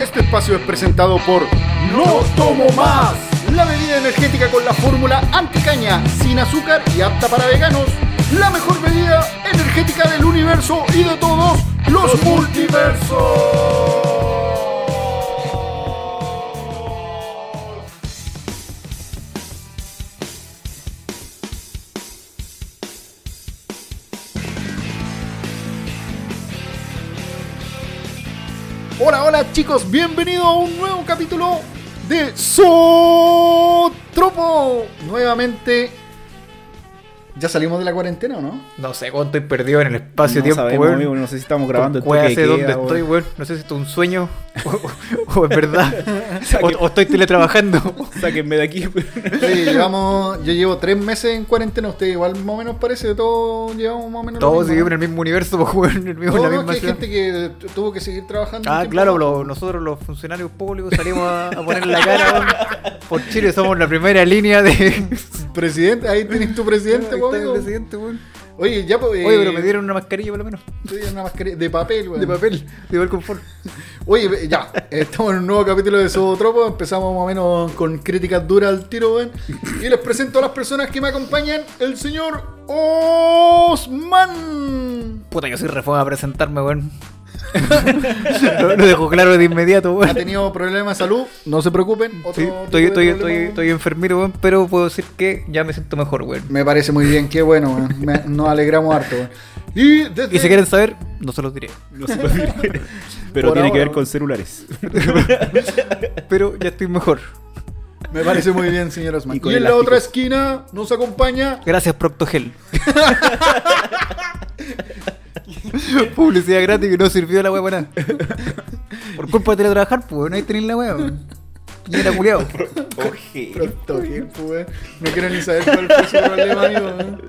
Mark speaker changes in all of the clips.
Speaker 1: Este espacio es presentado por No Tomo Más, la bebida energética con la fórmula anticaña, sin azúcar y apta para veganos. La mejor bebida energética del universo y de todos los, multiversos. Hola, hola chicos, bienvenido a un nuevo capítulo de Zotropo. Nuevamente, ya salimos de la cuarentena, ¿o no?
Speaker 2: No sé cuánto estoy perdido en el espacio-tiempo,
Speaker 3: sabemos,
Speaker 2: weón.
Speaker 3: amigo, no sé si estamos grabando el
Speaker 2: Weón,
Speaker 3: toque
Speaker 2: sé
Speaker 3: de
Speaker 2: dónde
Speaker 3: queda,
Speaker 2: estoy,
Speaker 3: weón.
Speaker 2: weón. No sé si esto es un sueño o- o, o es verdad.
Speaker 3: sea,
Speaker 2: o,
Speaker 3: que-
Speaker 2: o estoy teletrabajando.
Speaker 3: Sáquenme de aquí, weón.
Speaker 1: Sí, llevamos, yo llevo tres meses en cuarentena, usted igual más o menos parece, todos llevamos más o menos. lo
Speaker 2: Todos
Speaker 1: mismo,
Speaker 2: vivimos en
Speaker 1: ¿no?
Speaker 2: el mismo universo, pues, weón, en el mismo- en
Speaker 1: No,
Speaker 2: la
Speaker 1: no,
Speaker 2: misma
Speaker 1: es que hay
Speaker 2: ciudad.
Speaker 1: gente que tu- tuvo que seguir trabajando. un
Speaker 2: Ah,
Speaker 1: tiempo.
Speaker 2: claro, lo- nosotros los funcionarios públicos salimos a, a poner la cara, weón. Por Chile somos la primera línea de...
Speaker 1: Presidente, ahí tenés tu presidente, po,
Speaker 2: Ahí está el
Speaker 1: amigo.
Speaker 2: presidente, weón.
Speaker 1: Oye, ya pues,
Speaker 2: Oye, pero
Speaker 1: eh,
Speaker 2: me dieron una mascarilla por lo menos.
Speaker 1: te dieron una mascarilla de papel, weón.
Speaker 2: De papel, de igual confort.
Speaker 1: Oye, ya, estamos en un nuevo capítulo de Sobotropo. Empezamos más o menos con críticas duras al tiro, weón. Y les presento a las personas que me acompañan, el señor Osman.
Speaker 2: Puta, yo soy reforma a presentarme, weón. lo, lo dejo claro de inmediato,
Speaker 1: Ha
Speaker 2: weón.
Speaker 1: tenido problemas de salud, no se preocupen. Otro
Speaker 2: Sí,
Speaker 1: tipo
Speaker 2: estoy,
Speaker 1: de
Speaker 2: estoy,
Speaker 1: problema,
Speaker 2: estoy,
Speaker 1: weón.
Speaker 2: estoy enfermito, weón, pero puedo decir que ya me siento mejor, weón.
Speaker 1: Me parece muy bien, qué bueno, weón. Me- nos alegramos harto. weón. Y, desde...
Speaker 2: Y si quieren saber, no se los diré.
Speaker 3: No se lo diré. Pero
Speaker 1: Por
Speaker 3: tiene que
Speaker 1: ahora,
Speaker 3: ver
Speaker 1: weón.
Speaker 3: con celulares.
Speaker 2: Pero ya estoy mejor.
Speaker 1: Me parece muy bien, señor Osman.
Speaker 3: Y
Speaker 1: Y,
Speaker 3: con
Speaker 1: en la
Speaker 3: elásticos.
Speaker 1: otra esquina nos acompaña.
Speaker 2: Gracias, Proctogel. Publicidad gratis que no sirvió la weá para nada. Por culpa de teletrabajar, pues, weón, ahí tenéis la weá, weón. Y era culiado.
Speaker 3: Oje.
Speaker 1: Pronto, tiempo, weón. No quiero ni saber cuál fue su problema, amigo. weón.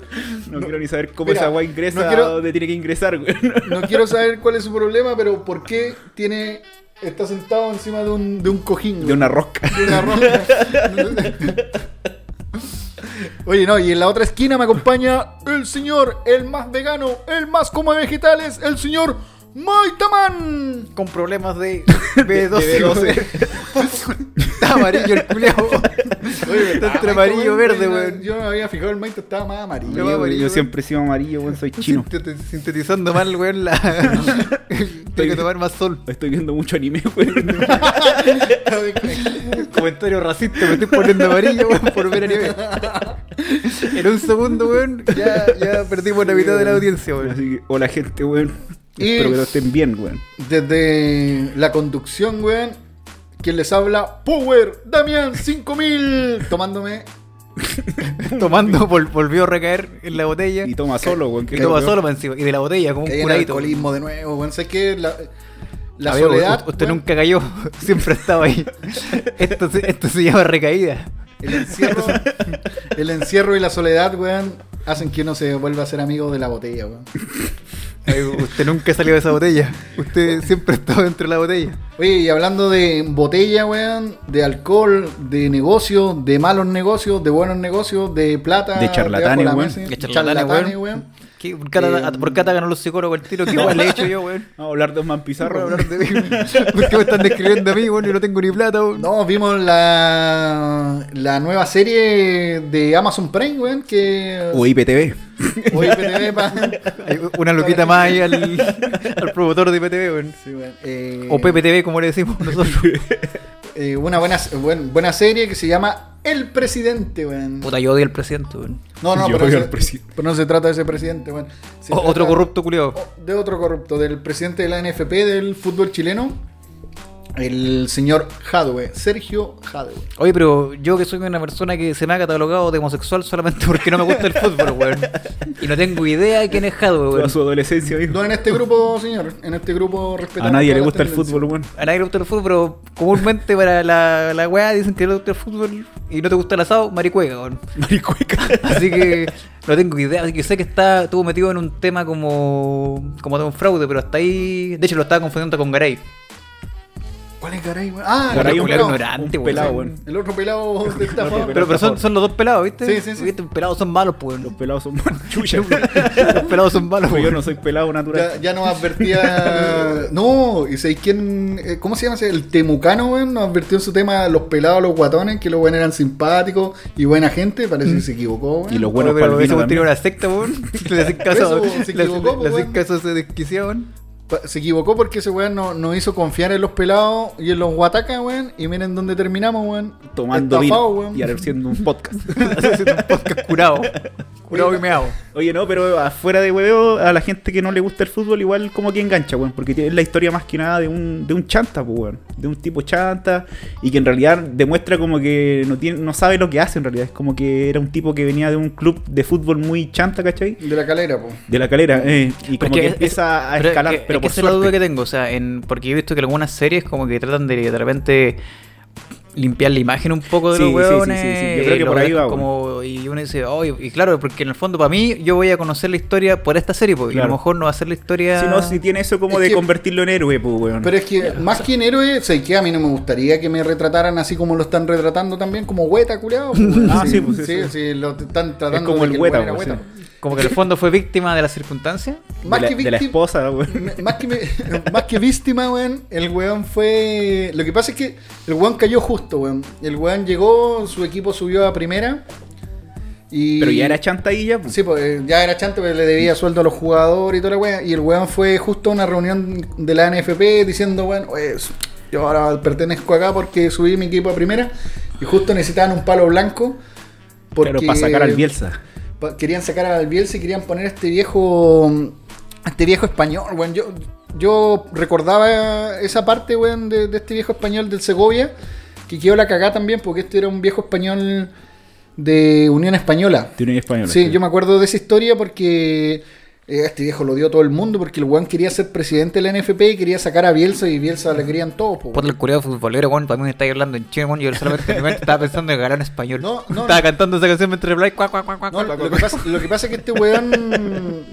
Speaker 3: No quiero ni saber cómo
Speaker 1: Mira,
Speaker 3: esa weá
Speaker 1: no
Speaker 3: ingresa
Speaker 1: quiero-
Speaker 3: a dónde tiene que ingresar, weón.
Speaker 1: No quiero saber cuál es su problema, pero ¿por qué tiene está sentado encima de un, de un cojín?
Speaker 3: De una rosca.
Speaker 1: de una roca? Oye, no, y en la otra esquina me acompaña el señor, el más vegano, el más come vegetales, el señor Maitaman.
Speaker 2: Con problemas de
Speaker 3: De
Speaker 2: B12.
Speaker 3: B12.
Speaker 2: weón. Está amarillo el culiado.
Speaker 1: Oye,
Speaker 2: Está entre
Speaker 1: Maito,
Speaker 2: amarillo y
Speaker 1: weón,
Speaker 2: verde,
Speaker 1: yo-
Speaker 2: weón.
Speaker 1: Yo no me había fijado, el Maito estaba más amarillo.
Speaker 2: Yo-
Speaker 3: Yo,
Speaker 2: amarillo,
Speaker 3: yo
Speaker 2: weón.
Speaker 3: siempre he sido amarillo, weón. Soy chino.
Speaker 2: Sinte- Sintetizando mal, weón, la... Tengo que tomar más sol.
Speaker 3: Estoy viendo mucho anime, weón.
Speaker 2: Comentario racista, me estoy poniendo amarillo, weón, por ver anime. En un segundo, weón, ya, ya perdimos la mitad de la audiencia, weón.
Speaker 3: Así que, hola gente, weón.
Speaker 1: Y-
Speaker 3: Espero que lo estén bien, weón.
Speaker 1: Desde la conducción, weón, quien les habla, Power Damián 5000, tomándome.
Speaker 2: Tomando, vol- volvió a recaer en la botella.
Speaker 3: Y toma solo, weón. que
Speaker 2: Y
Speaker 3: es
Speaker 2: toma
Speaker 3: lo peor.
Speaker 2: solo, más encima. Y de la botella, como
Speaker 1: Que
Speaker 2: un
Speaker 1: hay en el
Speaker 2: curadito.
Speaker 1: alcoholismo de nuevo, weón. Sé que la, la
Speaker 2: Amigo,
Speaker 1: soledad.
Speaker 2: u- Usted
Speaker 1: weón,
Speaker 2: nunca cayó, siempre estaba ahí. Esto se, esto se llama recaída.
Speaker 1: El encierro, el encierro y la soledad, weón, hacen que uno se vuelva a ser amigo de la botella, weón.
Speaker 2: Amigo, Usted nunca salió de esa botella. Usted siempre estaba dentro de la botella.
Speaker 1: Oye, y hablando de botella, weón, de alcohol, de negocios, de malos negocios, de buenos negocios, de plata.
Speaker 3: De charlatanes,
Speaker 1: debajo la
Speaker 3: weón.
Speaker 1: mesa,
Speaker 2: De charlatanes, weón. ¿Qué? ¿Por,
Speaker 1: Eh,
Speaker 2: cata, a- por cata ganó los psicólogos el tiro? ¿Qué weón le he hecho yo, weón?
Speaker 3: Vamos a hablar de Osman Pizarro.
Speaker 2: Por hablar de mí. ¿Por qué me están describiendo a mí, weón? Yo no tengo ni plata, weón.
Speaker 1: No, vimos la, la nueva serie de Amazon Prime, weón, que...
Speaker 3: O IPTV.
Speaker 1: o IPTV pa-
Speaker 2: Hay una loquita más ahí al, al promotor de IPTV, weón.
Speaker 1: Sí, weón, eh,
Speaker 2: O PPTV, como le decimos nosotros.
Speaker 1: eh, una buena, buen- buena serie que se llama El Presidente, weón.
Speaker 2: Puta, yo odio al presidente, weón.
Speaker 1: No, no,
Speaker 3: Yo
Speaker 1: pero,
Speaker 3: odio
Speaker 1: se-
Speaker 3: al presidente.
Speaker 1: pero no se trata de ese presidente, weón. Se
Speaker 2: O-
Speaker 1: trata
Speaker 2: Otro corrupto culiado.
Speaker 1: De otro corrupto, del presidente de la NFP del fútbol chileno, el señor Jadwe, Sergio Jadwe.
Speaker 2: Oye, pero yo que soy una persona que se me ha catalogado de homosexual solamente porque no me gusta el fútbol, weón. Y no tengo idea de quién es Jadwe,
Speaker 3: Toda
Speaker 2: weón.
Speaker 3: su adolescencia,
Speaker 1: No
Speaker 3: amigo.
Speaker 1: en este grupo, señor, en este grupo respetamos
Speaker 3: A nadie
Speaker 1: todas
Speaker 3: le
Speaker 1: las
Speaker 3: gusta el
Speaker 1: tendencias.
Speaker 3: fútbol, weón.
Speaker 2: A nadie le gusta el fútbol, pero comúnmente para la, la weá dicen que no te gusta el fútbol y no te gusta el asado, maricuega, weón.
Speaker 3: Maricueca.
Speaker 2: Así que no tengo idea. Así que sé que está, estuvo metido en un tema como, como de un fraude, pero hasta ahí. De hecho, lo estaba confundiendo con Garay.
Speaker 1: ¿Cuál es Garay, weón? Ah,
Speaker 3: Garay
Speaker 1: el
Speaker 3: un
Speaker 1: otro
Speaker 4: pelado
Speaker 1: pelado.
Speaker 4: ignorante,
Speaker 3: un
Speaker 4: weón.
Speaker 3: pelado, weón.
Speaker 1: El otro pelado de esta
Speaker 3: otro
Speaker 1: fama.
Speaker 3: pelado.
Speaker 4: Pero, pero son, son los dos pelados, ¿viste?
Speaker 1: Sí, sí, sí.
Speaker 4: ¿Viste? Pelados son malos, pues.
Speaker 3: Los
Speaker 4: Los
Speaker 3: pelados son más chucha, weón.
Speaker 4: pelados son malos,
Speaker 3: Pues
Speaker 4: pues.
Speaker 3: Yo no soy pelado natural.
Speaker 1: Ya, ya nos advertía. No, y sabéis quién. eh, ¿Cómo se llama? ese? El Temucano, weón. Nos advirtió en su tema los pelados, los guatones, que los buenos eran simpáticos y buena gente. Parece que se equivocó, weón.
Speaker 3: Y los buenos
Speaker 4: pero
Speaker 3: palvinos
Speaker 4: ese weón tiene
Speaker 3: también.
Speaker 4: una secta, weón. Le hacen
Speaker 1: Eso,
Speaker 4: caso,
Speaker 1: weón, se
Speaker 4: le hacen-
Speaker 1: equivocó,
Speaker 4: le hacen
Speaker 1: weón.
Speaker 4: caso se desquiciaban.
Speaker 1: Pa- Se equivocó porque ese weón no, no hizo confiar en los pelados y en los guatacas, weón. Y miren dónde terminamos, weón.
Speaker 3: Tomando
Speaker 1: Estafados,
Speaker 3: vino
Speaker 1: weón.
Speaker 3: y haciendo un podcast.
Speaker 4: Haciendo un podcast curado. Curado y meado.
Speaker 3: Oye, no, pero afuera de huevo, a la gente que no le gusta el fútbol, igual como que engancha, weón. Porque es la historia más que nada de un, de un chanta, pues, weón. De un tipo chanta. Y que en realidad demuestra como que no, tiene, no sabe lo que hace, en realidad. Es como que era un tipo que venía de un club de fútbol muy chanta, ¿cachai?
Speaker 1: De la calera, po.
Speaker 3: De la calera, eh. Y
Speaker 2: Pero es
Speaker 3: como que,
Speaker 2: que es-
Speaker 3: empieza a
Speaker 2: Pero es
Speaker 3: escalar,
Speaker 2: que-
Speaker 3: pero
Speaker 2: es que
Speaker 3: por
Speaker 2: esa es la duda
Speaker 3: suerte.
Speaker 2: que tengo, o sea, en, porque he visto que algunas series como que tratan de de repente limpiar la imagen un poco de
Speaker 3: Sí,
Speaker 2: los
Speaker 3: sí, sí, sí, sí.
Speaker 2: hueones.
Speaker 3: Yo creo que
Speaker 2: eh,
Speaker 3: por
Speaker 2: lo
Speaker 3: ahí va,
Speaker 2: dejan como, y uno dice, oh, y, y claro, porque en el fondo para mí yo voy a conocer la historia por esta serie, porque a
Speaker 3: Claro.
Speaker 2: lo mejor no va a ser la historia...
Speaker 3: Si no, si tiene eso como
Speaker 1: Es
Speaker 3: de
Speaker 1: que-
Speaker 3: convertirlo en héroe, pues, weón.
Speaker 1: Pero es que más que en héroe, sé que a mí no me gustaría que me retrataran así como lo están retratando también, como hueta, culiado.
Speaker 3: Ah, sí, pues, sí, sí.
Speaker 1: lo t- están tratando
Speaker 3: Es como
Speaker 1: de
Speaker 3: el
Speaker 1: que
Speaker 3: hueta,
Speaker 1: weón era
Speaker 3: pues,
Speaker 1: hueta.
Speaker 3: sí.
Speaker 2: Como que en el fondo fue víctima de las circunstancias.
Speaker 1: Más
Speaker 3: de, la,
Speaker 1: que
Speaker 3: de la
Speaker 1: víctima-
Speaker 3: esposa, weón.
Speaker 1: Me- Más que, me- más que víctima, weón, el weón fue. Lo que pasa es que el weón cayó justo, weón. El weón llegó, su equipo subió a primera. Y...
Speaker 3: Pero ya era chanta y ya, pues.
Speaker 1: Sí, pues eh, ya era chante, pero le debía sueldo a los jugadores y toda la weá. Y el weón fue justo a una reunión de la NFP diciendo, bueno, pues, yo ahora pertenezco acá porque subí mi equipo a primera. Y justo necesitaban un palo blanco. Porque
Speaker 3: Pero para sacar al Bielsa.
Speaker 1: pa- Querían sacar al Bielsa y querían poner a este viejo. a Este viejo español, weón. Yo, yo recordaba esa parte, weón, de, de este viejo español del Segovia. Que quedó la cagada también, porque este era un viejo español de Unión Española.
Speaker 3: Tiene un español.
Speaker 1: Sí, yo me acuerdo de esa historia porque eh, este viejo lo dio todo el mundo porque el weón quería ser presidente de la NFP y quería sacar a Bielsa y Bielsa le querían todo. po,
Speaker 2: Por
Speaker 1: weón.
Speaker 2: el curioso futbolero, weón, también me estáis hablando en chino, weón, yo solamente en mi mente estaba pensando en ganar en español.
Speaker 1: No, no,
Speaker 2: estaba
Speaker 1: no.
Speaker 2: cantando esa canción mientras hablaba, y cuac, cuac, cuac, cuac,
Speaker 1: No,
Speaker 2: cuac,
Speaker 1: lo,
Speaker 2: cuac.
Speaker 1: que pasa, lo que pasa es que este weón.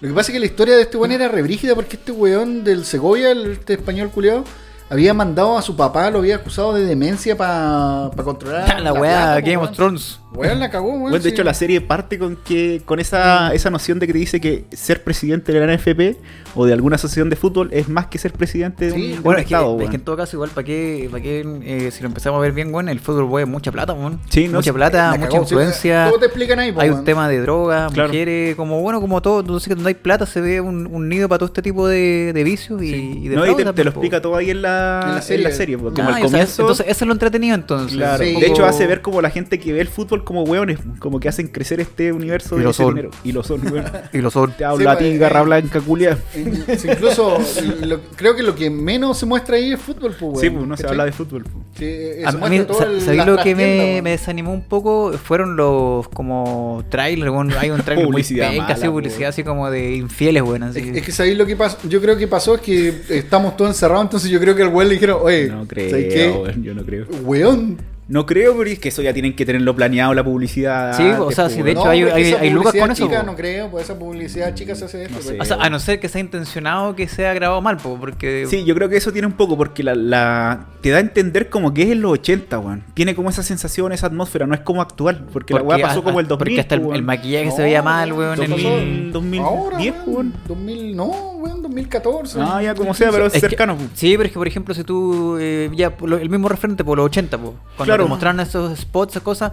Speaker 1: Lo que pasa es que la historia de este weón era rebrígida porque este weón del Segovia, el, este español culiado, había mandado a su papá, lo había acusado de demencia para controlar.
Speaker 2: la weá,
Speaker 1: plata, po,
Speaker 2: Game of
Speaker 1: weón.
Speaker 2: Thrones.
Speaker 1: Weón la cagó, weón.
Speaker 3: Bueno, de
Speaker 1: sí. Mm.
Speaker 3: hecho, la serie parte con que con esa, esa noción de que te dice que ser presidente de la NFP o de alguna asociación de fútbol es más que ser presidente de un,
Speaker 1: Sí,
Speaker 3: de un
Speaker 2: Bueno, es que,
Speaker 3: estado.
Speaker 2: es
Speaker 3: weón.
Speaker 2: que en todo caso, igual, ¿para qué? ¿Para qué? eh, si lo empezamos a ver bien, bueno, el fútbol, weón, mucha plata, weón.
Speaker 3: Sí, no,
Speaker 2: mucha
Speaker 3: sí,
Speaker 1: La
Speaker 2: plata,
Speaker 1: cagó,
Speaker 2: mucha
Speaker 1: sí,
Speaker 2: influencia.
Speaker 1: Todo te explican ahí, po,
Speaker 2: Hay
Speaker 1: weón.
Speaker 2: un tema de drogas,
Speaker 3: Claro.
Speaker 2: mujeres, como bueno, como todo. Entonces, que donde hay plata se ve un, un nido para todo este tipo de, de vicios y, y de
Speaker 3: No, y
Speaker 2: fraude
Speaker 3: te, te
Speaker 2: también,
Speaker 3: lo
Speaker 2: po.
Speaker 3: explica todo ahí en la,
Speaker 1: En la
Speaker 3: en la serie.
Speaker 1: serie.
Speaker 3: po.
Speaker 2: Ah,
Speaker 3: como al
Speaker 2: y o sea,
Speaker 3: comienzo.
Speaker 2: entonces, eso es lo entretenido, entonces.
Speaker 3: claro.
Speaker 1: Sí.
Speaker 3: De hecho, hace ver como la gente que ve el fútbol como hueones, como que hacen crecer este universo
Speaker 2: Y
Speaker 3: de
Speaker 2: lo
Speaker 3: ese
Speaker 2: son.
Speaker 3: dinero. Y lo son, weón.
Speaker 2: Y lo son.
Speaker 3: Te hablo a
Speaker 1: pues,
Speaker 3: ti,
Speaker 1: eh,
Speaker 3: garra blanca, culia.
Speaker 1: Eh, sí, Incluso lo- creo que lo que menos se muestra ahí es fútbol, pues, weón.
Speaker 3: Sí, pues no se
Speaker 1: ¿Cachai?
Speaker 3: habla de fútbol. po.
Speaker 1: Sí, eh,
Speaker 2: A
Speaker 1: se
Speaker 2: mí,
Speaker 1: muestra todo
Speaker 2: sa-
Speaker 1: el-
Speaker 2: ¿sabéis
Speaker 1: las
Speaker 2: lo que me,
Speaker 1: trastiendas,
Speaker 2: me
Speaker 1: weón.
Speaker 2: desanimó un poco? Fueron los como trailers, weón. hay un trailer muy
Speaker 3: Publicidad
Speaker 2: penca,
Speaker 3: mala,
Speaker 2: así, publicidad
Speaker 3: weón.
Speaker 2: así como de infieles, weón. así.
Speaker 1: Es, es que sabéis lo que pasó. Yo creo que pasó es que estamos todos encerrados, entonces yo creo que al weón le dijeron, oye,
Speaker 3: No
Speaker 1: ¿sabes qué?
Speaker 3: creo, weón, yo no creo.
Speaker 1: Weón.
Speaker 3: No creo, pero es que eso ya tienen que tenerlo planeado, la publicidad.
Speaker 2: Sí, o sea,
Speaker 3: antes,
Speaker 2: sí,
Speaker 3: po,
Speaker 2: de
Speaker 3: weón.
Speaker 2: hecho, hay-
Speaker 1: porque
Speaker 2: hay-
Speaker 1: esa
Speaker 2: hay lucas
Speaker 1: publicidad
Speaker 2: con eso,
Speaker 1: chica,
Speaker 2: po.
Speaker 1: no creo, pues esa publicidad chica se hace esto.
Speaker 3: No
Speaker 1: pues.
Speaker 3: sé.
Speaker 2: O sea, a no ser que sea intencionado que sea grabado mal, po, porque
Speaker 3: Sí, yo creo que eso tiene un poco, porque la, la- te da a entender como que es en los 80, weón. Tiene como esa sensación, esa atmósfera, no es como actual, porque, la weá pasó
Speaker 2: a-
Speaker 3: como el
Speaker 2: a-
Speaker 3: 2000.
Speaker 2: Porque hasta el,
Speaker 3: weón.
Speaker 2: el maquillaje
Speaker 1: No,
Speaker 2: se veía mal, weón.
Speaker 1: ¿qué
Speaker 2: el-
Speaker 1: pasó?
Speaker 3: en 2010,
Speaker 1: Ahora,
Speaker 3: weón.
Speaker 1: 2000, no, weón, 2014.
Speaker 3: Ah, ya como sea, pero es,
Speaker 2: Es que-
Speaker 3: cercano. weón.
Speaker 2: Sí, pero es que, por ejemplo, si tú. eh, ya, lo- el mismo referente, por los 80, po, cuando
Speaker 3: Claro.
Speaker 2: te mostraron esos spots, esas cosas,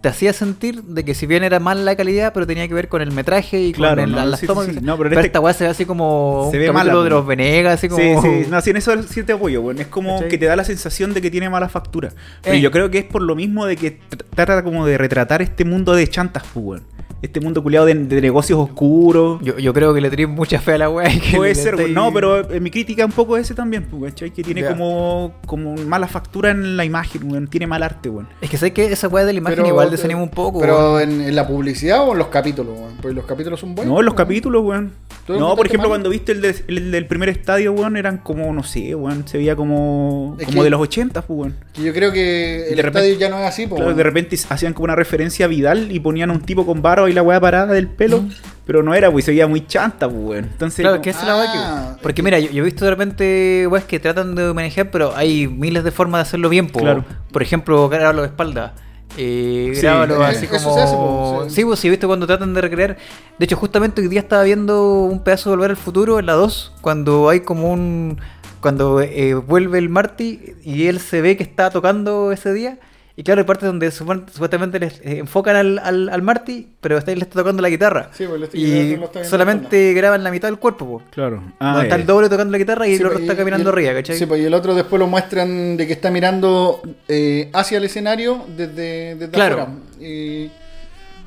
Speaker 2: te hacía sentir de que si bien era mal la calidad, pero tenía que ver con el metraje y
Speaker 3: Claro,
Speaker 2: con el-
Speaker 3: no,
Speaker 2: la- las
Speaker 3: sí, sí,
Speaker 2: tomas.
Speaker 3: sí.
Speaker 2: que-
Speaker 3: No, pero
Speaker 2: pero
Speaker 3: en este-
Speaker 2: esta weá se ve así como.
Speaker 3: Se
Speaker 2: un
Speaker 3: ve
Speaker 2: capítulo
Speaker 3: mala,
Speaker 2: de
Speaker 3: po.
Speaker 2: los Venegas, así como.
Speaker 3: Sí, sí, no, sí, en eso sí te apoyo, weón. Es como
Speaker 2: ¿Cachai?
Speaker 3: que te da la sensación de que tiene mala factura. Pero
Speaker 2: Eh.
Speaker 3: yo creo que es por lo mismo de que tr- trata como de retratar este mundo de chantas, po, weón. Este mundo culiado de, de negocios oscuros.
Speaker 2: Yo, yo creo que le tiré mucha fe a la weá. y que
Speaker 3: Puede
Speaker 2: le
Speaker 3: ser,
Speaker 2: estoy-
Speaker 3: güey. no, pero eh, mi crítica un poco es ese también, pues, ¿cachai? Que tiene
Speaker 2: Ya.
Speaker 3: como, como mala factura en la imagen, güey. tiene mal arte, güey.
Speaker 2: Es que sé que esa weá de la imagen igual desanima un poco. weón.
Speaker 1: Pero en, en la publicidad o en los capítulos, weón. Porque los capítulos son buenos.
Speaker 3: No, los
Speaker 1: weón.
Speaker 3: capítulos, güey.
Speaker 1: Todo el
Speaker 3: No,
Speaker 1: mundo
Speaker 3: por
Speaker 1: está
Speaker 3: ejemplo,
Speaker 1: tomando.
Speaker 3: cuando viste el, de- el del primer estadio, weón, eran como, no sé, weón, se veía como,
Speaker 1: Es
Speaker 3: como
Speaker 1: que-
Speaker 3: de los 80, pues, weón.
Speaker 1: Que yo creo que el
Speaker 3: de repente-
Speaker 1: estadio ya no es así, po,
Speaker 3: Claro,
Speaker 1: weón.
Speaker 3: de repente hacían como una referencia a Vidal y ponían a un tipo con barba y la weá parada del pelo, pero no era, pues, se veía muy chanta, pues, weón. Entonces,
Speaker 2: Claro,
Speaker 3: como-
Speaker 2: que esa es la weá
Speaker 1: Ah,
Speaker 2: que. Porque mira, yo, yo he visto de repente weas que tratan de manejar, pero hay miles de formas de hacerlo bien. po.
Speaker 3: Claro.
Speaker 2: Por ejemplo, grabarlo de espalda. Eh,
Speaker 3: Sí,
Speaker 2: grábalo
Speaker 3: eh,
Speaker 2: así
Speaker 1: eso
Speaker 2: como.
Speaker 1: se hace, po, sí.
Speaker 2: sí, pues sí, he visto cuando tratan de recrear. De hecho, justamente hoy día estaba viendo un pedazo de Volver al Futuro en la 2, cuando hay como un. Cuando eh, vuelve el Marty y él se ve que está tocando ese día. Y claro, hay partes donde supu- supuestamente les eh, enfocan al, al, al Marty, pero está, él está tocando la guitarra.
Speaker 1: Sí, pues, lo estoy- lo
Speaker 2: y
Speaker 1: está viendo
Speaker 2: solamente graban la mitad del cuerpo, po.
Speaker 3: Claro. Ah,
Speaker 2: Donde está
Speaker 3: ya,
Speaker 2: el doble tocando la guitarra y
Speaker 1: Sí,
Speaker 2: el otro
Speaker 1: pues,
Speaker 2: está
Speaker 1: y- y
Speaker 2: caminando
Speaker 1: el-
Speaker 2: arriba, ¿cachai?
Speaker 1: Sí, pues y el otro después lo muestran de que está mirando eh, hacia el escenario desde, desde
Speaker 2: Claro.
Speaker 1: afuera. Y-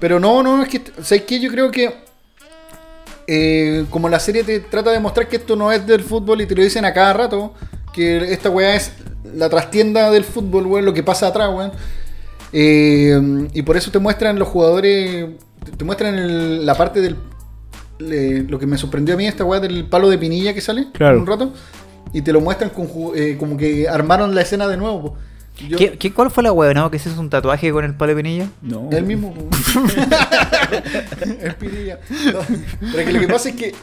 Speaker 1: pero no, no, es que, ¿sabes qué? Yo creo que eh, como la serie te trata de mostrar que esto no es del fútbol y te lo dicen a cada rato, que esta weá es la trastienda del fútbol, weón, lo que pasa atrás, weón. Eh, y por eso te muestran los jugadores, te- te muestran el- la parte del... le- lo que me sorprendió a mí esta weá del palo de pinilla que sale
Speaker 3: Claro.
Speaker 1: un rato y te lo muestran con ju- eh, como que armaron la escena de nuevo. po. Yo-
Speaker 2: ¿Qué, qué- cuál fue la hueá, no? Que se hizo un tatuaje con el palo de pinilla.
Speaker 3: No.
Speaker 1: El mismo. po. El pirilla. No, pero que lo que pasa es que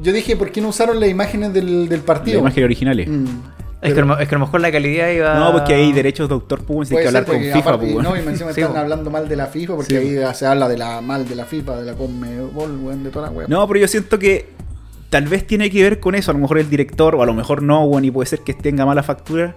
Speaker 1: yo dije, ¿por qué no usaron las imágenes del, del
Speaker 3: Las
Speaker 1: partido?
Speaker 3: imágenes originales.
Speaker 1: Mm, Ah.
Speaker 2: Es que, a lo mo- es que a lo mejor la calidad iba.
Speaker 3: No, pues porque hay derechos de autor, pues, weón, si hay
Speaker 1: puede
Speaker 3: que hablar
Speaker 1: ser,
Speaker 3: con
Speaker 1: porque
Speaker 3: FIFA,
Speaker 1: aparte-
Speaker 3: pues, weón.
Speaker 1: No, y encima
Speaker 2: Sí,
Speaker 1: están
Speaker 2: po.
Speaker 1: hablando mal de la FIFA, porque
Speaker 3: Sí,
Speaker 1: ahí se habla de la mal de la FIFA, de la Conmebol, weón, de toda la weá.
Speaker 3: No, pero yo siento que tal vez tiene que ver con eso. A lo mejor el director, o a lo mejor no, weón, y puede ser que tenga mala factura.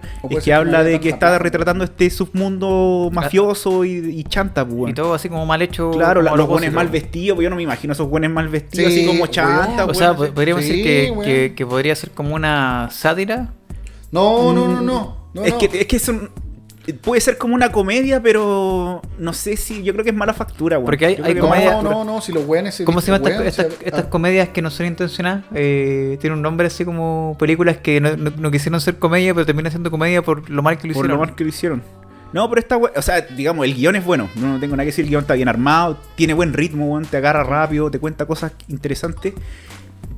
Speaker 1: O puede
Speaker 3: Es
Speaker 1: ser
Speaker 3: que
Speaker 1: que no
Speaker 3: habla
Speaker 1: haya
Speaker 3: de que
Speaker 1: tanta
Speaker 3: está
Speaker 1: plata.
Speaker 3: retratando este submundo mafioso y, y chanta, pues, weón.
Speaker 2: Y todo así como mal hecho.
Speaker 3: Claro, la-
Speaker 2: como a
Speaker 3: los
Speaker 2: propósito.
Speaker 3: buenos mal vestidos, pues yo no me imagino esos buenos mal vestidos,
Speaker 1: Sí,
Speaker 3: así como
Speaker 1: weón.
Speaker 3: chanta,
Speaker 1: O
Speaker 2: O
Speaker 3: weón,
Speaker 2: sea, pues,
Speaker 3: así.
Speaker 2: po- podríamos
Speaker 1: Sí,
Speaker 2: decir que,
Speaker 1: weón.
Speaker 2: que- que podría ser como una sátira.
Speaker 1: No, no, no, no. no,
Speaker 3: Mm, es,
Speaker 1: no.
Speaker 3: Que, es que son- Puede ser como una comedia, pero no sé si. Yo creo que es mala factura, weón.
Speaker 2: Porque hay-
Speaker 3: Yo
Speaker 2: hay
Speaker 3: creo que
Speaker 1: no,
Speaker 3: es mala
Speaker 1: no,
Speaker 2: comedia-
Speaker 1: no,
Speaker 3: factura.
Speaker 1: no, si los weones se
Speaker 2: ¿Cómo se llaman
Speaker 1: dicen,
Speaker 2: estas,
Speaker 1: weón,
Speaker 2: estas-
Speaker 1: se-
Speaker 2: estas
Speaker 1: ah,
Speaker 2: comedias que no son intencionadas? Eh, tiene un nombre así como películas que no, no- no quisieron ser comedia, pero terminan siendo comedia por lo mal que lo
Speaker 3: Por
Speaker 2: hicieron.
Speaker 3: lo mal que lo hicieron. No, pero esta, we- o sea, digamos, el guión es bueno. No, no tengo nada que decir. El guión está bien armado, tiene buen ritmo, weón, te agarra rápido, te cuenta cosas interesantes.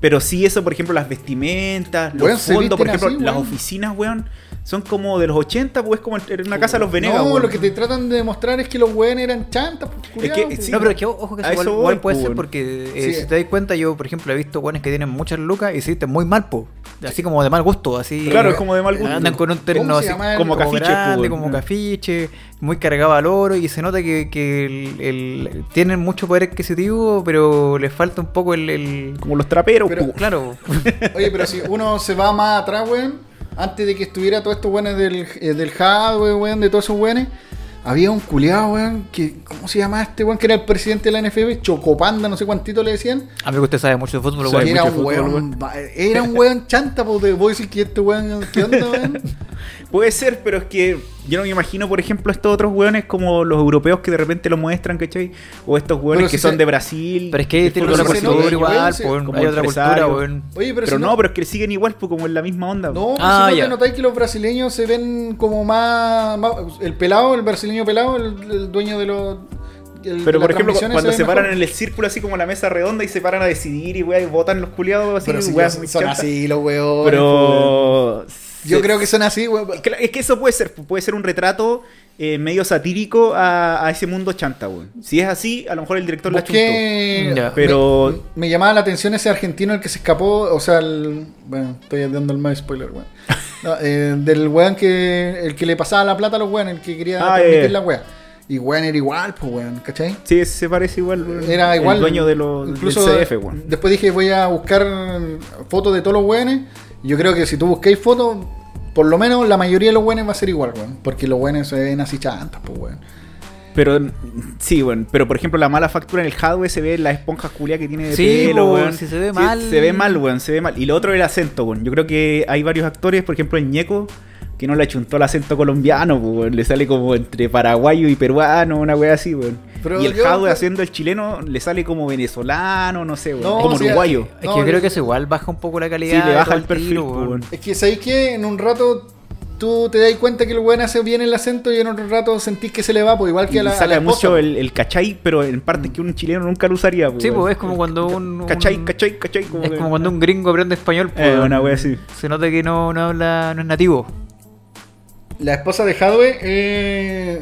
Speaker 3: Pero sí, eso, por ejemplo, las vestimentas, los
Speaker 1: Weón, se
Speaker 3: fondos, por
Speaker 1: visten
Speaker 3: ejemplo,
Speaker 1: así,
Speaker 3: las
Speaker 1: weón.
Speaker 3: oficinas, weón, son como de los 80, pues como en una casa de los Venegas,
Speaker 1: No,
Speaker 3: weón.
Speaker 1: lo que te tratan de demostrar es que los weones eran chantas, pues, culiao,
Speaker 3: sí,
Speaker 1: po.
Speaker 2: no, pero es que ojo que eso
Speaker 3: a
Speaker 2: igual,
Speaker 3: eso
Speaker 2: igual
Speaker 3: voy,
Speaker 2: puede
Speaker 3: po,
Speaker 2: ser
Speaker 3: bueno.
Speaker 2: porque eh,
Speaker 1: Sí.
Speaker 2: si te das cuenta, yo por ejemplo he visto guanes que tienen muchas lucas y se visten muy mal, po. Así como de mal gusto, así.
Speaker 3: Claro, es como de mal gusto.
Speaker 2: Andan con un terno
Speaker 1: ¿Cómo se
Speaker 2: así
Speaker 1: llama el-
Speaker 3: como
Speaker 2: como
Speaker 3: cafiche, po,
Speaker 2: grande,
Speaker 3: weón.
Speaker 2: como cafiche, muy cargado al oro y se nota que, que el- el- tienen mucho poder adquisitivo, pero les falta un poco el... el-
Speaker 3: Como los traperos, pues.
Speaker 1: Pero-
Speaker 3: po.
Speaker 2: Claro,
Speaker 1: pues. Oye, pero si uno se va más atrás, weón, antes de que estuviera todos estos weones del, eh, del hardware, weón, de todos esos weones, había un culiado, weón, que, ¿cómo se llamaba este weón? Que era el presidente de la NFB, Chocopanda, no sé cuántito le decían.
Speaker 2: amigo, usted sabe mucho de fútbol,
Speaker 3: Soy
Speaker 1: Que
Speaker 2: weón.
Speaker 1: era,
Speaker 3: mucho
Speaker 1: un
Speaker 3: fútbol,
Speaker 1: weón,
Speaker 3: weón.
Speaker 1: ba- era un weón chanta, po, te voy a decir que este weón, ¿qué onda, weón?
Speaker 3: Puede ser, pero es que yo no me imagino, por ejemplo, estos otros weones como los europeos que de repente lo muestran, ¿cachai? O estos weones
Speaker 1: Pero
Speaker 3: que
Speaker 1: si
Speaker 3: son
Speaker 1: se-
Speaker 3: de Brasil.
Speaker 2: Pero es que
Speaker 3: del
Speaker 2: tiene
Speaker 3: fútbol
Speaker 2: otra
Speaker 1: se
Speaker 3: brasileño.
Speaker 1: nota,
Speaker 2: cultura igual,
Speaker 1: weón,
Speaker 2: po,
Speaker 1: sí,
Speaker 3: como
Speaker 2: hay otra cultura,
Speaker 3: empresario.
Speaker 2: weón.
Speaker 1: Oye, pero,
Speaker 3: Pero,
Speaker 1: si
Speaker 3: no, pero es que siguen igual, pues, como en la misma onda.
Speaker 1: No, pero
Speaker 2: Ah,
Speaker 1: si no
Speaker 2: ya.
Speaker 1: te notáis que los brasileños se ven como más, más- el pelado, el brasileño pelado, el, el dueño de los el- de
Speaker 3: Pero, por
Speaker 1: las
Speaker 3: ejemplo,
Speaker 1: transmisiones
Speaker 3: cuando
Speaker 1: ve
Speaker 3: se paran
Speaker 1: mejor.
Speaker 3: en el círculo, así como en la mesa redonda, y se paran a decidir y, weá, y votan los culiados, así,
Speaker 1: Pero si
Speaker 3: weá,
Speaker 1: son-
Speaker 3: muy
Speaker 1: son
Speaker 3: chanta.
Speaker 1: así los weones. pues, po.
Speaker 3: Pero.
Speaker 1: Yo
Speaker 3: se-
Speaker 1: creo que son así, weón.
Speaker 3: Cla- Es que eso puede ser, puede ser un retrato eh, medio satírico a, a ese mundo chanta, weón. Si es así, a lo mejor el director la chuntó.
Speaker 1: Busqué-
Speaker 2: Ya.
Speaker 1: me-
Speaker 3: Pero-
Speaker 1: me, llamaba la atención ese argentino el que se escapó, o sea, el- bueno, estoy dando el más spoiler, weón. No, eh, del weón que el que le pasaba la plata a los weón, el que quería
Speaker 3: Ah,
Speaker 1: transmitir
Speaker 3: eh.
Speaker 1: la weá. Y weón era igual, pues weón, ¿cachai?
Speaker 3: Sí, se parece igual. weón.
Speaker 1: Era igual.
Speaker 3: El dueño de los,
Speaker 1: incluso
Speaker 3: del CDF, weón.
Speaker 1: Después dije, voy a buscar fotos de todos los weones. y Yo creo que si tú buscáis fotos, por lo menos la mayoría de los weones va a ser igual, weón. Porque los weones se ven así chantas, pues weón.
Speaker 3: Pero, mm, sí, weón. Pero, por ejemplo, la mala factura en el hardware se ve la esponja culia que tiene de
Speaker 2: Sí,
Speaker 3: pelo,
Speaker 2: po,
Speaker 3: weón.
Speaker 2: si se ve mal.
Speaker 3: Se ve mal, weón. Se ve mal. Y lo otro el acento, weón. Yo creo que hay varios actores, por ejemplo, en Ñeco, que no le achuntó el acento colombiano, po, weón. Le sale como entre paraguayo y peruano, una weá así, weón.
Speaker 1: Pero
Speaker 3: y el
Speaker 1: yo-
Speaker 3: hardware haciendo el chileno le sale como venezolano, no sé, weón.
Speaker 1: No,
Speaker 3: como
Speaker 1: o sea,
Speaker 3: uruguayo.
Speaker 2: Es que
Speaker 1: No,
Speaker 2: yo
Speaker 1: yo-
Speaker 2: creo que eso igual baja un poco la
Speaker 3: Sí,
Speaker 2: calidad.
Speaker 3: le
Speaker 2: de
Speaker 3: baja
Speaker 2: todo
Speaker 3: el perfil,
Speaker 2: tiro,
Speaker 3: po,
Speaker 2: weón.
Speaker 3: weón.
Speaker 1: Es que sabéis que en un rato tú te das cuenta que el weón hace bien el acento y en otro rato sentís que se le va, pues igual que a
Speaker 3: Y
Speaker 1: la. a la
Speaker 3: saca
Speaker 1: esposa.
Speaker 3: mucho el, el cachai, pero en partes que un chileno nunca lo usaría.
Speaker 2: Sí,
Speaker 3: weón.
Speaker 2: pues es como cuando un. un-
Speaker 3: Cachai, cachai, cachai. Como
Speaker 2: Es
Speaker 3: que-
Speaker 2: como cuando un gringo aprende español. pues,
Speaker 3: Eh, una wea así.
Speaker 2: Se nota que no, no habla, no es nativo.
Speaker 1: La esposa de Hadwe, eh,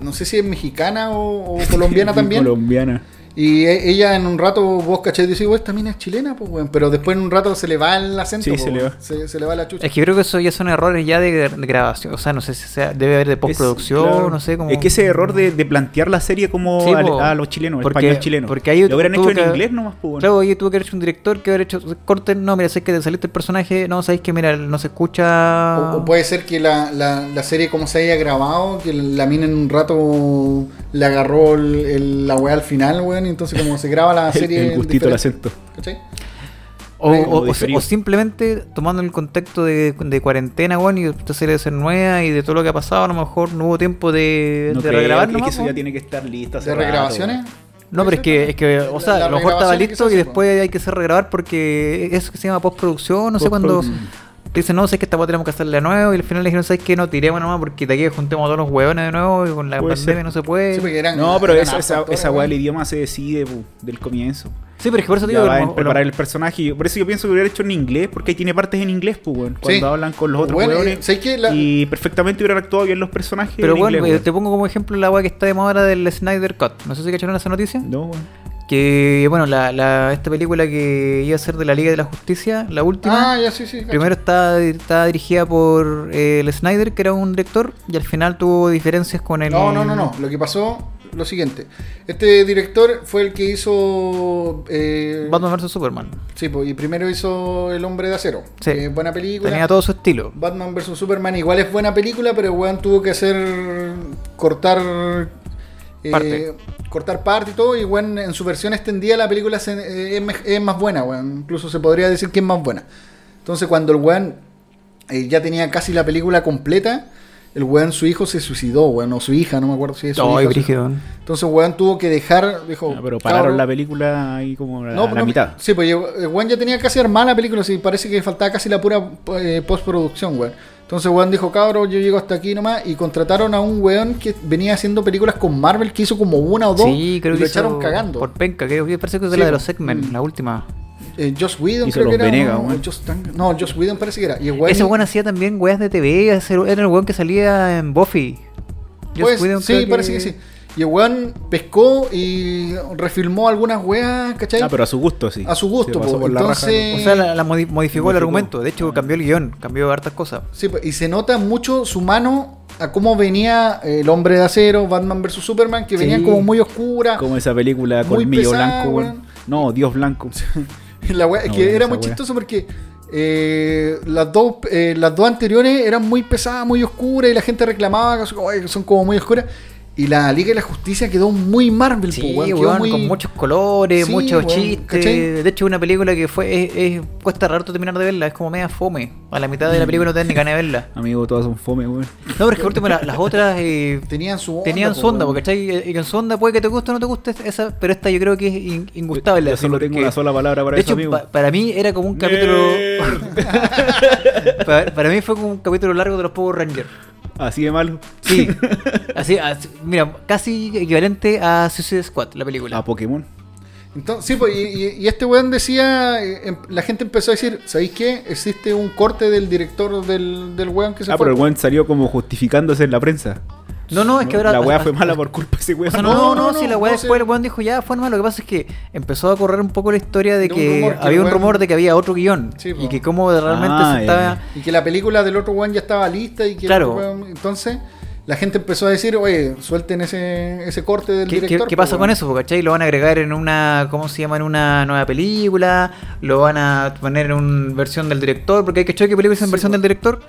Speaker 1: no sé si es mexicana o, o colombiana también.
Speaker 3: Colombiana.
Speaker 1: Y e- ella en un rato, vos cachai, dices, "Güey, esta mina es chilena, pues, weón. Pero después en un rato se le va el acento.
Speaker 3: Sí,
Speaker 1: pues,
Speaker 3: se le
Speaker 1: weón.
Speaker 3: va.
Speaker 1: Se, se le va la chucha.
Speaker 2: Es que creo que eso ya son errores ya de, gra- de grabación. O sea, no sé si sea, debe haber de postproducción,
Speaker 3: Es- claro.
Speaker 2: no sé cómo.
Speaker 3: Es que ese error de, de plantear la serie como
Speaker 2: Sí,
Speaker 3: al-
Speaker 2: po.
Speaker 3: a, los chilenos,
Speaker 2: Porque-
Speaker 3: español chileno.
Speaker 2: porque ahí
Speaker 3: lo hubieran
Speaker 2: tuvo
Speaker 3: hecho en
Speaker 2: que-
Speaker 3: inglés nomás, pues. bueno.
Speaker 2: Claro, oye, tuvo que haber hecho un director que haber hecho corten. No, mira, sé que te saliste el personaje. No, sabéis que, mira, no se escucha.
Speaker 1: O, o puede ser que la, la- la serie como se haya grabado, que la mina en un rato le agarró el- el- la weá al final, weón, y entonces como se graba la
Speaker 3: El,
Speaker 1: serie...
Speaker 3: el
Speaker 1: diferente,
Speaker 3: gustito del acento.
Speaker 1: ¿cachai?
Speaker 2: O,
Speaker 1: Algo
Speaker 2: o- o-
Speaker 3: diferido.
Speaker 2: o simplemente tomando el contexto de, de cuarentena, weón, y esta serie de ser nueva y de todo lo que ha pasado, a lo mejor no hubo tiempo de,
Speaker 3: No
Speaker 2: de
Speaker 3: creo,
Speaker 2: regrabar
Speaker 3: es que
Speaker 2: nomás,
Speaker 3: eso ya
Speaker 2: weón.
Speaker 3: tiene que estar lista. hace
Speaker 1: ¿De
Speaker 3: rato,
Speaker 1: regrabaciones?
Speaker 3: weón.
Speaker 2: No, pero es que, es que o sea,
Speaker 1: La-
Speaker 2: a lo
Speaker 1: la
Speaker 2: mejor estaba
Speaker 1: regrabación que
Speaker 2: listo
Speaker 1: se
Speaker 2: y
Speaker 1: hace,
Speaker 2: después hay que hacer regrabar porque eso que se llama postproducción, no sé cuándo
Speaker 3: Postproducción.
Speaker 2: te dicen, no, sé que esta weá tenemos que hacerla de nuevo y al final le dijeron, ¿sabes qué? No, tiremos nomás porque de aquí juntemos a todos los huevones de nuevo y con la
Speaker 3: Puede
Speaker 2: pandemia
Speaker 3: ser.
Speaker 2: no se puede.
Speaker 1: Sí,
Speaker 2: Sí,
Speaker 1: porque eran-
Speaker 3: No, pero
Speaker 1: eran
Speaker 3: esa,
Speaker 1: hartos
Speaker 3: esa,
Speaker 1: actores,
Speaker 3: esa weá
Speaker 1: weón.
Speaker 3: del idioma se decide po, del comienzo.
Speaker 2: pero es que por eso te
Speaker 3: Ya
Speaker 2: digo,
Speaker 3: va
Speaker 2: a lo
Speaker 3: en
Speaker 2: mejor-
Speaker 3: preparar el personaje. y- Por eso yo pienso que hubiera hecho en inglés, porque ahí tiene partes en inglés, pues, weón. Cuando
Speaker 1: Sí.
Speaker 3: hablan con los otros
Speaker 1: Bueno, eh,
Speaker 3: weones.
Speaker 1: sé que la-
Speaker 3: Y perfectamente hubieran actuado bien los personajes.
Speaker 2: pero
Speaker 3: en
Speaker 2: bueno,
Speaker 3: inglés,
Speaker 2: eh,
Speaker 3: weón.
Speaker 2: te pongo como ejemplo la weá que está de moda ahora del Snyder Cut. No sé si cacharon esa noticia.
Speaker 3: No, weón.
Speaker 2: Que bueno, la, la- esta película que iba a ser de la Liga de la Justicia, la última,
Speaker 1: Ah, ya, sí, sí. cacho.
Speaker 2: primero estaba, estaba dirigida por eh, el Snyder, que era un director, y al final tuvo diferencias con el.
Speaker 1: No, no, no, no. Lo que pasó, lo siguiente. Este director fue el que hizo... eh,
Speaker 2: Batman vs Superman.
Speaker 1: Sí, pues, y primero hizo El Hombre de Acero.
Speaker 2: Sí.
Speaker 1: que es buena película.
Speaker 2: Tenía todo su estilo.
Speaker 1: Batman vs Superman igual es buena película, pero weón tuvo que hacer cortar eh,
Speaker 2: Parte.
Speaker 1: cortar parte y todo, y weón en su versión extendida la película se- eh, es, mej- es más buena, weón. Incluso se podría decir que es más buena. Entonces cuando el weón eh, ya tenía casi la película completa, el weón su hijo se suicidó, weón, o su hija, no me acuerdo si es su hija o
Speaker 2: Ay,
Speaker 1: su-
Speaker 2: brígido.
Speaker 1: Entonces weón tuvo que dejar, dijo,
Speaker 3: Ah, pero pararon
Speaker 1: "Cabro,
Speaker 3: la película ahí como a la,
Speaker 1: no,
Speaker 3: a la
Speaker 1: no,
Speaker 3: mitad.
Speaker 1: Sí, pues eh, Juan ya tenía casi armada la película, sí, parece que faltaba casi la pura eh, postproducción, weón. Entonces Juan dijo, cabrón, yo llego hasta aquí nomás y contrataron a un weón que venía haciendo películas con Marvel, que hizo como una o dos, y
Speaker 2: Sí, creo que
Speaker 1: lo
Speaker 2: hizo
Speaker 1: echaron cagando.
Speaker 2: Por penca, creo que parece que es de
Speaker 1: Sí,
Speaker 2: la de
Speaker 1: po. Mm.
Speaker 2: los segments, la última.
Speaker 1: Eh, Joss Whedon
Speaker 3: Hizo
Speaker 1: creo que
Speaker 3: los
Speaker 1: era.
Speaker 3: Venegas,
Speaker 1: no,
Speaker 3: weón.
Speaker 1: Joss Tan- no, Joss Whedon parece que era. Y el weón-
Speaker 2: Ese weón hacía también weas de TV, ese era el weón que salía en Buffy. Joss
Speaker 1: Pues,
Speaker 2: Whedon
Speaker 1: sí,
Speaker 2: creo
Speaker 1: parece que... sí. Y el weón pescó y refilmó algunas weas, ¿cachai?
Speaker 3: Ah, pero a su gusto, sí.
Speaker 1: A su gusto,
Speaker 3: Se pasó
Speaker 1: po.
Speaker 3: por la raja,
Speaker 1: Entonces-
Speaker 2: O sea, la, la modi- modificó, el
Speaker 3: Modificó.
Speaker 2: argumento. De hecho, cambió el guión, cambió hartas cosas.
Speaker 1: Sí, pues, y se nota mucho su mano a cómo venía eh, el hombre de acero, Batman vs Superman, que
Speaker 3: Sí.
Speaker 1: venían como muy oscura.
Speaker 3: ¿no? Como esa película
Speaker 1: Muy
Speaker 3: Colmillo
Speaker 1: pesada,
Speaker 3: Blanco, weón.
Speaker 1: weón.
Speaker 3: No, Dios Blanco.
Speaker 1: La wea- es
Speaker 3: No,
Speaker 1: que
Speaker 3: bueno,
Speaker 1: era
Speaker 3: esa
Speaker 1: muy
Speaker 3: wea.
Speaker 1: chistoso porque eh, las, dos, eh, las dos anteriores eran muy pesadas, muy oscuras, y la gente reclamaba que son como, "Ay, son como muy oscuras. Y la Liga de la Justicia quedó muy Marvel,
Speaker 2: Sí,
Speaker 1: po, weón, quedó
Speaker 2: weón,
Speaker 1: muy-
Speaker 2: con muchos colores,
Speaker 1: Sí,
Speaker 2: muchos
Speaker 1: weón,
Speaker 2: chistes.
Speaker 1: ¿cachai?
Speaker 2: De hecho, una película que fue es, es- cuesta rato terminar de verla, es como media fome. A la mitad de
Speaker 1: Mm.
Speaker 2: la película no te dan ni ganas de verla.
Speaker 3: Amigo, todas son fome, weón.
Speaker 2: No, pero es que por último la- las otras eh,
Speaker 1: Tenían su onda.
Speaker 2: tenían
Speaker 1: po,
Speaker 2: su onda,
Speaker 1: weón.
Speaker 2: porque ¿cachai? Eh, Y en su onda puede que te guste o no te guste esa, pero esta yo creo que es in- ingustable.
Speaker 3: Yo
Speaker 2: así,
Speaker 3: solo tengo
Speaker 2: porque-
Speaker 3: una sola palabra para
Speaker 2: de
Speaker 3: eso,
Speaker 2: hecho,
Speaker 3: amigo. Eh.
Speaker 2: pa- para mí era como un capítulo. para, para mí fue como un capítulo largo de los Power Rangers.
Speaker 3: Así de malo.
Speaker 2: Sí. Así, así- mira, casi equivalente a Suicide Squad, la película.
Speaker 3: A Ah, Pokémon.
Speaker 1: Entonces, sí, pues, y, y- y este weón decía, eh, em- la gente empezó a decir, ¿sabéis qué? Existe un corte del director del, del weón que se
Speaker 3: Ah,
Speaker 1: fue.
Speaker 3: pero el weón salió como justificándose en la prensa.
Speaker 2: no, no, es que ahora.
Speaker 3: La weá
Speaker 2: a-
Speaker 3: fue
Speaker 2: a-
Speaker 3: mala por culpa de ese
Speaker 2: o
Speaker 3: weón.
Speaker 2: sea, no,
Speaker 1: No,
Speaker 2: no, no,
Speaker 1: no,
Speaker 2: si la
Speaker 1: no,
Speaker 2: weá
Speaker 1: no,
Speaker 2: después
Speaker 1: sí.
Speaker 2: el weón dijo ya fue normal. Lo que pasa es que empezó a correr un poco la historia de
Speaker 1: De un
Speaker 2: que
Speaker 1: rumor que
Speaker 2: había un
Speaker 1: el
Speaker 2: rumor
Speaker 1: weón-
Speaker 2: de que había otro guión
Speaker 1: Sí, po.
Speaker 2: y que cómo realmente
Speaker 3: Ah,
Speaker 2: se
Speaker 3: ya,
Speaker 2: estaba.
Speaker 3: ya.
Speaker 1: Y que la película del otro weón ya estaba lista y que el
Speaker 2: Claro.
Speaker 1: otro weón- entonces la gente empezó a decir, oye, suelten ese, ese corte del
Speaker 2: ¿Qué, qué-
Speaker 1: director.
Speaker 2: qué
Speaker 1: pues,
Speaker 2: pasa
Speaker 1: weón".
Speaker 2: con eso? po, ¿Cachai? Lo van a agregar en una, ¿cómo se llama? En una nueva película, lo van a poner en una versión del director, porque hay que que películas en
Speaker 1: Sí,
Speaker 2: versión
Speaker 1: po.
Speaker 2: del director.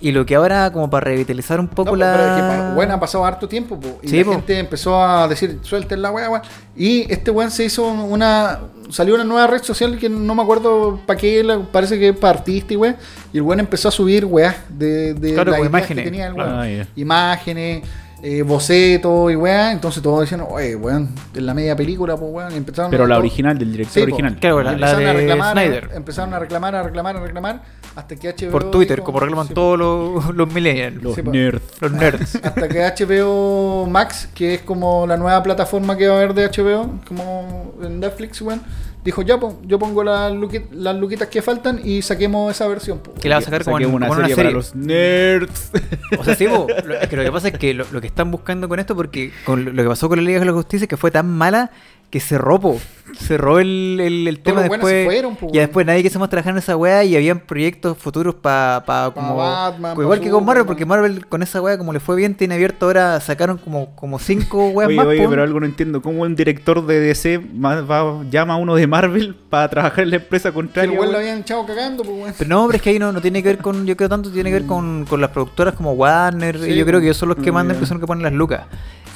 Speaker 2: Y lo que ahora, como para revitalizar un
Speaker 1: No,
Speaker 2: poco
Speaker 1: pues,
Speaker 2: la...
Speaker 1: pero es que pa- bueno, ha pasado harto tiempo po, y
Speaker 2: Sí,
Speaker 1: la
Speaker 2: po.
Speaker 1: gente empezó a decir, suelten la weá, weón". Y este weón se hizo una. Salió una nueva red social que no me acuerdo para qué, la- parece que para artista y weón. Y el weón empezó a subir weá de, de
Speaker 2: Claro,
Speaker 1: las
Speaker 2: con
Speaker 1: ideas
Speaker 2: imágenes.
Speaker 1: que tenía el
Speaker 3: Ah,
Speaker 1: weón.
Speaker 3: ya.
Speaker 1: Imágenes, eh, bocetos y weá. Entonces todos decían, oye, weón, en la media película, pues weón. y empezaron
Speaker 3: Pero la
Speaker 1: todos-
Speaker 3: original, del director
Speaker 1: Sí, po.
Speaker 3: original.
Speaker 2: Claro, la-
Speaker 3: Ah,
Speaker 2: la-
Speaker 1: empezaron a
Speaker 2: de
Speaker 1: reclamar,
Speaker 2: Snyder.
Speaker 1: Empezaron a reclamar, a reclamar, a reclamar. Hasta que HBO.
Speaker 2: Por Twitter,
Speaker 1: dijo-
Speaker 2: como reclaman
Speaker 1: sí,
Speaker 2: todos los, los millennials, los,
Speaker 3: Los
Speaker 1: Sí, po.
Speaker 3: nerds.
Speaker 2: nerds.
Speaker 1: Hasta que HBO Max, que es como la nueva plataforma que va a haber de HBO, como en Netflix, weón, dijo, ya, pues, yo pongo las, luqui- las luquitas que faltan y saquemos esa versión, po".
Speaker 2: Que la va a sacar como en,
Speaker 3: Saquemos
Speaker 2: como en una
Speaker 3: para
Speaker 2: serie.
Speaker 3: los nerds.
Speaker 2: O sea, sí, po, lo, es que lo que pasa es que lo, lo que están buscando con esto, porque con lo, lo que pasó con la Liga de la Justicia, es que fue tan mala que cerró, po. Cerró el, el, el
Speaker 1: Todos
Speaker 2: tema
Speaker 1: los buenos
Speaker 2: después.
Speaker 1: se fueron, po,
Speaker 2: y
Speaker 1: weón.
Speaker 2: después nadie quiso más trabajar en esa weá y habían proyectos futuros para
Speaker 1: Pa
Speaker 2: como.
Speaker 1: Batman, pa
Speaker 2: igual que con Marvel,
Speaker 1: Superman.
Speaker 2: porque Marvel con esa weá, como le fue bien, tiene abierto ahora, sacaron como, como cinco weas Pues
Speaker 3: Oye,
Speaker 2: más.
Speaker 3: oye,
Speaker 2: po.
Speaker 3: pero algo no entiendo. ¿Cómo un director de DC ma- va- llama a uno de Marvel para trabajar en la empresa
Speaker 1: Que el
Speaker 3: contraria?
Speaker 1: weón lo
Speaker 3: weón?
Speaker 1: habían echado cagando, pues, weón.
Speaker 2: Pero no, hombre, es que ahí no, no tiene que ver con, yo creo tanto, tiene que ver con, con las productoras como Warner,
Speaker 1: Sí,
Speaker 2: y yo creo que ellos son los que
Speaker 3: mm,
Speaker 2: mandan,
Speaker 3: ya.
Speaker 2: que son los que ponen las lucas.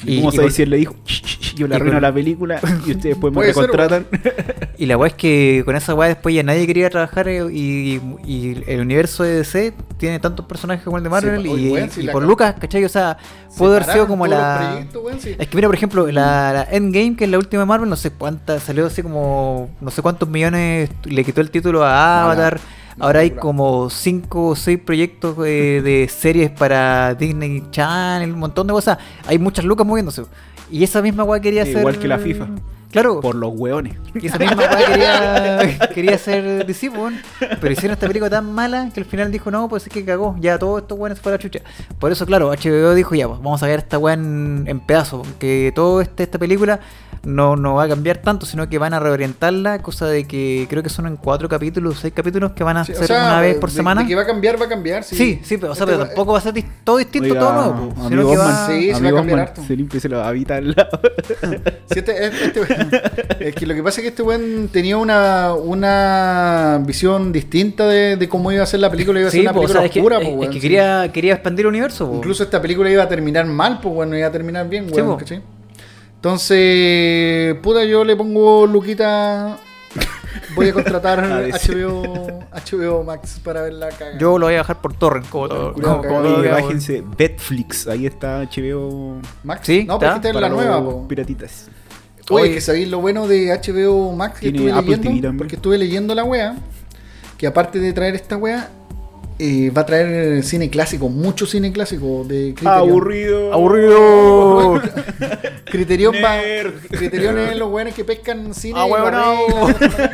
Speaker 3: Y, ¿Cómo se
Speaker 2: con-
Speaker 3: dice? Él le dijo, "Shh, shh, shh, yo
Speaker 2: y
Speaker 3: le arruino
Speaker 2: con-
Speaker 3: la película y ustedes después me
Speaker 1: Puede ser,
Speaker 3: recontratan.
Speaker 2: Y la weá es que con esa weá después ya nadie quería trabajar eh, y, y el universo de DC tiene tantos personajes como el de Marvel
Speaker 1: pa- pues, oye,
Speaker 2: y,
Speaker 1: weón, si
Speaker 2: y
Speaker 1: la
Speaker 2: por
Speaker 1: ca-
Speaker 2: Lucas, ¿cachai? O sea, pudo haber
Speaker 1: Separaron
Speaker 2: sido como
Speaker 1: todos los
Speaker 2: la...
Speaker 1: proyectos, weón, sí.
Speaker 2: Es que mira, por ejemplo, la, la Endgame, que es la última de Marvel, no sé cuánta, salió así como, no sé cuántos millones, le quitó el título a Avatar. Ahora hay
Speaker 1: locura.
Speaker 2: como 5 o 6 proyectos eh, de series para Disney Channel, un montón de cosas. Hay muchas lucas moviéndose. Y esa misma weá quería
Speaker 3: Sí,
Speaker 2: hacer.
Speaker 3: igual que la FIFA.
Speaker 2: Claro.
Speaker 3: Por los hueones.
Speaker 2: Y esa misma weá quería, quería ser DC, po, weón. Pero hicieron esta película tan mala que al final dijo, no, pues es que cagó, ya todo esto weón se fue a la chucha. Por eso, claro, HBO dijo, ya, pues vamos a ver esta weá en, en pedazos, que todo este, esta película no, no va a cambiar tanto, sino que van a reorientarla, cosa de que creo que son en cuatro capítulos, seis capítulos que van a
Speaker 1: Sí,
Speaker 2: hacer una vez por
Speaker 1: de-
Speaker 2: semana.
Speaker 1: de que va a cambiar, va a cambiar. Sí,
Speaker 2: sí, sí, pero, o sea,
Speaker 1: Este
Speaker 2: pero
Speaker 1: va-
Speaker 2: tampoco va a ser dis- todo distinto,
Speaker 3: Oiga,
Speaker 2: todo nuevo. po,
Speaker 3: amigo
Speaker 2: Sino que va...
Speaker 3: Osman,
Speaker 1: Sí, se va a
Speaker 3: amigo
Speaker 1: cambiar
Speaker 3: Osman,
Speaker 1: harto.
Speaker 3: se limpia y se lo habita al lado.
Speaker 1: Sí, este- este- este- es que lo que pasa es que este weón tenía una, una visión distinta de, de cómo iba a ser la película. Iba a ser
Speaker 2: Sí,
Speaker 1: una
Speaker 2: po, o
Speaker 1: película
Speaker 2: sea, es que,
Speaker 1: oscura,
Speaker 2: es-
Speaker 1: po,
Speaker 2: es
Speaker 1: weón, sí.
Speaker 2: que quería, quería expandir el universo. po.
Speaker 1: Incluso esta película iba a terminar mal, pues bueno, iba a terminar bien,
Speaker 2: Sí,
Speaker 1: weón,
Speaker 2: po.
Speaker 1: ¿cachai? Entonces, puta, yo le pongo Luquita. Voy a contratar
Speaker 3: A veces.
Speaker 1: HBO, HBO Max para ver la caga.
Speaker 2: Yo lo voy a bajar por torrent, Oh, como todo.
Speaker 1: culiao,
Speaker 2: como-
Speaker 1: cagado.
Speaker 2: como todo,
Speaker 3: Oye,
Speaker 2: digamos.
Speaker 3: bájense Netflix. Ahí está HBO
Speaker 1: Max,
Speaker 2: Sí,
Speaker 1: no, pero
Speaker 2: está.
Speaker 1: esta es
Speaker 3: para
Speaker 1: la
Speaker 3: los
Speaker 1: nueva, po.
Speaker 3: piratitas.
Speaker 1: Oye,
Speaker 2: Oye.
Speaker 1: que sabéis lo bueno de HBO Max que
Speaker 3: Tiene
Speaker 1: estuve
Speaker 3: Apple TV
Speaker 1: leyendo,
Speaker 3: también.
Speaker 1: porque estuve leyendo la wea, que aparte de traer esta wea, eh, va a traer cine clásico, mucho cine clásico de Criterion.
Speaker 3: Aburrido.
Speaker 2: Aburrido.
Speaker 1: Criterion, va,
Speaker 3: Nerd.
Speaker 1: Criterion es los weones que pescan cine.
Speaker 2: Ah,
Speaker 1: y lo
Speaker 2: weón, no.
Speaker 1: arreglan.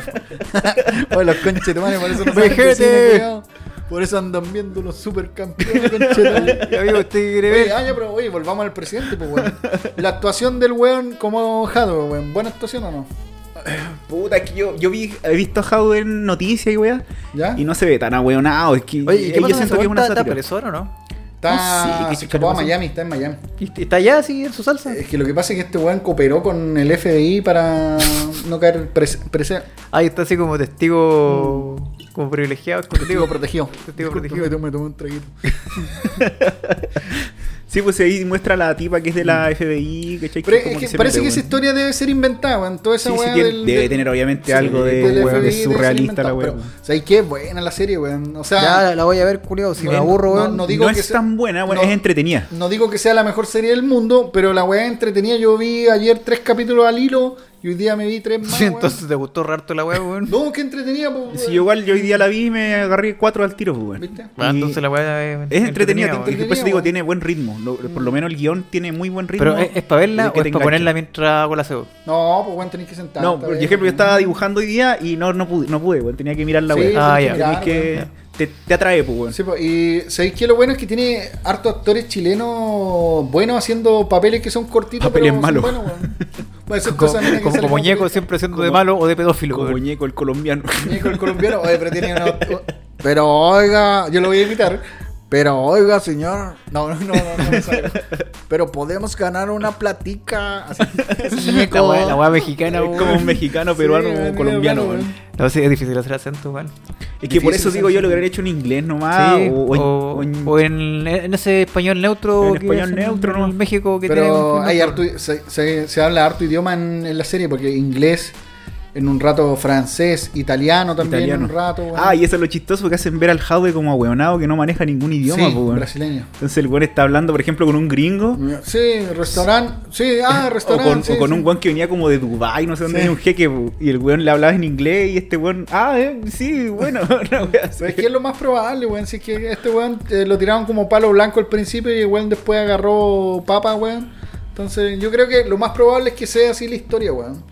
Speaker 1: Oye, los conchetumanes, por eso no saben de
Speaker 2: Vejete.
Speaker 1: cine, culiao. Por eso andan viendo los supercampeones, conchetumanes.
Speaker 2: Amigo, usted quiere
Speaker 1: Oye,
Speaker 2: ver.
Speaker 1: ah, ya, pero oye, volvamos al presidente, pues, weón. La actuación del weón como Jado, weón. ¿Buena actuación o no?
Speaker 3: Puta, es que yo, yo vi, he visto a Howe en noticias y weá.
Speaker 1: ¿Ya?
Speaker 3: Y no se ve tan ahueonado. Es que
Speaker 2: Oye, ¿y qué
Speaker 3: yo
Speaker 2: pasa
Speaker 3: siento
Speaker 2: con
Speaker 3: que es
Speaker 2: esta
Speaker 3: una
Speaker 2: ¿Está
Speaker 3: sátira.
Speaker 2: preso o no?
Speaker 1: Está
Speaker 3: No sé, qué
Speaker 1: se
Speaker 3: chucha le
Speaker 1: escapó a
Speaker 3: pasó.
Speaker 1: Miami, está en Miami.
Speaker 2: ¿Y- ¿Está allá así en su salsa?
Speaker 1: Es que lo que pasa es que este weón cooperó con el FBI para no caer pres- presa-
Speaker 2: Ahí está así como testigo. Como privilegiado. como
Speaker 1: Testigo
Speaker 2: testigo
Speaker 1: protegido.
Speaker 2: Testigo
Speaker 1: Disculpa,
Speaker 2: protegido.
Speaker 1: me tomé- me tomé un traguito.
Speaker 3: Sí, pues ahí muestra la tipa que es de la FBI. ¿cachai?
Speaker 1: Mm. Pero es
Speaker 3: como
Speaker 1: que
Speaker 3: se
Speaker 1: parece
Speaker 3: mete,
Speaker 1: que esa
Speaker 3: weón.
Speaker 1: historia debe ser inventada, weón. Toda esa
Speaker 3: Sí, sí,
Speaker 1: weá
Speaker 3: tiene-
Speaker 1: del-
Speaker 3: debe
Speaker 1: del-
Speaker 3: tener obviamente
Speaker 1: sí,
Speaker 3: algo de,
Speaker 1: del
Speaker 3: weón,
Speaker 1: FBI
Speaker 3: de
Speaker 1: debe ser
Speaker 3: surrealista la
Speaker 1: inventado,
Speaker 3: weá.
Speaker 1: pero,
Speaker 3: weón.
Speaker 1: ¿Sabes qué? Buena la serie, weón. O sea,
Speaker 2: Ya la voy a ver, culiao. Si me
Speaker 1: no-
Speaker 2: aburro,
Speaker 1: no-
Speaker 2: weón.
Speaker 1: no digo
Speaker 3: No
Speaker 1: que
Speaker 3: es
Speaker 1: sea-
Speaker 3: tan buena, bueno,
Speaker 1: no-
Speaker 3: es entretenida.
Speaker 1: No digo que sea la mejor serie del mundo, pero la weá entretenida. Yo vi ayer tres capítulos al hilo y hoy día me vi tres más.
Speaker 2: Sí,
Speaker 1: weón.
Speaker 2: Entonces te gustó harto la weá, weón.
Speaker 1: No, qué entretenida, po, weón.
Speaker 3: Si yo igual yo hoy día la vi y me agarré cuatro al tiro, pues, weón.
Speaker 1: ¿Viste?
Speaker 2: Ah,
Speaker 3: Y-
Speaker 2: Entonces la weá es.
Speaker 3: Es entretenida, te-
Speaker 1: entretenida,
Speaker 3: por eso digo,
Speaker 1: weón.
Speaker 3: tiene buen ritmo. lo- por lo menos el guión tiene muy buen ritmo.
Speaker 2: Pero es, para verla
Speaker 3: de que
Speaker 2: o es para
Speaker 3: te engancha.
Speaker 2: ponerla mientras hago la cebo.
Speaker 1: No, pues weón, tenés que sentar.
Speaker 3: No, por ejemplo, yo estaba dibujando hoy día y no, no pude, no pude, weón. Tenía que mirar la
Speaker 1: Sí,
Speaker 3: web.
Speaker 1: tenés
Speaker 2: Ah,
Speaker 1: que
Speaker 2: ya.
Speaker 1: mirar,
Speaker 3: Tenés que. Te, te atrae, pues, weón.
Speaker 1: Sí, po, y sabéis que lo bueno es que tiene hartos actores chilenos buenos haciendo papeles que son cortitos,
Speaker 3: Papeles
Speaker 1: pero
Speaker 3: malos.
Speaker 1: son buenos, weón. Bueno, esas
Speaker 2: Como,
Speaker 1: cosas minas que
Speaker 2: como,
Speaker 1: salen
Speaker 2: como ñeco
Speaker 1: películas.
Speaker 2: siempre siendo de
Speaker 3: Como-
Speaker 2: malo o de pedófilo,
Speaker 3: Como
Speaker 2: weón.
Speaker 3: muñeco el colombiano.
Speaker 1: Ñeco el colombiano, oye, pero tiene una. Pero oiga, yo lo voy a imitar. Pero oiga, señor. No, no, no, no, no, me sale. Pero podemos ganar una platica. Así, es
Speaker 2: La
Speaker 1: ñeco.
Speaker 2: weá- La weá mexicana,
Speaker 3: Es como
Speaker 2: weón.
Speaker 3: un mexicano,
Speaker 1: Sí,
Speaker 3: peruano,
Speaker 1: weón,
Speaker 3: colombiano,
Speaker 1: peruano,
Speaker 3: weón.
Speaker 2: No sé, es difícil hacer acento, weón.
Speaker 3: Es que por
Speaker 1: Difícil
Speaker 3: eso digo, yo lo hubiera hecho en inglés nomás.
Speaker 2: Sí,
Speaker 3: Ah, o, o en- o en-
Speaker 2: o en, en ese español neutro.
Speaker 3: En
Speaker 2: que
Speaker 3: español
Speaker 2: hacen
Speaker 3: neutro,
Speaker 2: en
Speaker 3: ¿no?
Speaker 2: México que tiene.
Speaker 1: Pero
Speaker 2: un-
Speaker 1: hay harto- se, se- se habla harto idioma en, en la serie porque inglés, en un rato francés, italiano también
Speaker 3: italiano.
Speaker 1: en un rato. weón.
Speaker 3: Ah, y eso es lo chistoso que hacen ver al Jaude como ahueonado que no maneja ningún idioma,
Speaker 1: Sí,
Speaker 3: po, weón.
Speaker 1: brasileño.
Speaker 3: Entonces el weón está hablando, por ejemplo, con un gringo.
Speaker 1: Sí, restaurante. Sí, ah,
Speaker 3: O
Speaker 1: restaurante.
Speaker 3: con,
Speaker 1: sí,
Speaker 3: o con
Speaker 1: sí.
Speaker 3: un weón que venía como de Dubai, no sé dónde,
Speaker 1: Sí.
Speaker 3: era un jeque, po, y el weón le hablaba en inglés, y este weón, ah, eh, sí, bueno, una wea así.
Speaker 1: Pero es que es lo más probable, weón. Si es que este weón eh, lo tiraron como palo blanco al principio y el weón después agarró papa, weón. Entonces, yo creo que lo más probable es que sea así la historia, weón.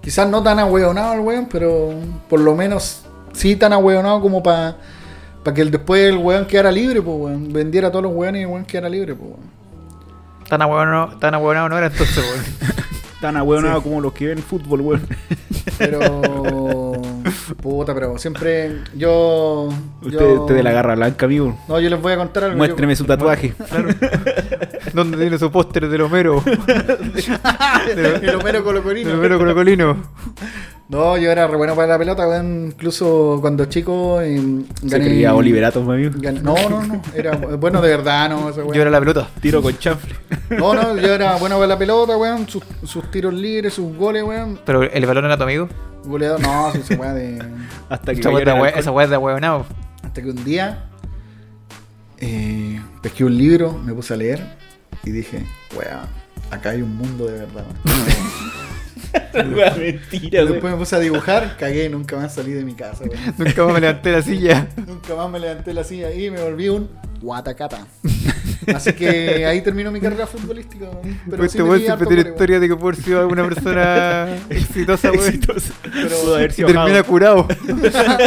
Speaker 1: Quizás no tan ahueonado el weón, pero por lo menos sí tan ahueonado como para que el- después el weón quedara libre, pues, weón. Vendiera a todos los weones y el weón quedara libre, pues, weón.
Speaker 2: Tan ahueonado tan ahueonado no era entonces, weón.
Speaker 3: Tan ahueonado como los que ven fútbol, weón.
Speaker 1: Pero. Puta, pero siempre. Yo.
Speaker 3: Usted,
Speaker 1: yo-
Speaker 3: usted de la garra blanca, amigo.
Speaker 1: No, yo les voy a contar algo.
Speaker 3: Muéstreme su tatuaje.
Speaker 2: ¿Dónde tiene su póster del Homero?
Speaker 1: Yo, el Homero Colocorino.
Speaker 2: Colocolino.
Speaker 1: No, yo era re bueno para la pelota, weón. Incluso cuando chico eh,
Speaker 3: Se
Speaker 1: gané-
Speaker 3: creía Oliverato, mi amigo.
Speaker 1: gané- no, no, no. Era bueno de verdad, no. esa weá.
Speaker 2: Yo era la pelota.
Speaker 3: Tiro con chanfle.
Speaker 1: No, no, yo era bueno para la pelota, weón. Sus, sus tiros libres, sus goles, weón.
Speaker 2: Pero el balón era tu amigo.
Speaker 1: Goleador, no, si se weá de.
Speaker 3: Hasta que
Speaker 2: Esa weá es de
Speaker 3: cayera el
Speaker 2: ahue-
Speaker 3: alcohol.
Speaker 2: esa weá es de ahueonado.
Speaker 1: Hasta que un día eh, pesqué un libro, me puse a leer y dije, weón, acá hay un mundo de verdad. weón.
Speaker 3: Wea,
Speaker 1: Y
Speaker 3: mentira, wea.
Speaker 1: después me puse a dibujar, cagué y nunca más salí de mi casa, weón.
Speaker 2: Nunca más me levanté de la silla.
Speaker 1: Nunca más me levanté de la silla y me volví un guatacata. Así que ahí terminó mi carrera futbolística. ¿no? Pero
Speaker 2: Este
Speaker 1: sí me
Speaker 2: weón
Speaker 1: di
Speaker 2: siempre
Speaker 1: harto
Speaker 2: tiene
Speaker 1: mole,
Speaker 2: historia de que por si va una persona exitosa, weón.
Speaker 3: Exitoso. Pudo haber
Speaker 2: Y
Speaker 3: sido
Speaker 2: termina
Speaker 3: Jaude.
Speaker 2: curado.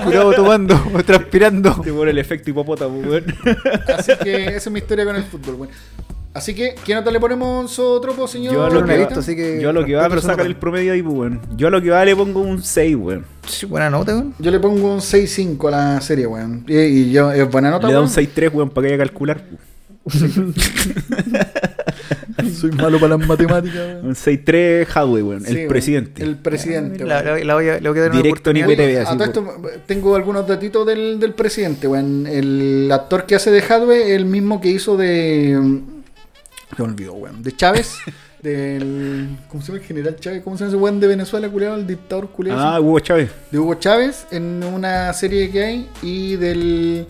Speaker 2: curado tomando o transpirando.
Speaker 3: Te pone el efecto hipopótamo, weón.
Speaker 1: weón. Así que esa es mi historia con el fútbol, weón. Así que, ¿qué nota le ponemos zootropo, señor?
Speaker 3: Yo a lo
Speaker 1: Carita?
Speaker 3: que va,
Speaker 1: Carita?
Speaker 2: así que-
Speaker 3: yo a lo que va, pero saca el promedio ahí, pues, weón. Yo a lo que va le pongo un 6, weón.
Speaker 2: Buena nota, weón.
Speaker 1: Yo le pongo un 6-5 a la serie, weón. Y, y yo, es buena nota,
Speaker 3: Le da un
Speaker 1: weón.
Speaker 3: 6-3, weón, para que haya calcular. pu.
Speaker 1: Soy malo para las matemáticas, weón.
Speaker 3: Un 6-3 Hadwe, weón.
Speaker 1: Sí,
Speaker 3: el
Speaker 1: weón.
Speaker 3: presidente.
Speaker 1: El presidente,
Speaker 2: La,
Speaker 1: weón.
Speaker 2: la- la voy a, le voy a dar una
Speaker 3: Directo
Speaker 2: oportunidad.
Speaker 3: Nicolás.
Speaker 1: Oye,
Speaker 3: PTV,
Speaker 1: a
Speaker 3: así,
Speaker 1: todo esto,
Speaker 3: pues.
Speaker 1: tengo algunos datitos del, del presidente, weón. El actor que hace de Hadwe es el mismo que hizo de. mm, Se me olvidó, weón. De Chávez. del. ¿Cómo se llama el general Chávez? ¿Cómo se llama ese weón de Venezuela, culeado? El dictador culeado.
Speaker 3: Ah, Hugo Chávez.
Speaker 1: De Hugo Chávez en una serie que hay. Y del.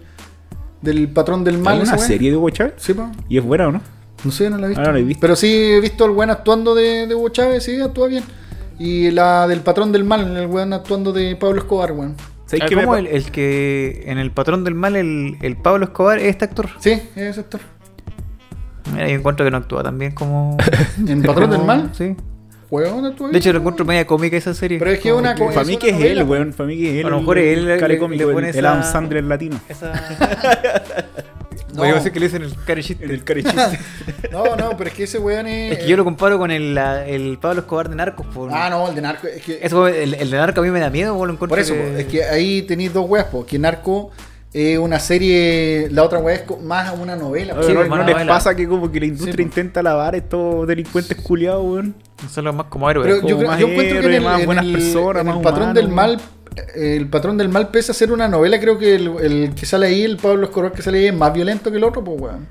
Speaker 1: Del patrón del mal.
Speaker 3: ¿Alguna
Speaker 1: ese weón.
Speaker 3: serie de Hugo Chávez?
Speaker 1: Sí, po.
Speaker 3: ¿Y es buena o no?
Speaker 1: No sé, no la he visto.
Speaker 3: Ah, no la he visto.
Speaker 1: Pero sí he visto al weón actuando de, de Hugo Chávez, sí, actúa bien. Y la del patrón del mal, el weón actuando de Pablo Escobar, weón.
Speaker 3: ¿Sabes
Speaker 2: Ah,
Speaker 3: qué me
Speaker 2: ¿Cómo
Speaker 3: pa-
Speaker 2: el, el que en el patrón del mal, el, el Pablo Escobar, es este actor?
Speaker 1: Sí, es actor.
Speaker 2: Mira, yo encuentro que no actúa tan bien como.
Speaker 1: ¿En Patrón del Mal?
Speaker 2: Sí.
Speaker 1: Weón, actúa bien.
Speaker 2: De hecho, lo encuentro media cómica esa serie.
Speaker 1: Pero es que una co-
Speaker 3: Para mí
Speaker 1: una
Speaker 3: que es
Speaker 1: novela,
Speaker 3: él, weón. Para mí que es él.
Speaker 2: A lo mejor
Speaker 3: el-
Speaker 2: él le-
Speaker 3: Care
Speaker 2: le-
Speaker 3: cómico,
Speaker 2: le
Speaker 3: el,
Speaker 2: pone
Speaker 3: el
Speaker 2: esa-
Speaker 3: Adam Sandler latino.
Speaker 2: Esa.
Speaker 1: No.
Speaker 2: Oye, que le dicen el care
Speaker 3: En
Speaker 2: chiste.
Speaker 3: el carechiste.
Speaker 1: No, no, pero es que ese weón es.
Speaker 2: Es que yo lo comparo con el, la- el Pablo Escobar de Narcos. Por...
Speaker 1: Ah, no, el de narco. Es que,
Speaker 2: Eso, el, el de Narcos a mí me da miedo, vos lo encuentro.
Speaker 1: por eso, po, es que ahí tenéis dos weas, po, que narco es una serie. La otra wea es co- más una novela. po.
Speaker 2: Sí,
Speaker 3: no,
Speaker 2: hermano,
Speaker 3: no les
Speaker 2: novela.
Speaker 3: pasa que como que la industria
Speaker 1: Sí, po.
Speaker 3: intenta lavar estos delincuentes culiados, weón.
Speaker 2: Son los más como héroes.
Speaker 1: Pero
Speaker 3: como
Speaker 1: yo, creo,
Speaker 3: más
Speaker 1: yo encuentro que en
Speaker 3: héroe,
Speaker 1: el,
Speaker 3: más
Speaker 1: en
Speaker 3: buenas
Speaker 1: el-
Speaker 3: personas,
Speaker 1: en el
Speaker 3: más
Speaker 1: patrón
Speaker 3: humano,
Speaker 1: del
Speaker 3: weón.
Speaker 1: mal, eh, el patrón del mal pesa ser una novela. Creo que el, el que sale ahí, el Pablo Escobar que sale ahí, es más violento que el otro, pues weón.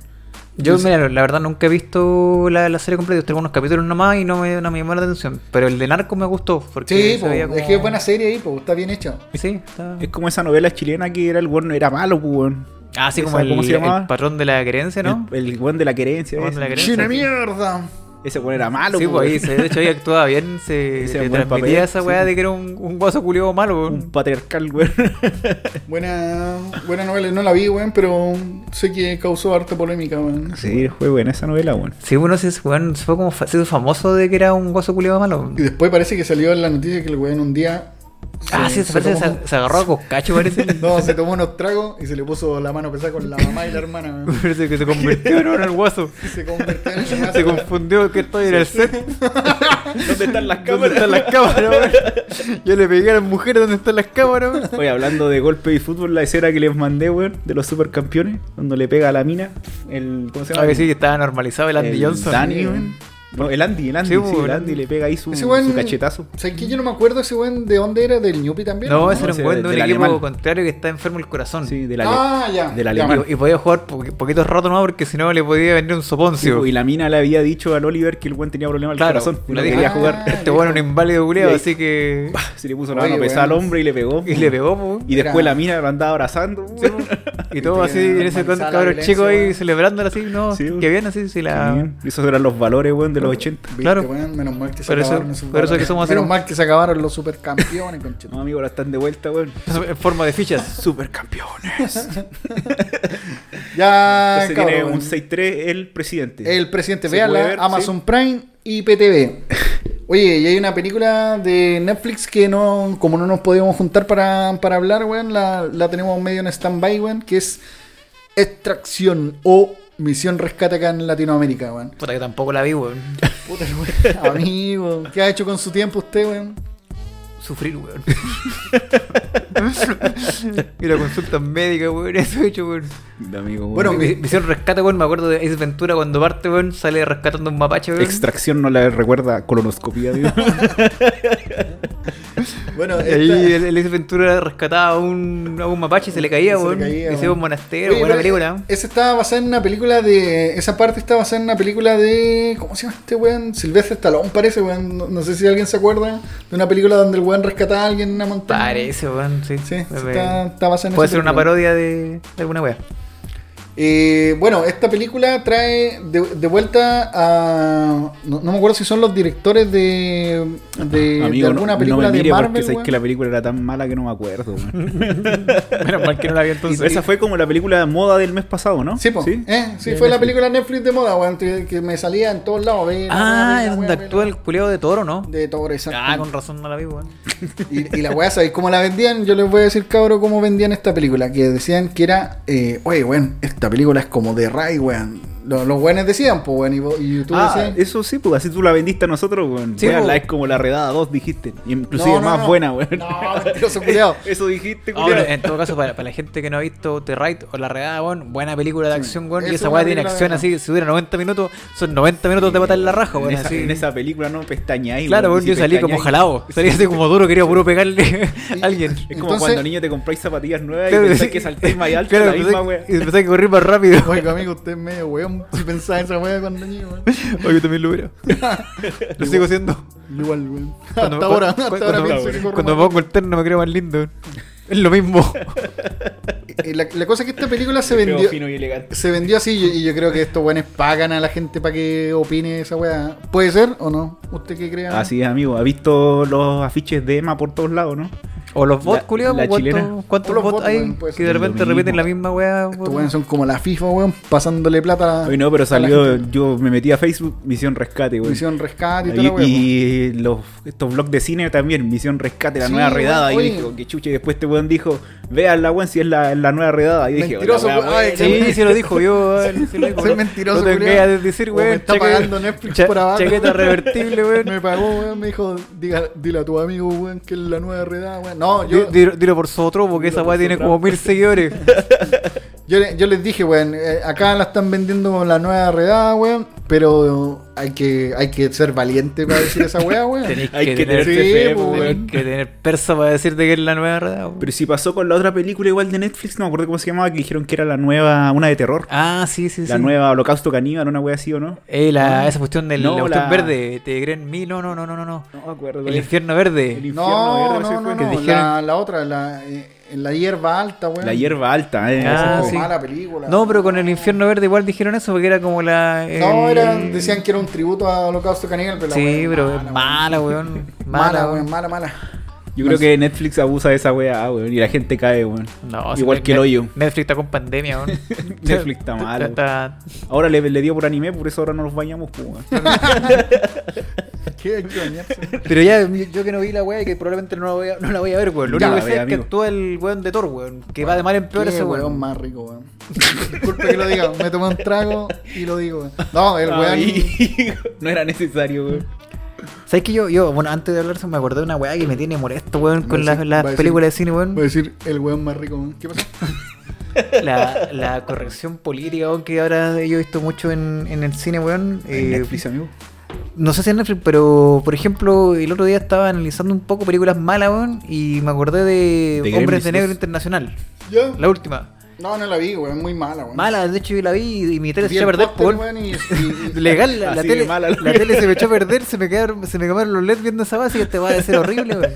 Speaker 2: Yo, mira, la verdad nunca he visto la, la serie completa. Yo tengo unos capítulos nomás y no me, no me llamó la atención. Pero el de Narcos me gustó. Porque
Speaker 1: Sí,
Speaker 2: se
Speaker 1: po,
Speaker 2: veía
Speaker 1: es
Speaker 2: como-
Speaker 1: que es buena serie ahí, po, está bien hecha.
Speaker 2: Sí, está.
Speaker 3: Es como esa novela chilena que era el weón, no era malo, pues, weón.
Speaker 2: Ah, sí, como
Speaker 3: esa,
Speaker 2: el,
Speaker 3: ¿cómo se llamaba?
Speaker 2: el patrón de la creencia, ¿no?
Speaker 3: El, el weón de la querencia.
Speaker 2: El weón de la
Speaker 3: ese.
Speaker 2: querencia.
Speaker 1: ¡China
Speaker 2: sí.
Speaker 1: mierda!
Speaker 3: Ese weón era malo,
Speaker 2: sí,
Speaker 3: po,
Speaker 2: pues ahí,
Speaker 3: weón.
Speaker 2: se, de hecho ahí actuaba bien, se,
Speaker 3: Ese
Speaker 2: se
Speaker 3: buen
Speaker 2: transmitía
Speaker 3: papel,
Speaker 2: esa
Speaker 3: sí. Mm.
Speaker 2: weá de que era un, un guaso culiado malo,
Speaker 3: Un
Speaker 2: weón.
Speaker 3: patriarcal, weón.
Speaker 1: Buena, buena novela, no la vi, weón, pero sé que causó harta polémica, weón.
Speaker 3: Sí, fue buena esa novela, weón.
Speaker 2: Sí, bueno, sí, ese weón se fue como fa- se hizo famoso de que era un guaso culiado malo.
Speaker 1: Y después parece que salió en la noticia que el weón un día.
Speaker 2: Ah, sí, se, parece que
Speaker 1: tomó-
Speaker 2: se, se agarró a coscacho, parece.
Speaker 1: No, se tomó unos tragos y se le puso la mano pesada con la mamá y la hermana, weón.
Speaker 2: parece que se convirtió ¿no? en el guaso.
Speaker 1: Se convirtió en el
Speaker 2: Se
Speaker 1: gimnasio.
Speaker 2: confundió que estoy en el set.
Speaker 3: ¿Dónde están las
Speaker 2: ¿Dónde
Speaker 3: cámaras?
Speaker 2: están las cámaras, weón? Yo le pegué a las mujeres dónde están las cámaras, weón.
Speaker 3: Oye, hablando de golpe y fútbol, la escena que les mandé, weón, de los supercampeones, cuando le pega a la mina, el. ¿Cómo se llama?
Speaker 2: Ah, que sí, que estaba normalizado el Andy
Speaker 3: El
Speaker 2: Johnson.
Speaker 3: Dani,
Speaker 2: Sí,
Speaker 3: weón. No, el Andy, el Andy,
Speaker 2: Sí,
Speaker 3: sí,
Speaker 2: po,
Speaker 3: el
Speaker 2: el
Speaker 3: Andy
Speaker 2: Andy.
Speaker 3: le pega ahí su,
Speaker 1: Ese weón.
Speaker 3: su cachetazo.
Speaker 1: O sea, que yo no me acuerdo ese weón de dónde era, del Ñupi también.
Speaker 2: No, ese era
Speaker 3: ese
Speaker 2: un buen de un
Speaker 3: del
Speaker 2: equipo
Speaker 3: alemán.
Speaker 2: contrario que está enfermo el corazón.
Speaker 3: Sí, de la
Speaker 1: Ah, ya.
Speaker 3: del
Speaker 1: ya,
Speaker 3: alemán.
Speaker 2: Y, y podía jugar po poquitos ratos más porque si no le podía venir un
Speaker 3: Sí,
Speaker 2: soponcio.
Speaker 3: po, y la mina le había dicho al Oliver que el buen tenía problemas
Speaker 2: claro,
Speaker 3: al corazón. Y no
Speaker 2: le
Speaker 3: quería
Speaker 2: dijo,
Speaker 3: jugar.
Speaker 2: "Ah, Este bueno es un inválido culiado,
Speaker 3: Y ahí-
Speaker 2: así que.
Speaker 3: Se le puso la
Speaker 1: Oye,
Speaker 3: mano pesada al
Speaker 1: weón.
Speaker 3: hombre y le pegó.
Speaker 2: Y le pegó, po.
Speaker 3: Y después la mina lo andaba abrazando.
Speaker 2: Sí, po. Y todo así, en ese
Speaker 1: normalizada la
Speaker 2: cabro
Speaker 1: violencia,
Speaker 2: chico ahí
Speaker 1: weón.
Speaker 2: celebrándola así, no,
Speaker 3: Sí,
Speaker 2: que
Speaker 3: weón.
Speaker 2: bien así, si la.
Speaker 3: Bien. Esos eran los valores, weón,
Speaker 1: Ah.
Speaker 3: de los 80.
Speaker 1: Viste,
Speaker 2: claro.
Speaker 1: weón, menos mal que se
Speaker 2: Por eso-
Speaker 1: acabaron esos
Speaker 2: por eso
Speaker 1: valores.
Speaker 2: que somos así,
Speaker 1: Menos
Speaker 2: weón.
Speaker 1: mal que se acabaron los supercampeones, conchetum.
Speaker 3: No, amigo, ahora están de vuelta, weón.
Speaker 2: En forma de fichas.
Speaker 3: Supercampeones.
Speaker 1: Ya,
Speaker 3: Entonces
Speaker 1: Ah, cabrón,
Speaker 3: tiene
Speaker 1: weón.
Speaker 3: un 6-3 el presidente.
Speaker 1: El presidente,
Speaker 3: Este, Se
Speaker 1: véanla,
Speaker 3: puede ver,
Speaker 1: Amazon Prime y PTV. Oye, y hay una película de Netflix que no, como no nos podíamos juntar para, para hablar, weón, la, la tenemos medio en stand-by, weón, que es Extracción o Misión Rescate acá en Latinoamérica, weón.
Speaker 2: Puta que tampoco la vi, weón.
Speaker 1: Puta, weón. Amigo, ¿qué ha hecho con su tiempo usted, weón?
Speaker 2: Sufrir, weón. y la consulta médica, weón, eso he hecho, weón.
Speaker 3: De amigo, weón.
Speaker 1: Bueno,
Speaker 2: Me hicieron rescate, weón, me acuerdo de Ace Ventura cuando parte, weón, sale rescatando un mapache,
Speaker 1: eh,
Speaker 2: weón.
Speaker 3: Extracción no la recuerda colonoscopía, digo.
Speaker 1: Bueno,
Speaker 2: Y ahí el, el Ace Ventura rescataba a un, a un mapache y se le caía,
Speaker 1: Se le
Speaker 2: weón.
Speaker 1: caía,
Speaker 2: Y se
Speaker 1: weón.
Speaker 2: iba a un monastero,
Speaker 1: Oye,
Speaker 2: buena
Speaker 1: pero
Speaker 2: película.
Speaker 1: Esa estaba basada en una película de. Esa parte estaba basada en una película de. ¿Cómo se llama este weón? Silvestre Stallone parece, weón. No, no sé si alguien se acuerda de una película donde el weón rescataba a alguien en una montaña.
Speaker 2: Parece, weón, sí.
Speaker 1: eh, Sí,
Speaker 2: Me-
Speaker 1: está, está basada en
Speaker 2: Puede
Speaker 1: esa
Speaker 2: ser una
Speaker 1: película.
Speaker 2: parodia de, de alguna wea.
Speaker 1: Eh, bueno, esta película trae de, de vuelta a. No, no me acuerdo si son los directores de. de, de
Speaker 3: Amigo, no-
Speaker 1: alguna
Speaker 3: no
Speaker 1: película
Speaker 3: me mire
Speaker 1: de Marvel.
Speaker 3: porque sabéis
Speaker 1: weón.
Speaker 3: que la película era tan mala que no me acuerdo, weón.
Speaker 2: Menos mal que no la vi entonces.
Speaker 3: Esa fue como la película moda del mes pasado, ¿no?
Speaker 1: Sí, po. Eh, ¿Sí?
Speaker 3: De
Speaker 1: fue la
Speaker 3: Netflix.
Speaker 1: película Netflix de moda, weón, que que me salía en todos lados. ve, la weá,
Speaker 2: Ah,
Speaker 1: ve,
Speaker 2: es
Speaker 1: la
Speaker 2: donde
Speaker 1: weá, ve, la
Speaker 2: actúa el culeo de toro, ¿no?
Speaker 1: De todo, exacto.
Speaker 2: Ah, con razón no la vi, weón.
Speaker 1: Y, y la weá, ¿sabéis cómo la vendían? Yo les voy a decir, cabro, cómo vendían esta película. Que decían que era, eh, oye, weón, esta película es como de Ray, weón. Los, los weones decían, pues, weón, y, vo- y YouTube
Speaker 3: Ah,
Speaker 1: decían.
Speaker 3: eso sí, pues así tú la vendiste a nosotros, weón.
Speaker 2: Sí,
Speaker 3: Véanla,
Speaker 2: po.
Speaker 3: es como la redada 2, dijiste. Y inclusive
Speaker 1: No, no,
Speaker 3: más
Speaker 1: no.
Speaker 3: buena, weón.
Speaker 1: No, mentiroso culiao.
Speaker 3: Eso dijiste,
Speaker 2: Ah, bueno,
Speaker 3: culiao.
Speaker 2: en todo caso, para, para la gente que no ha visto The Right o La Redada, weón, buena película de acción, weón.
Speaker 1: es
Speaker 2: Y esa
Speaker 1: una
Speaker 2: weá tiene
Speaker 1: película
Speaker 2: acción
Speaker 1: de-
Speaker 2: así, si dura 90 minutos, son 90 minutos de matar la raja,
Speaker 3: en,
Speaker 2: weón.
Speaker 3: esa,
Speaker 2: así.
Speaker 3: en esa película no pestañáis,
Speaker 2: Claro, weón,
Speaker 3: y si
Speaker 2: yo salí como
Speaker 3: pestañáis-
Speaker 2: jalado. Salí así como duro, quería puro pegarle a alguien.
Speaker 3: Es como
Speaker 1: Entonces-
Speaker 3: cuando niño te compráis zapatillas nuevas y
Speaker 2: Claro,
Speaker 3: pensás
Speaker 2: sí.
Speaker 3: que saltáis más alto
Speaker 2: Claro, eh,
Speaker 3: la
Speaker 2: pensé-
Speaker 3: misma, weón.
Speaker 2: y pensé que corrí más rápido.
Speaker 1: Oiga, amigo, usted es medio weón si pensaba esa weá cuando niño, weón.
Speaker 2: Oye, yo también lo hubiera. lo sigo siendo.
Speaker 1: Igual, weón.
Speaker 2: Cuando-
Speaker 1: hasta ahora,
Speaker 2: cuando-
Speaker 1: hasta ahora
Speaker 2: cuando-
Speaker 1: pienso que corro
Speaker 2: Cuando me
Speaker 1: más.
Speaker 2: pongo el terno me creo más lindo. Es lo mismo.
Speaker 1: Eh, la, la cosa es que esta película se
Speaker 3: Pero
Speaker 1: vendió.
Speaker 3: fino y elegante.
Speaker 1: Se vendió así y yo, y yo creo que estos weones pagan a la gente para que opine esa weá. ¿Puede ser o no? ¿Usted qué crea?
Speaker 3: Así es, amigo. ¿Ha visto los afiches de Emma por todos lados, no?
Speaker 2: O los bots,
Speaker 3: La-
Speaker 2: culiados,
Speaker 3: la chilena.
Speaker 2: ¿cuántos,
Speaker 1: O
Speaker 2: cuántos
Speaker 1: los
Speaker 2: bots
Speaker 1: bots,
Speaker 2: hay
Speaker 1: weón, puede
Speaker 2: que
Speaker 1: ser.
Speaker 2: de
Speaker 3: Lo
Speaker 2: repente
Speaker 3: mismo.
Speaker 2: repiten la misma weá?
Speaker 1: Estos
Speaker 2: weón?
Speaker 1: weones son como la FIFA, weón, pasándole plata a-
Speaker 3: Hoy no, pero
Speaker 1: Ah, a la
Speaker 3: salió.
Speaker 1: gente.
Speaker 3: Yo me metí a Facebook, Misión Rescate, weón.
Speaker 1: Misión Rescate y toda la
Speaker 3: Y,
Speaker 1: weá. weón.
Speaker 3: y los, estos blogs de cine también, Misión Rescate, la
Speaker 1: Sí,
Speaker 3: nueva
Speaker 1: weón,
Speaker 3: redada.
Speaker 1: oye.
Speaker 3: Y dijo, que chuche, y después este weón dijo, veanla, weón, si es la, la nueva redada. Y dije,
Speaker 1: Mentiroso,
Speaker 3: "Hola,
Speaker 1: weón, ay,
Speaker 3: weón".
Speaker 2: Sí, se lo dijo yo. weón, sí lo dijo.
Speaker 1: Soy mentiroso,
Speaker 2: No te
Speaker 1: culiao.
Speaker 2: engañas de decir,
Speaker 1: O
Speaker 2: weón.
Speaker 1: me está
Speaker 2: chaqueta-
Speaker 1: pagando Netflix por abajo.
Speaker 2: Chaqueta revertible, weón.
Speaker 1: Me pagó, weón, me dijo, diga, dile a tu amigo, weón, que es la nueva redada, weón. No,
Speaker 2: Di-
Speaker 1: yo,
Speaker 2: Dilo, dilo por otro porque esa weá tiene como mil seguidores.
Speaker 1: yo, le- yo les dije, weón, eh, acá la están vendiendo como la nueva redada, weón, pero hay que, hay que ser valiente para decir esa weá, weón.
Speaker 2: Tenéis
Speaker 3: Hay
Speaker 2: que
Speaker 3: que
Speaker 2: tener,
Speaker 3: tener
Speaker 1: sí,
Speaker 3: fe,
Speaker 1: pues,
Speaker 3: weón.
Speaker 2: tenéis que tener persa para decirte que es la nueva verdad. weón.
Speaker 3: Pero si pasó con la otra película igual de Netflix, no me acuerdo cómo se llamaba, que dijeron que era la nueva, una de terror.
Speaker 2: Ah, sí, sí, sí.
Speaker 3: la nueva Holocausto Caníbal, una wea así o no.
Speaker 2: Eh, la, esa cuestión del
Speaker 3: No,
Speaker 2: la cuestión
Speaker 3: la-
Speaker 2: verde, te creen mí, no, no, no, no, no, no.
Speaker 3: No me acuerdo.
Speaker 2: El infierno verde.
Speaker 1: No, no, no, no,
Speaker 2: Que dijeron-
Speaker 1: la, la otra, la, eh, en la hierba alta, weón.
Speaker 3: La hierba alta, eh.
Speaker 2: Ah,
Speaker 3: esa
Speaker 1: Oh,
Speaker 3: fue.
Speaker 2: sí.
Speaker 1: mala película.
Speaker 2: No, pero con
Speaker 1: weón.
Speaker 2: el infierno verde igual dijeron eso porque era como la. el-
Speaker 1: No, eran, decían que era un tributo a Holocausto Caníbal, pero la
Speaker 2: Sí,
Speaker 1: weá
Speaker 2: pero es
Speaker 1: mala,
Speaker 2: mala, weón.
Speaker 1: weón.
Speaker 2: Mala,
Speaker 1: Mala,
Speaker 2: weón.
Speaker 1: weón, mala, mala.
Speaker 3: Yo creo que Netflix abusa de esa wea, weón. Y la gente cae, weón.
Speaker 2: No,
Speaker 3: Igual
Speaker 2: si
Speaker 3: que el
Speaker 2: Net-
Speaker 3: hoyo.
Speaker 2: Netflix está con pandemia, weón.
Speaker 3: Netflix está mal, weón.
Speaker 2: Está-
Speaker 3: Ahora le, le dio por anime, por eso ahora no nos bañamos, pues, weón.
Speaker 1: ¿Qué, qué bañarse?
Speaker 2: Pero ya, yo que no vi la weá y que probablemente no la voy a, no la voy a ver, weón. Lo
Speaker 3: Ya
Speaker 2: único que
Speaker 3: la ve,
Speaker 2: sé es que
Speaker 3: amigo.
Speaker 2: actúa el weón de Thor, weón. Que va de mal en peor
Speaker 1: Qué
Speaker 2: ese
Speaker 1: weón
Speaker 2: weón.
Speaker 1: más rico, weón. Disculpe que lo diga, me tomé un trago y lo digo, weón. No, el weón.
Speaker 3: Ay, no era necesario, weón.
Speaker 2: ¿Sabes que yo, yo, bueno, antes de hablar, se me acordé de una weá que me tiene molesto, weón,
Speaker 1: Va
Speaker 2: con
Speaker 1: a
Speaker 2: las
Speaker 1: decir-
Speaker 2: las
Speaker 1: va a decir-
Speaker 2: películas de cine, weón?
Speaker 1: Voy a decir el weón más rico, weón. ¿Qué pasó?
Speaker 2: la, la corrección política, weón, que ahora yo he visto mucho en, en el cine, weón. eh,
Speaker 3: amigo.
Speaker 2: No sé si en Netflix, pero por ejemplo, el otro día estaba analizando un poco películas malas, weón, y me acordé de
Speaker 3: The
Speaker 2: Hombres
Speaker 3: Gremlins
Speaker 2: de Negro
Speaker 3: 2.
Speaker 2: Internacional,
Speaker 1: ¿Ya?
Speaker 2: la última.
Speaker 1: No, no la vi, weón. Muy mala, weón.
Speaker 2: Mala, de hecho yo la vi y mi tele se
Speaker 1: Vi
Speaker 2: echó a
Speaker 1: el
Speaker 2: perder,
Speaker 1: póster, weón,
Speaker 2: weón.
Speaker 1: y- y- y-
Speaker 2: Legal, la,
Speaker 3: Así
Speaker 2: la
Speaker 3: de
Speaker 2: tele,
Speaker 3: mala,
Speaker 2: la tele se me echó a perder, se me quedaron, se me quemaron los LEDs viendo esa base y te va a decir horrible, weón.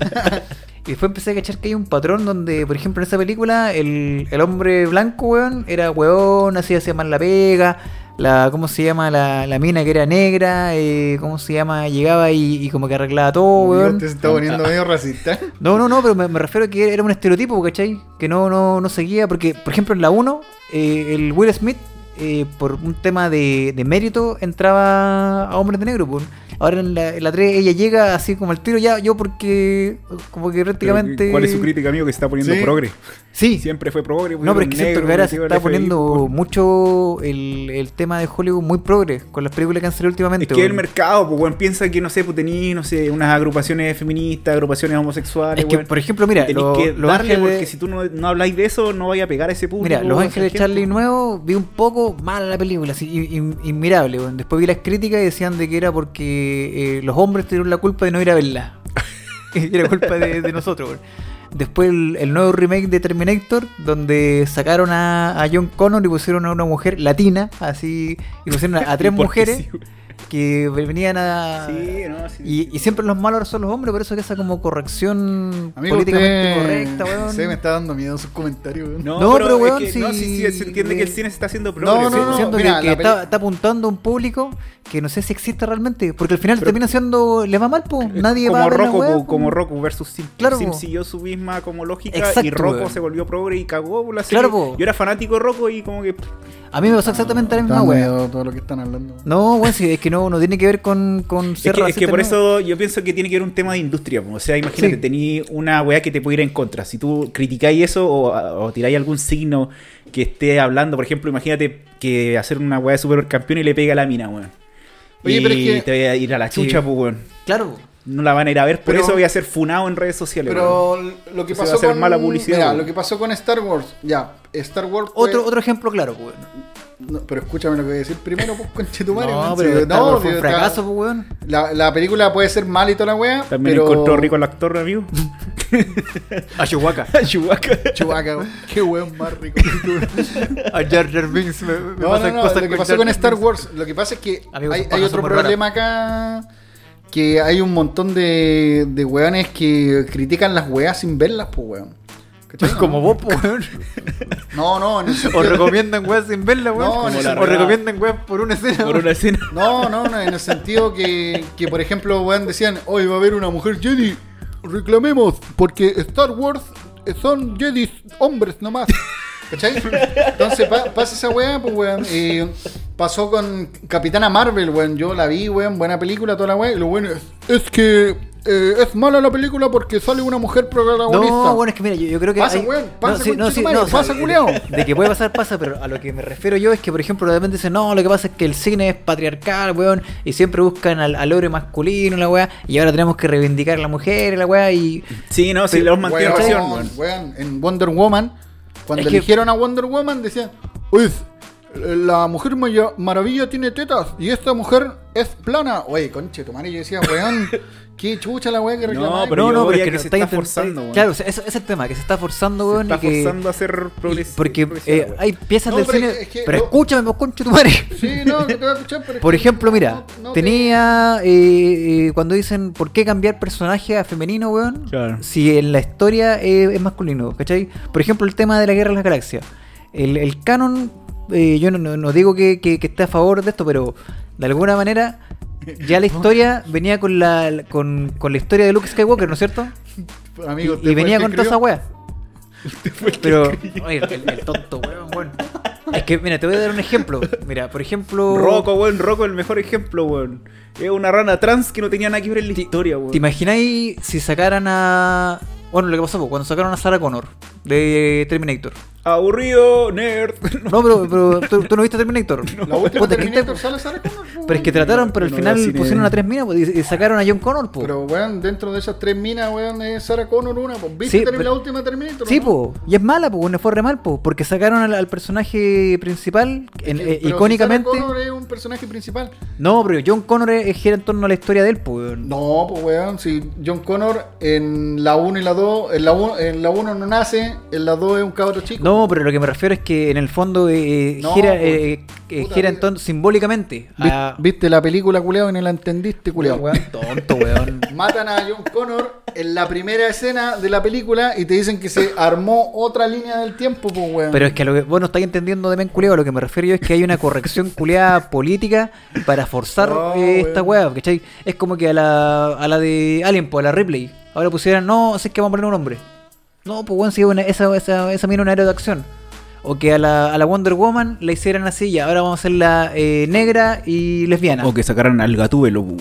Speaker 2: Y después empecé a cachar que hay un patrón donde, por ejemplo, en esa película, el, el hombre blanco, weón, era weón, así hacía mal la pega, la, ¿cómo se llama? La, la mina que era negra, eh, ¿cómo se llama? Llegaba y, y como que arreglaba todo, weón.
Speaker 1: Usted se está poniendo medio racista.
Speaker 2: No, no, no, pero me, me refiero a que era un estereotipo, ¿cachai? Que no, no, no seguía, porque, por ejemplo, en la 1, eh, el Will Smith, eh, por un tema de, de mérito, entraba a Hombres de Negro, pues. Ahora en la, en la 3 ella llega así como al tiro, ya, yo porque, como que prácticamente...
Speaker 3: Pero, ¿Cuál es su crítica, amigo, que se está poniendo
Speaker 1: Sí.
Speaker 3: progre?
Speaker 2: Sí,
Speaker 3: Siempre fue progre.
Speaker 2: no, pero es
Speaker 3: pusieron
Speaker 2: que siento
Speaker 3: negro,
Speaker 2: que ahora se
Speaker 3: pusieron
Speaker 2: está
Speaker 3: el FBI,
Speaker 2: poniendo
Speaker 3: por-
Speaker 2: mucho el, el tema de Hollywood muy progre con las películas que han salido últimamente.
Speaker 3: Es que el
Speaker 2: weón.
Speaker 3: mercado, pues, weón, piensa que, no sé, pues tenís, no sé, unas agrupaciones feministas, agrupaciones homosexuales,
Speaker 2: Es que,
Speaker 3: weón.
Speaker 2: por ejemplo, mira,
Speaker 3: Tenís
Speaker 2: lo-
Speaker 3: que
Speaker 2: Los
Speaker 3: darle,
Speaker 2: Ángeles-
Speaker 3: porque si tú no, no habláis de eso, no vaya a pegar a ese público.
Speaker 2: Mira, Los
Speaker 3: weón,
Speaker 2: Ángeles
Speaker 3: esa
Speaker 2: Charlie
Speaker 3: gente.
Speaker 2: Nuevo, vi un poco mala la película, así, in- in- inmirable. weón. Después vi las críticas y decían de que era porque eh, los hombres tuvieron la culpa de no ir a verla. Y era culpa de, de nosotros. weón. Después el, el nuevo remake de Terminator, donde sacaron a, a John Connor y pusieron a una mujer latina, así, y pusieron a, a tres
Speaker 3: ¿Y por qué
Speaker 2: mujeres
Speaker 3: sí,
Speaker 2: que venían a...
Speaker 3: Sí, no, sí.
Speaker 2: y, y siempre los malos ahora son los hombres, por eso que esa como corrección
Speaker 1: Amigo,
Speaker 2: políticamente
Speaker 1: usted-
Speaker 2: correcta, weón.
Speaker 1: Sí, me está dando miedo sus comentarios, weón.
Speaker 3: No,
Speaker 2: No,
Speaker 3: pero,
Speaker 2: pero,
Speaker 3: es
Speaker 2: weón,
Speaker 3: que-
Speaker 2: si-
Speaker 3: no, sí, sí, se entiende que el cine se está haciendo progre.
Speaker 1: No,
Speaker 3: sí.
Speaker 1: no, no.
Speaker 2: siendo
Speaker 1: mira,
Speaker 2: que,
Speaker 1: la
Speaker 2: que está,
Speaker 1: peli-
Speaker 2: está apuntando a un público que no sé si existe realmente, porque al final termina siendo le va mal, pues nadie va a
Speaker 3: como
Speaker 2: ver la
Speaker 3: Rocco,
Speaker 2: weá,
Speaker 3: po,
Speaker 2: po.
Speaker 3: como Rocco versus Sim.
Speaker 2: Claro,
Speaker 3: Sim
Speaker 2: po.
Speaker 3: siguió su misma como lógica y
Speaker 2: Exacto,
Speaker 3: Rocco
Speaker 2: weón.
Speaker 3: se volvió progre y cagó por la serie.
Speaker 2: Claro, po.
Speaker 3: Yo era fanático de Rocco y como que
Speaker 2: A mí me pasó exactamente la
Speaker 1: Está
Speaker 2: misma
Speaker 1: dando
Speaker 2: wea.
Speaker 1: miedo todo lo que están hablando.
Speaker 2: No, weón, sí, es que no, no tiene que ver con, con
Speaker 3: Es que, es que
Speaker 2: racista,
Speaker 3: por
Speaker 2: ¿no?
Speaker 3: eso yo pienso que tiene que ver un tema de industria. po. O sea, imagínate,
Speaker 2: Sí.
Speaker 3: tení una weá que te puede ir en contra. Si tú criticáis eso o, o tiráis algún signo que esté hablando, por ejemplo, imagínate que hacer una weá de supercampeón y le pega a la mina, weón.
Speaker 1: Oye,
Speaker 3: y
Speaker 1: pero es que-
Speaker 3: te voy a ir a la
Speaker 2: Sí.
Speaker 3: chucha, pues, weón.
Speaker 2: Claro. po.
Speaker 3: No la van a ir a ver, por
Speaker 1: Pero-
Speaker 3: eso voy a ser funado en redes sociales. weón.
Speaker 1: Pero lo que
Speaker 3: Entonces va a
Speaker 1: pasó
Speaker 3: ser
Speaker 1: con
Speaker 3: mala publicidad,
Speaker 1: mira,
Speaker 3: weón.
Speaker 1: lo que pasó con Star Wars, ya, Star Wars fue-
Speaker 2: Otro, otro ejemplo claro, po, weón.
Speaker 1: No, pero escúchame lo que voy a decir primero, pues conchetumare,
Speaker 2: No,
Speaker 1: weón.
Speaker 2: pero
Speaker 1: Sí,
Speaker 2: Star Wars fue
Speaker 1: sí,
Speaker 2: un
Speaker 1: está-
Speaker 2: fracaso, po, weón.
Speaker 1: La, la película puede ser mal y toda la wea,
Speaker 3: También
Speaker 1: pero...
Speaker 3: encontró rico al actor, amigo.
Speaker 2: A Chewbacca.
Speaker 3: A Chewbacca.
Speaker 1: Chewbacca, weón. qué weón más rico.
Speaker 2: A Jar Jar Binks me, me
Speaker 1: No, no,
Speaker 2: pasan
Speaker 1: no,
Speaker 2: cosas
Speaker 1: lo que pasó
Speaker 2: Jar
Speaker 1: con
Speaker 2: Jar
Speaker 1: Star
Speaker 2: Binks.
Speaker 1: Wars, lo que pasa es que
Speaker 2: Amigos,
Speaker 1: hay,
Speaker 2: esas
Speaker 1: hay
Speaker 2: pajas
Speaker 1: otro
Speaker 2: son muy
Speaker 1: problema acá que hay un montón de, de weones que critican las weas sin verlas, pues weón. ¿Cachai?
Speaker 2: Como vos, po, weón.
Speaker 1: No, no, en el sentido-
Speaker 2: O recomiendan weas sin verla, weón.
Speaker 1: No, no,
Speaker 2: o
Speaker 1: no.
Speaker 2: recomiendan weas por una escena.
Speaker 3: Por una escena.
Speaker 1: No, no, no, en el sentido que, que por ejemplo, weón, decían, hoy va a haber una mujer Jedi, reclamemos, porque Star Wars son Jedi hombres nomás. ¿Cachai? Entonces pa- pasa esa weá, pues weón. eh, pasó con Capitana Marvel, weón. Yo la vi, weón, buena película, toda la weá. Y lo bueno es, es que eh, es mala la película porque sale una mujer protagonista.
Speaker 2: No, bueno, es que mira, yo, yo creo que.
Speaker 1: Pasa, weón, pasa, conchetumare, pasa,
Speaker 2: de-
Speaker 1: culiao.
Speaker 2: De, que puede pasar, pasa, pero a lo que me refiero yo es que, por ejemplo, de repente dicen, no, lo que pasa es que el cine es patriarcal, weón, y siempre buscan al, al héroe masculino, la weá, y ahora tenemos que reivindicar a la mujer, la weá, y.
Speaker 3: Sí, no, sí, los mantiene
Speaker 1: Weón,
Speaker 3: razón,
Speaker 1: weón,
Speaker 3: weón.
Speaker 1: weón, en Wonder Woman, cuando
Speaker 2: Es que-
Speaker 1: eligieron a Wonder Woman, decían, uy, la mujer Maya- maravilla tiene tetas y esta mujer es plana. Oye, conche, tu madre, yo decía, weón, qué chucha la weá que reclamaba.
Speaker 3: Pero
Speaker 2: no,
Speaker 3: yo
Speaker 2: no,
Speaker 3: voy
Speaker 2: pero es
Speaker 3: a
Speaker 2: que,
Speaker 3: que
Speaker 2: no
Speaker 3: se
Speaker 2: está
Speaker 3: está
Speaker 2: intent-
Speaker 3: forzando, weón.
Speaker 2: Claro, o sea, ese ese es el tema, que se está forzando,
Speaker 3: Se
Speaker 2: weón,
Speaker 3: está
Speaker 2: y que.
Speaker 3: forzando a ser progres-
Speaker 2: Porque eh,
Speaker 3: progresista, weón.
Speaker 2: hay piezas
Speaker 1: No,
Speaker 2: del
Speaker 1: pero
Speaker 2: cine.
Speaker 1: es que-
Speaker 2: pero
Speaker 1: no-
Speaker 2: escúchame, vos, concho tu madre.
Speaker 1: Sí, no, que te voy a escuchar, pero es
Speaker 2: Por
Speaker 1: que
Speaker 2: ejemplo, mira,
Speaker 1: no- no te-
Speaker 2: tenía eh, eh, cuando dicen por qué cambiar personaje a femenino, weón,
Speaker 3: Claro.
Speaker 2: si en la historia eh, es masculino, ¿cachai? Por ejemplo, el tema de la guerra de las galaxias. El, el canon, eh, yo no, no- no digo que, que- que esté a favor de esto, pero de alguna manera ya la historia venía con la, con, con la historia de Luke Skywalker, ¿no es cierto?
Speaker 1: Amigo,
Speaker 2: y, y
Speaker 1: ¿te
Speaker 2: venía
Speaker 1: fue
Speaker 2: con
Speaker 1: el que
Speaker 2: toda esa
Speaker 1: escribió?
Speaker 2: weá. Pero, oye, el, el tonto, weón, bueno. Es que, mira, te voy a dar un ejemplo. Mira, por ejemplo.
Speaker 3: Rocco, weón, Rocco es el mejor ejemplo, weón. Es una rana trans que no tenía nada que ver en la historia, weón.
Speaker 2: ¿Te imagináis si sacaran a. Bueno, lo que pasó fue cuando sacaron a Sarah Connor de Terminator.
Speaker 3: Aburrido, nerd.
Speaker 2: No, pero, pero ¿tú, tú no viste Terminator.
Speaker 1: La última
Speaker 2: Puta, que
Speaker 1: Terminator
Speaker 2: te-
Speaker 1: sale Sarah Connor,
Speaker 2: Pero es que trataron, pero al
Speaker 3: No, no veo
Speaker 2: final
Speaker 3: cine.
Speaker 2: pusieron a tres minas pues, y y sacaron a John Connor, po.
Speaker 1: Pero, weón, dentro de esas tres minas, weón, es Sarah Connor una. Pues, ¿Viste
Speaker 2: Sí,
Speaker 1: Termi-
Speaker 2: pero-
Speaker 1: la última Terminator?
Speaker 2: Sí, pues,
Speaker 1: no?
Speaker 2: po. Y es mala, po. No fue re mal, po. Porque sacaron al, al personaje principal, en-
Speaker 1: Que-
Speaker 2: eh,
Speaker 1: pero si
Speaker 2: icónicamente.
Speaker 1: Sarah Connor es un personaje principal.
Speaker 2: No, pero John Connor es- gira en torno a la historia de él, po. weón.
Speaker 1: No, pues weón, si John Connor en la 1 y la 2, en la 1 en la uno no nace, en la 2 es un cabro chico.
Speaker 2: No, pero lo que me refiero es que en el fondo eh,
Speaker 1: No,
Speaker 2: gira,
Speaker 1: po.
Speaker 2: eh, eh,
Speaker 1: Puta
Speaker 2: gira
Speaker 1: vida.
Speaker 2: en torno simbólicamente.
Speaker 1: Vi-
Speaker 2: a-
Speaker 1: ¿Viste la película, culeado, y no la entendiste, culeado?
Speaker 2: Weón, tonto, weón.
Speaker 1: Matan a John Connor en la primera escena de la película y te dicen que se armó otra línea del tiempo, pues weón.
Speaker 2: Pero es que a lo que vos no estáis entendiendo de men culeado, a lo que me refiero yo es que hay una corrección culeada política para forzar
Speaker 1: No,
Speaker 2: eh, esta
Speaker 1: weón.
Speaker 2: weá, ¿cachai? Es como que a la, a la de Alien, pues a la Ripley. Ahora pusieran, no, así es que vamos a poner un hombre. No, pues weón, si es una- esa, esa, esa mina es un héroe de acción. O que a la, a la Wonder Woman la hicieran así y ahora vamos a hacerla eh, negra y lesbiana.
Speaker 3: O que sacaran al gatúbelo, pu.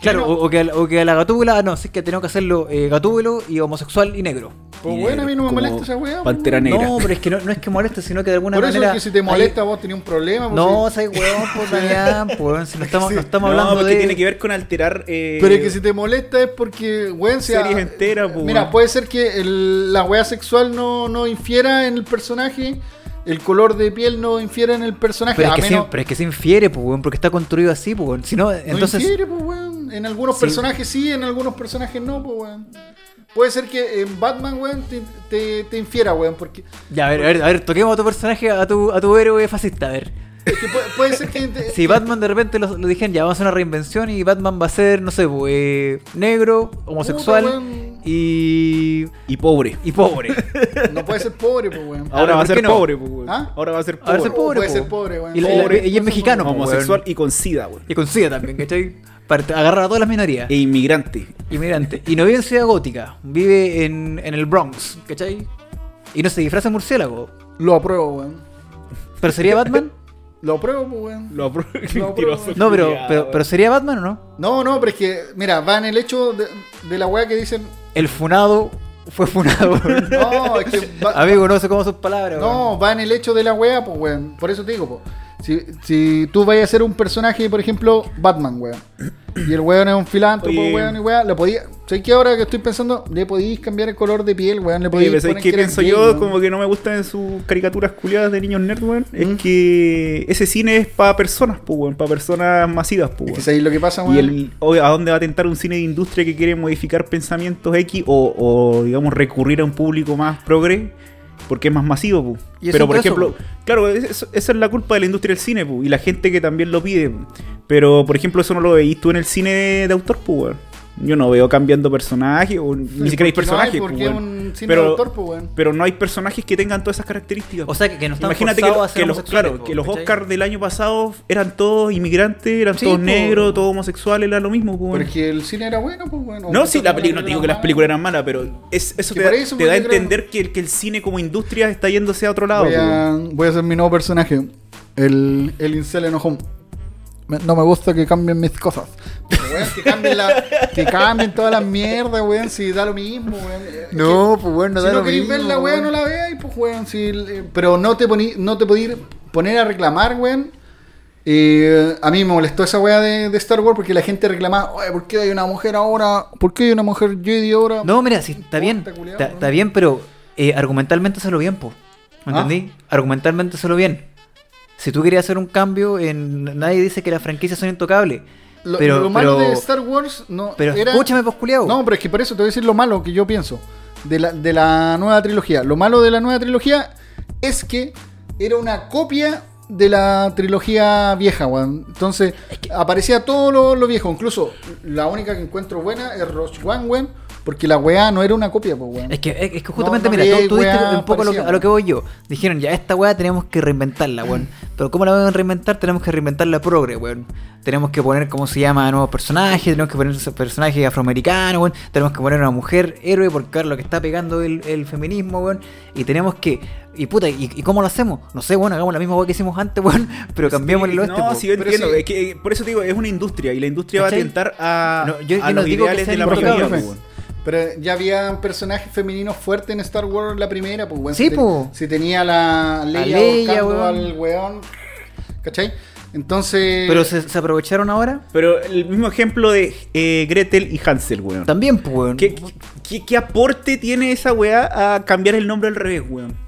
Speaker 2: Claro,
Speaker 1: Pero-
Speaker 2: o, o que a, la- o que a la gatúbela, ah, no, si es que tenemos que hacerlo eh, gatúbelo y homosexual y negro.
Speaker 1: pues bueno, a mí no me
Speaker 3: Como
Speaker 1: molesta esa weá. pues,
Speaker 3: Pantera
Speaker 1: weón.
Speaker 3: negra.
Speaker 2: No, pero es que no, no es que moleste, sino que de alguna
Speaker 1: Por eso
Speaker 2: manera.
Speaker 1: es que si te
Speaker 2: hay-
Speaker 1: molesta vos tenés un problema. pues,
Speaker 2: No,
Speaker 1: sí.
Speaker 2: soy huevón, por Damián, pues, weón, si no estamos, no estamos
Speaker 3: No,
Speaker 2: hablando
Speaker 3: porque
Speaker 2: de...
Speaker 3: tiene que ver con alterar. eh,
Speaker 1: Pero es que si te molesta es porque, weón, sea- eh,
Speaker 3: Series enteras, pues,
Speaker 1: Mira,
Speaker 3: weón.
Speaker 1: puede ser que el- la weá sexual no, no infiera en el personaje, el color de piel no infiera en el personaje.
Speaker 2: Pero es,
Speaker 1: a
Speaker 2: que se,
Speaker 1: menos-
Speaker 2: pero es que se infiere, pues, weón, porque está construido así, pues, weón. Si no,
Speaker 1: no
Speaker 2: entonces...
Speaker 1: infiere, pues, weón. En algunos
Speaker 2: Sí.
Speaker 1: personajes sí, en algunos personajes no, pues, weón. Puede ser que en Batman, weón, te, te, te infiera, weón, porque
Speaker 2: Ya, a ver, a ver, a ver, toquemos a tu personaje, a tu, a tu héroe fascista, a ver.
Speaker 1: es que puede, puede ser que... te-
Speaker 2: Si Batman de repente lo, lo dijeron, ya, vamos a hacer una reinvención y Batman va a ser, no sé, pues, eh, negro, homosexual
Speaker 1: weón.
Speaker 2: y...
Speaker 3: Y pobre.
Speaker 2: y pobre.
Speaker 1: No puede ser pobre, pues, weón.
Speaker 2: Ah,
Speaker 3: Ahora va a
Speaker 2: ¿por
Speaker 3: ser
Speaker 2: qué no?
Speaker 3: pobre, pu. weón.
Speaker 1: ¿Ah?
Speaker 3: Ahora va a ser
Speaker 2: Ahora va
Speaker 3: pobre.
Speaker 2: a ser pobre,
Speaker 1: Puede
Speaker 2: po.
Speaker 1: ser pobre, weón.
Speaker 2: Y, la-
Speaker 3: Pobre,
Speaker 2: y es mexicano, po,
Speaker 3: Homosexual
Speaker 2: weón.
Speaker 3: y con sida, pues, weón.
Speaker 2: Y con SIDA también, ¿cachai? Para agarrar a todas las minorías.
Speaker 3: E inmigrante.
Speaker 2: Inmigrante. Y no vive en Ciudad Gótica, vive en, en el Bronx, ¿cachai? Y no se disfraza de murciélago.
Speaker 1: Lo apruebo, weón.
Speaker 2: ¿Pero sería Batman?
Speaker 1: Lo apruebo, pues, weón.
Speaker 3: Lo apro-
Speaker 1: No,
Speaker 3: mentiroso,
Speaker 2: No, pero,
Speaker 3: culiao,
Speaker 2: pero, pero ¿sería Batman o no?
Speaker 1: No, no, pero es que, mira, va en el hecho de, de la weá que dicen...
Speaker 2: El funado fue funado.
Speaker 1: No, es que... va-
Speaker 2: Amigo, no sé cómo son sus palabras. weón.
Speaker 1: No, va en el hecho de la wea, pues, weón. Por eso te digo, pues. Si, si tú vayas a ser un personaje, por ejemplo, Batman, weón. Y el weón es un filántropo,
Speaker 3: Oye.
Speaker 1: weón, y weón. Le podía. ¿Sabes qué ahora que estoy pensando? Le podíais cambiar el color de piel, weón. Le podíais.
Speaker 3: Oye, ¿sabes
Speaker 1: poner
Speaker 3: qué
Speaker 1: que eres
Speaker 3: pienso
Speaker 1: gay,
Speaker 3: yo?
Speaker 1: weón.
Speaker 3: Como que no me gustan sus caricaturas culiadas de niños nerd, weón. Es que ese cine es para personas, pues, weón. Para personas masivas, pues,
Speaker 1: Es que
Speaker 3: weón.
Speaker 1: sabéis lo que pasa, weón.
Speaker 3: Y el, o- a dónde va a tentar un cine de industria que quiere modificar pensamientos X o, o, digamos, recurrir a un público más progre porque es más masivo, pu.
Speaker 2: Y es
Speaker 3: Pero, por
Speaker 2: cierto
Speaker 3: ejemplo,
Speaker 2: eso,
Speaker 3: claro, es- es- esa es la culpa de la industria del cine, pu, y la gente que también lo pide. pu. Pero, por ejemplo, eso no lo veís tú en el cine de, de autor, pu, weón. Yo no veo cambiando personajes, o ni siquiera hay
Speaker 1: Porque no hay,
Speaker 3: personajes, pu,
Speaker 1: Porque es
Speaker 3: weón.
Speaker 1: un cine
Speaker 3: Pero-
Speaker 1: de autor, pues, weón.
Speaker 3: Pero no hay personajes que tengan todas esas características.
Speaker 2: O sea, que, que no están
Speaker 3: Imagínate que,
Speaker 2: forzados
Speaker 3: lo-
Speaker 2: a ser
Speaker 3: que los,
Speaker 2: homosexuales,
Speaker 3: claro,
Speaker 2: po,
Speaker 3: que los
Speaker 2: ¿cachai?
Speaker 3: Oscars del año pasado eran todos inmigrantes, eran
Speaker 2: Sí,
Speaker 3: todos
Speaker 2: po.
Speaker 3: negros, todos homosexuales, era lo mismo. po.
Speaker 1: Porque el cine era bueno, pues, weón.
Speaker 3: No, sí, la película, no digo que las películas eran malas, pero es- eso
Speaker 1: Que
Speaker 3: te da,
Speaker 1: por eso,
Speaker 3: te
Speaker 1: pues,
Speaker 3: da a
Speaker 1: yo creo-
Speaker 3: entender que el, que el cine como industria está yéndose a otro lado.
Speaker 1: Voy
Speaker 3: po.
Speaker 1: a, voy a hacer mi nuevo personaje. El, el incel enojón. Me- no me gusta que cambien mis cosas. Pero, weón, que cambien, la, que cambien todas las mierdas, weón. Si da lo mismo, weón. Eh,
Speaker 2: No, pues bueno,
Speaker 1: que- si no queréis ver la weón, no la veas, pues, weón. Si, eh, pero no te, poní, no te podí poner a reclamar, weón. Eh, a mí me molestó esa weá de, de Star Wars porque la gente reclamaba, Oye, ¿por qué hay una mujer ahora? ¿Por qué hay una mujer Jedi ahora?
Speaker 2: No, mira, sí, está bien.
Speaker 1: Puta, culiao,
Speaker 2: Está,
Speaker 1: weón.
Speaker 2: está bien, pero eh, argumentalmente se lo bien, po. ¿Me
Speaker 1: ¿Ah?
Speaker 2: entendí? Argumentalmente se lo bien. Si tú querías hacer un cambio, en nadie dice que las franquicias son intocables.
Speaker 1: Lo,
Speaker 2: pero,
Speaker 1: lo malo
Speaker 2: pero-
Speaker 1: de Star Wars no
Speaker 2: pero
Speaker 1: era-
Speaker 2: escúchame, pues, culiao.
Speaker 1: No, pero es que por eso te voy a decir lo malo que yo pienso de la, de la nueva trilogía. Lo malo de la nueva trilogía es que era una copia de la trilogía vieja, weón. Entonces, aparecía todo lo, lo viejo. Incluso la única que encuentro buena es Roche One, weón. Porque la weá no era una copia, pues, weón.
Speaker 2: Es que, es que justamente,
Speaker 1: No, no
Speaker 2: mira,
Speaker 1: leí,
Speaker 2: tú, tú diste
Speaker 1: weá,
Speaker 2: un poco a lo, que,
Speaker 1: parecía,
Speaker 2: a lo que voy yo. Dijeron, ya, esta weá tenemos que reinventarla, weón. Pero ¿cómo la vamos a reinventar? Tenemos que reinventar la progre, weón. Tenemos que poner, ¿cómo se llama? Nuevos personajes, tenemos que poner esos personajes afroamericanos, weón. Tenemos que poner una mujer héroe porque ahora lo que está pegando el, el feminismo, weón. Y tenemos que... Y puta, ¿y, y cómo lo hacemos? No sé, bueno, hagamos la misma weá que hicimos antes, weón. Pero cambiamos el
Speaker 3: no,
Speaker 2: oeste, po.
Speaker 3: Pues sí, yo
Speaker 1: Pero
Speaker 3: entiendo.
Speaker 1: sí.
Speaker 3: Es que, eh, por eso te digo, es una industria y la industria
Speaker 2: ¿Cachai?
Speaker 3: va a tentar a,
Speaker 2: No, yo-
Speaker 3: a
Speaker 2: yo no
Speaker 3: los
Speaker 2: digo que
Speaker 3: ideales
Speaker 2: sea
Speaker 3: de la pues.
Speaker 1: Por ejemplo,
Speaker 3: mayoría.
Speaker 2: intocable.
Speaker 3: po,
Speaker 1: profe, Pero ya había personajes femeninos fuertes en Star Wars la primera, pues, weón.
Speaker 2: Sí,
Speaker 1: Si te-
Speaker 2: po.
Speaker 1: Si tenía la Leia,
Speaker 2: Leia,
Speaker 1: buscando
Speaker 2: weón.
Speaker 1: al weón. ¿Cachai? Entonces.
Speaker 2: Pero se, se aprovecharon ahora.
Speaker 3: Pero el mismo ejemplo de eh, Gretel y Hansel, weón.
Speaker 2: También, pues. weón.
Speaker 3: ¿Qué, qué, qué aporte tiene esa weá a cambiar el nombre al revés, weón?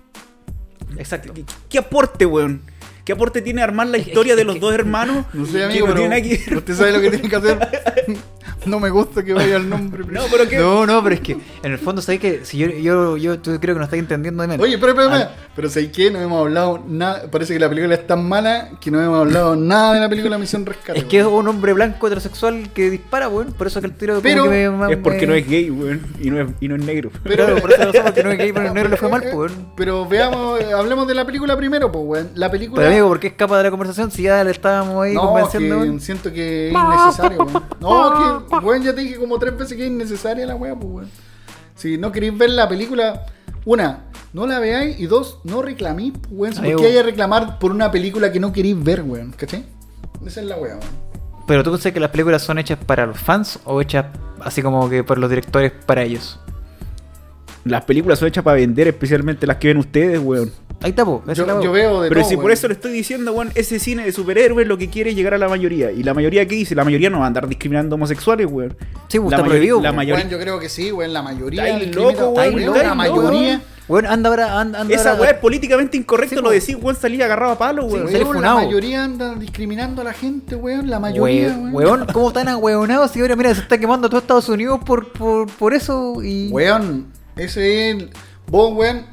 Speaker 2: Exacto.
Speaker 3: ¿Qué, qué aporte, weón? ¿Qué aporte tiene armar la historia de los dos hermanos?
Speaker 1: No sé,
Speaker 3: Que
Speaker 1: amigo,
Speaker 3: no
Speaker 1: pero
Speaker 3: tiene nada que ver.
Speaker 1: usted sabe lo que tiene que hacer. No me gusta que vaya el nombre.
Speaker 3: No, pero que.
Speaker 2: No, no, pero es que en el fondo sabéis que si yo, yo, yo tú creo que no estáis entendiendo de menos.
Speaker 1: Oye, pero, pero, pero, pero ¿sabes qué? No hemos hablado nada. Parece que la película es tan mala que no hemos hablado nada de la película Misión Rescate.
Speaker 2: es que es
Speaker 1: weón.
Speaker 2: un hombre blanco heterosexual que dispara, weón. Por eso que el tiro como
Speaker 1: Pero
Speaker 2: que me- me-
Speaker 3: Es porque
Speaker 2: me-
Speaker 3: no es gay, weón. Y no es, y no es negro.
Speaker 2: Claro, por esa razón, porque no es gay, pero el negro le fue mal, pues, weón.
Speaker 1: Pero veamos, eh, hablemos de la película primero, pues, weón. La película.
Speaker 2: Pero amigo, ¿por qué escapa de la conversación si ya le estábamos ahí
Speaker 1: no,
Speaker 2: convenciendo,
Speaker 1: que
Speaker 2: weón?
Speaker 1: siento que es innecesario, weón. No, que, weón, ya te dije como tres veces que es innecesaria la weá, pues, weón. Si no queréis ver la película, una, no la veáis, y dos, no reclaméis, pues, weón. Si ¿Por
Speaker 2: Amigo.
Speaker 1: qué hay que reclamar por una película que no queréis ver, weón? ¿Cachai? Esa es la weá, weón.
Speaker 2: Pero tú pensás que las películas son hechas para los fans o hechas así como que por los directores para ellos.
Speaker 3: Las películas son hechas para vender, especialmente las que ven ustedes, weón.
Speaker 2: Ahí está, po, esa es la
Speaker 1: Yo,
Speaker 2: weá.
Speaker 1: yo veo de
Speaker 3: Pero
Speaker 1: todo,
Speaker 3: si por
Speaker 1: weón.
Speaker 3: eso le estoy diciendo, weón, ese cine de superhéroes lo que quiere es llegar a la mayoría. ¿Y la mayoría qué dice? La mayoría no va a andar discriminando homosexuales, weón.
Speaker 2: Sí, pues, está
Speaker 3: La mayor-
Speaker 2: prohibido,
Speaker 3: La
Speaker 2: weón.
Speaker 3: mayoría.
Speaker 1: Weón, yo creo que sí, weón. La mayoría.
Speaker 3: Estáis
Speaker 1: discrimina-
Speaker 3: loco, weón,
Speaker 1: estáis
Speaker 2: estáis
Speaker 1: loco, La
Speaker 3: loco,
Speaker 1: mayoría.
Speaker 3: weón.
Speaker 2: Weón, anda ahora, anda, anda
Speaker 3: Esa
Speaker 2: ahora-
Speaker 3: weá es políticamente incorrecto
Speaker 2: Sí,
Speaker 3: lo
Speaker 2: po.
Speaker 3: decir, weón, salía agarrado a palo, weón.
Speaker 2: Sí, sale
Speaker 1: Weón, la
Speaker 2: funado.
Speaker 1: mayoría andan discriminando a la gente, weón. La mayoría,
Speaker 2: Weón, weón, ¿cómo tan ahueonados? Y ahora, mira, se está quemando todo Estados Unidos por, por, por eso y...
Speaker 1: Weón, ese es. el- Vos, weón,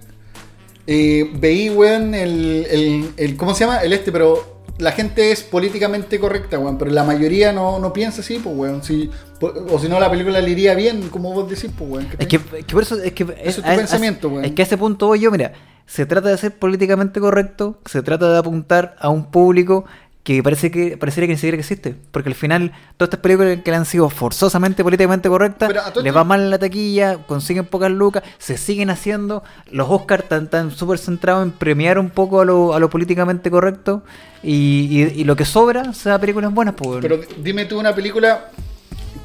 Speaker 1: eh, veí, weón, el, el, el- ¿Cómo se llama? El este, pero la gente es políticamente correcta, weón. Pero la mayoría no, no piensa así, pues, weón. Si, po- o si no, la película le iría bien, como vos decís, pues, weón.
Speaker 2: Es
Speaker 1: ¿cachai?
Speaker 2: que, es que por eso es que
Speaker 1: es tu
Speaker 2: a- a-
Speaker 1: pensamiento, weón.
Speaker 2: Es que a ese punto voy yo, mira, se trata de ser políticamente correcto, se trata de apuntar a un público que parece que pareciera que ni siquiera existe, porque al final todas estas películas que han sido forzosamente políticamente correctas,
Speaker 1: Pero a todo
Speaker 2: les
Speaker 1: esto-
Speaker 2: va mal en la taquilla, consiguen pocas lucas, se siguen haciendo, los Oscars están tan súper centrados en premiar un poco a lo, a lo políticamente correcto y, y- y lo que sobra se da películas buenas, pues.
Speaker 1: Pero dime tú una película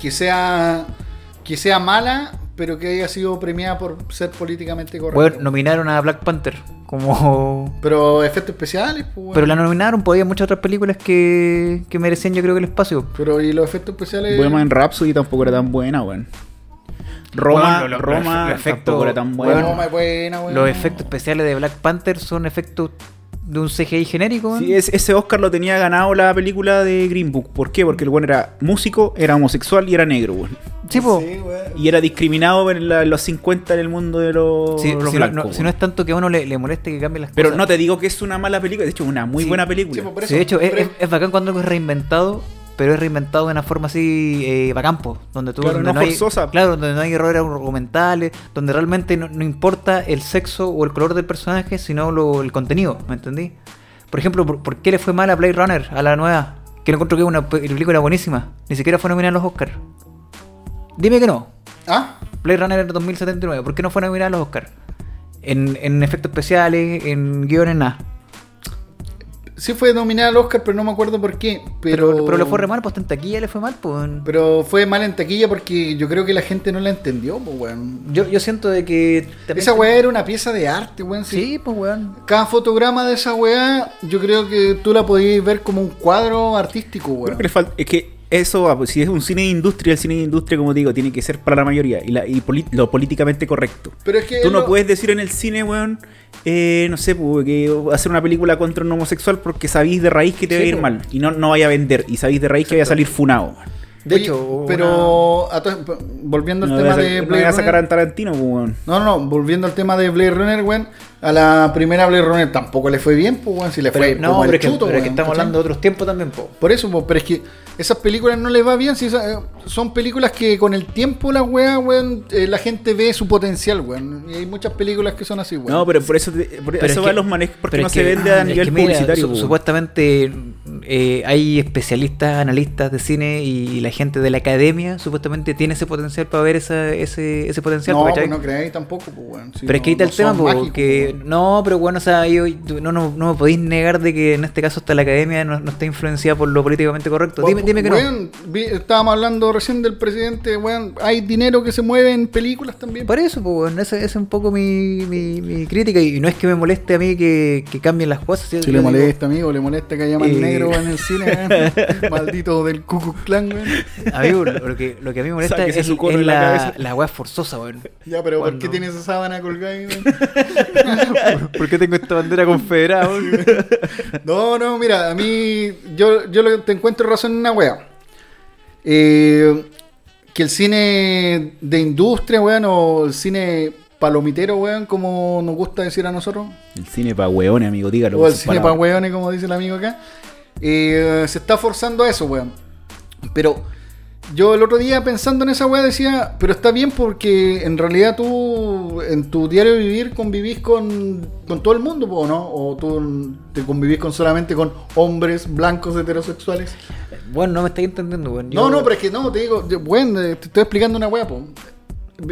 Speaker 1: que sea. que sea mala, pero que haya sido premiada por ser políticamente correcta.
Speaker 2: Bueno,
Speaker 1: weón.
Speaker 2: nominaron a Black Panther como
Speaker 1: Pero efectos especiales, pues, weón.
Speaker 2: Pero la nominaron, pues había muchas otras películas que, que merecían yo creo que el espacio.
Speaker 1: Pero, y los efectos especiales.
Speaker 3: Bohemian Rhapsody tampoco era tan buena, weón. Roma,
Speaker 2: Bueno, lo- lo-
Speaker 3: Roma
Speaker 2: lo- lo efecto-
Speaker 3: tampoco era tan
Speaker 1: Weón,
Speaker 3: buena.
Speaker 1: no, es buena, weón.
Speaker 2: Los efectos especiales de Black Panther son efectos de un CGI genérico.
Speaker 3: Sí,
Speaker 2: ¿no?
Speaker 3: es- ese Oscar lo tenía ganado la película de Green Book. ¿Por qué? Porque el weón era músico, era homosexual y era negro, weón.
Speaker 2: Sí, po.
Speaker 1: Sí, weón.
Speaker 3: Y era discriminado en la- los 50 en el mundo de los,
Speaker 2: Sí, si,
Speaker 3: los
Speaker 2: no-
Speaker 3: blancos.
Speaker 2: no, si
Speaker 3: weón.
Speaker 2: no es tanto que a uno le, le moleste que cambien las
Speaker 3: Pero no
Speaker 2: cosas.
Speaker 3: te digo que es una mala película, de hecho es una muy
Speaker 2: Sí,
Speaker 3: buena
Speaker 1: Sí,
Speaker 3: película.
Speaker 1: pues, por eso.
Speaker 2: Sí, de hecho, es,
Speaker 1: Pero-
Speaker 2: es- es bacán cuando algo es reinventado, pero es reinventado de una forma así eh, bacampo, donde tú
Speaker 3: Claro,
Speaker 2: donde
Speaker 3: no
Speaker 2: hay-
Speaker 3: forzosa.
Speaker 2: claro, donde no hay errores argumentales, donde realmente no, no importa el sexo o el color del personaje, sino lo- el contenido, ¿me entendí? Por ejemplo, ¿por, por qué le fue mal a Blade Runner, a la nueva? Que lo encuentro que es una pe- película buenísima, ni siquiera fue nominada a los Oscars. Dime que no,
Speaker 1: Ah,
Speaker 2: Blade Runner 2079, ¿por qué no fue nominada a los Oscars? En, en efectos especiales, en guiones, nada.
Speaker 1: sí fue nominada al Oscar, pero no me acuerdo por qué. Pero,
Speaker 2: Pero, pero le fue re mal, pues en taquilla le fue mal, pues. en-
Speaker 1: Pero fue mal en taquilla porque yo creo que la gente no la entendió, pues, weón.
Speaker 2: Yo, yo siento de que. también-
Speaker 1: Esa weá era una pieza de arte, weón. sí.
Speaker 2: Sí, pues weón.
Speaker 1: Cada fotograma de esa weá, yo creo que tú la podías ver como un cuadro artístico,
Speaker 3: Creo
Speaker 1: weón.
Speaker 3: que le falta. Es que eso, ah, pues, si es un cine de industria, el cine de industria, como te digo, tiene que ser para la mayoría y, la- y poli- lo políticamente correcto.
Speaker 1: Pero es que
Speaker 3: Tú
Speaker 1: es
Speaker 3: no
Speaker 1: lo-
Speaker 3: puedes decir en el cine, weón, eh, no sé, pues, que hacer una película contra un homosexual porque sabéis de raíz que te va a
Speaker 1: Sí,
Speaker 3: ir
Speaker 1: pues.
Speaker 3: mal y no, no vaya a vender y sabéis de raíz que vaya a salir funado.
Speaker 2: De
Speaker 1: Oye,
Speaker 2: hecho,
Speaker 1: pero a to- volviendo
Speaker 3: No,
Speaker 1: al
Speaker 3: no
Speaker 1: tema
Speaker 3: vaya a-
Speaker 1: de
Speaker 3: no vaya a sacar
Speaker 1: Runner-
Speaker 3: a Tarantino, pues, weón.
Speaker 1: No, no, volviendo al tema de Blade Runner, weón. A la primera Blade Runner tampoco le fue bien, pues, weón. Si le
Speaker 2: Pero-
Speaker 1: fue
Speaker 2: no,
Speaker 1: como
Speaker 2: pero
Speaker 1: el
Speaker 2: es que,
Speaker 1: chuto,
Speaker 2: pero es que
Speaker 1: weón,
Speaker 2: estamos
Speaker 1: ¿cachai?
Speaker 2: hablando de otros tiempos también, po.
Speaker 1: Por eso, po, pero es que esas películas no les va bien. Si esa- eh, son películas que con el tiempo la weá, weón, eh, la gente ve su potencial, weón. Y hay muchas películas que son así, weón.
Speaker 3: No, pero por eso, te- por
Speaker 2: Pero
Speaker 3: eso
Speaker 2: es
Speaker 3: va
Speaker 2: que-
Speaker 3: a los manejos, porque
Speaker 2: pero
Speaker 3: no
Speaker 2: es
Speaker 3: se
Speaker 2: que- ah,
Speaker 3: vende a
Speaker 2: es que
Speaker 3: nivel
Speaker 2: mira,
Speaker 3: publicitario.
Speaker 2: su-
Speaker 3: pues, weón.
Speaker 2: supuestamente eh, hay especialistas, analistas de cine y la gente de la academia supuestamente tiene ese potencial para ver esa- ese, ese potencial.
Speaker 1: no,
Speaker 2: ¿cachai?
Speaker 1: pues no creáis tampoco, pues, weón. Si
Speaker 2: pero es que ahí
Speaker 1: no-
Speaker 2: está
Speaker 1: no
Speaker 2: el tema,
Speaker 1: son
Speaker 2: po,
Speaker 1: mágicos,
Speaker 2: que
Speaker 1: weón.
Speaker 2: no, pero bueno, o sea, yo, tú- no, no, no me podéis negar de que en este caso hasta la academia no, no está influenciada por lo políticamente correcto. Dime,
Speaker 1: Po-
Speaker 2: dime que no.
Speaker 1: weón, Pues, vi- estábamos hablando recién del presidente, weón. Hay dinero que se mueve en películas también.
Speaker 2: Por eso, pues, bueno, esa esa es un poco mi, mi- mi crítica. Y no es que me moleste a mí que, que cambien las cosas. ¿sí?
Speaker 1: si
Speaker 2: Yo
Speaker 1: le
Speaker 2: digo,
Speaker 1: molesta, amigo, le molesta que haya más
Speaker 2: eh,
Speaker 1: negro, weón, en el cine, weón. Maldito del Ku Klux Klan, weón.
Speaker 2: Amigo, lo lo que, lo que a mí me molesta
Speaker 5: Sáquese
Speaker 2: es,
Speaker 5: su cono
Speaker 2: es
Speaker 5: en la
Speaker 2: la,
Speaker 5: cabeza.
Speaker 2: la weá forzosa, weón.
Speaker 1: Ya, pero ¿por
Speaker 2: Cuando-
Speaker 1: qué tiene esa sábana colgada ahí, weón?
Speaker 2: ¿Por qué tengo esta bandera confederada, weón?
Speaker 1: No, no, mira, a mí yo, yo lo- te encuentro razón en una wea. Eh, que el cine de industria, weón, o el cine palomitero, weón, como nos gusta decir a nosotros,
Speaker 5: El cine pa' hueones, amigo, dígalo.
Speaker 1: o Oh,
Speaker 5: con
Speaker 3: pues,
Speaker 1: el
Speaker 5: sus
Speaker 1: cine para
Speaker 5: palabras.
Speaker 1: weones, como dice el amigo acá, eh, se está forzando a eso, weón. Pero yo el otro día pensando en esa weá decía, pero está bien porque en realidad tú en tu diario vivir convivís con, con todo el mundo, po, ¿no? O tú te convivís con solamente con hombres blancos heterosexuales.
Speaker 2: Bueno, no me estáis entendiendo, weón.
Speaker 1: No, no, pero es que no, te digo, yo- weón, eh, te estoy explicando una weá, po.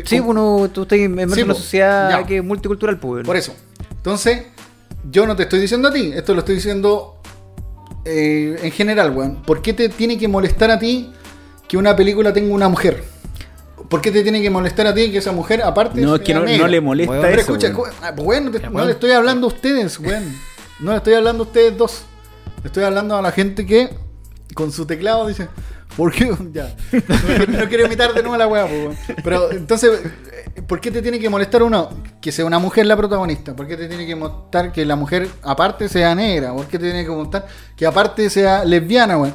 Speaker 2: Sí, uno, tú estás inmerso
Speaker 1: Sí,
Speaker 2: en una
Speaker 1: po.
Speaker 2: sociedad
Speaker 1: Ya.
Speaker 2: que es multicultural, pues. weón.
Speaker 1: Por eso. Entonces, yo no te estoy diciendo a ti, esto lo estoy diciendo eh, en general, weón. ¿Por qué te tiene que molestar a ti que una película tenga una mujer? ¿Por qué te tiene que molestar a ti que esa mujer, aparte,
Speaker 5: No,
Speaker 1: sea
Speaker 5: es que no,
Speaker 1: negra?
Speaker 5: no le molesta
Speaker 2: Weón,
Speaker 1: Pero
Speaker 5: eso.
Speaker 1: escucha,
Speaker 5: weón.
Speaker 1: cu- ah, weón, no, te- no
Speaker 2: weón.
Speaker 1: le estoy hablando a ustedes, weón. No le estoy hablando a ustedes dos. Le estoy hablando a la gente que con su teclado dice, ¿por qué? Ya. No, no quiero imitar de nuevo a la weá, pues, weón. Pero entonces, eh, ¿por qué te tiene que molestar uno que sea una mujer la protagonista? ¿Por qué te tiene que molestar que la mujer aparte sea negra? ¿Por qué te tiene que molestar que aparte sea lesbiana, weón?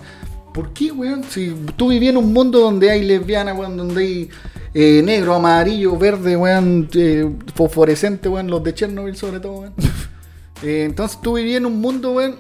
Speaker 1: ¿Por qué, weón? Si tú vivías en un mundo donde hay lesbiana, weón, donde hay eh, negro, amarillo, verde, weón, eh, fosforescente, weón, los de Chernobyl sobre todo, weón. Eh, entonces tú vivías en un mundo, weón,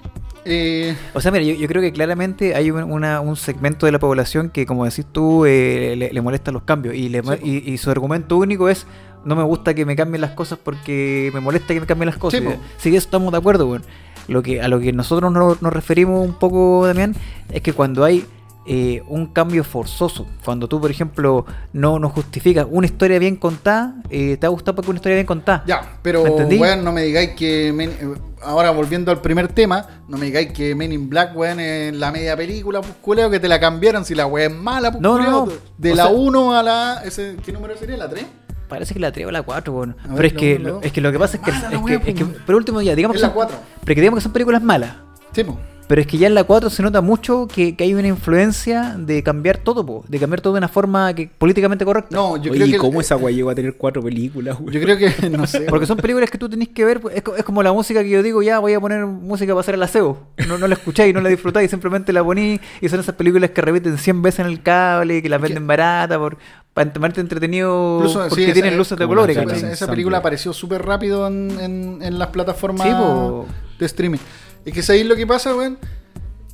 Speaker 1: eh,
Speaker 2: O sea, mira, yo, yo creo que claramente hay un, una- un segmento de la población que, como decís tú, eh, le, le molestan los cambios. Y, le mo- y, y su argumento único es, no me gusta que me cambien las cosas porque me molesta que me cambien las cosas.
Speaker 1: Sí, po.
Speaker 2: Sí, que eso estamos de acuerdo, weón. Lo que, a lo que nosotros no- nos referimos un poco, Damián, es que cuando hay eh, un cambio forzoso, cuando tú, por ejemplo, no, no justificas una historia bien contada, eh, te ha gustado porque una historia bien contada.
Speaker 1: Ya, pero
Speaker 2: ¿Me entendí?
Speaker 1: weón, no me digáis que. Men- eh, ahora volviendo al primer tema, no me digáis que Men in Black, weón, en la media película, pues culeo, que te la cambiaron si la weón es mala, pues
Speaker 2: No, no,
Speaker 1: culeo,
Speaker 2: no.
Speaker 1: De
Speaker 2: O
Speaker 1: la
Speaker 2: sea-
Speaker 1: 1 a la. ese- ¿Qué número sería? ¿La 3?
Speaker 2: Parece que la 3 o la 4, bueno.
Speaker 1: A
Speaker 2: Pero
Speaker 1: ver,
Speaker 2: es,
Speaker 1: la
Speaker 2: que,
Speaker 1: uno, la
Speaker 2: lo-
Speaker 1: dos.
Speaker 2: es que lo que pasa es que.
Speaker 1: Mala
Speaker 2: es
Speaker 1: la
Speaker 2: que-
Speaker 1: wea,
Speaker 2: es que-
Speaker 1: pues.
Speaker 2: por último, ya, digamos
Speaker 1: Es la
Speaker 2: que. son-
Speaker 1: cuatro.
Speaker 2: Pero que digamos que son películas malas.
Speaker 1: Sí, pues.
Speaker 2: Pero es que ya en la 4 se nota mucho que, que hay una influencia de cambiar todo, po, de cambiar todo de una forma que, políticamente correcta.
Speaker 1: No, yo
Speaker 5: Oye,
Speaker 1: creo
Speaker 5: ¿y
Speaker 1: que.
Speaker 5: cómo esa guay llegó a tener cuatro películas, weón?
Speaker 1: Yo creo que. No sé.
Speaker 2: Porque son películas que tú tenés que ver, pues, es, co- es como la música que yo digo, ya voy a poner música para hacer el aseo. No, no la escucháis, no la disfrutáis, simplemente la poní y son esas películas que repiten 100 veces en el cable, que las venden barata por, para mantenerte entretenido
Speaker 1: Incluso, sí,
Speaker 2: porque
Speaker 1: esa-
Speaker 2: tienen luces de
Speaker 5: como
Speaker 2: colores.
Speaker 1: esa-
Speaker 5: ¿cachai?
Speaker 1: Esa, Ah, esa
Speaker 5: Ensamble.
Speaker 1: película apareció súper rápido en, en- en las plataformas
Speaker 2: Sí, po.
Speaker 1: de streaming. Es que ahí lo que pasa, weón.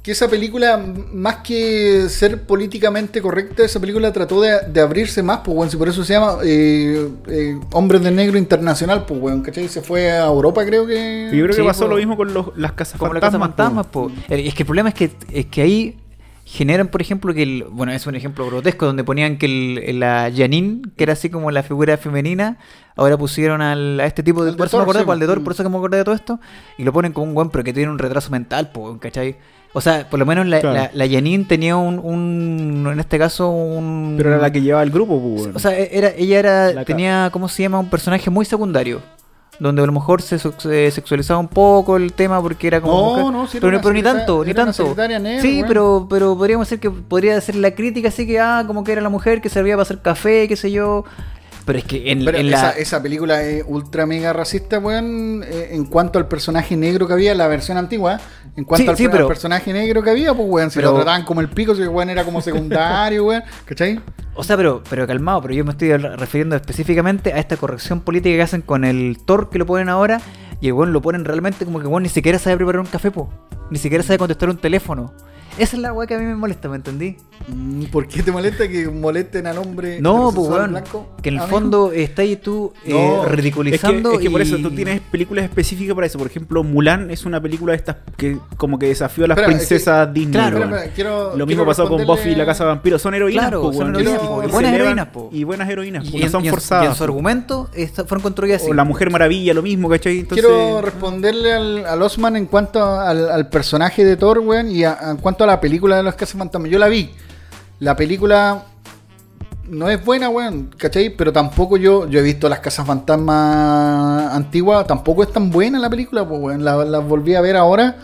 Speaker 1: Que esa película, m- más que ser políticamente correcta, esa película trató de, de abrirse más, pues, weón. Si por eso se llama eh, eh, Hombres de Negro Internacional, pues, weón. ¿Cachai? Se fue a Europa, creo que.
Speaker 5: Yo creo
Speaker 2: Sí,
Speaker 5: que pasó
Speaker 2: po.
Speaker 5: lo mismo con los, las casas
Speaker 2: como la casa
Speaker 5: fantasmas.
Speaker 2: fantasma, po. Eh, Es que el problema es que, es que ahí generan, por ejemplo, que el. Bueno, es un ejemplo grotesco donde ponían que el- la Janine, que era así como la figura femenina, ahora pusieron al, a este tipo de.
Speaker 1: Al de
Speaker 2: Por eso me
Speaker 1: Thor,
Speaker 2: acordé,
Speaker 1: sí,
Speaker 2: po, al de Thor,
Speaker 1: mm.
Speaker 2: por eso que me acordé de todo esto, y lo ponen como un buen, pero que tiene un retraso mental, po, ¿cachai? O sea, por lo menos la,
Speaker 5: Claro.
Speaker 2: la- la Janine tenía un, un- En este caso, un.
Speaker 5: Pero era la que llevaba el grupo, pues, weón.
Speaker 2: O sea, e- era, ella era,
Speaker 5: La ca-
Speaker 2: tenía, ¿cómo se llama? Un personaje muy secundario. Donde a lo mejor se, so- se sexualizaba un poco el tema porque era como.
Speaker 1: No,
Speaker 2: mujer.
Speaker 1: no, sí era
Speaker 2: pero,
Speaker 1: una
Speaker 2: pero ni
Speaker 1: secreta-
Speaker 2: tanto, ni
Speaker 1: era una
Speaker 2: tanto.
Speaker 1: secretaria negra,
Speaker 2: sí,
Speaker 1: weón.
Speaker 2: pero, pero podríamos decir que podría ser la crítica así que, ah, como que era la mujer que servía para hacer café, qué sé yo. Pero es que en,
Speaker 1: Pero
Speaker 2: en
Speaker 1: esa,
Speaker 2: la.
Speaker 1: esa película es ultra mega racista, weón. eh, en cuanto al personaje negro que había, la versión antigua. En cuanto
Speaker 2: Sí,
Speaker 1: al,
Speaker 2: sí,
Speaker 1: per-
Speaker 2: pero-
Speaker 1: al personaje negro que había, pues, weón. Si
Speaker 2: Pero-
Speaker 1: lo trataban como el pico, si el weón era como secundario, weón. ¿Cachai?
Speaker 2: O sea, pero, pero calmado, pero yo me estoy re- refiriendo específicamente a esta corrección política que hacen con el Thor que lo ponen ahora. Y el weón lo ponen realmente como que el weón ni siquiera sabe preparar un café, po. Ni siquiera sabe contestar un teléfono. Esa es la weá que a mí me molesta, ¿me entendí?
Speaker 1: Mm, ¿Por qué te molesta que molesten al hombre
Speaker 2: No, pues
Speaker 1: heterosexual
Speaker 2: weón.
Speaker 1: blanco?
Speaker 2: Que en el
Speaker 1: amigo?
Speaker 2: fondo está ahí tú eh,
Speaker 1: No, es que-
Speaker 5: Es que,
Speaker 2: ridiculizando.
Speaker 5: es que por
Speaker 2: y-
Speaker 5: eso tú tienes películas específicas para eso. Por ejemplo, Mulan es una película de estas que como que desafió a las
Speaker 1: Espera, es que-
Speaker 5: princesas Disney.
Speaker 2: Claro.
Speaker 1: Espera,
Speaker 5: weón.
Speaker 1: espera, quiero-
Speaker 5: Lo
Speaker 1: quiero
Speaker 5: mismo pasó con
Speaker 1: responderle-
Speaker 5: Buffy y la Casa de Vampiros. Son heroínas,
Speaker 2: Claro,
Speaker 5: po,
Speaker 2: son
Speaker 5: weón.
Speaker 2: heroínas,
Speaker 1: po,
Speaker 5: Que se
Speaker 2: buenas
Speaker 5: elevan-
Speaker 2: heroínas, po.
Speaker 5: Y buenas heroínas, po,
Speaker 2: Y,
Speaker 5: no
Speaker 2: en,
Speaker 5: son
Speaker 2: y en-
Speaker 5: forzadas.
Speaker 2: y en su
Speaker 5: po.
Speaker 2: argumento esta- fueron construidas así.
Speaker 5: o La Mujer Maravilla, lo mismo, ¿cachai? Entonces,
Speaker 1: Quiero responderle al, al Osman en cuanto al, al personaje de Thor, weón, y a- en cuanto a la película de los cazafantasmas. Yo la vi. La película no es buena, weón, ¿cachai? Pero tampoco yo, yo he visto las cazafantasmas antiguas, tampoco es tan buena la película, pues, weón. La- Las volví a ver ahora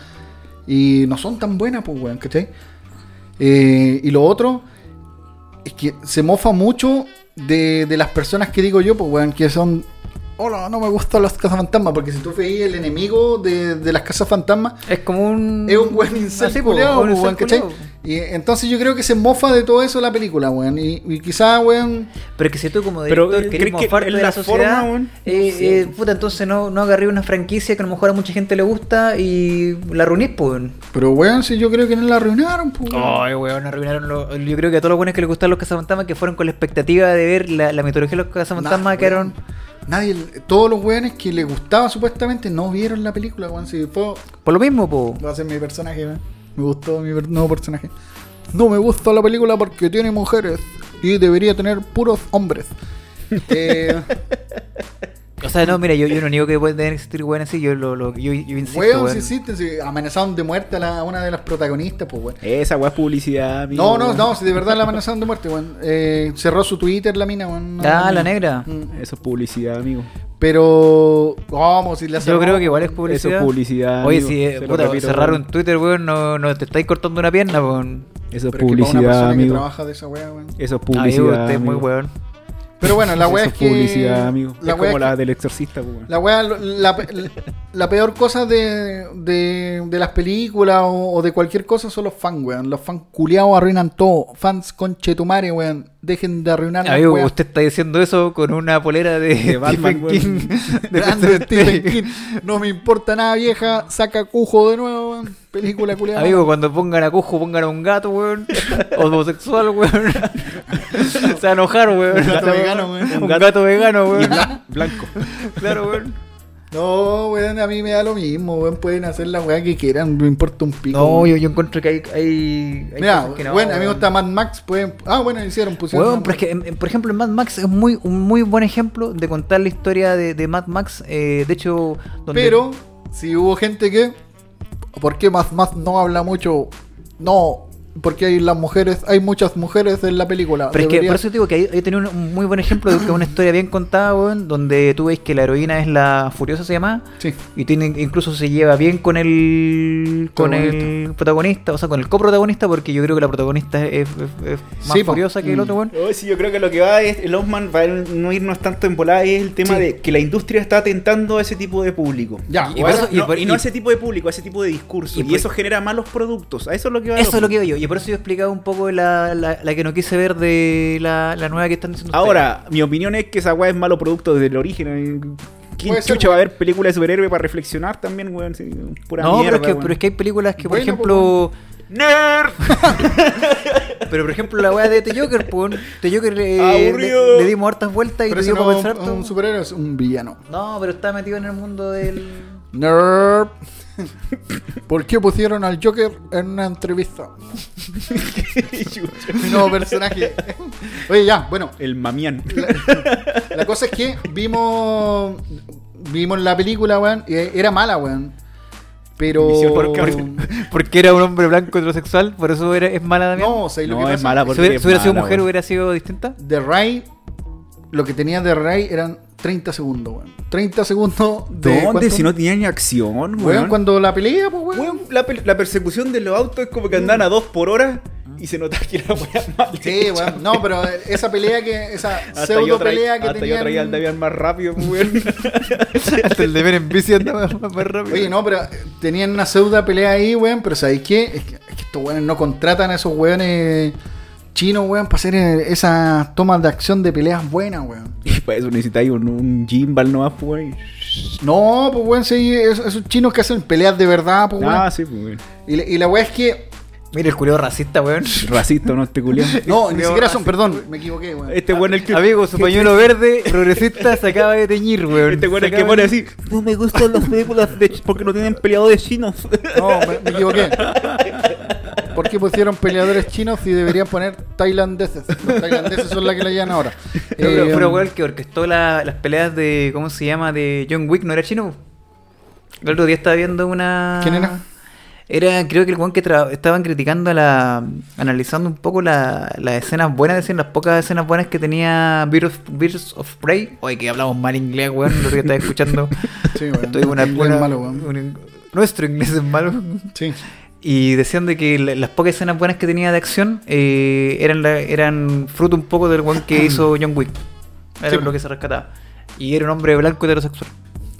Speaker 1: Y no son tan buenas, pues, weón, ¿cachai? Eh, y lo otro es que se mofa mucho de, de las personas que digo yo, pues, weón, que son. Hola, no me gustan las casas fantasmas, porque si tú veías el enemigo de, de las casas fantasmas,
Speaker 2: Es como un.
Speaker 1: es un buen incel
Speaker 2: Así, Mm, po,
Speaker 1: culiao,
Speaker 2: un
Speaker 1: po,
Speaker 2: incel
Speaker 1: weón, ¿cachai?
Speaker 2: culiao.
Speaker 1: Y eh, entonces yo creo que se mofa de todo eso la película, weón. Y, y quizá, weón,
Speaker 2: Pero es que si tú como
Speaker 3: Pero,
Speaker 2: director
Speaker 3: eh,
Speaker 2: querés
Speaker 3: creo que
Speaker 2: mofarte
Speaker 3: en
Speaker 2: de
Speaker 3: la
Speaker 2: la sociedad,
Speaker 3: forma, weón.
Speaker 2: eh, eh, puta, entonces no, no agarré una franquicia que a lo mejor a mucha gente le gusta y la reunís, pues. weón.
Speaker 1: Pero weón, si yo creo que no la arruinaron, pues. weón.
Speaker 2: Ay, weón, arruinaron lo- Yo creo que a todos los buenos que les gustaron los cazafantasmas que fueron con la expectativa de ver la, la mitología de los cazafantasmas
Speaker 1: Nah,
Speaker 2: quedaron.
Speaker 1: weón. Nadie, todos los weones que les gustaba supuestamente no vieron la película, weón. Si fue,
Speaker 2: Por lo mismo, po.
Speaker 1: va a ser mi personaje, weón. Me gustó mi per- nuevo personaje. No me gusta la película porque tiene mujeres y debería tener puros hombres. Eh,
Speaker 2: O sea, no, mira, yo, yo no niego que pueden existir weones así, yo, lo, lo- yo, yo insisto.
Speaker 1: weón,
Speaker 2: weón.
Speaker 1: si existen, si amenazaron de muerte a, la- a una de las protagonistas, pues weón.
Speaker 3: Esa weá es publicidad, amigo.
Speaker 1: No, no,
Speaker 3: weón.
Speaker 1: no, si de verdad la amenazaron de muerte, weón. Eh, cerró su Twitter la mina, weón. No,
Speaker 2: Ah,
Speaker 1: no,
Speaker 2: la
Speaker 1: no.
Speaker 2: negra.
Speaker 1: Mm.
Speaker 3: Eso es publicidad, amigo.
Speaker 1: Pero, ¿cómo? Si la
Speaker 2: Yo
Speaker 1: cerró,
Speaker 2: creo que igual es
Speaker 3: Eso
Speaker 2: publicidad.
Speaker 3: es publicidad.
Speaker 2: Oye,
Speaker 3: amigo.
Speaker 2: si eh,
Speaker 3: Se lo
Speaker 2: puta,
Speaker 3: repito,
Speaker 2: cerrar
Speaker 3: weón.
Speaker 2: un Twitter, weón, no, no te estáis cortando una pierna, weón.
Speaker 3: Eso
Speaker 1: Pero es
Speaker 3: es
Speaker 1: que para una
Speaker 3: publicidad,
Speaker 1: persona que
Speaker 3: amigo.
Speaker 1: trabaja de esa wea, weón.
Speaker 3: Eso es
Speaker 2: Amigo,
Speaker 3: publicidad.
Speaker 2: usted es muy
Speaker 3: amigo.
Speaker 2: weón.
Speaker 1: Pero bueno, la wea
Speaker 3: Eso
Speaker 1: es que.
Speaker 3: publicidad, amigo.
Speaker 1: La
Speaker 3: es
Speaker 1: wea,
Speaker 3: como
Speaker 1: es
Speaker 3: la
Speaker 1: que-
Speaker 3: del exorcista, pues, weón.
Speaker 1: la, wea- la pe- la peor cosa de, de, de las películas o, o de cualquier cosa son los fans, weón. Los fans culiados arruinan todo. Fans conchetumare, weón. Dejen de arruinar las
Speaker 2: Amigo,
Speaker 1: weas.
Speaker 2: usted está diciendo eso con una polera de,
Speaker 3: De Batman,
Speaker 2: Stephen King.
Speaker 3: weón.
Speaker 2: De
Speaker 1: Grande Stephen King. No me importa nada, vieja. Saca cujo de nuevo, weón. Película culiada.
Speaker 2: Amigo, cuando pongan a Cujo, pongan a un gato, weón. O homosexual, weón. Se va a enojar, weón.
Speaker 1: Un gato vegano, weón.
Speaker 2: Un gato vegano, weón.
Speaker 3: Blanco.
Speaker 2: Claro, weón.
Speaker 1: No, weón, a mí me da lo mismo, weón. Pueden hacer la weá que quieran, no me importa un pico.
Speaker 2: No,
Speaker 1: weón.
Speaker 2: yo, yo encuentro que hay. hay, hay
Speaker 1: Mira,
Speaker 2: cosas que no,
Speaker 1: bueno, a mí me
Speaker 2: weón.
Speaker 1: gusta Mad Max, pueden... Ah, bueno, hicieron, pusieron...
Speaker 2: Weón, pero es que, en- en- por ejemplo, en Mad Max es muy, un muy buen ejemplo de contar la historia de, de Mad Max. eh, de hecho, donde.
Speaker 1: Pero, si hubo gente que... ¿Por qué Mad Max no habla mucho? No, porque hay las mujeres... Hay muchas mujeres en la película.
Speaker 2: Pero es
Speaker 1: Ah,
Speaker 2: que
Speaker 1: Debería-
Speaker 2: por eso te digo que ahí, ahí tenía un, un muy buen ejemplo de que una historia bien contada, weón, donde tú ves que la heroína es la Furiosa, se llama,
Speaker 1: Sí.
Speaker 2: y tiene, incluso se lleva bien con el con el protagonista, o sea, con el coprotagonista, porque yo creo que la protagonista es, es- es más
Speaker 1: Sí, po.
Speaker 2: furiosa que el
Speaker 1: Mm.
Speaker 2: otro, weón.
Speaker 3: Oh, sí, yo creo que lo que va es, el Osman va a no irnos tanto en volada, es el tema
Speaker 1: Sí.
Speaker 3: de que la industria está atentando a ese tipo de público.
Speaker 1: Ya,
Speaker 2: Y
Speaker 3: O
Speaker 2: por
Speaker 3: a esa-
Speaker 2: eso- y
Speaker 3: no,
Speaker 2: por-
Speaker 3: y no
Speaker 2: y-
Speaker 3: a ese tipo de público, a ese tipo de discurso.
Speaker 2: y
Speaker 3: Y,
Speaker 2: por-
Speaker 3: eso genera malos productos. A eso es lo que va
Speaker 2: Eso es lo
Speaker 3: Osman.
Speaker 2: que veo yo, y por eso yo he explicado un poco la, la, la que no quise ver de la, la nueva que están diciendo. ustedes.
Speaker 3: Ahora, mi opinión es que esa weá es malo producto desde el origen. ¿Quién
Speaker 1: Puede ser,
Speaker 3: chucha va a
Speaker 1: weón.
Speaker 3: ver películas de superhéroe para reflexionar también, weón? Sí, pura
Speaker 2: no,
Speaker 3: mierda,
Speaker 2: pero, es que,
Speaker 3: weón.
Speaker 2: pero es que hay películas que, por
Speaker 1: Bueno,
Speaker 2: ejemplo.
Speaker 3: ¡Nerd!
Speaker 2: Pero por ejemplo, la weá de The Joker, pues. The Joker eh,
Speaker 3: Aburrido.
Speaker 2: le, le dimos hartas vueltas y
Speaker 1: Pero
Speaker 2: te
Speaker 1: ese
Speaker 2: dio
Speaker 1: no
Speaker 2: para
Speaker 1: es
Speaker 2: pensar
Speaker 1: un,
Speaker 2: todo.
Speaker 1: un superhéroe, es un villano.
Speaker 2: No, pero está metido en el mundo del.
Speaker 1: Nerd. ¿Por qué pusieron al Joker en una entrevista? Mi nuevo personaje. Oye, ya, bueno.
Speaker 3: el mamián.
Speaker 1: La cosa es que vimos vimos la película, weón. y Era mala, weón. Pero.
Speaker 3: Misión por
Speaker 2: Porque era un hombre blanco heterosexual, por eso era, es mala también.
Speaker 1: No, ¿sabes lo
Speaker 3: No,
Speaker 1: que
Speaker 3: es
Speaker 1: pasa?
Speaker 3: mala
Speaker 2: si
Speaker 3: porque
Speaker 2: hubiera,
Speaker 3: es
Speaker 2: si hubiera sido
Speaker 3: mala,
Speaker 2: mujer,
Speaker 3: weón.
Speaker 2: hubiera sido distinta.
Speaker 1: The Ray. Lo que tenía The Ray eran 30 segundos, weón. 30 segundos de.
Speaker 3: ¿Dónde?
Speaker 1: ¿cuánto?
Speaker 3: Si no tenía ni acción, weón.
Speaker 1: Weón, cuando la pelea, pues, weón.
Speaker 3: Weón, la, pel- la persecución de los autos es como que andan a dos por hora y se nota que la weá es mal.
Speaker 1: Sí, weón. No, pero esa pelea que. Esa
Speaker 3: Hasta yo
Speaker 1: pseudo
Speaker 3: traía-
Speaker 1: pelea que
Speaker 3: hasta yo traía
Speaker 1: tenían.
Speaker 3: al Davian más rápido, pues, weón.
Speaker 2: Hasta el deber en bici andaba más, más rápido.
Speaker 1: Oye, no, pero eh, tenían una pseudo pelea ahí, weón, pero ¿sabéis qué? Es que, es que estos weones no contratan a esos weones chinos, weón, para hacer eh, esas tomas de acción de peleas buenas, weón.
Speaker 3: y para eso necesitáis un, un gimbal nomás, pues, weón.
Speaker 1: No, pues weón, sí, esos, esos chinos que hacen peleas de verdad, pues weón.
Speaker 3: Ah, sí, pues, weón.
Speaker 1: Y, la- y la weá es que.
Speaker 2: Mira, el curioso racista, weón.
Speaker 3: Racista, no este culiao.
Speaker 1: No, ni
Speaker 2: Creo
Speaker 1: siquiera son, perdón, me equivoqué, weón.
Speaker 3: Este weón el que.
Speaker 2: Amigo, su pañuelo verde progresista se acaba de teñir, weón.
Speaker 3: Este weón
Speaker 2: Se
Speaker 3: el que
Speaker 2: acaba
Speaker 3: pone
Speaker 2: de-
Speaker 3: así. No me gustan las películas de porque no tienen peleadores chinos.
Speaker 1: No, me, me equivoqué. ¿Por qué pusieron peleadores chinos y deberían poner tailandeses? Los tailandeses son la que la llevan ahora.
Speaker 2: No, pero,
Speaker 1: Eh,
Speaker 2: pero, weón, el que orquestó la- las peleas de. ¿Cómo se llama? De John Wick, ¿no era chino? El otro día estaba viendo una.
Speaker 1: ¿Quién era?
Speaker 2: Era, creo que el weón que tra- estaban criticando a la. analizando un poco la- las escenas buenas, decían las pocas escenas buenas que tenía Birds of, Birds of Prey. Oye, que hablamos mal inglés, weón, lo que estaba escuchando.
Speaker 1: Sí, weón.
Speaker 2: Tuve una,
Speaker 1: Inglés
Speaker 2: una-
Speaker 1: malo, weón.
Speaker 2: un- Nuestro inglés es malo.
Speaker 1: Sí.
Speaker 2: Y decían de que la- las pocas escenas buenas que tenía de acción eh, eran, la- eran fruto un poco del one que hizo John Wick. Era
Speaker 1: Sí.
Speaker 2: lo que se rescataba. Y era un hombre blanco heterosexual.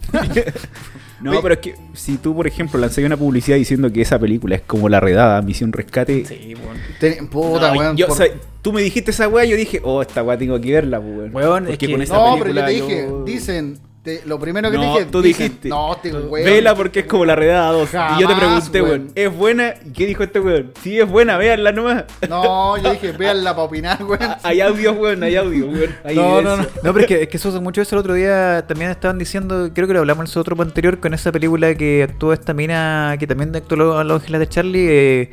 Speaker 3: No, pero es que si tú, por ejemplo, lanzas una publicidad diciendo que esa película es como la redada, Misión Rescate.
Speaker 2: Sí, bueno.
Speaker 1: Ten- puta,
Speaker 3: No,
Speaker 1: weón.
Speaker 3: yo,
Speaker 1: por-
Speaker 3: o sea, tú me dijiste esa weá, yo dije, oh, esta weá tengo que verla, weón.
Speaker 2: Weón, es
Speaker 3: Porque
Speaker 2: que-
Speaker 3: con esa
Speaker 1: no, pero yo
Speaker 3: película
Speaker 1: te dije,
Speaker 3: yo-
Speaker 1: dicen, te- lo primero que
Speaker 3: No,
Speaker 1: te dije,
Speaker 3: tú
Speaker 1: dicen,
Speaker 3: dijiste.
Speaker 1: No, te weón.
Speaker 3: Vela porque es como la redada 2. y yo te
Speaker 1: Jamás,
Speaker 3: pregunté, weón,
Speaker 1: weón.
Speaker 3: ¿es buena? ¿Y qué dijo este weón? Sí, es buena, véanla nomás.
Speaker 1: No, yo dije, véanla para opinar, weón.
Speaker 3: hay audio, weón, hay audio, weón. Hay
Speaker 1: No,
Speaker 3: evidencia.
Speaker 1: no, no.
Speaker 2: No, pero es que, es que eso hace mucho eso. El otro día también estaban diciendo, creo que lo hablamos en su otro anterior, con esa película que actuó esta mina, que también actuó lo- Los Ángeles de Charlie, eh,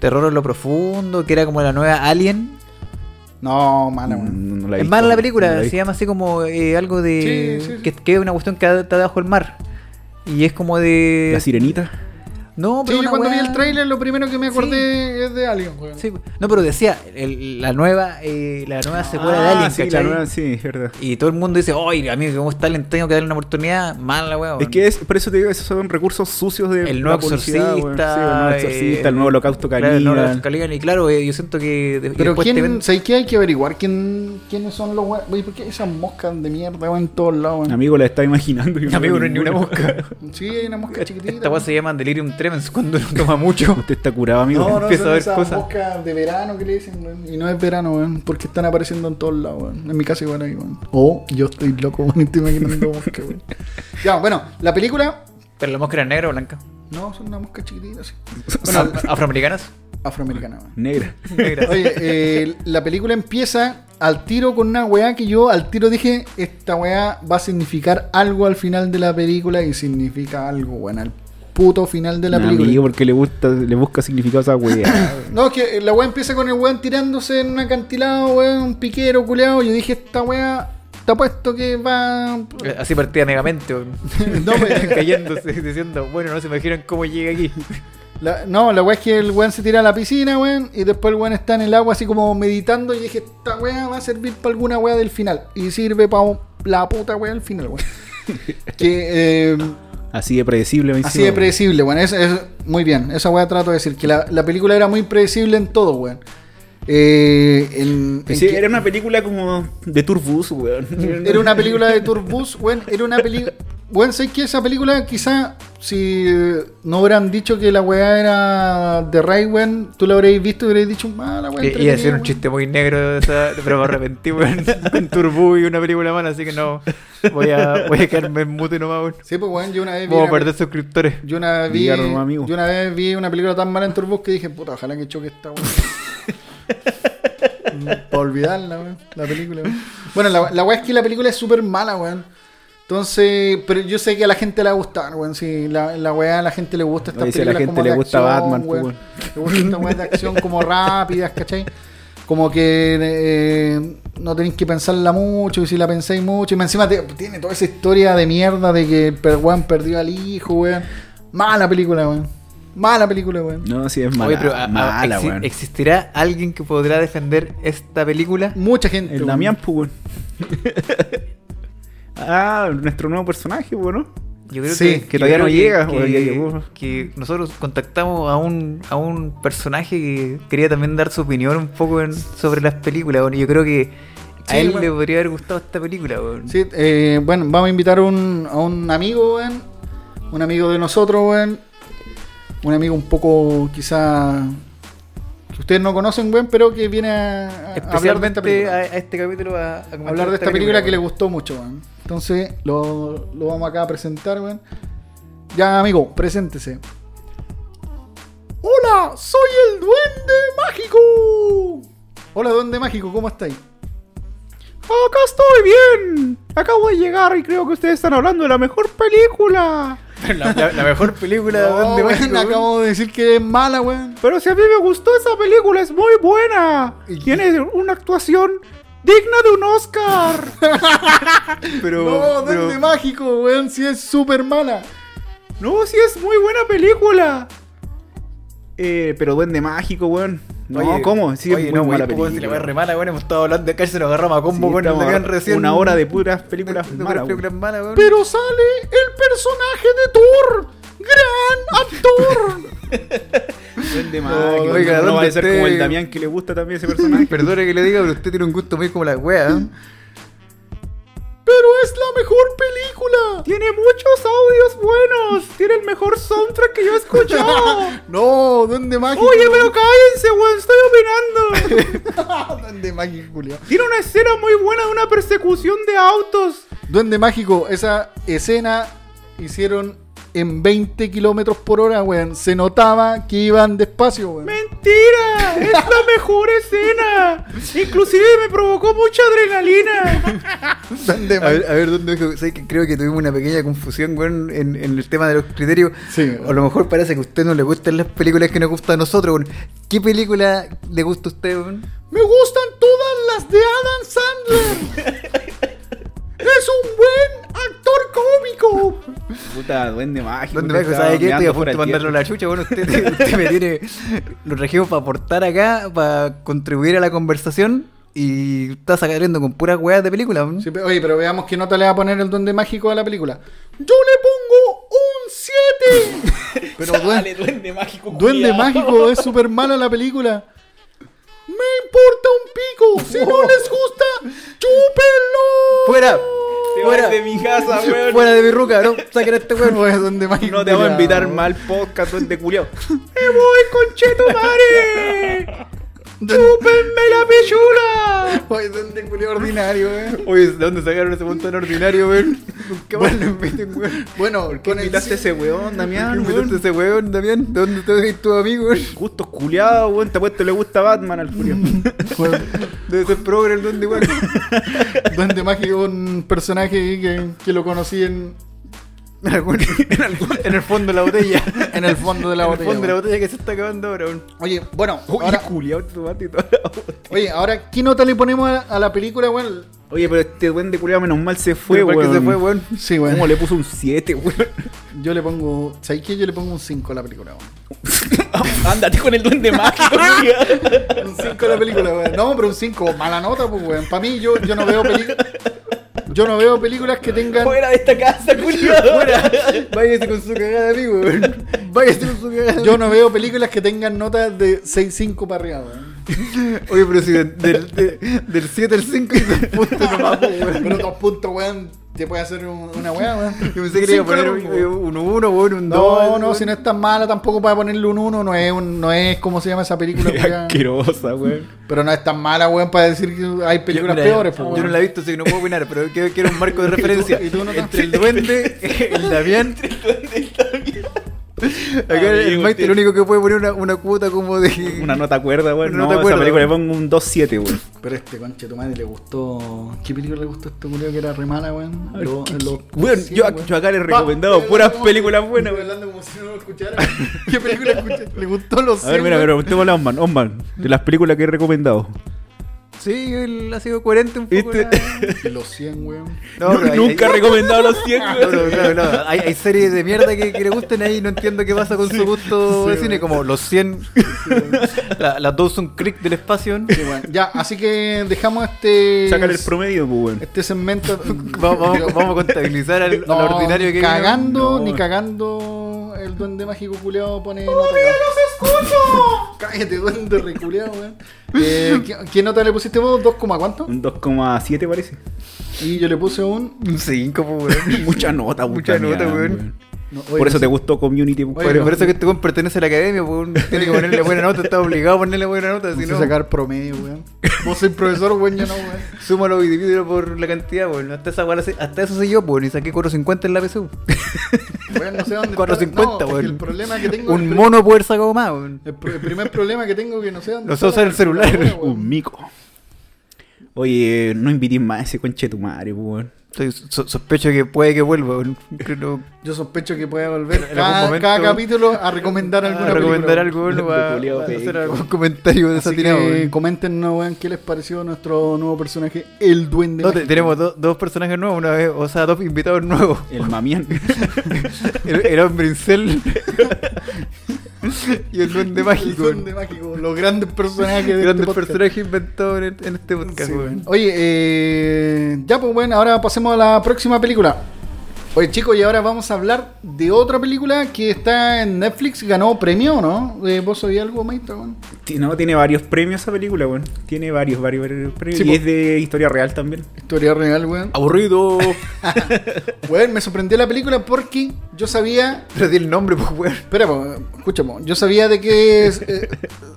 Speaker 2: Terror en lo Profundo, que era como la nueva Alien.
Speaker 1: No, mala, weón.
Speaker 3: No, no la he
Speaker 2: Es
Speaker 3: visto,
Speaker 2: mala la
Speaker 3: weón, no
Speaker 2: película,
Speaker 3: la he
Speaker 2: se llama así como eh, algo de.
Speaker 1: Sí, sí, sí.
Speaker 2: Que, que es una cuestión que está debajo del mar. Y es como
Speaker 3: visto.
Speaker 2: de.
Speaker 3: La sirenita.
Speaker 2: No,
Speaker 1: Sí,
Speaker 2: pero.
Speaker 1: yo
Speaker 2: una
Speaker 1: cuando vi
Speaker 2: weá-
Speaker 1: el tráiler lo primero que me acordé es de Alien, weón.
Speaker 2: Sí, no, pero decía, el- la nueva eh, la
Speaker 1: Ah,
Speaker 2: nueva secuela de Alien,
Speaker 3: Ah, sí, la
Speaker 2: ¿cachai?
Speaker 3: nueva, sí, es verdad.
Speaker 2: Y todo el mundo dice, oye, a mí como está Alien, tengo que darle una oportunidad. Mala, weón.
Speaker 3: Es que es, por eso te digo, esos son recursos sucios de
Speaker 2: el
Speaker 3: la
Speaker 2: nuevo
Speaker 3: publicidad,
Speaker 2: exorcista,
Speaker 3: weón. Sí, el nuevo
Speaker 2: eh,
Speaker 3: exorcista, el nuevo holocausto
Speaker 2: claro, el nuevo
Speaker 3: caníbal.
Speaker 2: Holocausto Caníbal, y claro, eh, yo siento que. de- y
Speaker 1: Pero
Speaker 2: después te ven-
Speaker 1: quién, ¿sabes qué? Hay que averiguar quién, quiénes son los weones. Oye, ¿por qué esas moscas de mierda, weón, en todos lados, weón?
Speaker 3: Amigo, la está imaginando. yo
Speaker 2: Amigo,
Speaker 3: veo
Speaker 2: no es ni una
Speaker 3: ninguna.
Speaker 2: mosca.
Speaker 1: Sí, hay una mosca chiquitita.
Speaker 2: Esta weá
Speaker 1: weón.
Speaker 2: se llama Delirium Tremens cuando uno toma mucho.
Speaker 3: Usted está curado, amigo.
Speaker 1: No, no,
Speaker 2: Empiezo
Speaker 1: son
Speaker 2: a ver
Speaker 1: esas
Speaker 2: cosas.
Speaker 1: moscas de verano que le dicen, weón. Y no es verano, weón, porque están apareciendo en todos lados, weón. En mi casa igual ahí, weón. O yo estoy loco, weón, y estoy imaginando moscas, weón. Ya, bueno, la película...
Speaker 2: Pero la mosca era negra o blanca.
Speaker 1: No, son una mosca chiquitita, sí.
Speaker 2: Bueno, afroamericanas.
Speaker 1: Afroamericana, weón.
Speaker 3: Negra.
Speaker 2: Negras.
Speaker 1: Oye, eh, la película empieza al tiro con una weá que yo al tiro dije, esta weá va a significar algo al final de la película y significa algo, weón, al puto final de la
Speaker 3: Nah,
Speaker 1: película.
Speaker 3: Amigo, porque le, gusta, le busca significado a esa weá.
Speaker 1: No, es que la weá empieza con el weón tirándose en un acantilado, weón, un piquero, culeado. Yo dije, esta weá está puesto que va.
Speaker 2: Eh, Así partía negamente, weón.
Speaker 1: No, pues,
Speaker 2: cayéndose, diciendo, bueno, no se imaginan cómo llega aquí.
Speaker 1: la, no, la weá es que el weón se tira a la piscina, weón, y después el weón está en el agua así como meditando. Y dije, esta weá va a servir para alguna weá del final. Y sirve para la puta weá del final, weón. que. eh,
Speaker 3: Así de predecible. me
Speaker 1: Así de
Speaker 3: encima, weón.
Speaker 1: predecible, weón. Es, es- muy bien, esa weá trato de decir. Que la, la película era muy predecible en todo, weón. Eh, en- en
Speaker 3: Pues Sí,
Speaker 1: que-
Speaker 3: era una película como de Turbus, weón.
Speaker 1: Era una película de Turbus, weón. Era una película. Weón, sé que esa película, quizá, si eh, no hubieran dicho que la weá era de Ray, weón, tú la habréis visto y habréis dicho, ah, la weá.
Speaker 2: Y, y
Speaker 1: entretenida,
Speaker 2: hacer un
Speaker 1: weón".
Speaker 2: chiste muy negro, de esa- pero me arrepentí, weón. Con Turbo y una película mala, así que no. Voy a, voy a quedarme en mute nomás, weón.
Speaker 1: Sí, pues, weón, yo una vez vi.
Speaker 2: Vamos a
Speaker 1: Una,
Speaker 2: perder suscriptores.
Speaker 1: yo, una vez vi
Speaker 3: Dígalo, amigo.
Speaker 1: yo una vez vi una película tan mala en Turbus que dije, puta, ojalá que choque esta weá. Para olvidarla, weón, la película, weón. Bueno, la, la weá es que la película es súper mala, weón. Entonces, pero yo sé que a la gente le va a gustar, weón. Si la, la weá a la gente le gusta estas
Speaker 3: Oye, si a la
Speaker 1: películas
Speaker 3: gente
Speaker 1: como
Speaker 3: le
Speaker 1: de
Speaker 3: gusta
Speaker 1: acción,
Speaker 3: Batman, pues,
Speaker 1: weón.
Speaker 3: weón.
Speaker 1: Le gusta estas weas de acción como rápidas, ¿cachai? Como que eh, no tenéis que pensarla mucho, y si la pensáis mucho, y más encima te- tiene toda esa historia de mierda de que el per- weón perdió al hijo, weón. Mala película, weón. Mala película, weón.
Speaker 3: No, sí, es mala.
Speaker 2: Oye,
Speaker 1: ah,
Speaker 2: pero a- a-
Speaker 3: mala,
Speaker 2: exi-
Speaker 3: weón.
Speaker 2: ¿existirá alguien que podrá defender esta película?
Speaker 1: Mucha gente.
Speaker 3: El
Speaker 1: weón.
Speaker 3: Damián, pues, weón. ah, nuestro nuevo personaje, weón. ¿no?
Speaker 2: Yo creo
Speaker 1: Sí,
Speaker 2: que,
Speaker 3: que todavía
Speaker 2: yo
Speaker 3: no
Speaker 2: creo
Speaker 3: llega,
Speaker 2: que-
Speaker 3: o ya
Speaker 2: que-
Speaker 3: llegó.
Speaker 2: que nosotros contactamos a un, a un personaje que quería también dar su opinión un poco en- sobre las películas. Bueno, yo creo que a
Speaker 1: Sí,
Speaker 2: él
Speaker 1: bueno.
Speaker 2: le podría haber gustado esta película. weón.
Speaker 1: Sí, eh, bueno, vamos a invitar un- a un amigo, weón. Un amigo de nosotros, weón. Un amigo un poco, quizá. que ustedes no conocen, weón, pero que viene a, a hablar de esta
Speaker 2: Especialmente a,
Speaker 1: película.
Speaker 2: a este capítulo a, a comentar
Speaker 1: hablar de esta película que le
Speaker 2: weón.
Speaker 1: gustó mucho, weón. Entonces, lo, lo vamos acá a presentar, weón. Ya, amigo, preséntese. ¡Hola! ¡Soy el Duende Mágico! Hola, Duende Mágico, ¿cómo estáis?
Speaker 3: Oh, Acá estoy bien. Acabo de llegar y creo que ustedes están hablando de la mejor película.
Speaker 2: La, la- la mejor película de
Speaker 1: No,
Speaker 2: Duende
Speaker 1: weón,
Speaker 2: Mágico, weón.
Speaker 1: acabo de decir que es mala, weón.
Speaker 3: Pero si a mí me gustó esa película, es muy buena.
Speaker 1: Y-
Speaker 3: Tiene una actuación digna de un Oscar.
Speaker 2: Pero,
Speaker 1: no,
Speaker 2: pero-
Speaker 1: Duende Mágico, weón, si es súper mala.
Speaker 3: No, sí es muy buena película. Eh, pero Duende Mágico, weón. No,
Speaker 2: Oye,
Speaker 3: ¿cómo? Sí,
Speaker 2: oye,
Speaker 3: es muy
Speaker 2: no, weón,
Speaker 3: mala
Speaker 2: pues, weón, si la
Speaker 3: película.
Speaker 2: weá es re mala, weón, hemos estado hablando acá y se nos agarramos a
Speaker 3: Sí,
Speaker 2: combo con el
Speaker 3: estamos
Speaker 2: Damián
Speaker 3: a-
Speaker 2: recién.
Speaker 3: Una hora de puras películas
Speaker 2: de puras
Speaker 3: malas. weón.
Speaker 2: películas malas, weón.
Speaker 1: Pero sale el personaje de Thor ¡Gran actor!
Speaker 3: Duende
Speaker 2: No,
Speaker 3: mágico.
Speaker 2: oiga,
Speaker 3: no va
Speaker 2: ¿dónde
Speaker 3: a ser como
Speaker 2: esté?
Speaker 3: el Damián que le gusta también ese personaje.
Speaker 2: Perdone que le diga, pero usted tiene un gusto muy como la wea.
Speaker 1: ¡Pero es la mejor película!
Speaker 3: Tiene muchos audios buenos. Tiene el mejor soundtrack que yo he escuchado.
Speaker 1: No, ¿dónde mágico?
Speaker 3: pero cállense, weón. Estoy opinando.
Speaker 1: Duende mágico, Julio.
Speaker 3: Tiene una escena muy buena de una persecución de autos.
Speaker 1: Duende mágico, esa escena hicieron en 20 kilómetros por hora, weón. Se notaba que iban despacio, weón.
Speaker 3: ¡Mentira! ¡Es la mejor escena! Inclusive me provocó mucha adrenalina.
Speaker 1: Duende
Speaker 2: A ver,
Speaker 1: mágico.
Speaker 2: a ver dónde dijo, ¿sabes qué? creo que tuvimos una pequeña confusión weón, en, en el tema de los criterios.
Speaker 1: Sí.
Speaker 2: A lo mejor parece que a usted no le gustan las películas que nos gustan a nosotros. weón. ¿Qué película le gusta a usted? weón?
Speaker 1: Me gustan todas las de Adam Sandler. es un buen actor cómico.
Speaker 3: Puta, duende mágico.
Speaker 2: ¿Dónde
Speaker 3: te
Speaker 2: me dijo?
Speaker 3: estaba
Speaker 2: ¿Sabe qué? Estoy
Speaker 3: meando
Speaker 2: a
Speaker 3: por
Speaker 2: punto de
Speaker 3: el
Speaker 2: mandarlo a
Speaker 3: tierno.
Speaker 2: la chucha. Bueno, usted, usted me tiene. Lo regimos para aportar acá, para contribuir a la conversación. Y está sacando con puras weas de película. weón.
Speaker 1: Sí, pe- oye, pero veamos qué nota le va a poner el duende mágico a la película. Yo le pongo un 7. pero duende,
Speaker 3: Dale, duende mágico.
Speaker 1: duende
Speaker 3: culiao.
Speaker 1: mágico es súper mala la película. Me importa un pico. Si no les gusta, chúpenlo.
Speaker 2: ¡Fuera!
Speaker 3: Te vas
Speaker 2: ¡Fuera!
Speaker 3: de mi casa, weón.
Speaker 2: ¡Fuera de mi ruca, no! ¡Saquen a este weón!
Speaker 1: Bueno, duende mágico.
Speaker 3: No te voy a
Speaker 1: culiao.
Speaker 3: invitar mal podcast, duende culiao. ¡Me voy, concheto madre! ¡Chúpenme la pichula!
Speaker 1: Oye, duende culiao ordinario, eh.
Speaker 3: Oye, ¿de dónde sacaron ese montón ordinario, weón? Nunca más lo inviten, weón.
Speaker 1: Bueno,
Speaker 3: ¿Por qué
Speaker 1: con el
Speaker 3: invitaste a ese weón, Damián?
Speaker 2: ¿Por qué invitaste
Speaker 3: weón?
Speaker 2: a ese weón, Damián? ¿De dónde te ves tu amigo, weón?
Speaker 3: Gustos culiados, weón. Te apuesto le gusta Batman al culiao.
Speaker 2: Debe ser progre el duende, weón.
Speaker 1: Duende mágico, un personaje que, que lo conocí en,
Speaker 2: En, algún- en algún- en el fondo de la botella.
Speaker 1: en el fondo de la
Speaker 2: en el
Speaker 1: botella.
Speaker 2: fondo de la
Speaker 1: weón.
Speaker 2: botella que se está acabando ahora, weón.
Speaker 1: Oye, bueno,
Speaker 3: Oye,
Speaker 1: ahora,
Speaker 3: culiao, tu mate y toda la bota.
Speaker 1: oye, ahora, ¿qué nota le ponemos a, a la película, weón?
Speaker 3: Oye, pero este duende culiao menos mal se fue,
Speaker 2: Menos mal
Speaker 3: weón.
Speaker 2: que se fue, weón.
Speaker 1: Sí, weón.
Speaker 3: ¿Cómo le puso un 7, weón?
Speaker 1: Yo le pongo. ¿Sabes qué? Yo le pongo un 5 a la película, weón.
Speaker 3: Ándate con el duende mágico, culiao.
Speaker 1: Un 5 a la película, weón. No, pero un 5. Mala nota, pues, weón. Para mí, yo, yo no veo películas. Yo no veo películas que tengan.
Speaker 3: Fuera de esta casa, culiao.
Speaker 2: Váyase con su cagada, amigo, weón. Váyase con su cagada.
Speaker 1: Yo no veo películas que tengan notas de 6-5 para arriba, weón.
Speaker 2: Oye, pero si de- del, de- del 7 al 5 hizo un punto nomás, po, weón.
Speaker 1: pues, Pero dos puntos, weón, te puede hacer un- una weá, weón.
Speaker 2: Yo pensé que le iba
Speaker 1: Cinco
Speaker 2: a poner
Speaker 1: nomás, po, weón.
Speaker 2: un 1, weón, un 2.
Speaker 1: No, no, si no es tan mala tampoco para ponerle un 1, no es, un- no es como se llama esa película. weón.
Speaker 3: Asquerosa, weón.
Speaker 1: Pero no es tan mala, weón, para decir que hay películas peores. Pues,
Speaker 2: Yo no la he visto, así que no puedo opinar, pero quiero, quiero un marco de referencia.
Speaker 1: y tú no
Speaker 2: Entre el duende, el Damián. Acá el
Speaker 3: Amigo,
Speaker 2: Maite es el
Speaker 3: tío.
Speaker 2: único que puede poner una, una cuota como de.
Speaker 3: Una nota cuerda, weón.
Speaker 2: Una
Speaker 3: No,
Speaker 2: nota
Speaker 3: esa
Speaker 2: cuerda,
Speaker 3: película le
Speaker 2: weón.
Speaker 3: pongo un 2-7, weón.
Speaker 1: Pero este conche tu madre le gustó. ¿Qué película le gustó a este culeo que era re mala, weón? Lo- lo-
Speaker 3: Weón, eh,
Speaker 1: sí,
Speaker 3: yo,
Speaker 1: weón.
Speaker 3: yo acá le he
Speaker 1: Va,
Speaker 3: recomendado
Speaker 1: estoy
Speaker 3: puras
Speaker 1: hablando como-
Speaker 3: películas buenas,
Speaker 1: estoy
Speaker 3: weón.
Speaker 1: hablando como si no lo escuchara. ¿Qué película escucha? Le gustó los
Speaker 3: A ver,
Speaker 1: cien,
Speaker 3: mira,
Speaker 1: weón.
Speaker 3: pero preguntémosle a Osman. Osman, de las películas que he recomendado.
Speaker 2: Sí, él ha sido coherente un poco.
Speaker 3: Este-
Speaker 2: la-
Speaker 1: Los 100, weón.
Speaker 2: No, pero hay-
Speaker 3: Nunca he
Speaker 2: hay-
Speaker 3: recomendado los 100,
Speaker 2: No, no,
Speaker 3: weón.
Speaker 2: claro, no. Hay, hay series de mierda que, que le gusten ahí, no entiendo qué pasa con su gusto
Speaker 1: Sí,
Speaker 2: de cine,
Speaker 1: bueno.
Speaker 2: como los 100, la- las Dawson Creek del espacio. ¿no?
Speaker 1: Sí, weón. Ya, así que dejamos este.
Speaker 3: Sácale el promedio, pues, weón.
Speaker 1: Este segmento.
Speaker 2: Vamos, vamos- vamos a contabilizar al, al
Speaker 1: No,
Speaker 2: ordinario que
Speaker 1: cagando,
Speaker 3: No.
Speaker 1: ni cagando el duende mágico culeado pone nota. ¡No los escucho! Cállate, duende reculeado, weón. Eh, ¿qué, qué nota le pusiste vos? ¿2, cuánto?
Speaker 3: Un 2,7 parece.
Speaker 1: Y yo le puse un.
Speaker 2: Un 5, pues, weón.
Speaker 3: Mucha nota,
Speaker 2: Mucha
Speaker 3: puta
Speaker 2: nota,
Speaker 3: mierda,
Speaker 2: weón.
Speaker 1: no, oye,
Speaker 3: Por eso
Speaker 1: no
Speaker 3: te
Speaker 1: sé.
Speaker 3: gustó Community, pues,
Speaker 1: Oye,
Speaker 2: Por,
Speaker 3: weón.
Speaker 2: por eso que este weón pertenece a la academia, pues, uno tiene que ponerle buena nota, está obligado a ponerle buena nota,
Speaker 1: No
Speaker 2: si
Speaker 1: sé
Speaker 2: no,
Speaker 1: sacar promedio, weón. Vos sois profesor, weón, yo no, weón.
Speaker 2: súmalo y divídelo por la cantidad, weón. Hasta, esa, weá la sé- hasta eso sé yo, weón, y saqué 450 en la PSU.
Speaker 1: Weón, no sé dónde. está-
Speaker 2: 450,
Speaker 1: no, es que
Speaker 2: weón.
Speaker 1: El problema que tengo. el
Speaker 2: Un
Speaker 1: pri-
Speaker 2: mono poder sacado más, weón.
Speaker 1: El, pr- el primer problema que tengo que no sé dónde.
Speaker 2: No sé
Speaker 1: está
Speaker 2: usar
Speaker 1: la-
Speaker 2: el celular.
Speaker 1: la weá, weón.
Speaker 3: Un mico. Oye, no invitís más a ese conche tu madre, pues, weón.
Speaker 2: Soy- so- sospecho que puede que vuelva, weón. Creo que no-
Speaker 1: Yo sospecho que pueda volver
Speaker 2: En
Speaker 1: cada,
Speaker 2: algún momento- Ah,
Speaker 1: cada capítulo a recomendar alguna
Speaker 2: a recomendar
Speaker 1: película,
Speaker 2: algo,
Speaker 3: weón.
Speaker 2: bueno, va-
Speaker 3: Culeado
Speaker 2: va a hacer
Speaker 3: perico.
Speaker 2: algún comentario
Speaker 1: Así
Speaker 2: desatinado.
Speaker 1: que
Speaker 2: weón.
Speaker 1: coméntenos, weón, qué les pareció nuestro nuevo personaje, el Duende.
Speaker 2: No, te-
Speaker 1: Mágico.
Speaker 2: tenemos do- dos personajes nuevos, una vez, o sea, dos invitados nuevos.
Speaker 3: El mamián.
Speaker 2: El, el hombre incel y el duende
Speaker 1: El
Speaker 2: mágico.
Speaker 1: Duende Mágico, los grandes personajes de
Speaker 2: Grandes
Speaker 1: este podcast.
Speaker 2: personajes inventados en, en este podcast,
Speaker 1: Sí,
Speaker 2: weón.
Speaker 1: weón. Oye, eh, ya pues, bueno, ahora pasemos a la próxima película. Oye, chicos, y ahora vamos a hablar de otra película que está en Netflix, ganó premio, ¿no? Eh, ¿Vos oí algo, Maestro? weón?
Speaker 5: Ti- No, tiene varios premios esa película, weón. Tiene varios, varios, varios premios.
Speaker 1: Sí,
Speaker 5: y
Speaker 1: po.
Speaker 5: es de historia real también.
Speaker 1: Historia real, weón.
Speaker 2: Aburrido.
Speaker 1: Weón, me sorprendió la película porque yo sabía.
Speaker 2: Pero di el nombre, pues, weón.
Speaker 1: Espera, po, escúchame, yo sabía de que. es, eh,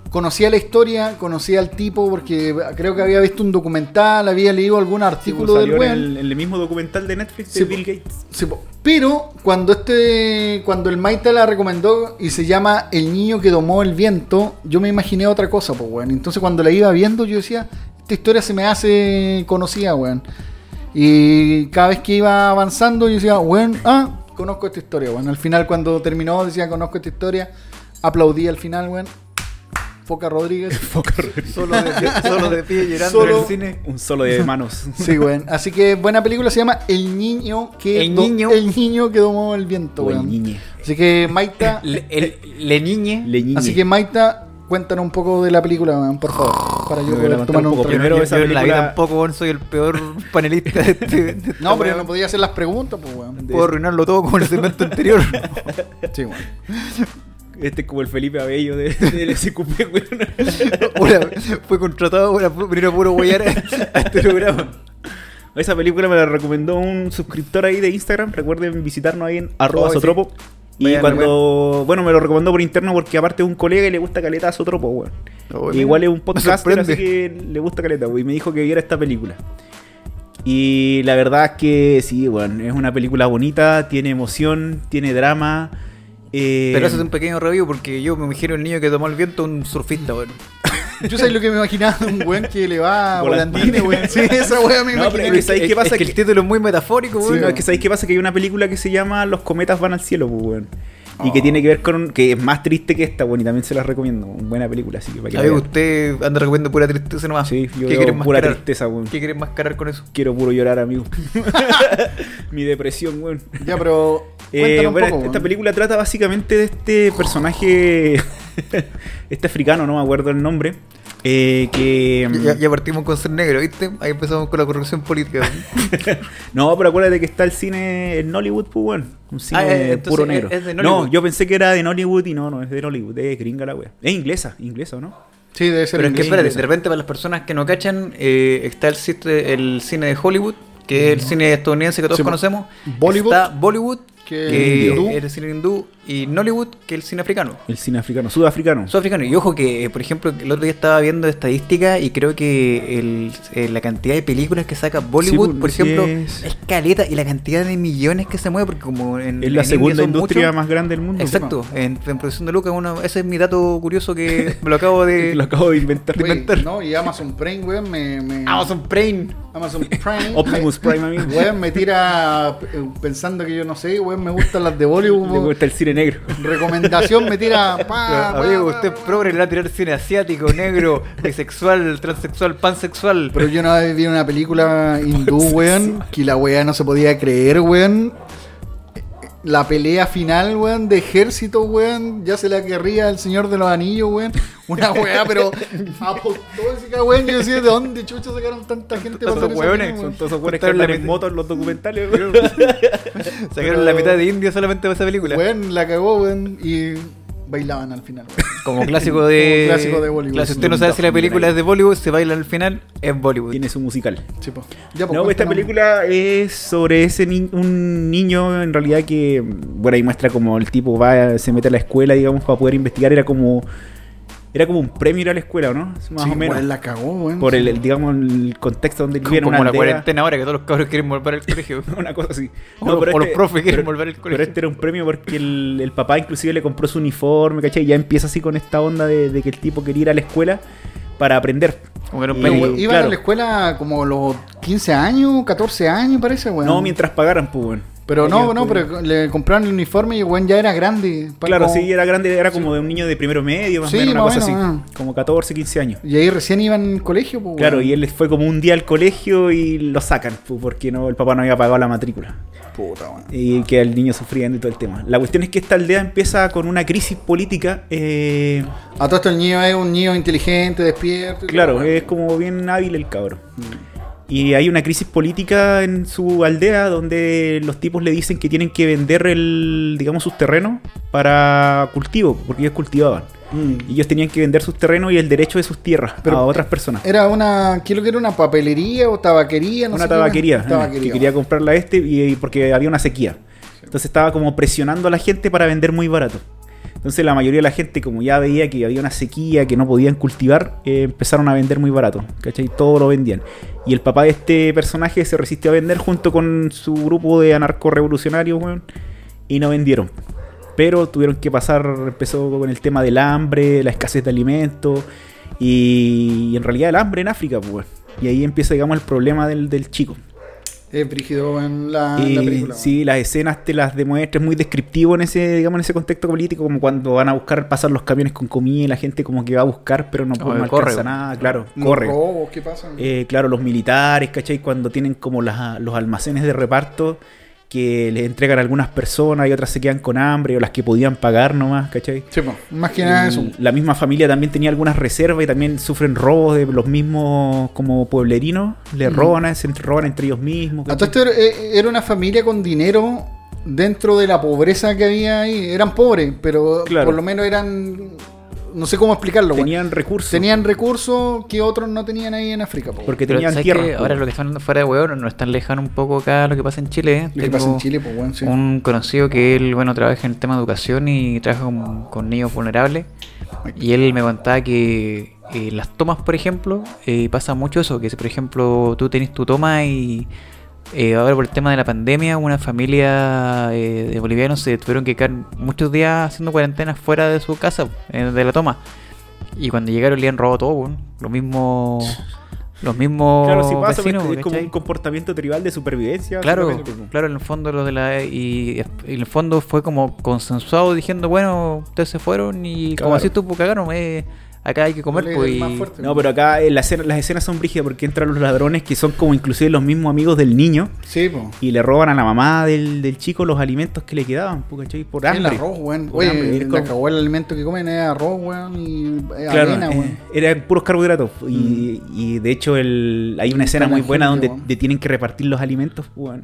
Speaker 1: conocía la historia, conocía al tipo, porque creo que había visto un documental, había leído algún artículo
Speaker 5: pues, Salió
Speaker 1: del
Speaker 5: en
Speaker 1: weón.
Speaker 5: el, en el mismo documental de Netflix de
Speaker 1: Sí, po.
Speaker 5: Bill Gates.
Speaker 1: Sí, po. pero cuando este cuando el Maite la recomendó y se llama El niño que domó el viento, yo me imaginé otra cosa, pues weón. Entonces cuando la iba viendo yo decía, esta historia se me hace conocida, weón. Y cada vez que iba avanzando yo decía, weón, ah, conozco esta historia, weón. Al final cuando terminó decía, conozco esta historia, aplaudí al final, weón. Foca Rodríguez.
Speaker 2: Solo de pie, solo de pie llorando
Speaker 1: Solo-
Speaker 2: en el cine.
Speaker 5: Un solo de manos.
Speaker 1: Sí, weón. Así que buena película se llama El niño que
Speaker 2: El
Speaker 1: do-
Speaker 2: niño.
Speaker 1: el niño que domó el viento,
Speaker 5: Güey,
Speaker 1: weón.
Speaker 5: niñe.
Speaker 1: Así que Maita
Speaker 2: Le, el- le niñe.
Speaker 5: Le niñe.
Speaker 1: Así que Maita, cuéntanos un poco de la película, man, por favor, para yo
Speaker 5: Me voy a
Speaker 1: poder
Speaker 5: levantar
Speaker 1: tomar
Speaker 5: un
Speaker 1: un
Speaker 5: poco
Speaker 1: trago.
Speaker 5: primero.
Speaker 2: yo,
Speaker 5: esa
Speaker 2: yo en la vida
Speaker 5: película-
Speaker 2: tampoco, weón, soy el peor panelista de este. de esta
Speaker 1: No, pero yo
Speaker 2: weá.
Speaker 1: no podía hacer las preguntas, pues, weón.
Speaker 2: Puedo arruinarlo todo como el segmento anterior.
Speaker 1: Sí, weón.
Speaker 5: Este es como el Felipe Abello de, del SQP, weón.
Speaker 2: Una- fue contratado para pu- venir a puro guayar a este programa.
Speaker 5: Esa película me la recomendó un suscriptor ahí de Instagram. Recuerden visitarnos ahí en
Speaker 1: Oh,
Speaker 5: arroba
Speaker 2: sí.
Speaker 5: sotropo. Y
Speaker 2: Vayan,
Speaker 5: cuando. Bueno, me lo recomendó por interno porque aparte es un colega y le gusta caleta a sotropo, weón.
Speaker 2: Oh,
Speaker 5: Y Igual es un
Speaker 2: me
Speaker 5: podcaster,
Speaker 2: sorprende.
Speaker 5: así que le gusta caleta, weón. Y me dijo que viera esta película. Y la verdad es que sí, weón. Es una película bonita, tiene emoción, tiene drama. eh,
Speaker 2: Pero haces un pequeño review porque yo me imagino el niño que tomó el viento un surfista, weón.
Speaker 1: Yo sé lo que me imaginaba, un weón que le va a
Speaker 5: Volantines.
Speaker 1: volantines, weón. Sí, esa weón me
Speaker 5: No,
Speaker 1: imaginé.
Speaker 5: pero es que ¿sabes qué pasa?
Speaker 2: Es que
Speaker 5: Que-
Speaker 2: el título es muy metafórico,
Speaker 5: Sí,
Speaker 2: weón.
Speaker 5: no, es que sabéis qué pasa que hay una película que se llama Los cometas van al cielo, pues, weón. Y
Speaker 2: Oh.
Speaker 5: que tiene que ver con. que es más triste que esta, weón. Y también se las recomiendo. Buena película, así que para que
Speaker 2: A
Speaker 5: la
Speaker 2: ver,
Speaker 5: vean.
Speaker 2: usted anda recomiendo pura tristeza nomás.
Speaker 5: Sí, yo
Speaker 2: ¿Qué
Speaker 5: veo
Speaker 2: quieres
Speaker 5: pura
Speaker 2: mascarar?
Speaker 5: tristeza, weón.
Speaker 2: ¿Qué quieres mascarar con eso?
Speaker 5: Quiero puro llorar, amigo. Mi depresión, weón.
Speaker 1: Ya, pero
Speaker 5: Eh,
Speaker 1: cuéntanos un
Speaker 5: bueno,
Speaker 1: poco,
Speaker 5: esta
Speaker 1: weón.
Speaker 5: película trata básicamente de este personaje. este africano, no me acuerdo el nombre. eh, que.
Speaker 2: Ya, ya partimos con ser negro, ¿viste? Ahí empezamos con la corrección política. weón.
Speaker 5: No, pero acuérdate que está el cine en Nollywood, pues, weón. Un cine
Speaker 2: Ah, eh, entonces
Speaker 5: puro
Speaker 2: es-
Speaker 5: negro.
Speaker 2: es de Nollywood.
Speaker 5: no, yo pensé que era de Nollywood y no, no, es de Nollywood, es gringa la wea. Es inglesa, inglesa, ¿o ¿no?
Speaker 1: Sí, debe ser
Speaker 2: Pero es que
Speaker 1: inglés.
Speaker 2: espérate, de repente para las personas que no cachan, eh, está el, ciste- el cine de Hollywood, que es el cine estadounidense que todos
Speaker 1: Sí, po.
Speaker 2: conocemos.
Speaker 1: Bollywood.
Speaker 2: Está Mm. Bollywood,
Speaker 1: Que
Speaker 2: que,
Speaker 1: es hindú.
Speaker 2: es el cine hindú, y Nollywood, que es el cine africano.
Speaker 5: El cine africano, sudafricano.
Speaker 2: Sudafricano. Y ojo que, eh, por ejemplo, el otro día estaba viendo estadísticas y creo que el- eh, la cantidad de películas que saca Bollywood,
Speaker 5: po,
Speaker 2: por
Speaker 5: sí
Speaker 2: ejemplo,
Speaker 5: es.
Speaker 2: es. caleta y la cantidad de millones que se mueve, porque como en,
Speaker 5: es la
Speaker 2: en India
Speaker 5: segunda
Speaker 2: son
Speaker 5: industria
Speaker 2: muchos.
Speaker 5: más grande del mundo.
Speaker 2: Exacto, en, en producción de Lucas, uno- ese es mi dato curioso que me lo acabo de.
Speaker 5: Lo acabo de inventar.
Speaker 1: Oye, no, y Amazon Prime, weón, me, me-
Speaker 2: Amazon Prime.
Speaker 1: Amazon Prime.
Speaker 5: Optimus Prime, amigo.
Speaker 1: me- Weón, me tira eh, pensando que yo no sé, weón, me gustan las de Bollywood.
Speaker 5: Le
Speaker 1: weón.
Speaker 5: gusta el cine negro.
Speaker 1: Recomendación me tira. pa,
Speaker 2: Ah,
Speaker 1: pa,
Speaker 2: amigo,
Speaker 1: pa,
Speaker 2: usted
Speaker 1: pa.
Speaker 2: progre le va a tirar cine asiático, negro, bisexual, transexual, pansexual.
Speaker 1: Pero yo una vez vi una película hindú, weón, que la weá no se podía creer, weón. La pelea final, weón, de ejército, weón, ya se la querría el señor de los anillos, weón. Una weá, pero apostólica, weón. Yo decía, ¿de dónde chucha sacaron tanta gente para hacer
Speaker 5: Todos esos
Speaker 1: esa
Speaker 5: hueones,
Speaker 1: weá,
Speaker 5: son
Speaker 1: weón?
Speaker 5: todos esos hueones que
Speaker 2: Cortaron la
Speaker 5: andan en
Speaker 2: mitad.
Speaker 5: moto en los documentales.
Speaker 2: Sacaron la mitad de India solamente para esa película.
Speaker 1: Weón, la cagó, weón, y bailaban al final, weón.
Speaker 2: Como clásico de.
Speaker 1: Como clásico de Bollywood.
Speaker 2: Claro, si usted no sabe si la película es de Bollywood, se baila al final, es Bollywood.
Speaker 5: Tiene su musical.
Speaker 1: Sí, po. Ya,
Speaker 2: pues,
Speaker 1: po,
Speaker 5: No, esta
Speaker 1: cuéntanos.
Speaker 5: película es sobre ese ni- un niño en realidad que, bueno, ahí muestra como el tipo va, se mete a la escuela, digamos, para poder investigar, era como era como un premio ir a la escuela, ¿no? Más
Speaker 1: Sí,
Speaker 5: o menos.
Speaker 1: weón, la cagó, weón.
Speaker 5: Por el, el, digamos, el contexto donde
Speaker 2: como
Speaker 5: vivieron una
Speaker 2: la
Speaker 5: aldea,
Speaker 2: cuarentena ahora que todos los cabros quieren volver al colegio.
Speaker 5: una cosa así. este-
Speaker 2: O los- o los profes quieren volver al
Speaker 5: Pero
Speaker 2: colegio.
Speaker 5: este era un premio porque el, el papá inclusive le compró su uniforme, ¿cachai? Y ya empieza así con esta onda de, de que el tipo quería ir a la escuela para aprender.
Speaker 2: Como que era un
Speaker 5: Y-
Speaker 1: Pero,
Speaker 2: país.
Speaker 1: weón, iban
Speaker 5: claro.
Speaker 1: a la escuela como los 15 años, 14 años, parece, weón.
Speaker 5: No mientras pagaran, pues, bueno.
Speaker 1: Pero
Speaker 5: Ellos,
Speaker 1: no, no,
Speaker 5: pues,
Speaker 1: pero le compraron el uniforme y weón ya era grande. Pa-
Speaker 5: Claro,
Speaker 1: como-
Speaker 5: sí, era grande, era como de un niño de primero medio, más o
Speaker 1: Sí,
Speaker 5: menos, una
Speaker 1: más o
Speaker 5: cosa
Speaker 1: menos, ah.
Speaker 5: así. Como 14, 15 años.
Speaker 1: Y ahí recién iban en colegio, pues, weón.
Speaker 5: Claro, y él fue como un día al colegio y lo sacan, pu, porque no, el papá no había pagado la matrícula.
Speaker 1: Puta, weón.
Speaker 5: Y que el niño sufriendo y todo el tema. La cuestión es que esta aldea empieza con una crisis política. eh,
Speaker 1: A todo Mm. esto el niño es un niño inteligente, despierto. y
Speaker 5: claro, eh.
Speaker 1: todo,
Speaker 5: es como bien hábil el cabro. Y hay una crisis política en su aldea donde los tipos le dicen que tienen que vender el, digamos, sus terrenos para cultivo, porque ellos cultivaban. Y ellos tenían que vender sus terrenos y el derecho de sus tierras
Speaker 1: Mm. Pero-
Speaker 5: a otras personas.
Speaker 1: Era una, ¿qué es lo que era? ¿Una papelería o tabaquería? No
Speaker 5: una
Speaker 1: sé qué era.
Speaker 5: tabaquería, eh, que
Speaker 1: Tabaquería.
Speaker 5: quería comprarla este y, y porque había una sequía. Entonces estaba como presionando a la gente para vender muy barato. Entonces la mayoría de la gente, como ya veía que había una sequía, que no podían cultivar, eh, empezaron a vender muy barato. ¿Cachai? Todo lo vendían. Y el papá de este personaje se resistió a vender junto con su grupo de anarcorrevolucionarios, weón. Y no vendieron. Pero tuvieron que pasar, empezó con el tema del hambre, la escasez de alimentos. Y, y en realidad el hambre en África, pues. weón. Y ahí empieza, digamos, el problema del, del chico.
Speaker 1: Es Eh, brígido en Ah, la,
Speaker 5: Y,
Speaker 1: la película.
Speaker 5: sí, las escenas te las demuestra, es muy descriptivo en ese, digamos, en ese contexto político, como cuando van a buscar pasar los camiones con comida y la gente como que va a buscar, pero no,
Speaker 2: Ah,
Speaker 5: puede, no
Speaker 2: corre,
Speaker 5: alcanza
Speaker 2: güey.
Speaker 5: nada, claro,
Speaker 1: Los
Speaker 5: corre.
Speaker 1: robos, ¿qué pasa?
Speaker 5: Eh, claro, los militares, ¿cachai? Cuando tienen como las- los almacenes de reparto que les entregan a algunas personas y otras se quedan con hambre o las que podían pagar nomás, ¿cachai?
Speaker 1: Sí, po, más que nada
Speaker 5: Y
Speaker 1: eso.
Speaker 5: La misma familia también tenía algunas reservas y también sufren robos de los mismos como pueblerinos, le roban, a- se roban entre ellos mismos.
Speaker 1: A todo
Speaker 5: ¿cachai?
Speaker 1: esto era- eh, era una familia con dinero dentro de la pobreza que había ahí. Eran pobres, pero
Speaker 5: Claro.
Speaker 1: por lo menos eran. No sé cómo explicarlo. weón.
Speaker 5: Tenían recursos.
Speaker 1: Tenían recursos que otros no tenían ahí en África. po.
Speaker 5: Porque
Speaker 2: Pero,
Speaker 5: tenían
Speaker 2: ¿sabes
Speaker 5: tierra.
Speaker 2: qué? Ahora lo que están fuera de hueón no es tan lejano un poco acá a lo que pasa en Chile. ¿eh?
Speaker 1: Lo que
Speaker 2: Tengo
Speaker 1: pasa en Chile, pues, weón, sí.
Speaker 2: Un conocido que él, bueno, trabaja en el tema de educación y trabaja con, con niños vulnerables. Y él me contaba que eh, las tomas, por ejemplo, eh, pasa mucho eso, que si, por ejemplo, tú tenés tu toma y eh, ahora por el tema de la pandemia, una familia eh, de bolivianos se tuvieron que quedar muchos días haciendo cuarentena fuera de su casa, eh, de la toma. Y cuando llegaron le han robado todo, weón. Lo mismo... Los mismos
Speaker 5: Claro, sí pasa,
Speaker 2: vecinos,
Speaker 5: porque es como
Speaker 2: ¿cachai?
Speaker 5: un comportamiento tribal de supervivencia.
Speaker 2: Claro,
Speaker 5: básicamente, po.
Speaker 2: claro, en el fondo lo de la E y, y en el fondo fue como consensuado diciendo, bueno, ustedes se fueron y como
Speaker 5: Claro.
Speaker 2: así tú pues, cagaron, eh, acá hay que comer
Speaker 1: Dale,
Speaker 2: pues,
Speaker 1: el
Speaker 2: y-
Speaker 1: más fuerte.
Speaker 5: No, pero acá eh, la escena- las escenas son brígidas porque entran los ladrones que son como inclusive los mismos amigos del niño
Speaker 1: Sí, po.
Speaker 5: y le roban a la mamá del, del chico los alimentos que le quedaban, po, ¿cachai? Por hambre.
Speaker 1: El arroz, weón.
Speaker 5: Por hambre,
Speaker 1: Oye,
Speaker 5: ir
Speaker 1: le
Speaker 5: con-
Speaker 1: acabó el alimento que comen, es arroz, weón, y eh,
Speaker 5: Claro,
Speaker 1: avena,
Speaker 5: eh,
Speaker 1: weón. Mm.
Speaker 5: eran puros carbohidratos. Y, y de hecho el, hay una escena muy buena
Speaker 1: tangible,
Speaker 5: donde
Speaker 1: weón.
Speaker 5: te tienen que repartir los alimentos, weón.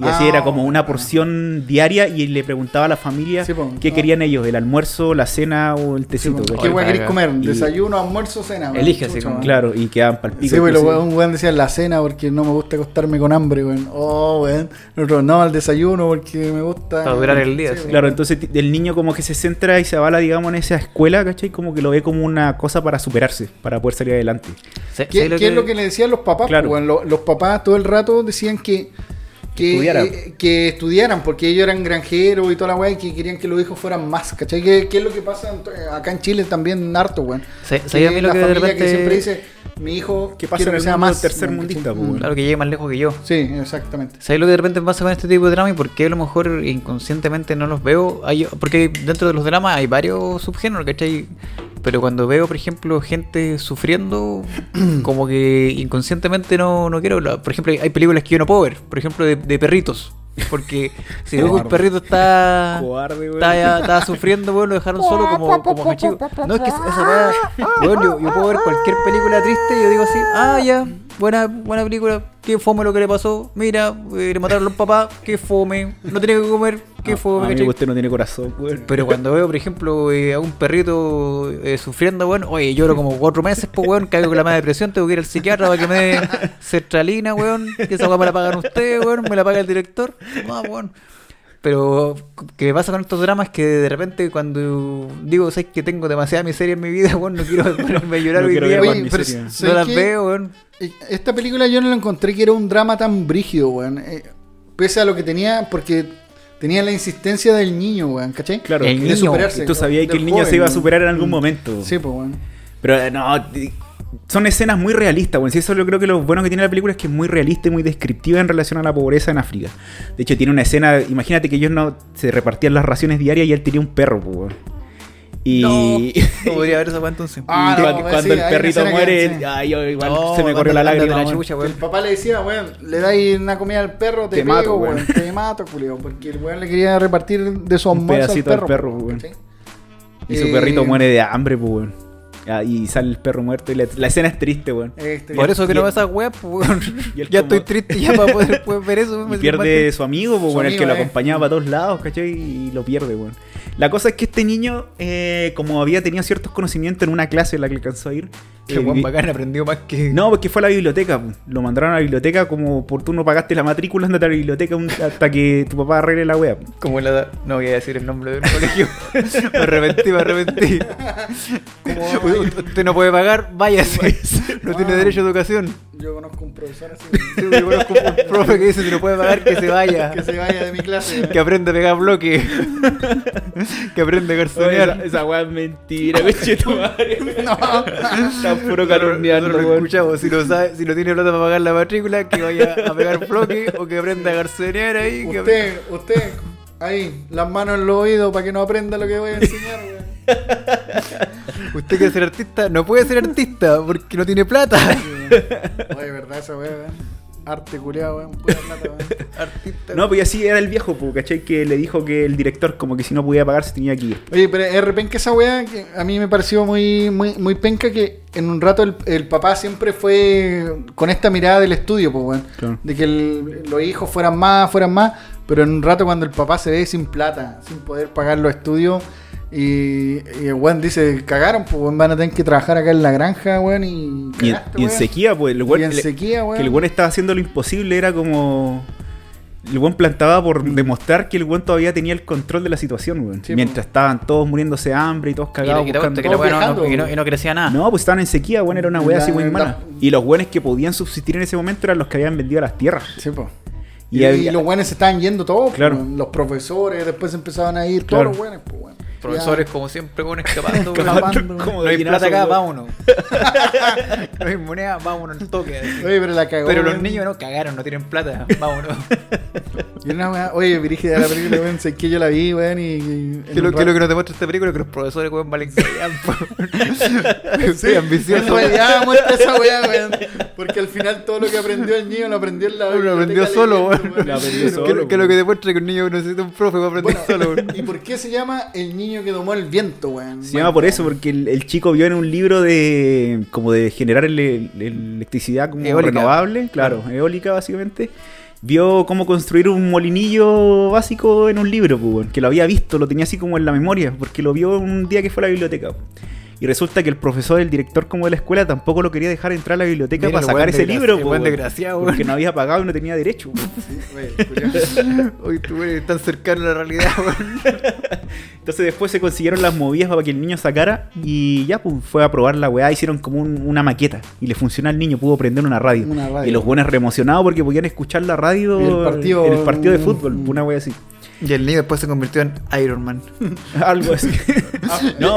Speaker 5: Y así
Speaker 1: Ah,
Speaker 5: era como una
Speaker 1: ah.
Speaker 5: porción diaria y le preguntaba a la familia
Speaker 1: Sí, po,
Speaker 5: qué
Speaker 1: ah.
Speaker 5: querían ellos, el almuerzo, la cena o el
Speaker 1: Sí,
Speaker 5: tecito.
Speaker 1: po.
Speaker 5: ¿cachai?
Speaker 1: ¿Qué weón
Speaker 2: Oye,
Speaker 1: queréis
Speaker 2: caga.
Speaker 1: comer?
Speaker 5: Y-
Speaker 1: ¿Desayuno, almuerzo, cena? weón?
Speaker 2: Elige así
Speaker 1: Chucha,
Speaker 2: como-
Speaker 1: weón.
Speaker 5: Claro, y quedaban para
Speaker 1: Sí, pues, pero weón, un weón decía la cena porque no me gusta acostarme con hambre, weón. Oh, weón. Nosotros no, al desayuno porque me gusta.
Speaker 2: Para durar el día, sí.
Speaker 1: weón.
Speaker 5: Claro, entonces ti- el niño como que se centra y se avala, digamos, en esa escuela, ¿cachai? Como que lo ve como una cosa para superarse, para poder salir adelante.
Speaker 2: ¿sabes-
Speaker 1: ¿Qué,
Speaker 2: sabes
Speaker 1: qué es lo que le decían los papás?
Speaker 5: Claro.
Speaker 1: pues, lo- los papás todo el rato decían que, que,
Speaker 5: Estudiara.
Speaker 1: eh, que estudiaran, porque ellos eran granjeros y toda la weá, y que querían que los hijos fueran más, ¿cachai? ¿Qué, qué es lo que pasa en to- eh, acá en Chile también, harto, weón?
Speaker 2: Se-
Speaker 1: Que
Speaker 2: se llama a mí lo
Speaker 1: la
Speaker 2: que de
Speaker 1: familia que
Speaker 2: repente-
Speaker 1: siempre dice, mi hijo
Speaker 5: ¿Qué pasa
Speaker 1: quiero
Speaker 5: en el
Speaker 1: que sea
Speaker 5: mundo
Speaker 1: más.
Speaker 5: tercermundista,
Speaker 1: ¿cachai?
Speaker 5: pues,
Speaker 1: Mm.
Speaker 2: Claro que llegue más lejos que yo.
Speaker 1: Sí, exactamente.
Speaker 2: ¿Sabes lo que de repente pasa con este tipo de drama y por qué a lo mejor inconscientemente no los veo? Hay- porque dentro de los dramas hay varios subgéneros, ¿cachai? Pero cuando veo, por ejemplo, gente sufriendo, como que inconscientemente no, no quiero. la- Por ejemplo, hay películas que yo no puedo ver, por ejemplo, de, de perritos. Porque si veo que un
Speaker 1: Cobarde.
Speaker 2: perrito está,
Speaker 5: Cobarde, weón.
Speaker 2: está, está sufriendo, weón, lo dejaron solo como, como cachivo. No, es que esa weá, weón, yo, yo puedo ver cualquier película triste y yo digo así, ah, ya, buena, buena película, qué fome lo que le pasó, mira, eh, le mataron a los papás, qué fome, no tenía que comer, qué fome,
Speaker 5: Ah, Amigo,
Speaker 2: ¿cachai?
Speaker 5: usted no tiene corazón, weón.
Speaker 2: Pero cuando veo, por ejemplo, eh, a un perrito eh, sufriendo, weón, oye, lloro como cuatro meses, pues, weón, caigo con la más depresión, tengo que ir al psiquiatra para que me dé sertralina, weón, que esa weá me la pagan ustedes, weón, me la paga el director, no, weón. Pero que me pasa con estos dramas que de repente cuando digo, sabes que tengo demasiada miseria en mi vida, weón, no quiero ponerme a llorar
Speaker 5: No
Speaker 2: hoy
Speaker 5: quiero
Speaker 2: día,
Speaker 5: ver
Speaker 2: weón.
Speaker 5: más
Speaker 1: pero
Speaker 5: miseria.
Speaker 1: ¿sabes
Speaker 2: No las
Speaker 1: qué?
Speaker 2: veo, weón.
Speaker 1: Eh, Esta película yo no la encontré que era un drama tan brígido, weón. Eh, Pese a lo que tenía, porque tenía la insistencia del niño, weón, ¿cachai?
Speaker 5: Claro,
Speaker 2: El
Speaker 5: y
Speaker 2: niño.
Speaker 1: superarse,
Speaker 5: tú sabías
Speaker 1: del
Speaker 5: que el niño
Speaker 1: joven,
Speaker 5: se iba a
Speaker 1: weón.
Speaker 5: superar en algún
Speaker 1: Mm.
Speaker 5: momento.
Speaker 1: Sí, pues, weón.
Speaker 5: Pero eh, no, t- son escenas muy realistas, bueno, si eso yo creo que lo bueno que tiene la película es que es muy realista y muy descriptiva en relación a la pobreza en África. De hecho, tiene una escena, imagínate que ellos no se repartían las raciones diarias y él tenía un perro, pues, weón. Y
Speaker 2: No podría haber esa weá entonces.
Speaker 1: Ah, no,
Speaker 5: y cuando,
Speaker 1: sí,
Speaker 5: cuando el
Speaker 1: hay una
Speaker 5: perrito
Speaker 1: escena que-
Speaker 5: muere,
Speaker 1: sí.
Speaker 5: ay, yo igual
Speaker 2: No,
Speaker 5: se me corrió la
Speaker 2: anda- anda
Speaker 5: lágrima.
Speaker 2: la
Speaker 5: weón.
Speaker 2: chucha,
Speaker 1: Que El
Speaker 2: weón.
Speaker 1: papá le decía, weón, le dais una comida al perro, te,
Speaker 5: Te
Speaker 1: pego,
Speaker 5: mato,
Speaker 1: weón,
Speaker 5: weón.
Speaker 1: te mato, culio, porque el weón le quería repartir de su
Speaker 5: Un
Speaker 1: almuerzo al
Speaker 5: pedacito al
Speaker 1: perro.
Speaker 5: perro, weón.
Speaker 1: ¿cachai?
Speaker 5: y su
Speaker 1: Eh,
Speaker 5: perrito muere de hambre, pues, weón. Ah, y sale el perro muerto y la, la escena es triste, weón.
Speaker 1: Este,
Speaker 2: Por eso que no
Speaker 5: y-
Speaker 2: veo esas weas, pues, weón.
Speaker 5: y él
Speaker 2: Ya
Speaker 5: como-
Speaker 2: estoy triste ya para poder, poder ver eso.
Speaker 5: Y
Speaker 2: me
Speaker 5: pierde su amigo, pues,
Speaker 1: Su
Speaker 5: bueno, el que
Speaker 1: amigo,
Speaker 5: lo
Speaker 1: eh.
Speaker 5: acompañaba para todos lados, ¿cachai? Y lo pierde, bueno. La cosa es que este niño, eh, como había tenido ciertos conocimientos en una clase en la que alcanzó a ir,
Speaker 2: Que
Speaker 5: eh,
Speaker 2: weón
Speaker 5: vi-
Speaker 2: bacán aprendió más que.
Speaker 5: no, porque fue a la biblioteca, pues. lo mandaron a la biblioteca como por tú no pagaste la matrícula, andate a la biblioteca un- hasta que tu papá arregle la wea. pues.
Speaker 2: Como la. No voy a decir el nombre del colegio. me arrepentí, me arrepentí. Como, usted no puede pagar, váyase. No tiene derecho a educación.
Speaker 1: Yo conozco un profesor así.
Speaker 2: Sí, yo conozco un profe que dice si no puede pagar, que se vaya.
Speaker 1: que se vaya de mi clase.
Speaker 2: Que aprende a pegar bloque. que aprende a garzonear.
Speaker 5: esa wea es mentira, coche tu madre. No, está puro
Speaker 2: Nosotros
Speaker 5: calumniando,
Speaker 2: lo
Speaker 5: weón.
Speaker 2: escuchamos, si no, sabe- si no tiene plata para pagar la matrícula, que vaya a pegar bloque o que aprenda a garzonear ahí. que-
Speaker 1: Usted, usted, ahí, las manos en los oídos para que no aprenda lo que voy a enseñar, weón.
Speaker 2: Usted quiere ser artista, no puede ser artista porque no tiene plata.
Speaker 1: Oye, verdad esa weá, weón. Arte culiado, weón. Pura plata, weón.
Speaker 2: Artista.
Speaker 5: No, pues y así era el viejo, pues, ¿cachai? Que le dijo que el director, como que si no podía pagar, se tenía que ir.
Speaker 1: Oye, pero de repente esa weá que a mí me pareció muy, muy, muy penca que en un rato el, el papá siempre fue con esta mirada del estudio, pues weón.
Speaker 5: Claro.
Speaker 1: De que el- los hijos fueran más, fueran más, pero en un rato cuando el papá se ve sin plata, sin poder pagar los estudios, y, y el weón dice, cagaron, pues weón, van a tener que trabajar acá en la granja, weón, y
Speaker 5: Y en,
Speaker 1: cagaste,
Speaker 5: y en
Speaker 1: weón".
Speaker 5: sequía, pues, el weón.
Speaker 1: Y en
Speaker 5: le-
Speaker 1: sequía, weón.
Speaker 5: Que el weón estaba haciendo lo imposible, era como. El weón plantaba por demostrar que el weón todavía tenía el control de la situación, weón.
Speaker 1: Mm. Sí,
Speaker 5: Mientras estaban todos muriéndose de hambre y todos cagados
Speaker 2: Y la-
Speaker 5: buscando.
Speaker 2: que la weá no-
Speaker 1: Todos
Speaker 2: no- y no-
Speaker 1: viajando.
Speaker 2: y no crecía nada.
Speaker 5: No, pues estaban en sequía, weón, era una weá así,
Speaker 1: La-
Speaker 5: weón,
Speaker 1: la-
Speaker 5: mala. Y los weones que podían subsistir en ese momento eran los que habían vendido las tierras.
Speaker 1: Sí, po.
Speaker 5: Y
Speaker 1: Y,
Speaker 5: había-
Speaker 1: los weones se estaban yendo todos,
Speaker 5: Claro.
Speaker 1: pues, los profesores, después empezaban a ir
Speaker 5: Claro.
Speaker 1: todos los weones, pues weón.
Speaker 2: Profesores, como siempre, con escapando.
Speaker 1: Escapando.
Speaker 2: weón.
Speaker 5: Como
Speaker 2: No hay plata
Speaker 5: gallinazo,
Speaker 2: acá,
Speaker 5: weón.
Speaker 2: vámonos. No hay moneda, vámonos al toque.
Speaker 1: Ya. Oye, pero la cagó.
Speaker 2: Pero los
Speaker 1: weón.
Speaker 2: niños no cagaron, no tienen plata, vámonos.
Speaker 1: Y una weá, oye, Virginia, la película, weón, sé que yo la vi, weón, y... y en
Speaker 2: Que lo,
Speaker 1: un
Speaker 2: que lo
Speaker 1: rato-
Speaker 2: que nos demuestra esta película es que los profesores weón valen que sean, po.
Speaker 1: Sí,
Speaker 2: Soy ambicioso.
Speaker 1: En realidad muestra esa weá, weón. Porque al final todo lo que aprendió el niño lo aprendió en la
Speaker 2: Lo aprendió
Speaker 1: biblioteca
Speaker 2: solo,
Speaker 1: leyendo,
Speaker 2: weón.
Speaker 5: Lo aprendió solo,
Speaker 2: Que, lo- que lo
Speaker 5: weón.
Speaker 2: que demuestra que un niño necesita un profe para aprender
Speaker 1: Bueno,
Speaker 2: solo, weón.
Speaker 1: ¿Y por qué se llama El niño que domó el viento, weón?
Speaker 5: Se llama por eso, porque el, el chico vio en un libro de como de generar el- el- el- electricidad como
Speaker 2: Eólica.
Speaker 5: renovable, claro, eólica básicamente. Vio cómo construir un molinillo básico en un libro, pues, weón, que lo había visto, lo tenía así como en la memoria, porque lo vio un día que fue a la biblioteca. Y resulta que el profesor, el director como de la escuela, tampoco lo quería dejar entrar a la biblioteca
Speaker 2: Mira,
Speaker 5: para
Speaker 2: el
Speaker 5: sacar
Speaker 2: weón
Speaker 5: ese
Speaker 2: desgra-
Speaker 5: libro,
Speaker 2: el
Speaker 5: pues,
Speaker 2: weón
Speaker 5: weón,
Speaker 2: desgraciado,
Speaker 5: porque
Speaker 2: weón.
Speaker 5: no había pagado y no tenía derecho. pues.
Speaker 2: Hoy tú eres tan cercano a la realidad, weón.
Speaker 5: Entonces después se consiguieron las movidas para que el niño sacara y ya pues, fue a probar la weá, hicieron como un- una maqueta y le funcionó al niño, pudo prender una radio.
Speaker 1: Una radio.
Speaker 5: Y los buenos reemocionados porque podían escuchar la radio
Speaker 1: Y el partido- mm,
Speaker 5: el partido de fútbol, una weá así.
Speaker 2: Y el niño después se convirtió en Iron Man.
Speaker 5: Algo así. no,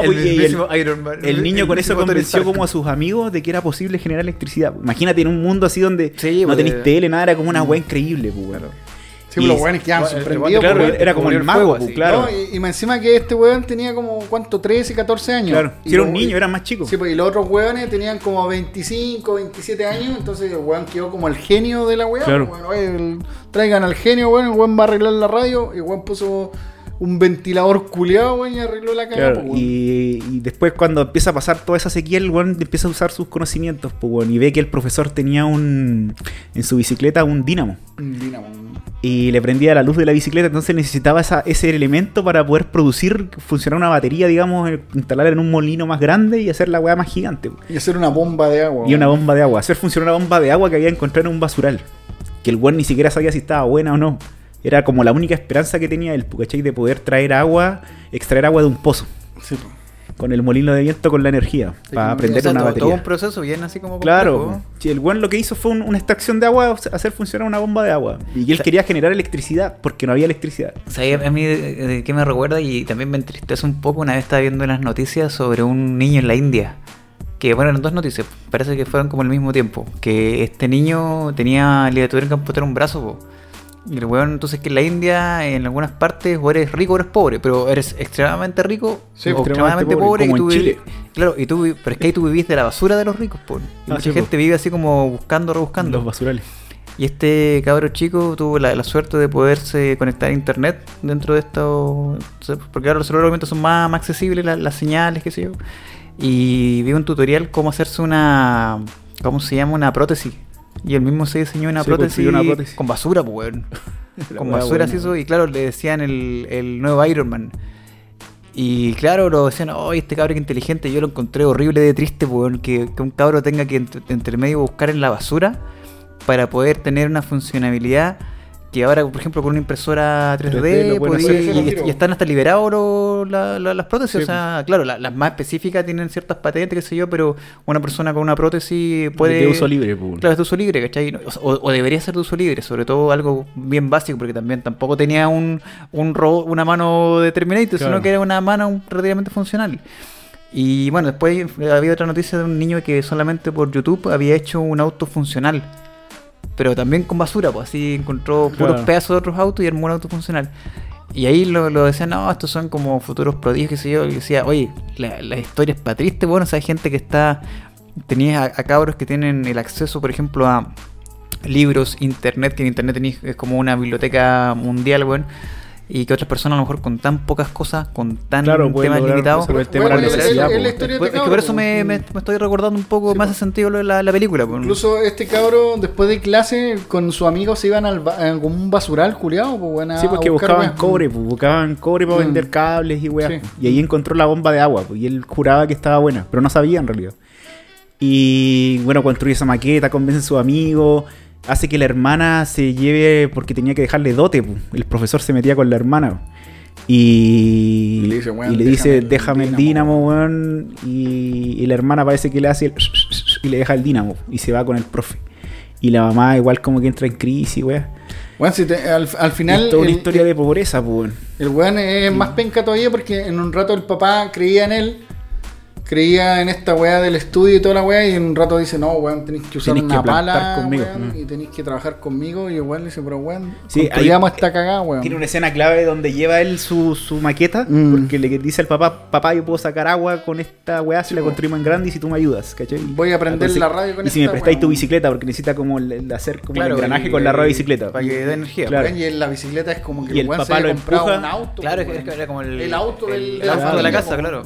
Speaker 2: Ah, el,
Speaker 5: pues, y el,
Speaker 2: mismísimo Iron Man.
Speaker 5: el niño con
Speaker 2: mismísimo
Speaker 5: eso
Speaker 2: Tony
Speaker 5: convenció
Speaker 2: Stark.
Speaker 5: como a sus amigos de que era posible generar electricidad. Imagínate en un mundo así donde
Speaker 2: Sí,
Speaker 5: no
Speaker 2: pues,
Speaker 5: tenéis
Speaker 2: eh,
Speaker 5: tele, nada, era como una weá increíble, pues, weón.
Speaker 1: Sí,
Speaker 5: Y-
Speaker 1: pero los weones quedaban
Speaker 2: Bueno, el
Speaker 1: sorprendidos,
Speaker 2: weón,
Speaker 5: Claro,
Speaker 1: pues, weón.
Speaker 5: era como
Speaker 2: Murió
Speaker 5: el
Speaker 2: el
Speaker 5: mago,
Speaker 2: fuego,
Speaker 5: pues,
Speaker 2: así.
Speaker 5: claro.
Speaker 1: No, y, y me encima que este weón tenía como, ¿cuánto? 13, 14 años.
Speaker 5: Claro,
Speaker 1: Y
Speaker 5: si era
Speaker 1: los-
Speaker 5: un niño, era más chico.
Speaker 1: Sí, pues, y los otros weones tenían como 25, 27 años, entonces el weón quedó como el genio de la weá.
Speaker 5: Claro.
Speaker 1: pues, weón, oye, el- traigan al genio, weón, el weón va a arreglar la radio, y el weón puso un ventilador culeado, weón, y arregló la pues, cara.
Speaker 5: Claro, y, y después cuando empieza a pasar toda esa sequía, el weón empieza a usar sus conocimientos, pues, weón, y ve que el profesor tenía un en su bicicleta un dínamo y le prendía la luz de la bicicleta, entonces necesitaba esa- ese elemento para poder producir, funcionar una batería, digamos, eh, instalarla en un molino más grande y hacer la weá más gigante. weón.
Speaker 1: Y hacer una bomba de agua.
Speaker 5: Y una
Speaker 1: weón.
Speaker 5: bomba de agua, hacer funcionar una bomba de agua que había encontrado en un basural, que el weón ni siquiera sabía si estaba buena o no. Era como la única esperanza que tenía él, ¿cachai? De poder traer agua, extraer agua de un pozo
Speaker 1: Sí, pues.
Speaker 5: con el molino de viento con la energía para
Speaker 1: como
Speaker 5: prender
Speaker 2: O sea,
Speaker 5: una
Speaker 2: todo, todo un
Speaker 5: batería.
Speaker 2: proceso bien así como
Speaker 5: Claro,
Speaker 2: complejo.
Speaker 5: si el weón lo que hizo fue un- una extracción de agua, o sea, hacer funcionar una bomba de agua. Y él
Speaker 2: sea-
Speaker 5: quería generar electricidad porque no había electricidad.
Speaker 2: ¿Sabes a mí de, de qué me recuerda? Y también me entristece un poco. Una vez estaba viendo las noticias sobre un niño en la India. Que bueno, eran dos noticias. Parece que fueron como al mismo tiempo. Que este niño tenía, le tuvieron que amputar un brazo. po. Y el weón, entonces que en la India, en algunas partes, o eres rico o eres pobre. Pero eres extremadamente rico
Speaker 1: Sí,
Speaker 2: o
Speaker 5: extremadamente
Speaker 2: extremadamente
Speaker 5: pobre,
Speaker 2: pobre.
Speaker 5: como
Speaker 2: y tú
Speaker 5: en
Speaker 2: vivi- Claro, y tú, vi- pero es que ahí tú vivís de la basura de los ricos. Po. Y
Speaker 5: Ah,
Speaker 2: mucha
Speaker 5: sí, po.
Speaker 2: gente vive así como buscando, rebuscando.
Speaker 5: Los basurales.
Speaker 2: Y este cabro chico tuvo la, la suerte de poderse conectar a internet dentro de esto. Porque ahora los celulares obviamente son más, más accesibles, la- las señales, qué sé yo. y vi un tutorial cómo hacerse una. ¿Cómo se llama? Una prótesis. Y él mismo se diseñó una,
Speaker 5: Se
Speaker 2: prótesis,
Speaker 5: consiguió pues, una prótesis.
Speaker 2: con basura, pues, weón.
Speaker 5: La
Speaker 2: con
Speaker 5: weá
Speaker 2: basura se
Speaker 5: buena,
Speaker 2: hizo. Y claro, le decían el, el nuevo Iron Man. Y claro, lo decían, oh, este cabro que inteligente, yo lo encontré horrible de triste, weón, que, que un cabro tenga que entre, entre medio buscar en la basura para poder tener una funcionabilidad que ahora, por ejemplo, con una impresora 3D,
Speaker 5: 3D lo pueden
Speaker 2: podía-
Speaker 1: hacer.
Speaker 2: y, y están hasta liberados los- la- la- las prótesis.
Speaker 5: pues.
Speaker 2: o sea, claro, la- las más específicas tienen ciertas patentes, qué sé yo, pero una persona con una prótesis puede...
Speaker 5: De uso libre, pues.
Speaker 2: Claro, es de uso libre, ¿cachai? O, o debería ser de uso libre, sobre todo algo bien básico, porque también tampoco tenía un, un robot- una mano de Terminator,
Speaker 5: Claro.
Speaker 2: sino que era una mano un- relativamente funcional. Y bueno, después había otra noticia de un niño que solamente por YouTube había hecho un auto funcional. Pero también con basura, pues así encontró
Speaker 5: Claro.
Speaker 2: puros pedazos de otros autos y armó un auto funcional. Y ahí lo, lo decían, no, estos son como futuros prodigios, qué sé yo. Y decía, oye, la, la historia es para triste, bueno, o sea, hay gente que está. Tenías a, a cabros que tienen el acceso, por ejemplo, a libros, internet, que en internet tenéis es como una biblioteca mundial, weón. Y que otras personas a lo mejor con tan pocas cosas, con tan
Speaker 5: Claro, pueden
Speaker 2: temas
Speaker 5: lograr
Speaker 2: limitados,
Speaker 5: resolver el tema
Speaker 1: Bueno,
Speaker 5: de la
Speaker 1: es-
Speaker 5: necesidad,
Speaker 1: es- es la
Speaker 5: pues.
Speaker 1: historia de
Speaker 2: pues,
Speaker 1: este
Speaker 2: es que por
Speaker 1: cabro,
Speaker 2: eso me, me-
Speaker 1: pues.
Speaker 2: me estoy recordando un poco más de sentido lo de la, la película. pues.
Speaker 1: Incluso este cabro, después de clase, con su amigo se iban al ba- a como un basural culiado, pues bueno,
Speaker 5: Sí, porque buscaban cobre, pues, buscaban cobre para
Speaker 1: Mm.
Speaker 5: vender cables y weá.
Speaker 1: Sí.
Speaker 5: Y ahí encontró la bomba de agua, pues, y él juraba que estaba buena, pero no sabía en realidad. Y bueno, construye esa maqueta, convence a su amigo, hace que la hermana se lleve porque tenía que dejarle dote, pues. El profesor se metía con la hermana. Y,
Speaker 1: Y le dice, weón,
Speaker 5: y le dice, déjame,
Speaker 1: déjame el
Speaker 5: el dínamo, weón. Y, y la hermana parece que le hace el y le deja el dínamo y se va con el profe. Y la mamá igual como que entra en crisis, weón.
Speaker 1: Bueno, si te- al, al final.
Speaker 5: Es toda una
Speaker 1: el-
Speaker 5: historia de pobreza, pues, weón.
Speaker 1: El weón es más penca todavía porque en un rato el papá creía en él, creía en esta weá del estudio y toda la weá, y en un rato dice, no, weón, tenéis que usar
Speaker 5: Tenés que
Speaker 1: una
Speaker 5: plantar
Speaker 1: pala
Speaker 5: conmigo".
Speaker 1: weón,
Speaker 5: Mm.
Speaker 1: y tenéis que trabajar conmigo, y el weón le dice, pero weón,
Speaker 5: Sí,
Speaker 1: construyamos
Speaker 5: hay-
Speaker 1: esta cagada, weón.
Speaker 5: Tiene una escena clave donde lleva él su, su maqueta,
Speaker 1: Mm.
Speaker 5: porque le dice al papá, papá, yo puedo sacar agua con esta weá si la construimos en grande y si tú me ayudas, ¿cachai?
Speaker 1: Voy a prender la radio con
Speaker 5: Y si me
Speaker 1: esta
Speaker 5: prestáis
Speaker 1: weá,
Speaker 5: tu
Speaker 1: weón.
Speaker 5: bicicleta, porque necesita como el, el hacer como
Speaker 2: Claro,
Speaker 5: el engranaje
Speaker 2: y-
Speaker 5: con la rueda de bicicleta.
Speaker 2: Para que dé energía.
Speaker 5: Claro.
Speaker 1: Weón, Y en la bicicleta es como que
Speaker 5: Y el
Speaker 1: se
Speaker 5: papá
Speaker 1: había
Speaker 5: lo empuja.
Speaker 1: un auto.
Speaker 2: Claro, es
Speaker 1: weón.
Speaker 2: que es que era como el,
Speaker 1: El auto del-
Speaker 2: el
Speaker 1: del
Speaker 2: auto
Speaker 5: auto
Speaker 2: de la
Speaker 5: de la
Speaker 2: casa,
Speaker 1: casa,
Speaker 2: claro.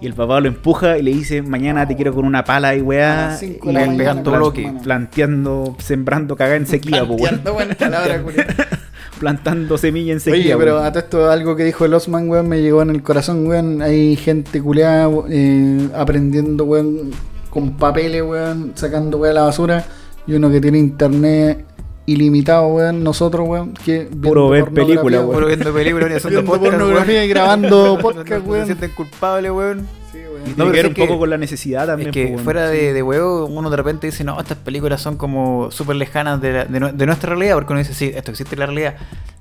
Speaker 5: Y el papá lo empuja y le dice, mañana te quiero con una pala y
Speaker 1: A
Speaker 5: weá.
Speaker 1: las cinco
Speaker 5: Y
Speaker 1: de la
Speaker 5: le
Speaker 2: mañana,
Speaker 5: pegando
Speaker 2: con la
Speaker 5: bloque.
Speaker 1: semana.
Speaker 5: Planteando, sembrando cagada en sequía, po, weón.
Speaker 1: Planteando, weón, palabra, culiao.
Speaker 5: Plantando semilla en
Speaker 1: Oye,
Speaker 5: sequía.
Speaker 1: pero
Speaker 5: weón.
Speaker 1: a todo esto algo que dijo el Osman, weón, me llegó en el corazón, weón. Hay gente culeada eh, aprendiendo, weón, con papeles, weón, sacando, weón, la basura. Y uno que tiene internet ilimitado, weón, nosotros, weón, que...
Speaker 5: Puro ver
Speaker 1: pornografía,
Speaker 5: película, weón.
Speaker 2: Puro viendo películas y haciendo
Speaker 1: Viendo
Speaker 2: podcast,
Speaker 1: pornografía
Speaker 2: weón.
Speaker 1: y grabando podcast,
Speaker 2: No, no, no
Speaker 1: weón.
Speaker 2: Se sienten culpables, weón.
Speaker 1: Sí,
Speaker 5: Y
Speaker 1: weón.
Speaker 2: no,
Speaker 5: tiene que
Speaker 2: pero es
Speaker 5: ver un poco
Speaker 2: que-
Speaker 5: con la necesidad también.
Speaker 2: Es que
Speaker 5: po,
Speaker 1: pues,
Speaker 5: weón.
Speaker 2: fuera de, de huevo, uno de repente dice, no, estas películas son como súper lejanas de, la- de nu- de nuestra realidad, porque uno dice, sí, esto existe en la realidad.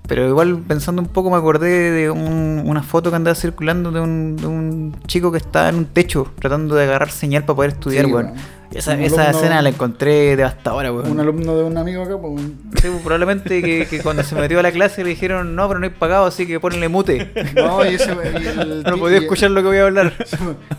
Speaker 2: Pero igual pensando un poco me acordé de un- una foto que andaba circulando de un, de un chico que estaba en un techo tratando de agarrar señal para poder estudiar,
Speaker 1: Sí,
Speaker 2: weón.
Speaker 1: weón.
Speaker 2: Esa,
Speaker 1: Un
Speaker 2: esa
Speaker 1: alumno-
Speaker 2: escena la encontré devastadora, weón.
Speaker 1: Un alumno de un amigo acá, pues, weón.
Speaker 2: Sí, pues, probablemente que, que cuando se metió a la clase le dijeron, no, pero no hay pagado, así que ponle mute.
Speaker 1: No, y ese... y el-
Speaker 2: No podía
Speaker 1: y-
Speaker 2: escuchar lo que voy a hablar.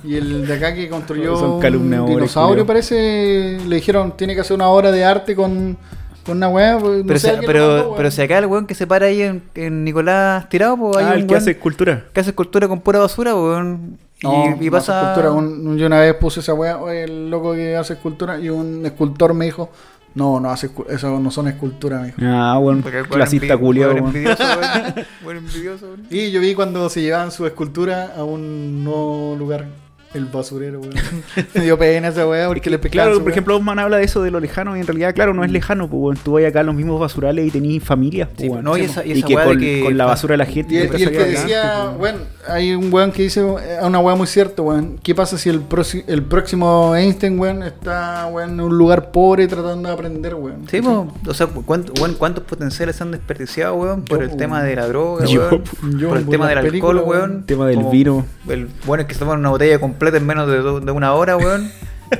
Speaker 1: Y el de acá que construyó
Speaker 5: Son
Speaker 1: un
Speaker 5: calumniadores,
Speaker 1: dinosaurio,
Speaker 5: culiao.
Speaker 1: parece, le dijeron, tiene que hacer una obra de arte con, con una weá. pues, no
Speaker 2: Pero,
Speaker 1: sé,
Speaker 2: si,
Speaker 1: a quién lo
Speaker 2: pero,
Speaker 1: mandó, weón.
Speaker 2: pero si acá el weón que se para ahí en, en Nicolás Tirado, pues hay
Speaker 5: Ah,
Speaker 2: un
Speaker 5: el que
Speaker 2: weón
Speaker 5: hace escultura.
Speaker 2: que hace escultura con pura basura, pues, weón. Y,
Speaker 1: No,
Speaker 2: y
Speaker 1: no hace
Speaker 2: pasa.
Speaker 1: escultura. Un- yo una vez puse esa weá, oye, el loco que hace escultura, y un escultor me dijo, no, no hace escu- eso no son esculturas, me dijo.
Speaker 5: Ah, weón,
Speaker 2: Porque el weón
Speaker 5: clasista
Speaker 2: envi-
Speaker 5: culiao,
Speaker 2: weón
Speaker 5: weón.
Speaker 2: envidioso, weón. Weón envidioso, weón.
Speaker 1: Y yo vi cuando se llevaban su escultura a un nuevo lugar, el basurero, weón. me dio pena esa weá porque le pescaban
Speaker 5: Claro,
Speaker 1: su
Speaker 5: por
Speaker 1: weá.
Speaker 5: ejemplo, Osman habla de eso de lo lejano y en realidad, claro, no es lejano, pues, weón. tú vas acá a los mismos basurales y tenés familias,
Speaker 2: Mm.
Speaker 5: pues,
Speaker 2: Sí,
Speaker 5: weón.
Speaker 2: no, y
Speaker 5: Sí,
Speaker 2: esa- y
Speaker 5: y
Speaker 2: esa
Speaker 5: que
Speaker 2: weá de
Speaker 5: con,
Speaker 2: que-
Speaker 5: con la basura de la gente.
Speaker 1: Y el,
Speaker 5: siempre
Speaker 1: y el que
Speaker 5: salía adelante,
Speaker 1: decía,
Speaker 5: pues, weón.
Speaker 1: bueno, hay un weón que dice eh, una weá muy cierto, weón. ¿Qué pasa si el, proxi- el próximo Einstein, weón, está weón, en un lugar pobre tratando de aprender, weón?
Speaker 2: Sí, pues, o sea, ¿cuánto- weón, ¿cuántos potenciales han desperdiciado, weón? Por
Speaker 1: Yo,
Speaker 2: el
Speaker 1: po.
Speaker 2: tema de la droga,
Speaker 5: Yo,
Speaker 2: weón.
Speaker 5: po.
Speaker 1: Yo,
Speaker 2: por el
Speaker 1: por
Speaker 2: tema
Speaker 1: la
Speaker 2: del alcohol,
Speaker 1: película,
Speaker 2: weón.
Speaker 1: weón.
Speaker 5: Tema del
Speaker 2: Como
Speaker 5: vino.
Speaker 2: el- bueno, es que se toman una botella completa en menos de, do- de una hora, weón.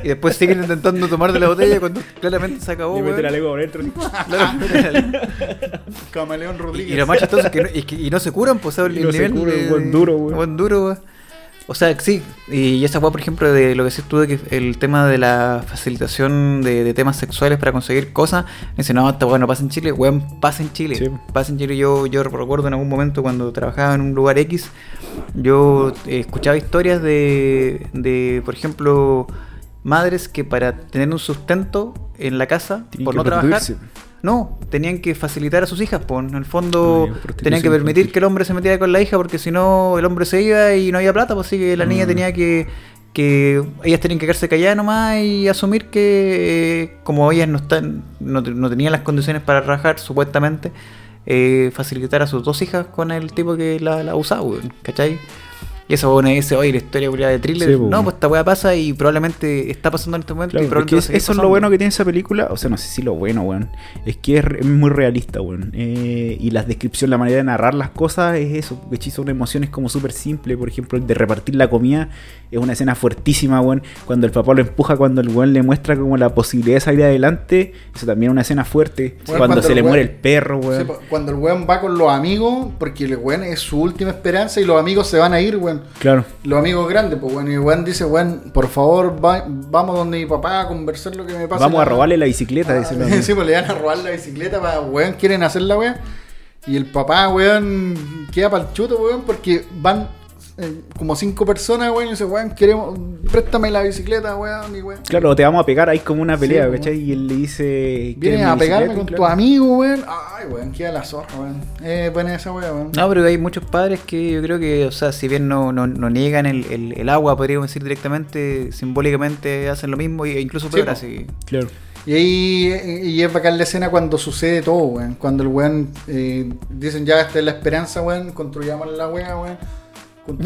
Speaker 2: Y después siguen intentando tomar de la botella cuando claramente se acabó,
Speaker 5: Y mete la
Speaker 2: weón.
Speaker 5: lengua por dentro.
Speaker 2: Claro, mete la-
Speaker 1: Camaleón
Speaker 2: Y, y lo más chistoso es que no, es que- y no se curan, pues, ¿sabes?
Speaker 5: Y
Speaker 2: el
Speaker 5: no se
Speaker 2: nivel
Speaker 5: curan,
Speaker 2: de-
Speaker 5: buen duro, weón.
Speaker 2: buen duro, weón. O sea, sí, y esa weá, por ejemplo, de lo que decís tú, de que el tema de la facilitación de, de temas sexuales para conseguir cosas, me dice, no, esta weá no pasa en Chile, weón, pasa en Chile.
Speaker 5: Sí.
Speaker 2: Pasa en Chile, yo, yo recuerdo en algún momento cuando trabajaba en un lugar X, Yo he escuchado historias de, de, por ejemplo, madres que para tener un sustento en la casa,
Speaker 5: Tienen
Speaker 2: por
Speaker 5: que
Speaker 2: no trabajar,
Speaker 5: reproducirse.
Speaker 2: no, tenían que facilitar a sus hijas, pues en el fondo
Speaker 5: Ah, ya, prostitución
Speaker 2: tenían que permitir
Speaker 5: infantil.
Speaker 2: que el hombre se metiera con la hija porque si no el hombre se iba y no había plata, pues así que la
Speaker 5: Mm.
Speaker 2: niña tenía que que ellas tenían que quedarse calladas nomás y asumir que eh, como ellas no están no, te- no tenían las condiciones para rajar supuestamente eh, facilitar a sus dos hijas con el tipo que la, la usaba, weón, ¿cachai? Y esa weón dice, oye, la historia culiada de thriller.
Speaker 5: Sí, po,
Speaker 2: no,
Speaker 5: weón.
Speaker 2: pues esta weá pasa y probablemente está pasando en este momento.
Speaker 5: Claro,
Speaker 2: y
Speaker 5: es que
Speaker 2: probablemente va a
Speaker 5: es-
Speaker 2: seguir
Speaker 5: eso es lo
Speaker 2: pasando.
Speaker 5: bueno que tiene esa película. O sea, no sé si lo bueno, weón. Es que es, re- es muy realista, weón. Eh, y la descripción, la manera de narrar las cosas es eso. Porque sí son emociones como súper simple. Por ejemplo, el de repartir la comida es una escena fuertísima, weón. Cuando el papá lo empuja, cuando el weón le muestra como la posibilidad de salir adelante. Eso también es una escena fuerte.
Speaker 1: Weón,
Speaker 5: cuando,
Speaker 1: cuando
Speaker 5: se
Speaker 1: el
Speaker 5: le
Speaker 1: weón-
Speaker 5: muere el perro, pues, weón.
Speaker 1: Sí, pues, po, cuando el weón va con los amigos, porque el weón es su última esperanza y los amigos se van a ir, weón.
Speaker 5: claro.
Speaker 1: Los amigos grandes, pues weón. Y el weón dice, weón, por favor, va- vamos donde mi papá a conversar lo que me pasa.
Speaker 5: Vamos a
Speaker 1: La-
Speaker 5: robarle la bicicleta, dice el
Speaker 1: Ah,
Speaker 5: amigo.
Speaker 1: sí, pues le van a robar la bicicleta para, weón, quieren hacer la weón. Y el papá, weón, queda para el chuto, weón, porque van eh, como cinco personas, weón, y dice, weón, queremos, préstame la bicicleta, weón, y weón.
Speaker 5: Claro, te vamos a pegar, hay como una pelea,
Speaker 1: Sí, weón.
Speaker 5: ¿cachai? Y él le dice...
Speaker 1: Vienen
Speaker 5: "¿Quieres
Speaker 1: a
Speaker 5: mi
Speaker 1: pegarme
Speaker 5: bicicleta?"
Speaker 1: con
Speaker 5: Claro.
Speaker 1: tus amigos, weón. Ay, weón, queda la zorra, weón. Eh, buena esa weón, weón.
Speaker 2: No, pero hay muchos padres que yo creo que, o sea, si bien no, no, no niegan el, el, el agua, podríamos decir directamente, simbólicamente hacen lo mismo e incluso
Speaker 1: Sí,
Speaker 2: peor
Speaker 1: po.
Speaker 2: así.
Speaker 5: Claro.
Speaker 1: Y ahí eh, y es bacán la escena cuando sucede todo, weón. Cuando el weón eh, dicen ya esta es la esperanza, weón, construyamos la weá, weón.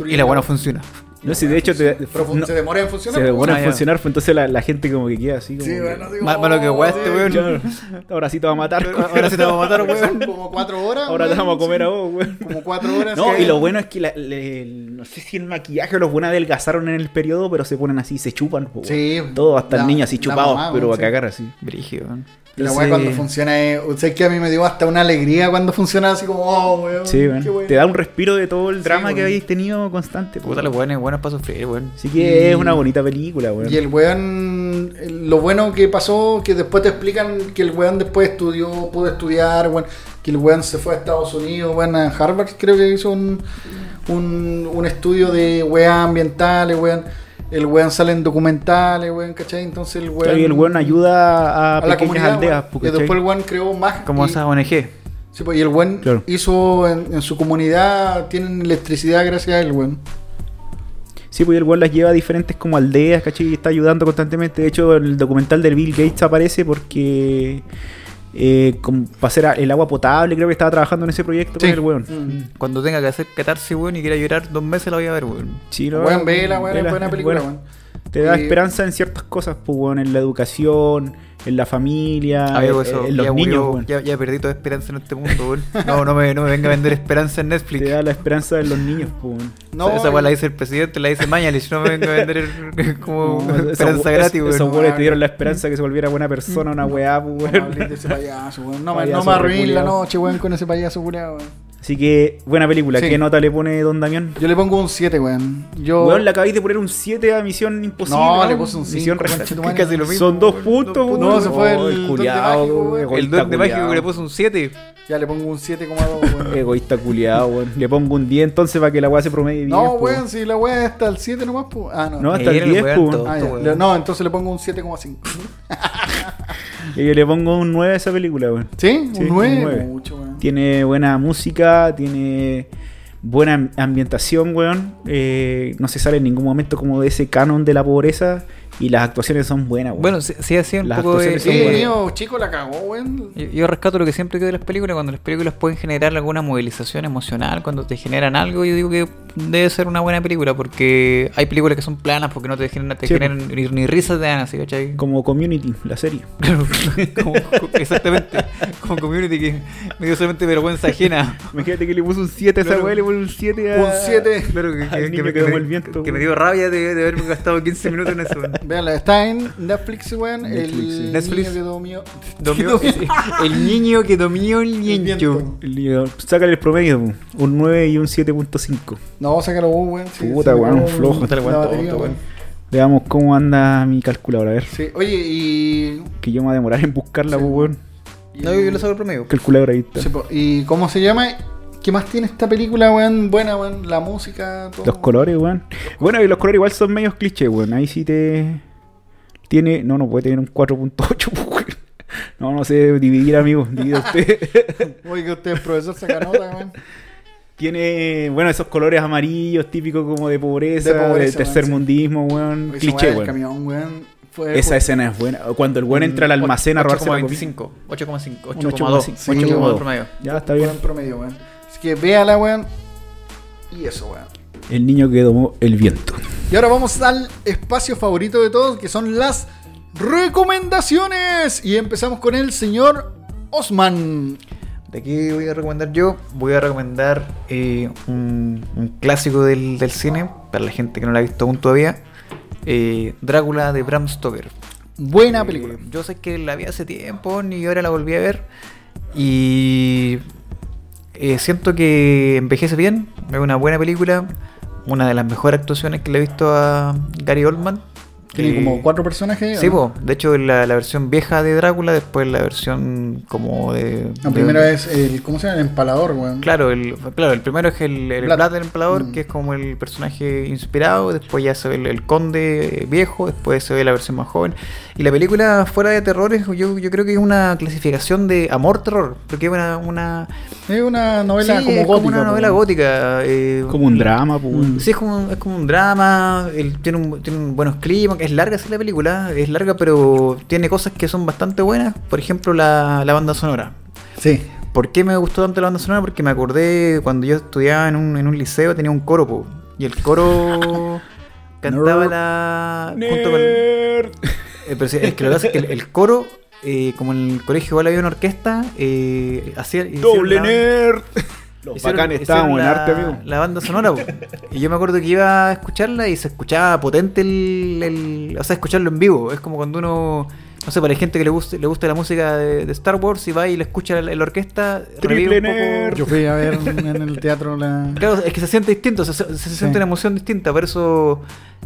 Speaker 2: Y la agua no funciona.
Speaker 5: No, si de hecho te-
Speaker 1: Pero fun-
Speaker 5: no-
Speaker 1: se demora en funcionar.
Speaker 5: se
Speaker 1: weón.
Speaker 5: demora
Speaker 2: Ah,
Speaker 5: en
Speaker 2: ya.
Speaker 5: funcionar, pues entonces la, la gente como que queda así como...
Speaker 1: Sí,
Speaker 5: que-
Speaker 1: weón, así
Speaker 2: Más
Speaker 1: como,
Speaker 2: malo que weá este
Speaker 1: sí,
Speaker 2: weón.
Speaker 5: Claro. Ahora sí te va a matar.
Speaker 2: Ahora sí te vamos a matar,
Speaker 1: Son
Speaker 2: weón.
Speaker 1: como cuatro horas.
Speaker 5: Ahora te
Speaker 1: weón,
Speaker 5: vamos a comer
Speaker 1: sí.
Speaker 5: a vos, weón.
Speaker 1: Como cuatro horas.
Speaker 5: No,
Speaker 1: que-
Speaker 5: y lo bueno es que la- le- el- no sé si el maquillaje o los buenos adelgazaron en el periodo, pero se ponen así, se chupan. po,
Speaker 1: Sí,
Speaker 5: weón. Todo, hasta
Speaker 1: la-
Speaker 5: el niño así
Speaker 1: la
Speaker 5: chupados,
Speaker 1: mamá,
Speaker 5: pero
Speaker 1: weón,
Speaker 5: a
Speaker 1: sí.
Speaker 5: cagar así.
Speaker 2: Brígido. ¿no?
Speaker 1: Y La weá
Speaker 5: Entonces-
Speaker 1: cuando funciona es. Usted que a mí me dio hasta una alegría cuando funciona así como, oh, weón.
Speaker 5: Sí,
Speaker 1: qué
Speaker 5: weón.
Speaker 1: weón.
Speaker 5: Te da un respiro de todo el drama que
Speaker 1: weón.
Speaker 5: habéis tenido constante. po,
Speaker 2: Puta, los
Speaker 5: weón.
Speaker 2: buenos, buenos para sufrir, weón.
Speaker 5: Así que
Speaker 1: Y-
Speaker 5: es una bonita película, weón.
Speaker 1: Y el weón, lo bueno que pasó, que después te explican que el weón después estudió, pudo estudiar, weón, que el weón se fue a Estados Unidos, weón, a Harvard creo que hizo un, un, un estudio de weá ambientales, weón. El weón sale en documentales, weón, ¿cachai? Entonces el
Speaker 5: Claro,
Speaker 1: weón...
Speaker 5: y el weón ayuda a,
Speaker 1: a la
Speaker 5: pequeñas
Speaker 1: comunidad,
Speaker 5: aldeas.
Speaker 1: weón.
Speaker 5: po,
Speaker 1: Y
Speaker 5: ¿cachai?
Speaker 1: después el weón creó más...
Speaker 2: Como
Speaker 1: y-
Speaker 2: esas ONG.
Speaker 1: Sí, pues, y el weón
Speaker 5: Claro.
Speaker 1: hizo en, en su comunidad, tienen electricidad gracias al weón.
Speaker 5: Sí, pues y el weón las lleva a diferentes como aldeas, ¿cachai? Y está ayudando constantemente. De hecho, el documental del Bill Gates aparece porque... Eh, como para hacer a- el agua potable, creo que estaba trabajando en ese proyecto
Speaker 1: Sí.
Speaker 5: con el weón.
Speaker 1: Mm.
Speaker 2: Cuando tenga que hacer catarse, weón, y quiera llorar dos meses, la voy a ver, weón.
Speaker 5: Sí, no,
Speaker 1: Weón, vela, weón, es
Speaker 5: vela,
Speaker 1: buena
Speaker 5: es
Speaker 1: película,
Speaker 5: buena.
Speaker 1: weón.
Speaker 5: Te da
Speaker 1: Y-
Speaker 5: esperanza en ciertas cosas, pues, weón, en la educación, en la familia,
Speaker 2: Ah, Amigo,
Speaker 5: eh,
Speaker 2: eso,
Speaker 5: en
Speaker 2: ya,
Speaker 5: los niños,
Speaker 2: murió,
Speaker 5: weón.
Speaker 2: ya, ya perdí toda esperanza en este mundo, weón. No, no me, no me venga a vender esperanza en
Speaker 5: Te
Speaker 2: Netflix.
Speaker 5: da la esperanza en los niños, pues, weón.
Speaker 1: No,
Speaker 2: esa esa weá la dice el presidente, la dice Mañalich, no me venga a vender
Speaker 1: Oh,
Speaker 2: como
Speaker 5: No, esos-
Speaker 2: esperanza gratis,
Speaker 5: esos-
Speaker 2: weón.
Speaker 5: Esos
Speaker 1: No,
Speaker 5: weones
Speaker 1: ah, Mm.
Speaker 5: tuvieron la esperanza que se volviera buena persona, una weá, pues,
Speaker 1: No
Speaker 5: weón.
Speaker 1: me hables de ese payaso, weón. No, me-
Speaker 5: Payaso
Speaker 1: no me arruines la
Speaker 5: reculeado.
Speaker 1: noche, weón, con ese payaso culeado, weón.
Speaker 5: Así que, buena película.
Speaker 1: Sí.
Speaker 5: ¿Qué nota le pone Don Damián?
Speaker 1: Yo le pongo un 7, weón. Yo.
Speaker 5: Weón, le acabáis de poner un 7 a Misión Imposible.
Speaker 1: No, le puse un
Speaker 5: Misión
Speaker 1: cinco,
Speaker 5: Real.
Speaker 1: conchetumare.
Speaker 2: Que casi lo mismo,
Speaker 5: Son dos
Speaker 2: weón.
Speaker 5: puntos, weón.
Speaker 1: No, se fue el
Speaker 5: Oh,
Speaker 1: duende
Speaker 5: culiao,
Speaker 1: mágico, weón.
Speaker 5: egoísta
Speaker 2: El duende mágico
Speaker 5: culiao.
Speaker 2: que le puso un 7.
Speaker 1: Ya le pongo un 7,2, weón.
Speaker 5: Egoísta culiado, weón. Le pongo un 10 entonces para que la weá se promedie bien.
Speaker 1: no,
Speaker 5: po,
Speaker 1: weón, si la weá está al 7 nomás, pues. Ah, no.
Speaker 5: No,
Speaker 1: Ah,
Speaker 5: hasta el
Speaker 2: Era Eh, el
Speaker 5: 10,
Speaker 2: weón
Speaker 5: po, weón.
Speaker 2: todo.
Speaker 1: ya.
Speaker 2: weón.
Speaker 1: Le- no, entonces le pongo un 7,5.
Speaker 5: Y yo le pongo un 9 a esa película, weón.
Speaker 1: ¿Sí?
Speaker 5: Sí,
Speaker 1: Un
Speaker 5: un
Speaker 1: 9.
Speaker 5: nueve.
Speaker 1: Mucho, weón.
Speaker 5: Tiene buena música, tiene buena am- ambientación, weón. Eh, no se sale en ningún momento como de ese canon de la pobreza. Y las actuaciones son buenas, weón.
Speaker 2: Bueno, sí, sí ha sido un
Speaker 5: Las
Speaker 2: poco de...
Speaker 5: actuaciones son
Speaker 1: Sí,
Speaker 5: buenas.
Speaker 2: eh,
Speaker 1: niño, chico, la cagó, weón.
Speaker 2: yo, yo rescato lo que siempre creo de las películas, cuando las películas pueden generar alguna movilización emocional, cuando te generan algo, yo digo que debe ser una buena película, porque hay películas que son planas porque no te generan, te
Speaker 5: Sí.
Speaker 2: generan ni, ni risas de así, ¿cachai?
Speaker 5: Como Community, la serie.
Speaker 2: Claro, como- exactamente, como community que me dio solamente vergüenza ajena.
Speaker 5: Imagínate que le puso un 7 a esa
Speaker 2: Claro.
Speaker 5: weá, le puso un 7 a.
Speaker 1: Un 7.
Speaker 2: Claro, que,
Speaker 5: Al
Speaker 2: que- que
Speaker 5: niño
Speaker 2: me,
Speaker 5: que
Speaker 2: que me-
Speaker 5: domó el viento,
Speaker 2: que me
Speaker 5: pues, weón.
Speaker 2: dio rabia de, de haberme gastado 15 minutos en eso. weón.
Speaker 1: Véanla, está en Netflix, weón.
Speaker 5: Netflix, sí.
Speaker 1: el
Speaker 2: Netflix.
Speaker 1: niño que domió.
Speaker 2: Domió- el niño que dominó el
Speaker 1: El
Speaker 2: niño.
Speaker 1: viento.
Speaker 5: El lío- Sácale el promedio, po. un 9 y un 7.5.
Speaker 1: No, sácalo vos, weón. sí,
Speaker 5: Puta,
Speaker 1: se me
Speaker 5: weón,
Speaker 1: acabó
Speaker 5: flojo. Puta,
Speaker 1: la
Speaker 5: el weón
Speaker 1: batería,
Speaker 5: tonto,
Speaker 1: weón.
Speaker 5: weón. Veamos cómo anda mi calculadora, a ver.
Speaker 1: Sí, oye, y.
Speaker 5: Que yo me voy a demorar en buscarla,
Speaker 1: Sí.
Speaker 5: po, weón.
Speaker 1: y-
Speaker 2: No, yo lo saco el promedio.
Speaker 5: Calculadora ahí está.
Speaker 1: Sí, po, ¿Y cómo se llama? ¿Qué más tiene esta película, weón? Buena, weón. La música, todo.
Speaker 5: Los colores, weón. Bueno, y los colores igual son medios clichés, weón. Ahí sí te. Tiene. No, no puede tener un 4.8, pues, weón. No, no sé dividir, amigo. Divida usted.
Speaker 1: Oye, que usted, profesor, saca nota, weón.
Speaker 5: Tiene, bueno, esos colores amarillos típicos como de pobreza,
Speaker 1: De
Speaker 5: de,
Speaker 1: pobreza, weón,
Speaker 5: tercermundismo, weón.
Speaker 1: Oye, se mueve
Speaker 5: Cliché,
Speaker 1: el
Speaker 5: weón.
Speaker 1: camión, weón. Fue,
Speaker 5: Esa escena es buena. Cuando el weón entra al almacén a robarse la comida.
Speaker 2: 8,25, 8,5,
Speaker 5: Un
Speaker 2: 8,2,
Speaker 5: 8,2,
Speaker 2: 8,2
Speaker 5: 8,2.
Speaker 2: promedio.
Speaker 5: Ya está
Speaker 1: fue
Speaker 5: bien.
Speaker 1: en promedio, weón. Así que véala, weón. Y eso, weón.
Speaker 5: El niño que domó el viento.
Speaker 1: Y ahora vamos al espacio favorito de todos, que son las recomendaciones. Y empezamos con el señor Osman.
Speaker 2: De aquí voy a recomendar yo, voy a recomendar eh, un, un clásico del, del cine, para la gente que no la ha visto aún todavía, eh, Drácula de Bram Stoker.
Speaker 1: Buena
Speaker 2: Eh,
Speaker 1: película.
Speaker 2: Yo sé que la vi hace tiempo, ni ahora la volví a ver. Y eh, siento que envejece bien, es una buena película, una de las mejores actuaciones que le he visto a Gary Oldman.
Speaker 1: Tiene
Speaker 2: Eh,
Speaker 1: como cuatro personajes.
Speaker 2: Sí,
Speaker 1: ¿o no?
Speaker 2: po. de hecho la, la versión vieja de Drácula, después la versión como de...
Speaker 1: La
Speaker 2: de-
Speaker 1: primera es el, ¿cómo se llama? El empalador, weón.
Speaker 2: Claro, el, claro, el primero es el, el
Speaker 1: Vlad.
Speaker 2: Vlad del Empalador,
Speaker 1: Mm.
Speaker 2: que es como el personaje inspirado, después ya se ve el, el conde viejo, después se ve la versión más joven. Y la película fuera de terrores, yo, yo creo que es una clasificación de amor-terror, porque es una... una
Speaker 1: Es una novela
Speaker 2: Sí,
Speaker 1: como
Speaker 2: es
Speaker 1: gótica.
Speaker 2: como una
Speaker 1: po,
Speaker 2: novela
Speaker 1: weón.
Speaker 2: gótica. eh,
Speaker 5: Como un drama, pues, weón.
Speaker 2: Sí, es como, un- es como un drama, el- tiene, un, tiene un buenos climas, es larga sí la película, es larga pero tiene cosas que son bastante buenas, por ejemplo la, la banda sonora.
Speaker 1: Sí.
Speaker 2: ¿Por qué me gustó tanto la banda sonora? Porque me acordé cuando yo estudiaba en un, en un liceo, tenía un coro, po, y el coro cantaba
Speaker 5: Nerd.
Speaker 2: la...
Speaker 5: Mm.
Speaker 2: junto con- eh, pero sí, es que lo que pasa es que el, el coro, eh, como en el colegio igual había una orquesta, eh, hacía...
Speaker 5: Doble
Speaker 2: hicieron la-
Speaker 5: nerd. Los
Speaker 2: Hicieron- hicieron
Speaker 5: bacanes estábamos en
Speaker 2: la-
Speaker 5: arte, amigo.
Speaker 2: La banda sonora, po. Y yo me acuerdo que iba a escucharla y se escuchaba potente el. el- o sea, escucharlo en vivo. Es como cuando uno. No sé, para hay gente que le, guste, le gusta la música de, de Star Wars y va y la escucha la, la orquesta. revive
Speaker 5: Triple
Speaker 2: un poco-
Speaker 5: nerd.
Speaker 1: Yo fui a ver en el teatro la.
Speaker 2: Claro, es que se siente distinto, se, se- se siente una emoción distinta. Por eso,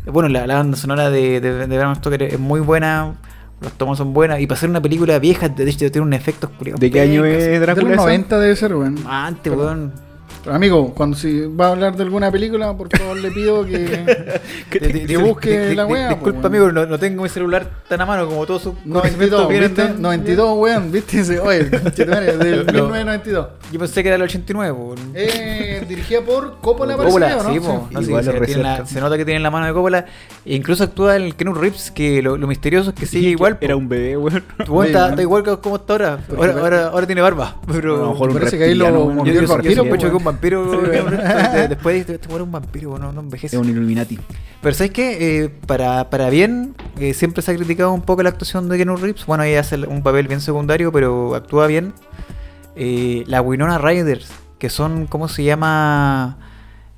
Speaker 2: bueno, la, la banda sonora de, de, de Bram Stoker es muy buena. Los tomos son buenas. Y para ser una película vieja, de hecho, tiene un efecto oscuro.
Speaker 5: ¿De qué año es
Speaker 1: De
Speaker 5: Drácula?
Speaker 1: los
Speaker 5: esa?
Speaker 1: 90 debe ser, weón.
Speaker 2: Antes, weón.
Speaker 1: Amigo, cuando si va a hablar de alguna película, por favor le pido que.
Speaker 5: Que
Speaker 1: te- que busque la wea, po,
Speaker 2: Disculpa,
Speaker 1: weón.
Speaker 2: amigo, no, no tengo mi celular tan a mano como todos sus conocimientos
Speaker 1: 92, ¿viste?
Speaker 2: vienen de-
Speaker 1: 92, weón, ¿viste? Dice, Oye, conchetumare, del
Speaker 2: Lo- lo-
Speaker 1: 1992.
Speaker 2: Yo pensé que era el 89, po.
Speaker 1: Eh, dirigida por Coppola,
Speaker 2: Coppola,
Speaker 1: parece, ¿no?
Speaker 2: sí, po.
Speaker 1: Sí.
Speaker 2: No, sí,
Speaker 5: Igual
Speaker 2: sí,
Speaker 5: es
Speaker 2: tiene la-
Speaker 5: recierto.
Speaker 2: se nota que tienen la mano de Coppola. E incluso actúa el Kenu Rips, que lo, lo misterioso es que sigue igual. po.
Speaker 5: Era un bebé, weón.
Speaker 2: Tu weón
Speaker 1: Sí,
Speaker 2: está,
Speaker 1: ¿no?
Speaker 2: está igual que como está ahora.
Speaker 1: Porque
Speaker 2: Ahora,
Speaker 1: parece-
Speaker 2: ahora, ahora tiene barba. Pero
Speaker 5: A lo mejor un
Speaker 1: parece que ahí lo
Speaker 5: reptiliano, weón.
Speaker 1: mordió
Speaker 2: yo,
Speaker 1: el
Speaker 2: yo- yo
Speaker 1: vampiro,
Speaker 2: sospecho que
Speaker 1: po,
Speaker 2: un vampiro.
Speaker 1: weón.
Speaker 2: de- después de- de- este weón es un vampiro, no, no
Speaker 5: Es
Speaker 2: envejece.
Speaker 5: un Illuminati.
Speaker 2: Pero ¿sabes qué? Eh, para, para bien, eh, siempre se ha criticado un poco la actuación de Keanu Reeves. Bueno, ella hace un papel bien secundario, pero actúa bien. Eh, la Winona Riders, que son, ¿cómo se llama?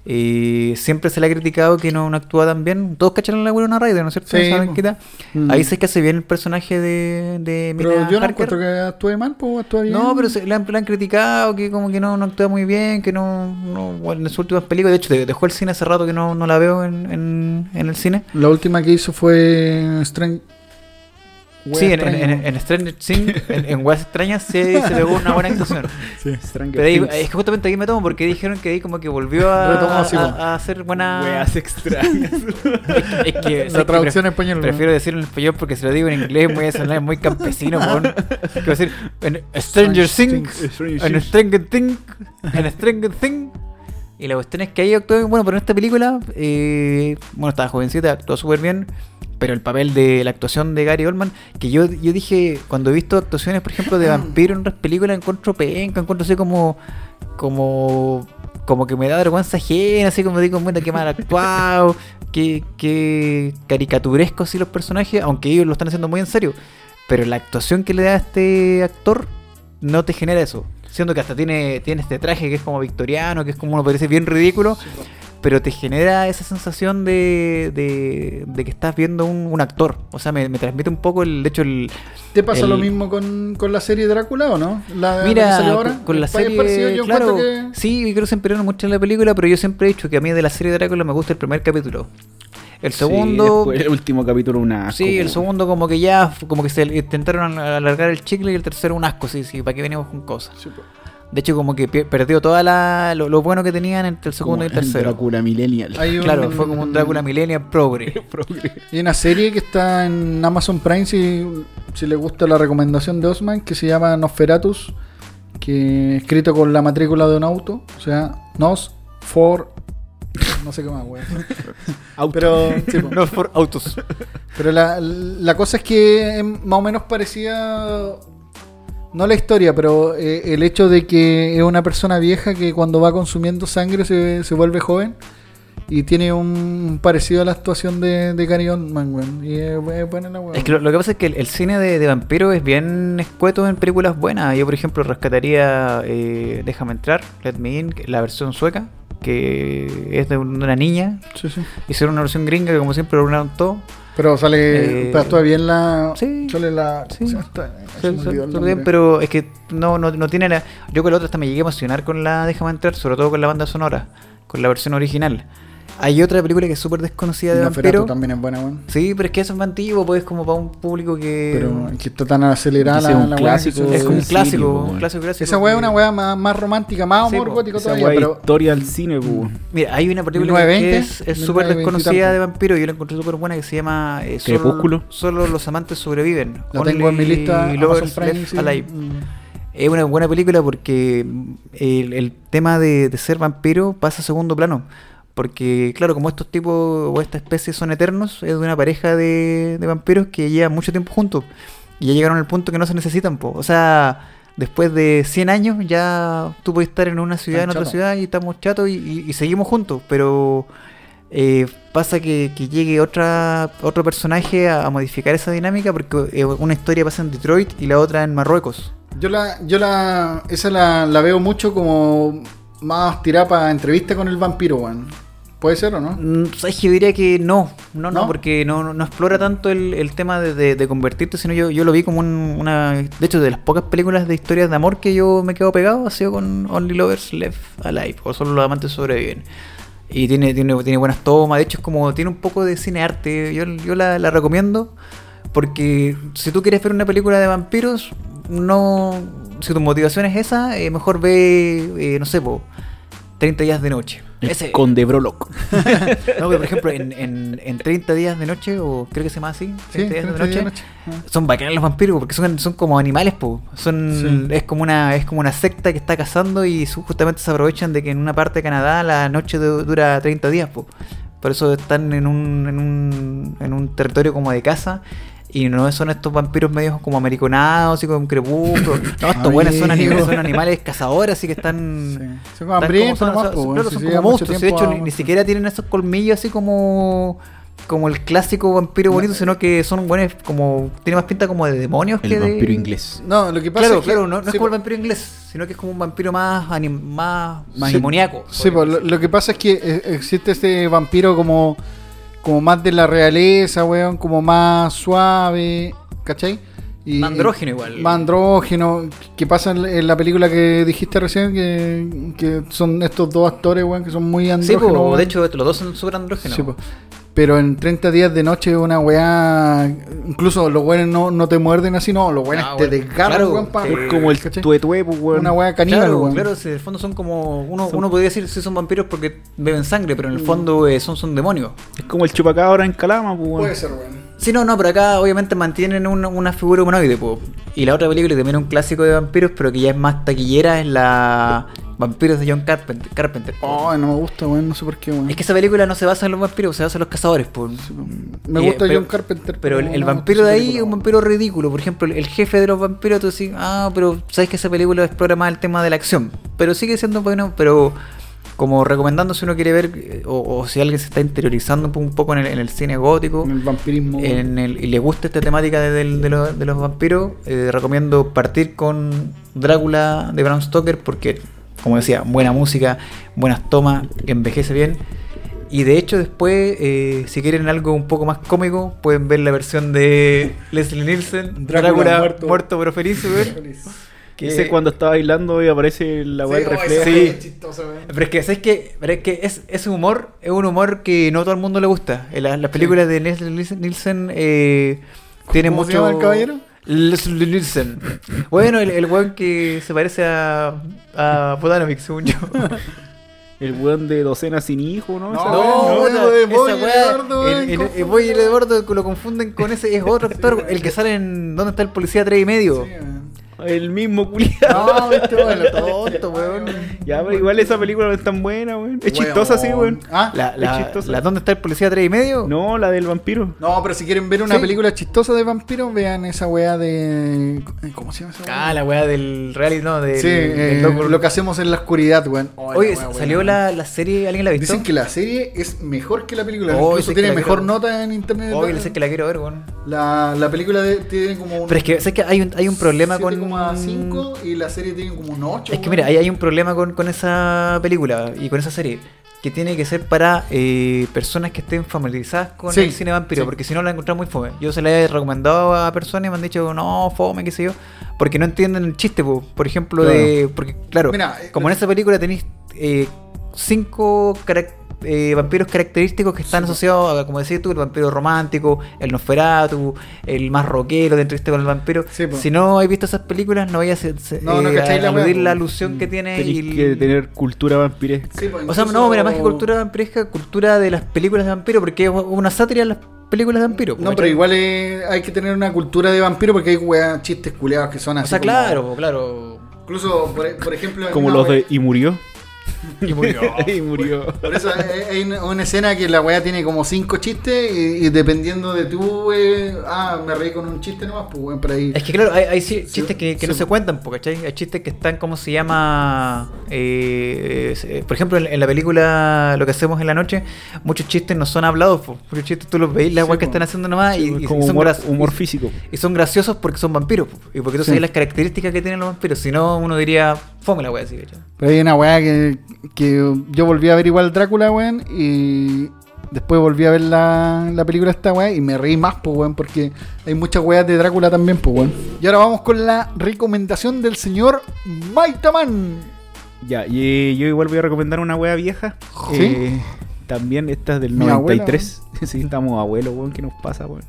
Speaker 2: Eh, siempre se le ha criticado que no, no actúa tan bien. Todos cacharon a la Winona Ryder, ¿no es cierto?
Speaker 1: Sí,
Speaker 2: Esa
Speaker 1: po.
Speaker 2: blanquita.
Speaker 1: Mm.
Speaker 2: Ahí sé que hace bien el personaje de, de
Speaker 1: Pero
Speaker 2: Mina
Speaker 1: yo no
Speaker 2: Harker.
Speaker 1: encuentro que actúe mal, pues actúa bien.
Speaker 2: No, pero se, la, han, la han criticado, que como que no, no actúa muy bien, que no, no- bueno, en sus últimas películas, de hecho de- dejó el cine hace rato que no, no la veo en, en- en el cine.
Speaker 1: La última que hizo fue Strange.
Speaker 2: sí, en, en, en, en Stranger Things, en, en Weas Extrañas, sí se pegó una buena actuación.
Speaker 5: Sí.
Speaker 2: Pero ahí- es que justamente aquí me tomo porque dijeron que ahí como que volvió a,
Speaker 1: Retomó así,
Speaker 2: a-
Speaker 1: po.
Speaker 2: a hacer buena...
Speaker 5: Weas extrañas.
Speaker 2: Es que, es
Speaker 1: La
Speaker 2: que
Speaker 1: traducción
Speaker 2: pref-
Speaker 1: en español.
Speaker 2: Prefiero decirlo en español porque si lo digo en inglés voy a sonar muy campesino, por Quiero decir, en Stranger Things, en Stranger Things, en Stranger Things. Y la cuestión es que ahí actuó, bueno, pero en esta película, eh, bueno, estaba jovencita, actuó súper bien, pero el papel de la actuación de Gary Oldman, que yo, yo dije, cuando he visto actuaciones, por ejemplo, de vampiro en otras películas, encuentro penca, encuentro así como, como, como que me da vergüenza ajena, así como digo, cuenta que mal actuado, que, que caricaturesco así los personajes, aunque ellos lo están haciendo muy en serio, pero la actuación que le da a este actor no te genera eso. Siendo que hasta tiene, tiene este traje que es como victoriano, que es como uno parece bien ridículo, pero te genera esa sensación de, de, de que estás viendo un, un actor. O sea, me, me transmite un poco el. De hecho, el.
Speaker 1: ¿Te pasa
Speaker 2: el-
Speaker 1: lo mismo con, con la serie Drácula o no? La, la que
Speaker 2: Mira,
Speaker 1: salió
Speaker 2: con- con la
Speaker 1: Es parecido,
Speaker 2: serie.
Speaker 1: yo
Speaker 2: claro,
Speaker 1: encuentro que-
Speaker 2: Sí, yo creo que se empeoraron mucho en la película, pero yo siempre he dicho que a mí de la serie de Drácula me gusta el primer capítulo. El segundo.
Speaker 5: el último capítulo, una. asco,
Speaker 2: Sí, el
Speaker 5: weón.
Speaker 2: segundo como que ya, como que se intentaron alargar el chicle y el tercero un asco, sí, sí, para qué venimos con cosas.
Speaker 1: Sí, po.
Speaker 2: De hecho, como que pi- perdió toda la lo, lo bueno que tenían entre el segundo
Speaker 5: Como
Speaker 2: y el tercero.
Speaker 5: Drácula Millennial.
Speaker 1: Hay un-
Speaker 2: Claro, fue como un Drácula
Speaker 1: Mm.
Speaker 2: Millennial progre.
Speaker 1: Hay una serie que está en Amazon Prime, si, si le gusta la recomendación de Osman, que se llama Nosferatus, que escrito con la matrícula de un auto, o sea, Nos for no sé qué más, güey. Pero, sí, po.
Speaker 2: No por autos.
Speaker 1: pero la, la cosa es que es más o menos parecía, no la historia, pero eh, el hecho de que es una persona vieja que cuando va consumiendo sangre se, se vuelve joven. Y tiene un parecido a la actuación de, de Gary Oldman, güey. Y es, es buena la güey.
Speaker 2: Es que lo, lo que pasa es que el, el cine de, de vampiro es bien escueto en películas buenas. Yo, por ejemplo, rescataría eh, Déjame entrar, Let Me In, la versión sueca, que es de un- de una niña.
Speaker 1: Sí, sí.
Speaker 2: Hicieron una versión gringa que, como siempre, lo unieron todo.
Speaker 1: Pero sale.
Speaker 2: Eh,
Speaker 1: pero está bien la.
Speaker 2: sí.
Speaker 1: Sale la.
Speaker 2: Sí.
Speaker 1: se- está- eh, Ah, se
Speaker 2: Sí,
Speaker 1: me
Speaker 2: sí,
Speaker 1: olvidó el
Speaker 2: todo
Speaker 1: nombre.
Speaker 2: bien, pero es que no, no, no tiene la... Yo con la otra hasta me llegué a emocionar con la Déjame entrar, sobre todo con la banda sonora, con la versión original. Hay otra película que es súper desconocida de
Speaker 1: Nosferatu
Speaker 2: vampiro.
Speaker 1: también es buena, weón.
Speaker 2: Sí, pero es que eso es más antiguo, pues es como para un público que...
Speaker 1: Pero que está tan acelerada
Speaker 5: Ese
Speaker 1: la,
Speaker 5: es un
Speaker 1: la weá que
Speaker 5: clásico.
Speaker 1: se-
Speaker 2: es como un
Speaker 5: Sí,
Speaker 2: clásico,
Speaker 5: pues,
Speaker 2: un
Speaker 5: bueno.
Speaker 2: clásico clásico.
Speaker 1: Esa weá es
Speaker 2: que-
Speaker 1: una weá más, más romántica, más
Speaker 2: Sí,
Speaker 1: amor
Speaker 2: po.
Speaker 1: gótico
Speaker 2: Esa
Speaker 1: todavía, pero.
Speaker 5: historia al cine, pues.
Speaker 2: Mira, hay una película
Speaker 1: 1920,
Speaker 2: que es- es
Speaker 1: 1920
Speaker 2: súper
Speaker 1: y
Speaker 2: desconocida
Speaker 1: tanto.
Speaker 2: de vampiro, yo la encontré súper buena, que se llama eh, Solo-
Speaker 5: Crepúsculo.
Speaker 2: Solo, los amantes sobreviven.
Speaker 1: La tengo en mi
Speaker 2: Only
Speaker 1: lista. Amazon
Speaker 2: Lovers
Speaker 1: Prime,
Speaker 2: Left
Speaker 1: sí.
Speaker 2: Alive.
Speaker 1: Mm.
Speaker 2: Es una buena película porque mm, el, el tema de, de ser vampiro pasa a segundo plano. Porque, claro, como estos tipos o esta especie son eternos, es de una pareja de, de vampiros que llevan mucho tiempo juntos. Y ya llegaron al punto que no se necesitan, po. O sea, después de 100 años ya tú puedes estar en una ciudad, en
Speaker 1: Están
Speaker 2: otra
Speaker 1: chatos.
Speaker 2: ciudad y estamos chatos y, y- y seguimos juntos. Pero eh, pasa que, que llegue otra, otro personaje a, a modificar esa dinámica porque eh, una historia pasa en Detroit y la otra en Marruecos.
Speaker 1: Yo la, yo la, esa la, la veo mucho como más tirada para entrevista con el vampiro, weón. ¿Puede ser o no?
Speaker 2: Mm, ¿Sabes que Yo diría que no, no, no,
Speaker 1: ¿No?
Speaker 2: porque no, no- no explora tanto el, el tema de, de- de convertirte, sino yo, yo lo vi como un- una... De hecho, de las pocas películas de historias de amor que yo me quedo pegado ha sido con Only Lovers Left Alive, o solo los amantes sobreviven. Y tiene, tiene, tiene buenas tomas, de hecho es como, tiene un poco de cine arte, yo, yo la, la recomiendo, porque si tú quieres ver una película de vampiros, no... Si tu motivación es esa, eh, mejor ve, eh, no sé, po, 30 días de noche. Ese-
Speaker 5: Con De Brolock.
Speaker 2: no, pero por ejemplo, en, en, en 30 días de noche, o creo que se llama así, 30
Speaker 1: Sí,
Speaker 2: días
Speaker 1: 30
Speaker 2: de noche,
Speaker 1: días de noche.
Speaker 2: son bacanas los vampiros, porque son, son como animales, po. Son, es, como una, es como una secta que está cazando y su- justamente se aprovechan de que en una parte de Canadá la noche du- dura 30 días, po. Por eso están en un, en un, en un territorio como de caza. Y no son estos vampiros medios como americonados y con crepúsculo. No, estos buenos son animales,
Speaker 1: Amigo.
Speaker 2: son animales cazadores, así que están.
Speaker 1: Sí. Son
Speaker 2: están
Speaker 1: como hambrientos
Speaker 2: son-
Speaker 1: Pues nomás,
Speaker 2: son-
Speaker 1: po,
Speaker 2: claro,
Speaker 1: bueno, si
Speaker 2: son
Speaker 1: se
Speaker 2: como
Speaker 1: lleva mucho
Speaker 2: monstruos, y de
Speaker 1: tiempo
Speaker 2: hecho
Speaker 1: a
Speaker 2: ni- ni
Speaker 1: mostrar.
Speaker 2: siquiera tienen esos colmillos así como como el clásico vampiro bonito, sino que son buenos como tiene más pinta como de demonios que
Speaker 5: El
Speaker 2: de-
Speaker 5: vampiro inglés.
Speaker 1: No, lo que pasa
Speaker 2: Claro,
Speaker 1: es que.
Speaker 2: claro, no, no es
Speaker 1: sí,
Speaker 2: como el
Speaker 1: po-
Speaker 2: vampiro inglés, sino que es como un vampiro más anim- más más
Speaker 1: Sí.
Speaker 2: demoníaco.
Speaker 1: Sí, pues lo, lo que pasa es que eh, existe este vampiro como, como más de la realeza, weón, como más suave, ¿cachai? Y,
Speaker 2: Más andrógeno
Speaker 1: eh,
Speaker 2: igual.
Speaker 1: Más andrógeno, que pasa en, en la película que dijiste recién, que, que son estos dos actores, weón, que son muy
Speaker 2: Sí,
Speaker 1: andrógenos.
Speaker 2: po,
Speaker 1: weón.
Speaker 2: de hecho los dos son súper andrógenos.
Speaker 1: Sí, po. Pero en 30 días de noche una weá... Incluso los weones no, no te muerden así, no. Los weones
Speaker 2: Ah,
Speaker 1: te
Speaker 2: bueno,
Speaker 1: desgarran,
Speaker 2: claro,
Speaker 1: weón, pa-
Speaker 2: sí.
Speaker 5: Es como el
Speaker 1: Eh, ¿cachai?
Speaker 5: tuetue, pues, weón.
Speaker 1: Una weá caníbal,
Speaker 2: Claro,
Speaker 1: weón.
Speaker 2: claro, si en el fondo son como. Uno, uno podría decir si son vampiros porque beben sangre, pero en el
Speaker 1: Mm.
Speaker 2: fondo eh, son, son demonios.
Speaker 5: Es como el chupacabra en Calama, pues,
Speaker 1: Puede
Speaker 5: weón.
Speaker 1: ser, weón.
Speaker 2: Sí, no, no, pero acá obviamente mantienen un- una figura humanoide, po. Y la otra película que también es un clásico de vampiros, pero que ya es más taquillera, es la Vampiros de John Carpenter. Carpenter po.
Speaker 1: Ay, no me gusta, weón. No sé por qué, weón.
Speaker 2: Es que esa película no se basa en los vampiros, se basa en los cazadores, po.
Speaker 1: Me
Speaker 2: Y, eh,
Speaker 1: gusta
Speaker 2: pero-
Speaker 1: John Carpenter.
Speaker 2: Pero el,
Speaker 1: no
Speaker 2: el
Speaker 1: me gusta
Speaker 2: vampiro
Speaker 1: su
Speaker 2: de ahí
Speaker 1: película,
Speaker 2: es un
Speaker 1: weón.
Speaker 2: vampiro ridículo. Por ejemplo, el- el jefe de los vampiros, tú decís, ah, pero sabes que esa película explora más el tema de la acción. Pero sigue siendo bueno, pero como recomendando si uno quiere ver, eh, o, o si alguien se está interiorizando un poco en el, en el cine gótico.
Speaker 1: El vampirismo. weón.
Speaker 2: en el- y le gusta esta temática de, del- de lo- de los vampiros, eh, recomiendo partir con Drácula de Bram Stoker porque, como decía, buena música, buenas tomas, envejece bien. Y de hecho después, eh, si quieren algo un poco más cómico, pueden ver la versión de Leslie Nielsen,
Speaker 1: Drácula
Speaker 2: Drácula,
Speaker 1: muerto.
Speaker 2: muerto. pero feliz, güey.
Speaker 5: Que ese cuando estaba bailando y aparece la weá
Speaker 1: Sí,
Speaker 5: del
Speaker 1: oh,
Speaker 5: reflejo.
Speaker 1: esa
Speaker 2: Sí.
Speaker 1: weá es chistosa, weón.
Speaker 2: Pero es que, ¿sabes qué? Pero es que es, ese humor es un humor que no a todo el mundo le gusta. En la- Las películas de Leslie Nielsen eh, tienen
Speaker 1: ¿Cómo
Speaker 2: mucho...
Speaker 1: se llama el caballero?
Speaker 2: Leslie Nielsen. Bueno, el, el weón que se parece a, a Botanovic, según yo.
Speaker 5: El weón de docena sin hijo, ¿no? Esa
Speaker 1: No,
Speaker 5: weá,
Speaker 1: weón,
Speaker 2: puta,
Speaker 1: de Boy
Speaker 2: esa
Speaker 1: y
Speaker 2: weá,
Speaker 1: Eduardo,
Speaker 2: el-
Speaker 1: weón,
Speaker 2: el-
Speaker 1: confunden.
Speaker 2: el Boy y el Eduardo lo confunden con ese, es otro actor, el que sale en ¿Dónde está el policía tres y medio?
Speaker 5: El mismo culiado.
Speaker 1: No, viste, weón, lo
Speaker 2: Tonto, weón.
Speaker 5: Ya, pero igual esa película no es tan buena, weón. Es chistosa, sí, weón.
Speaker 1: Ah,
Speaker 2: La, la-
Speaker 5: es chistosa.
Speaker 2: la ¿Dónde está el policía tres y medio?
Speaker 5: No, la del vampiro.
Speaker 1: No, pero si quieren ver una
Speaker 2: Sí.
Speaker 1: película chistosa de vampiros, vean esa weá de. ¿Cómo se llama esa weá?
Speaker 2: Ah, la weá del reality, no, del,
Speaker 1: sí, eh,
Speaker 2: del docu-
Speaker 1: lo que hacemos en la oscuridad, weón. Oh, la
Speaker 2: Oye,
Speaker 1: weá buena.
Speaker 2: salió la, la serie, ¿alguien la ha visto?
Speaker 1: Dicen que la serie es mejor que la película.
Speaker 2: Oh,
Speaker 1: Incluso
Speaker 2: dicen que
Speaker 1: tiene
Speaker 2: la
Speaker 1: mejor
Speaker 2: quiero-
Speaker 1: nota en internet.
Speaker 2: Oye, le sé que la quiero ver, weón.
Speaker 1: La, la película de- tiene como un.
Speaker 2: Pero es que, sé que hay un, hay un problema con...
Speaker 1: 7,5 y la serie tiene como un 8.
Speaker 2: Es que mira, ahí hay un problema con, con esa película y con esa serie. Que tiene que ser para eh, personas que estén familiarizadas con
Speaker 1: Sí,
Speaker 2: el cine vampiro,
Speaker 1: sí.
Speaker 2: porque si no la encontrado muy fome. Yo se la he recomendado a personas y me han dicho, no, fome, qué sé yo, porque no entienden el chiste, po. por ejemplo, de. Porque, claro,
Speaker 1: Mira, eh,
Speaker 2: como en esa película tenéis eh, cinco carac- eh, vampiros característicos que están asociados a, como decías tú, el vampiro romántico, el Nosferatu, el más rockero, te entrevista con el vampiro.
Speaker 1: Sí, po.
Speaker 2: si no habéis visto esas películas, no vayas a, se-
Speaker 1: No, no
Speaker 2: eh,
Speaker 1: cacháis la
Speaker 2: a aludir
Speaker 1: wea,
Speaker 2: la
Speaker 1: po.
Speaker 2: alusión que tiene y
Speaker 5: Tenés
Speaker 2: el-
Speaker 5: que tener cultura vampiresca.
Speaker 1: Sí, pues,
Speaker 2: O sea, no,
Speaker 1: incluso-
Speaker 2: mira, más que cultura vampiresca, cultura de las películas de vampiro, porque es una sátira de las películas de vampiro.
Speaker 1: No,
Speaker 2: ¿cachai?
Speaker 1: pero igual eh, hay que tener una cultura de vampiro porque hay weá, chistes culeados que son así.
Speaker 2: O sea,
Speaker 1: como-
Speaker 2: claro, claro.
Speaker 1: Incluso, por, por ejemplo.
Speaker 5: Como
Speaker 1: no,
Speaker 5: los
Speaker 1: eh,
Speaker 5: de. Y murió.
Speaker 2: Y murió.
Speaker 5: y murió.
Speaker 1: Por eso eh, hay una, una escena que la weá tiene como cinco chistes y, y dependiendo de tú, eh, ah, me reí con un chiste nomás, pues weón, por ahí.
Speaker 2: Es que claro, hay, hay sí- chistes que, que no
Speaker 1: sí.
Speaker 2: se cuentan, po, ¿cachai? Hay chistes que están, ¿cómo se llama? Eh, es- eh, por ejemplo, en, en la película Lo que hacemos en la noche, muchos chistes no son hablados, po. muchos chistes tú los veis, las
Speaker 1: Sí,
Speaker 2: weas que
Speaker 1: po.
Speaker 2: están haciendo nomás, Ah, y, y- y
Speaker 5: como
Speaker 2: son
Speaker 5: humor,
Speaker 2: gras-
Speaker 5: humor
Speaker 2: y-
Speaker 5: físico.
Speaker 2: Y son graciosos porque son vampiros. po, Y porque tú sabes las características que tienen los vampiros. Si no, uno diría, fome la wea así, ¿cachai?
Speaker 1: Pero hay una weá que, que yo volví a ver igual Drácula, weón, y después volví a ver la, la película esta weá y me reí más, pues weón, porque hay muchas weas de Drácula también, pues weón. Y ahora vamos con la recomendación del señor Maitaman.
Speaker 5: Ya, y eh, yo igual voy a recomendar una wea vieja.
Speaker 1: ¿Sí?
Speaker 5: Eh, también estas del
Speaker 1: Mi
Speaker 5: 93. sí, estamos abuelos, weón, ¿qué nos pasa, weón?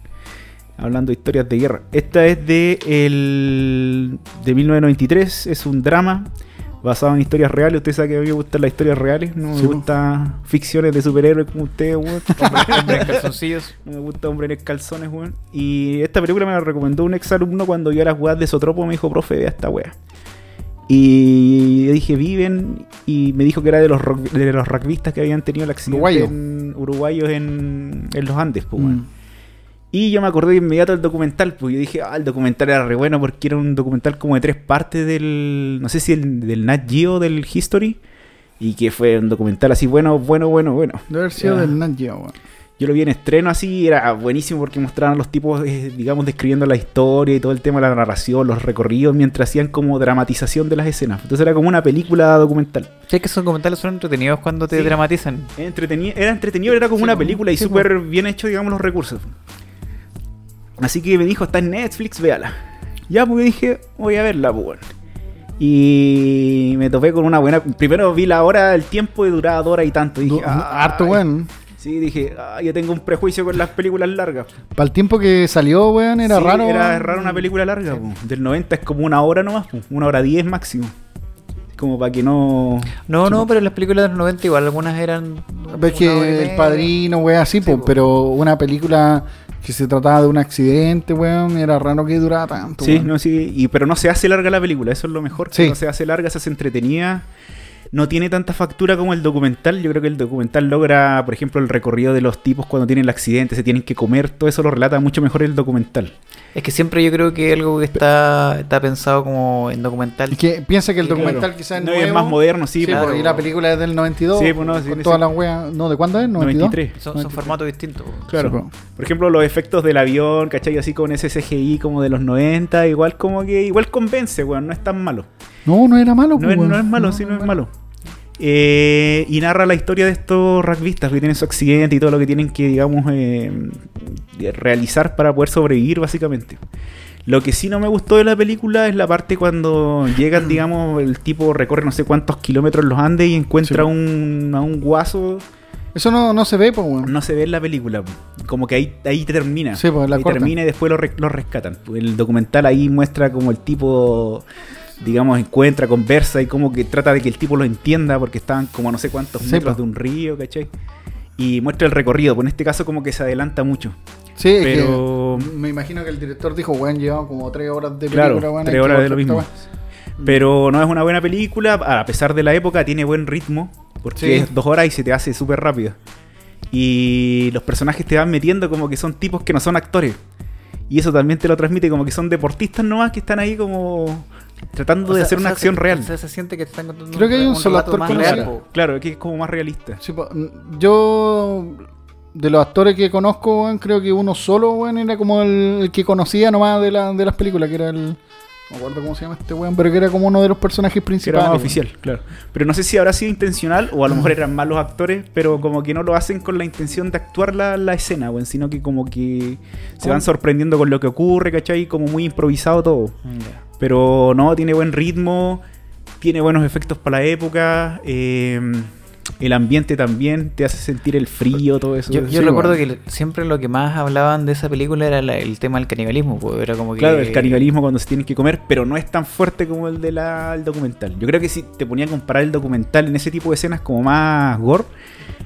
Speaker 5: Hablando de historias de guerra. Esta es de el de 1993, es un drama basado en historias reales. Usted sabe que a mí me gustan las historias reales, no me
Speaker 1: Sí, po.
Speaker 5: gustan ficciones de superhéroes como ustedes, weón.
Speaker 2: Hombre en calzoncillos.
Speaker 5: No me gusta hombre en calzones, weón. Y esta película me la recomendó un exalumno cuando yo las weas de Sotropo. Me dijo, profe, vea esta wea. Y yo dije, viven. Y me dijo que era de los, rock- de los rugbyistas que habían tenido el accidente
Speaker 1: Uruguayo. Mm.
Speaker 5: en uruguayos en, en los Andes, pues, weón. Y yo me acordé de inmediato del documental, pues yo dije, ah, el documental era re bueno porque era un documental como de tres partes del, no sé si el- del Nat Geo, del History, y que fue un documental así bueno, bueno, bueno, bueno.
Speaker 1: Debe haber sido
Speaker 5: Ya.
Speaker 1: del Nat Geo, weón.
Speaker 5: Yo lo vi en estreno así, era buenísimo porque mostraban a los tipos, eh, digamos, describiendo la historia y todo el tema de la narración, los recorridos, mientras hacían como dramatización de las escenas. Entonces era como una película documental.
Speaker 2: Sí, es que esos comentarios son entretenidos cuando te
Speaker 5: Sí.
Speaker 2: dramatizan.
Speaker 5: Entreteni- era entretenido, era como
Speaker 1: Sí,
Speaker 5: una
Speaker 1: pues,
Speaker 5: película y
Speaker 1: sí,
Speaker 5: súper bien hecho, digamos, los recursos. Así que me dijo, está en Netflix, véala. Ya, pues yo dije, voy a verla, pues. bueno. Y me topé con una buena... Primero vi la hora, el tiempo y duraba dos horas y tanto. Y dije,
Speaker 1: Du-
Speaker 5: "Ay".
Speaker 1: Mm, Harto, weón.
Speaker 5: Sí, dije, "Ah, yo tengo un prejuicio con las películas largas.
Speaker 1: Para el tiempo que salió, weón, era
Speaker 5: Sí,
Speaker 1: raro.
Speaker 5: Era
Speaker 1: weón.
Speaker 5: raro una película larga. po. Del 90 es como una hora nomás, po. una hora 10 máximo. Como para que no.
Speaker 2: No, no, pero las películas de los 90 igual algunas eran.
Speaker 1: Ves
Speaker 2: una hora y
Speaker 1: que el
Speaker 2: media.
Speaker 1: padrino, weón, así, po,
Speaker 2: po.
Speaker 1: pero una película que se trataba de un accidente, weón, era raro que durara tanto.
Speaker 5: Sí,
Speaker 1: weón.
Speaker 5: no, sí, y, pero no se hace larga la película, eso es lo mejor. que
Speaker 1: Sí.
Speaker 5: No se hace larga, se hace entretenida. No tiene tanta factura como el documental. Yo creo que el documental logra, por ejemplo, el recorrido de los tipos cuando tienen el accidente, se tienen que comer. Todo eso lo relata mucho mejor el documental.
Speaker 2: Es que siempre yo creo que algo que está, está pensado como en documental.
Speaker 1: Y que piensa que el
Speaker 2: Sí, claro.
Speaker 1: documental quizás es
Speaker 5: No, y
Speaker 1: nuevo.
Speaker 5: es más moderno, sí,
Speaker 1: Sí,
Speaker 5: claro.
Speaker 1: pues, y la película es del 92.
Speaker 5: Sí, pues, no, sí,
Speaker 1: con
Speaker 5: en
Speaker 1: todas
Speaker 5: ese-
Speaker 1: las weas. No, ¿de cuándo es? 92.
Speaker 5: 93.
Speaker 2: Son, son formatos distintos. po.
Speaker 5: Claro.
Speaker 1: Sí, po.
Speaker 5: Por ejemplo, los efectos del avión, ¿cachai? Así con ese CGI como de los 90, igual como que igual convence, weón, no es tan malo.
Speaker 1: No, no era malo.
Speaker 5: No
Speaker 1: pues,
Speaker 5: es, no
Speaker 1: weón.
Speaker 5: es malo, sí, no es malo. Eh, y narra la historia de estos rugbyistas que tienen su accidente y todo lo que tienen que, digamos, eh, realizar para poder sobrevivir, básicamente. Lo que sí no me gustó de la película es la parte cuando llegan, digamos, el tipo recorre no sé cuántos kilómetros los Andes y encuentra un, a un guaso
Speaker 1: Eso no, no se ve, pues, weón.
Speaker 5: No se ve en la película. po. Como que ahí, ahí termina.
Speaker 1: Sí, pues, la
Speaker 5: ahí
Speaker 1: cortan.
Speaker 5: termina y después lo, re- lo rescatan. El documental ahí muestra como el tipo, digamos, encuentra, conversa y como que trata de que el tipo lo entienda porque estaban como a no sé cuántos
Speaker 1: Sí, pues.
Speaker 5: metros
Speaker 1: po.
Speaker 5: de un río, ¿cachai? Y muestra el recorrido. Pues en este caso como que se adelanta mucho.
Speaker 1: Sí, es que
Speaker 5: Pero...
Speaker 1: me imagino que el director dijo, weón, llevamos como tres horas de película,
Speaker 5: Claro,
Speaker 1: weón, hay
Speaker 5: tres
Speaker 1: que
Speaker 5: horas de
Speaker 1: cortar
Speaker 5: lo
Speaker 1: esta
Speaker 5: mismo.
Speaker 1: weá". Mm.
Speaker 5: Pero no es una buena película, a pesar de la época, tiene buen ritmo, porque
Speaker 1: Sí.
Speaker 5: es dos horas y se te hace súper rápido. Y los personajes te van metiendo como que son tipos que no son actores. Y eso también te lo transmite como que son deportistas nomás que están ahí como tratando
Speaker 2: O
Speaker 5: de
Speaker 2: sea-
Speaker 5: hacer
Speaker 2: o
Speaker 5: una
Speaker 2: sea,
Speaker 5: acción
Speaker 2: se-
Speaker 5: real.
Speaker 2: o sea, se siente que te están contando
Speaker 1: Creo que hay un solo
Speaker 2: relato
Speaker 1: actor
Speaker 2: más
Speaker 1: conocido.
Speaker 2: real,
Speaker 5: claro,
Speaker 2: po.
Speaker 5: claro, que es como más realista.
Speaker 1: Sí, po, n- yo de los actores que conozco, weón, creo que uno solo, weón, era como el, el que conocía nomás de, la- de las películas, que era el. No me acuerdo cómo se llama este weón, pero que era como uno de los personajes
Speaker 5: Que era
Speaker 1: principales.
Speaker 5: más
Speaker 1: weón.
Speaker 5: oficial, claro. Pero no sé si habrá sido intencional o a lo mejor eran malos actores, pero como que no lo hacen con la intención de actuar la, la escena, weón, sino que como que se
Speaker 2: Ah.
Speaker 5: van sorprendiendo con lo que ocurre, ¿cachai? Como muy improvisado todo. Pero no, tiene buen ritmo, tiene buenos efectos para la época, eh, el ambiente también te hace sentir el frío, todo eso.
Speaker 2: Yo, yo
Speaker 5: Sí,
Speaker 2: recuerdo
Speaker 5: weón.
Speaker 2: que siempre lo que más hablaban de esa película era la- el tema del canibalismo, po. era como que...
Speaker 5: Claro, el canibalismo cuando se tienen que comer, pero no es tan fuerte como el del documental. Yo creo que si te ponía a comparar el documental en ese tipo de escenas como más gore,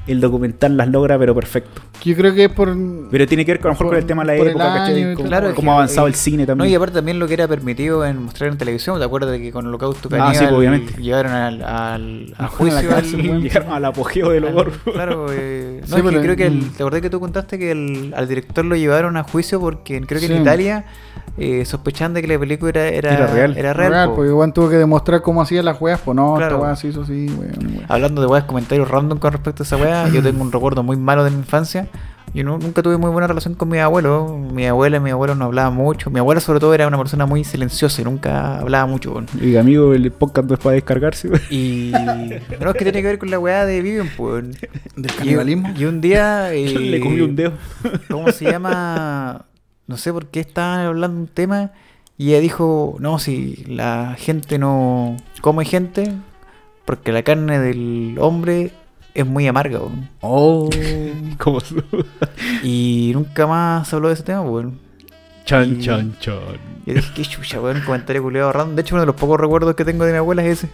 Speaker 5: el documental las logra, pero perfecto.
Speaker 1: Yo creo que es por.
Speaker 5: Pero tiene que ver con, a lo mejor
Speaker 1: Por-
Speaker 5: con el tema de la
Speaker 1: por el
Speaker 5: época,
Speaker 1: año
Speaker 5: ¿cachai?
Speaker 1: y
Speaker 5: Como-
Speaker 1: todo. Claro,
Speaker 2: es
Speaker 5: cómo
Speaker 2: que-
Speaker 5: ha avanzado el
Speaker 2: y-
Speaker 5: cine
Speaker 2: No, y
Speaker 5: también.
Speaker 2: aparte también lo que era permitido en mostrar en televisión, ¿te acuerdas de que con Holocausto
Speaker 5: Ah,
Speaker 2: Caníbal
Speaker 5: sí, obviamente.
Speaker 2: llevaron al, al a
Speaker 5: Ah,
Speaker 2: juicio
Speaker 5: la cárcel,
Speaker 2: al-
Speaker 5: weón, llegaron al apogeo del
Speaker 2: al-
Speaker 5: horror. pues,
Speaker 2: Claro, eh,
Speaker 1: Sí,
Speaker 2: no, es que
Speaker 1: pero-
Speaker 2: creo que el,
Speaker 1: mm.
Speaker 2: te acordás que tú contaste que el- al director lo llevaron a juicio porque creo que
Speaker 1: Sí.
Speaker 2: en Italia eh, sospechaban de que la película era, era,
Speaker 5: Era real. pues,
Speaker 1: Real,
Speaker 2: po.
Speaker 1: porque weón tuvo que demostrar cómo hacía las weas, pues no,
Speaker 2: Claro.
Speaker 1: esta wea se hizo así, weón, weón.
Speaker 2: Hablando de weas, comentarios random con respecto a esa wea, yo tengo un recuerdo muy malo de mi infancia. Yo nu- nunca tuve muy buena relación con mi abuelo. Mi abuela y mi abuelo no hablaban mucho. Mi abuela, sobre todo, era una persona muy silenciosa y nunca hablaba mucho. weón.
Speaker 5: Y amigo, el podcast no es para descargarse. weón.
Speaker 2: Y. No, es que tiene que ver con la weá de Vivian, pues.
Speaker 1: Del
Speaker 2: Y,
Speaker 1: canibalismo.
Speaker 2: y un día. eh,
Speaker 5: Le comí un dedo.
Speaker 2: ¿Cómo se llama? No sé por qué estaban hablando de un tema. Y ella dijo: No, si la gente no come gente, porque la carne del hombre es muy amarga, weón.
Speaker 5: Oh. Como su...
Speaker 2: Y nunca más se habló de ese tema, weón.
Speaker 5: Chan, chan, chan.
Speaker 2: Yo dije, qué chucha, weón, comentario culiado random. De hecho, uno de los pocos recuerdos que tengo de mi abuela es ese.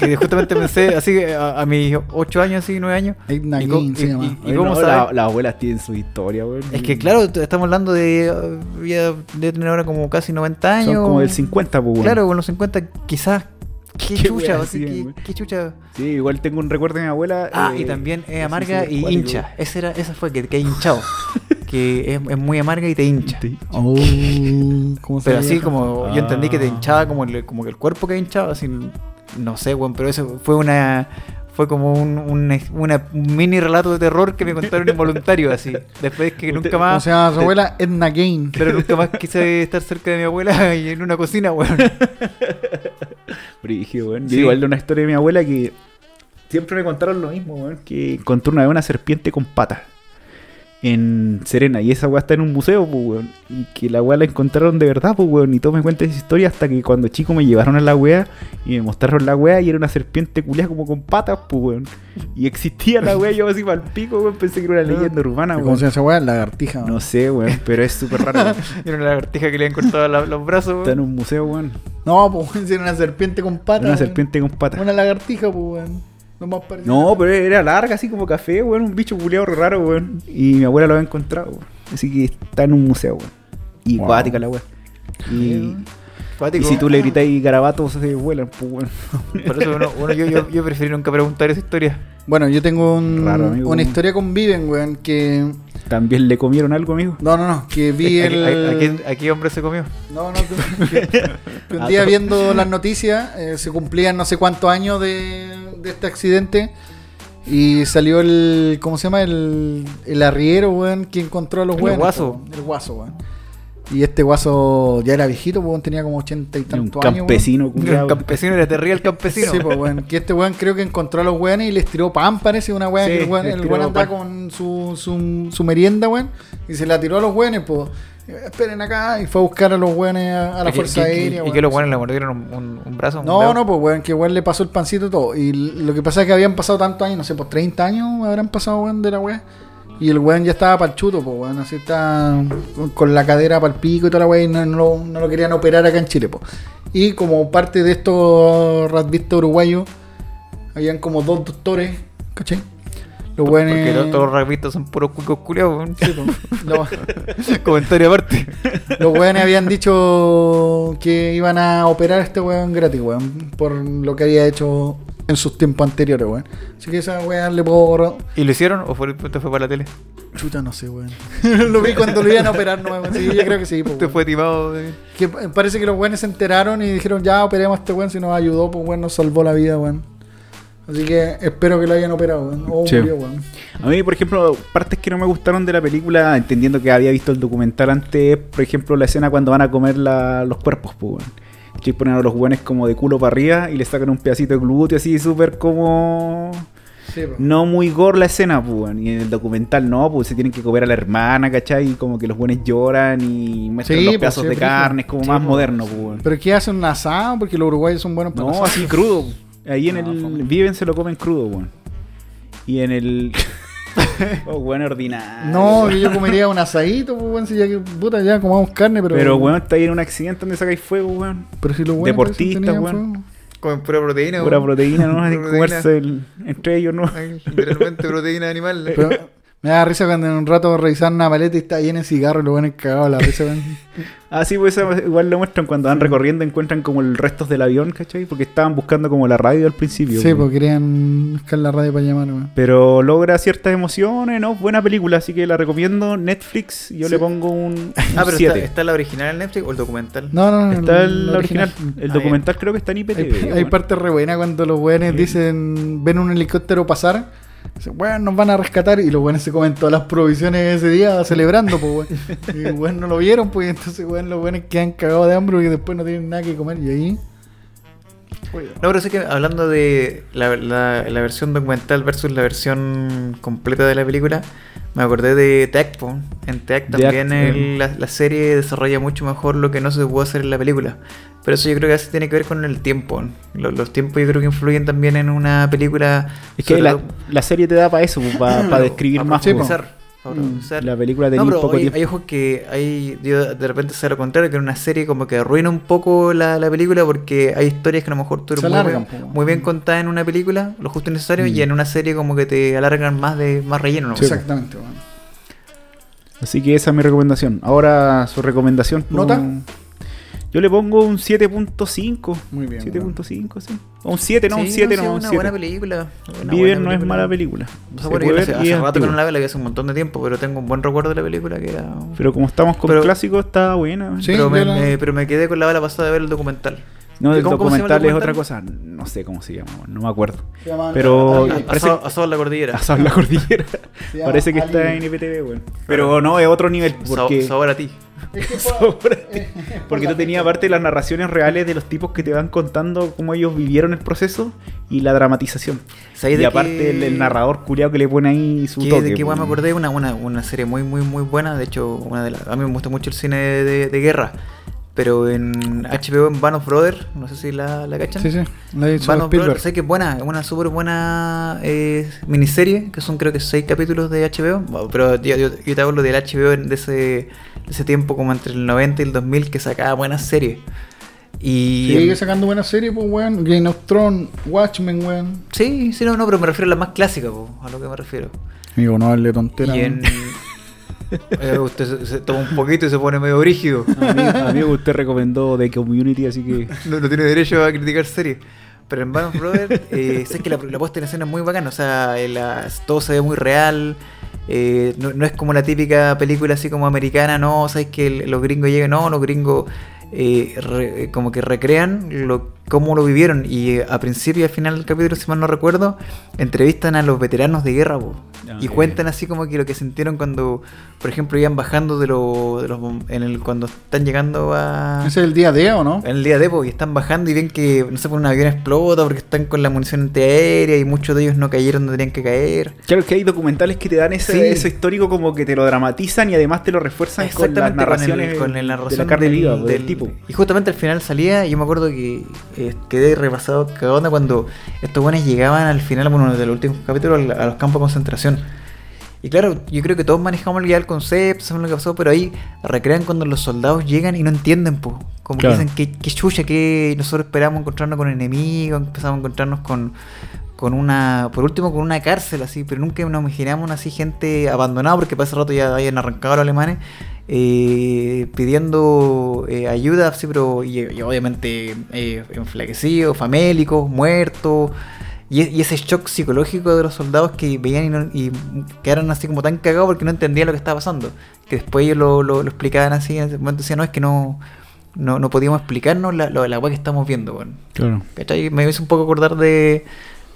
Speaker 2: Que justamente pensé, así, a, a mis 8 años, así, 9 años.
Speaker 1: Eight Night
Speaker 2: y co-
Speaker 1: Game se
Speaker 2: y-
Speaker 1: llama.
Speaker 2: y-
Speaker 5: Oye,
Speaker 2: cómo
Speaker 5: no,
Speaker 2: sabe?
Speaker 5: la- las abuelas tienen su historia, weón.
Speaker 2: Es que, claro, t- estamos hablando de. uh, ya Debe tener ahora como casi 90 años.
Speaker 5: Son como del 50, pues, weón.
Speaker 2: Claro, con los 50, quizás. Qué,
Speaker 5: Qué
Speaker 2: chucha,
Speaker 5: wea,
Speaker 2: así,
Speaker 5: sí,
Speaker 2: qué-
Speaker 5: weón.
Speaker 2: qué chucha.
Speaker 5: Sí, igual tengo un recuerdo de mi abuela.
Speaker 2: Ah,
Speaker 5: eh,
Speaker 2: y también
Speaker 5: que
Speaker 2: es
Speaker 5: se
Speaker 2: amarga
Speaker 5: hizo
Speaker 2: y
Speaker 5: acuático.
Speaker 2: hincha. Esa, era, esa fue que, que he hinchado. que es, es muy amarga y te hincha.
Speaker 1: Oh, ¿cómo
Speaker 2: Pero
Speaker 1: se
Speaker 2: así
Speaker 1: llama?
Speaker 2: como yo entendí que te
Speaker 5: Ah.
Speaker 2: hinchaba como el, como que el cuerpo que hinchaba, así no sé, weón, pero eso fue una fue como un, un ex- una- un mini relato de terror que me contaron involuntario así. Después que nunca
Speaker 1: ¿Cómo
Speaker 2: más
Speaker 1: se llama su abuela? Edna Gain.
Speaker 2: pero nunca más quise estar cerca de mi abuela y en una cocina, weón.
Speaker 5: Brígido, weón. Yo
Speaker 2: Sí.
Speaker 5: igual de una historia de mi abuela que siempre me contaron lo mismo, weón. Que encontró una vez una serpiente con patas en Serena. Y esa weá está en un museo, pues, weón. Y que la weá la encontraron de verdad, pues, weón. Y todos me cuentan esa historia hasta que cuando chico me llevaron a la weá y me mostraron la weá y era una serpiente culiada como con patas, pues, weón. Y existía la weá, yo así para el pico, weón. Pensé que era una leyenda urbana,
Speaker 1: Ah, ¿Cómo se llama
Speaker 5: weón.
Speaker 1: esa weá? Lagartija.
Speaker 5: No sé, weón, pero es súper raro. weón.
Speaker 2: Y era una lagartija que le habían cortado la- los brazos,
Speaker 5: Está en
Speaker 2: weón.
Speaker 5: un museo, weón.
Speaker 1: No, pues weón, si era una serpiente con patas.
Speaker 5: Era
Speaker 1: weón.
Speaker 5: una serpiente con patas.
Speaker 1: Una lagartija, pues weón. No más parecido.
Speaker 5: No, pero era larga, así como café, weón. Un bicho culeado raro, weón. Y mi abuela lo había encontrado, weón. Así que está en un museo, weón. Y
Speaker 1: Wow.
Speaker 5: cuática la weón. Y, y
Speaker 2: Cuático.
Speaker 5: si tú le gritas y garabatos se vuelan, pues, weón.
Speaker 2: Por eso uno- uno- yo, yo, yo preferí nunca preguntar esa historia.
Speaker 1: Bueno, yo tengo un-
Speaker 5: Raro, amigo.
Speaker 1: una historia con Viven, weón, que...
Speaker 5: También le comieron algo, amigo.
Speaker 1: No, no, no, que vi
Speaker 2: ¿A,
Speaker 1: el...
Speaker 2: a- a quién- a qué hombre se comió?
Speaker 1: No, no, que, que
Speaker 5: Ah,
Speaker 1: un día viendo las noticias, eh, se cumplían no sé cuántos años de, de este accidente y salió el, ¿cómo se llama? El, el arriero, weón, que encontró a los
Speaker 2: El
Speaker 1: weones,
Speaker 2: guaso.
Speaker 1: po, El guaso, weón. Y este guaso ya era viejito, weón, tenía como ochenta y
Speaker 5: Era un
Speaker 1: tantos años. weón.
Speaker 5: campesino,
Speaker 2: El
Speaker 5: culiao.
Speaker 2: campesino era terrible el campesino.
Speaker 1: Sí, pues, weón. Que este weón creo que encontró a los weones y les tiró pan, parece una weón.
Speaker 5: Sí,
Speaker 1: que el weón,
Speaker 5: les
Speaker 1: el
Speaker 5: tiró
Speaker 1: weón andaba
Speaker 5: pan.
Speaker 1: con su, su, su merienda, weón. Y se la tiró a los weones, pues. Esperen acá. Y fue a buscar a los weones a, a la
Speaker 2: Y que-
Speaker 1: Fuerza
Speaker 2: que- que-
Speaker 1: Aérea.
Speaker 2: Y
Speaker 1: weón.
Speaker 2: que los buenos le mordieron un, un- un brazo. un
Speaker 1: No,
Speaker 2: dedo.
Speaker 1: no, pues weón, que weón le pasó el pancito y todo. Y l- lo que pasa es que habían pasado tantos años, no sé, pues 30 años habrán pasado, weón, de la weá. Y el weón ya estaba para el chuto, pues weón, así está con, con la cadera para el pico y toda la weá, y no, no lo- no lo querían operar acá en Chile, pues. Y como parte de estos rasvistas uruguayos, habían como dos doctores, ¿cachai? Los weones.
Speaker 2: Porque todos los rugbyistas son puros cuicos culiados. weón.
Speaker 1: pues, Sí, po. Los-
Speaker 2: Comentario aparte.
Speaker 1: Los weones habían dicho que iban a operar a este weón gratis, weón, por lo que había hecho en sus tiempos anteriores, weón. Así que esa weón le puedo borrar.
Speaker 2: ¿Y lo hicieron o fue, esto fue para la tele?
Speaker 1: Oh, Chuta, no sé, weón. lo vi cuando lo iban a operar, no, weón. Sí, yo creo que sí, po,
Speaker 2: Esto
Speaker 1: weón.
Speaker 2: fue timado. de-
Speaker 1: Que pa- parece que los weones se enteraron y dijeron, ya operemos a este weón, si nos ayudó, pues weón, nos salvó la vida, weón. Así que espero que lo hayan operado, weón. O
Speaker 5: Sí.
Speaker 1: murió, weón.
Speaker 5: A mí, por ejemplo, partes que no me gustaron de la película, entendiendo que había visto el documental antes, por ejemplo, la escena cuando van a comer la- los cuerpos, pues, weón. ¿Cachai? Ponen a los weones como de culo para arriba y le sacan un pedacito de glúteo así, súper como.
Speaker 1: Sí, po.
Speaker 5: No muy gore la escena, pues, weón. Y en el documental no, pues se tienen que comer a la hermana, ¿cachai? Y como que los weones lloran y muestran
Speaker 1: Sí,
Speaker 5: los
Speaker 1: pues,
Speaker 5: pedazos
Speaker 1: sí,
Speaker 5: de
Speaker 1: brígido.
Speaker 5: carne, es como
Speaker 1: Sí,
Speaker 5: más
Speaker 1: pues.
Speaker 5: moderno, pues, weón.
Speaker 1: ¿Pero qué hacen? ¿Un asado? Porque los uruguayos son buenos para
Speaker 5: No,
Speaker 1: asar.
Speaker 5: así crudo. Ahí en
Speaker 1: No,
Speaker 5: el.
Speaker 1: fome.
Speaker 5: Viven se lo comen crudo, weón. Y en el. oh, weón, ordinario.
Speaker 1: No,
Speaker 5: weón.
Speaker 1: que yo comería un asadito, pues, weón, si ya que puta, ya comamos carne, pero.
Speaker 5: Pero, weón, está ahí en un accidente donde sacáis fuego, weón.
Speaker 1: Pero si los buenos
Speaker 5: deportista,
Speaker 1: parecen tenían
Speaker 5: weón.
Speaker 1: fuego.
Speaker 2: Comen pura proteína.
Speaker 5: Pura
Speaker 2: weón.
Speaker 5: proteína, ¿no? Hay que
Speaker 2: Proteína.
Speaker 5: comerse el- entre ellos, ¿no?
Speaker 2: Ay, Literalmente proteína animal.
Speaker 1: Pero me da risa cuando en un rato revisaron una maleta y está llena de cigarros y los buenos cagados a la risa, weón.
Speaker 5: Ah, sí, pues esa- igual lo muestran cuando van recorriendo, encuentran como el restos del avión, ¿cachai? Porque estaban buscando como la radio al principio.
Speaker 1: sí,
Speaker 5: weón.
Speaker 1: pues querían buscar la radio para llamar, weón.
Speaker 5: Pero logra ciertas emociones, ¿no? Buena película, así que la recomiendo. Netflix, yo
Speaker 1: Sí.
Speaker 5: le pongo un
Speaker 2: Ah, pero está,
Speaker 5: 7.
Speaker 2: está la original en Netflix o el documental.
Speaker 1: No, no, no.
Speaker 5: Está el original. El
Speaker 2: Ah,
Speaker 5: documental creo que está en IPTV.
Speaker 1: Hay, hay
Speaker 5: weón.
Speaker 1: parte re buena cuando los buenos dicen, ven un helicóptero pasar, dicen, weón, nos van a rescatar y los buenos se comen todas las provisiones ese día celebrando, pues, weón. Y weón no lo vieron, pues, y entonces, weón, los buenos quedan cagados de hambre y después no tienen nada que comer y ahí.
Speaker 2: No, pero sí que hablando de la, la- la versión documental versus la versión completa de la película, me acordé de Tac. po. En Tac
Speaker 5: De
Speaker 2: también
Speaker 5: Act,
Speaker 2: el- la, la serie desarrolla mucho mejor lo que no se pudo hacer en la película. Pero eso yo creo que así tiene que ver con el tiempo. Los, los tiempos yo creo que influyen también en una película.
Speaker 5: Es que
Speaker 2: sobre
Speaker 5: la,
Speaker 2: todo
Speaker 5: la serie te da para eso, para describir
Speaker 2: pa
Speaker 5: más.
Speaker 1: sí,
Speaker 5: weón.
Speaker 1: po.
Speaker 2: profundizar, pa profundizar.
Speaker 5: La película tenía
Speaker 2: No, pero
Speaker 5: poco
Speaker 2: hay,
Speaker 5: tiempo.
Speaker 2: hay ojos que hay, yo de repente sé lo contrario, que en una serie como que arruina un poco la, la película porque hay historias que a lo mejor tú
Speaker 1: Se
Speaker 2: eres muy,
Speaker 1: alargan,
Speaker 2: bien-
Speaker 1: po.
Speaker 2: muy bien contadas en una película, lo justo y necesario,
Speaker 5: Mm.
Speaker 2: y en una serie como que te alargan más de más relleno. ¿no?
Speaker 1: Exactamente, weón.
Speaker 5: Así que esa es mi recomendación. Ahora su recomendación. pues,
Speaker 1: ¿Nota?
Speaker 5: Yo le pongo un 7.5.
Speaker 1: Muy bien,
Speaker 5: 7.5, sí. O un 7, no,
Speaker 2: Sí,
Speaker 5: un 7,
Speaker 2: sí,
Speaker 5: no, un
Speaker 2: una
Speaker 5: 7.
Speaker 2: buena película. una
Speaker 5: Viven
Speaker 2: buena
Speaker 5: no es
Speaker 2: película.
Speaker 5: mala película.
Speaker 2: O
Speaker 5: Se
Speaker 2: sea, bueno,
Speaker 5: puede
Speaker 2: yo no
Speaker 5: ver
Speaker 2: sé,
Speaker 5: y
Speaker 2: hace
Speaker 5: es
Speaker 2: rato que
Speaker 5: antigua.
Speaker 2: no la veo, la vi hace un montón de tiempo, pero tengo un buen recuerdo de la película que era...
Speaker 5: Pero como estamos con
Speaker 2: Pero-
Speaker 5: clásicos, está buena.
Speaker 1: Sí,
Speaker 2: pero, me,
Speaker 1: yo la-
Speaker 2: me- pero me quedé con la bala pasada de ver el documental.
Speaker 5: No,
Speaker 2: ¿Y
Speaker 5: el
Speaker 2: cómo- cómo se llama
Speaker 5: documental
Speaker 2: el
Speaker 5: es otra cosa.
Speaker 2: documental?
Speaker 5: No sé cómo se llama, no me acuerdo.
Speaker 1: Se llama-
Speaker 5: Pero-
Speaker 1: Ali.
Speaker 5: Oye, parece-
Speaker 2: Asado, asado en la cordillera.
Speaker 5: Pasado en la cordillera.
Speaker 1: Se llama
Speaker 5: Parece que está
Speaker 1: Ali.
Speaker 5: en IPTV, weón. Pero no, es otro nivel.
Speaker 2: Sa-
Speaker 5: Porque...
Speaker 2: sabor a ti.
Speaker 1: Es que fue-
Speaker 5: Sobre ti.
Speaker 1: eh,
Speaker 5: Porque tú tenías aparte las narraciones reales de los tipos que te van contando cómo ellos vivieron el proceso y la dramatización.
Speaker 2: ¿Sabéis
Speaker 5: y
Speaker 2: de
Speaker 5: aparte
Speaker 2: qué-
Speaker 5: el, el narrador culiao que le pone ahí su
Speaker 2: Que-
Speaker 5: toque. pues.
Speaker 2: de que igual me
Speaker 5: weón.
Speaker 2: acordé una, una, una serie muy muy muy buena, de hecho una de las a mí me gusta mucho el cine de, de- de guerra, pero en HBO en Band of Brothers, no sé si la, la cachan.
Speaker 1: Sí, sí, la hizo
Speaker 2: Band of
Speaker 1: Spielberg.
Speaker 2: Brothers, sé que es buena, es una súper buena eh, miniserie, que son creo que seis capítulos de HBO, bueno, pero yo, yo- yo te hablo del HBO en- de ese, de ese tiempo como entre el 90 y el 2000 que sacaba buenas series. Y
Speaker 1: Sigue sacando buenas series, pues, weón. Game of Thrones, Watchmen, weón.
Speaker 2: Sí, sí, no, no, pero me refiero a las más clásicas, po, a lo que me refiero.
Speaker 1: Amigo, no hable tontera.
Speaker 2: Y en... Eh, usted se, se toma un poquito y se pone medio brígido.
Speaker 5: Amigo, amigo, usted recomendó The Community, así que.
Speaker 2: No, no tiene derecho a criticar series. Pero en Band of Brothers, eh, sé que la, la puesta en escena es muy bacana. O sea, eh, la- todo se ve muy real. eh, no, no es como la típica película así como americana, no. O sea, es que el- los gringos llegan, no, los gringos eh, re- eh, como que recrean lo cómo lo vivieron. Y eh, a principio y al final del capítulo, si mal no recuerdo, entrevistan a los veteranos de guerra po.
Speaker 5: Ah,
Speaker 2: y
Speaker 5: ok.
Speaker 2: cuentan así como que lo que sintieron cuando, por ejemplo, iban bajando de, lo- de los bom- en el, cuando están llegando a...
Speaker 1: Ese es el día de, ¿o no?
Speaker 2: En el día de po, y están bajando y ven que, no sé, por un avión explota porque están con la munición antiaérea y muchos de ellos no cayeron donde tenían que caer.
Speaker 5: Claro, es que hay documentales que te dan ese,
Speaker 2: Sí.
Speaker 5: eso histórico como que te lo dramatizan y además te lo refuerzan con las
Speaker 2: Exactamente, con,
Speaker 5: narraciones
Speaker 2: el, con la narración
Speaker 5: de la carne
Speaker 2: del,
Speaker 5: viva, pues, del
Speaker 2: del-
Speaker 5: tipo.
Speaker 2: Y justamente al final salía, y yo me acuerdo que eh, quedé repasado cada onda cuando estos buenos llegaban al final, bueno, de los últimos capítulos, al- a los campos de concentración. Y claro, yo creo que todos manejamos ya el concepto, sabemos lo que pasó, pero ahí recrean cuando los soldados llegan y no entienden, po. Como
Speaker 5: Claro.
Speaker 2: que dicen, qué, qué chucha, que nosotros esperábamos encontrarnos con enemigos, empezamos a encontrarnos con, con una, por último, con una cárcel así, pero nunca nos imaginamos así gente abandonada, porque para ese rato ya habían arrancado los alemanes, eh, pidiendo eh, ayuda, así, pero y, y obviamente eh, enflaquecidos, famélicos, muertos. Y, e- y ese shock psicológico de los soldados que veían y, no- y quedaron así como tan cagados porque no entendían lo que estaba pasando. Que después ellos lo, lo- lo explicaban así, en ese momento decían, no, es que no, no, no podíamos explicarnos la, lo de la agua que estamos viendo. weón".
Speaker 5: Claro.
Speaker 2: ¿Cachai? Me hizo un poco acordar de,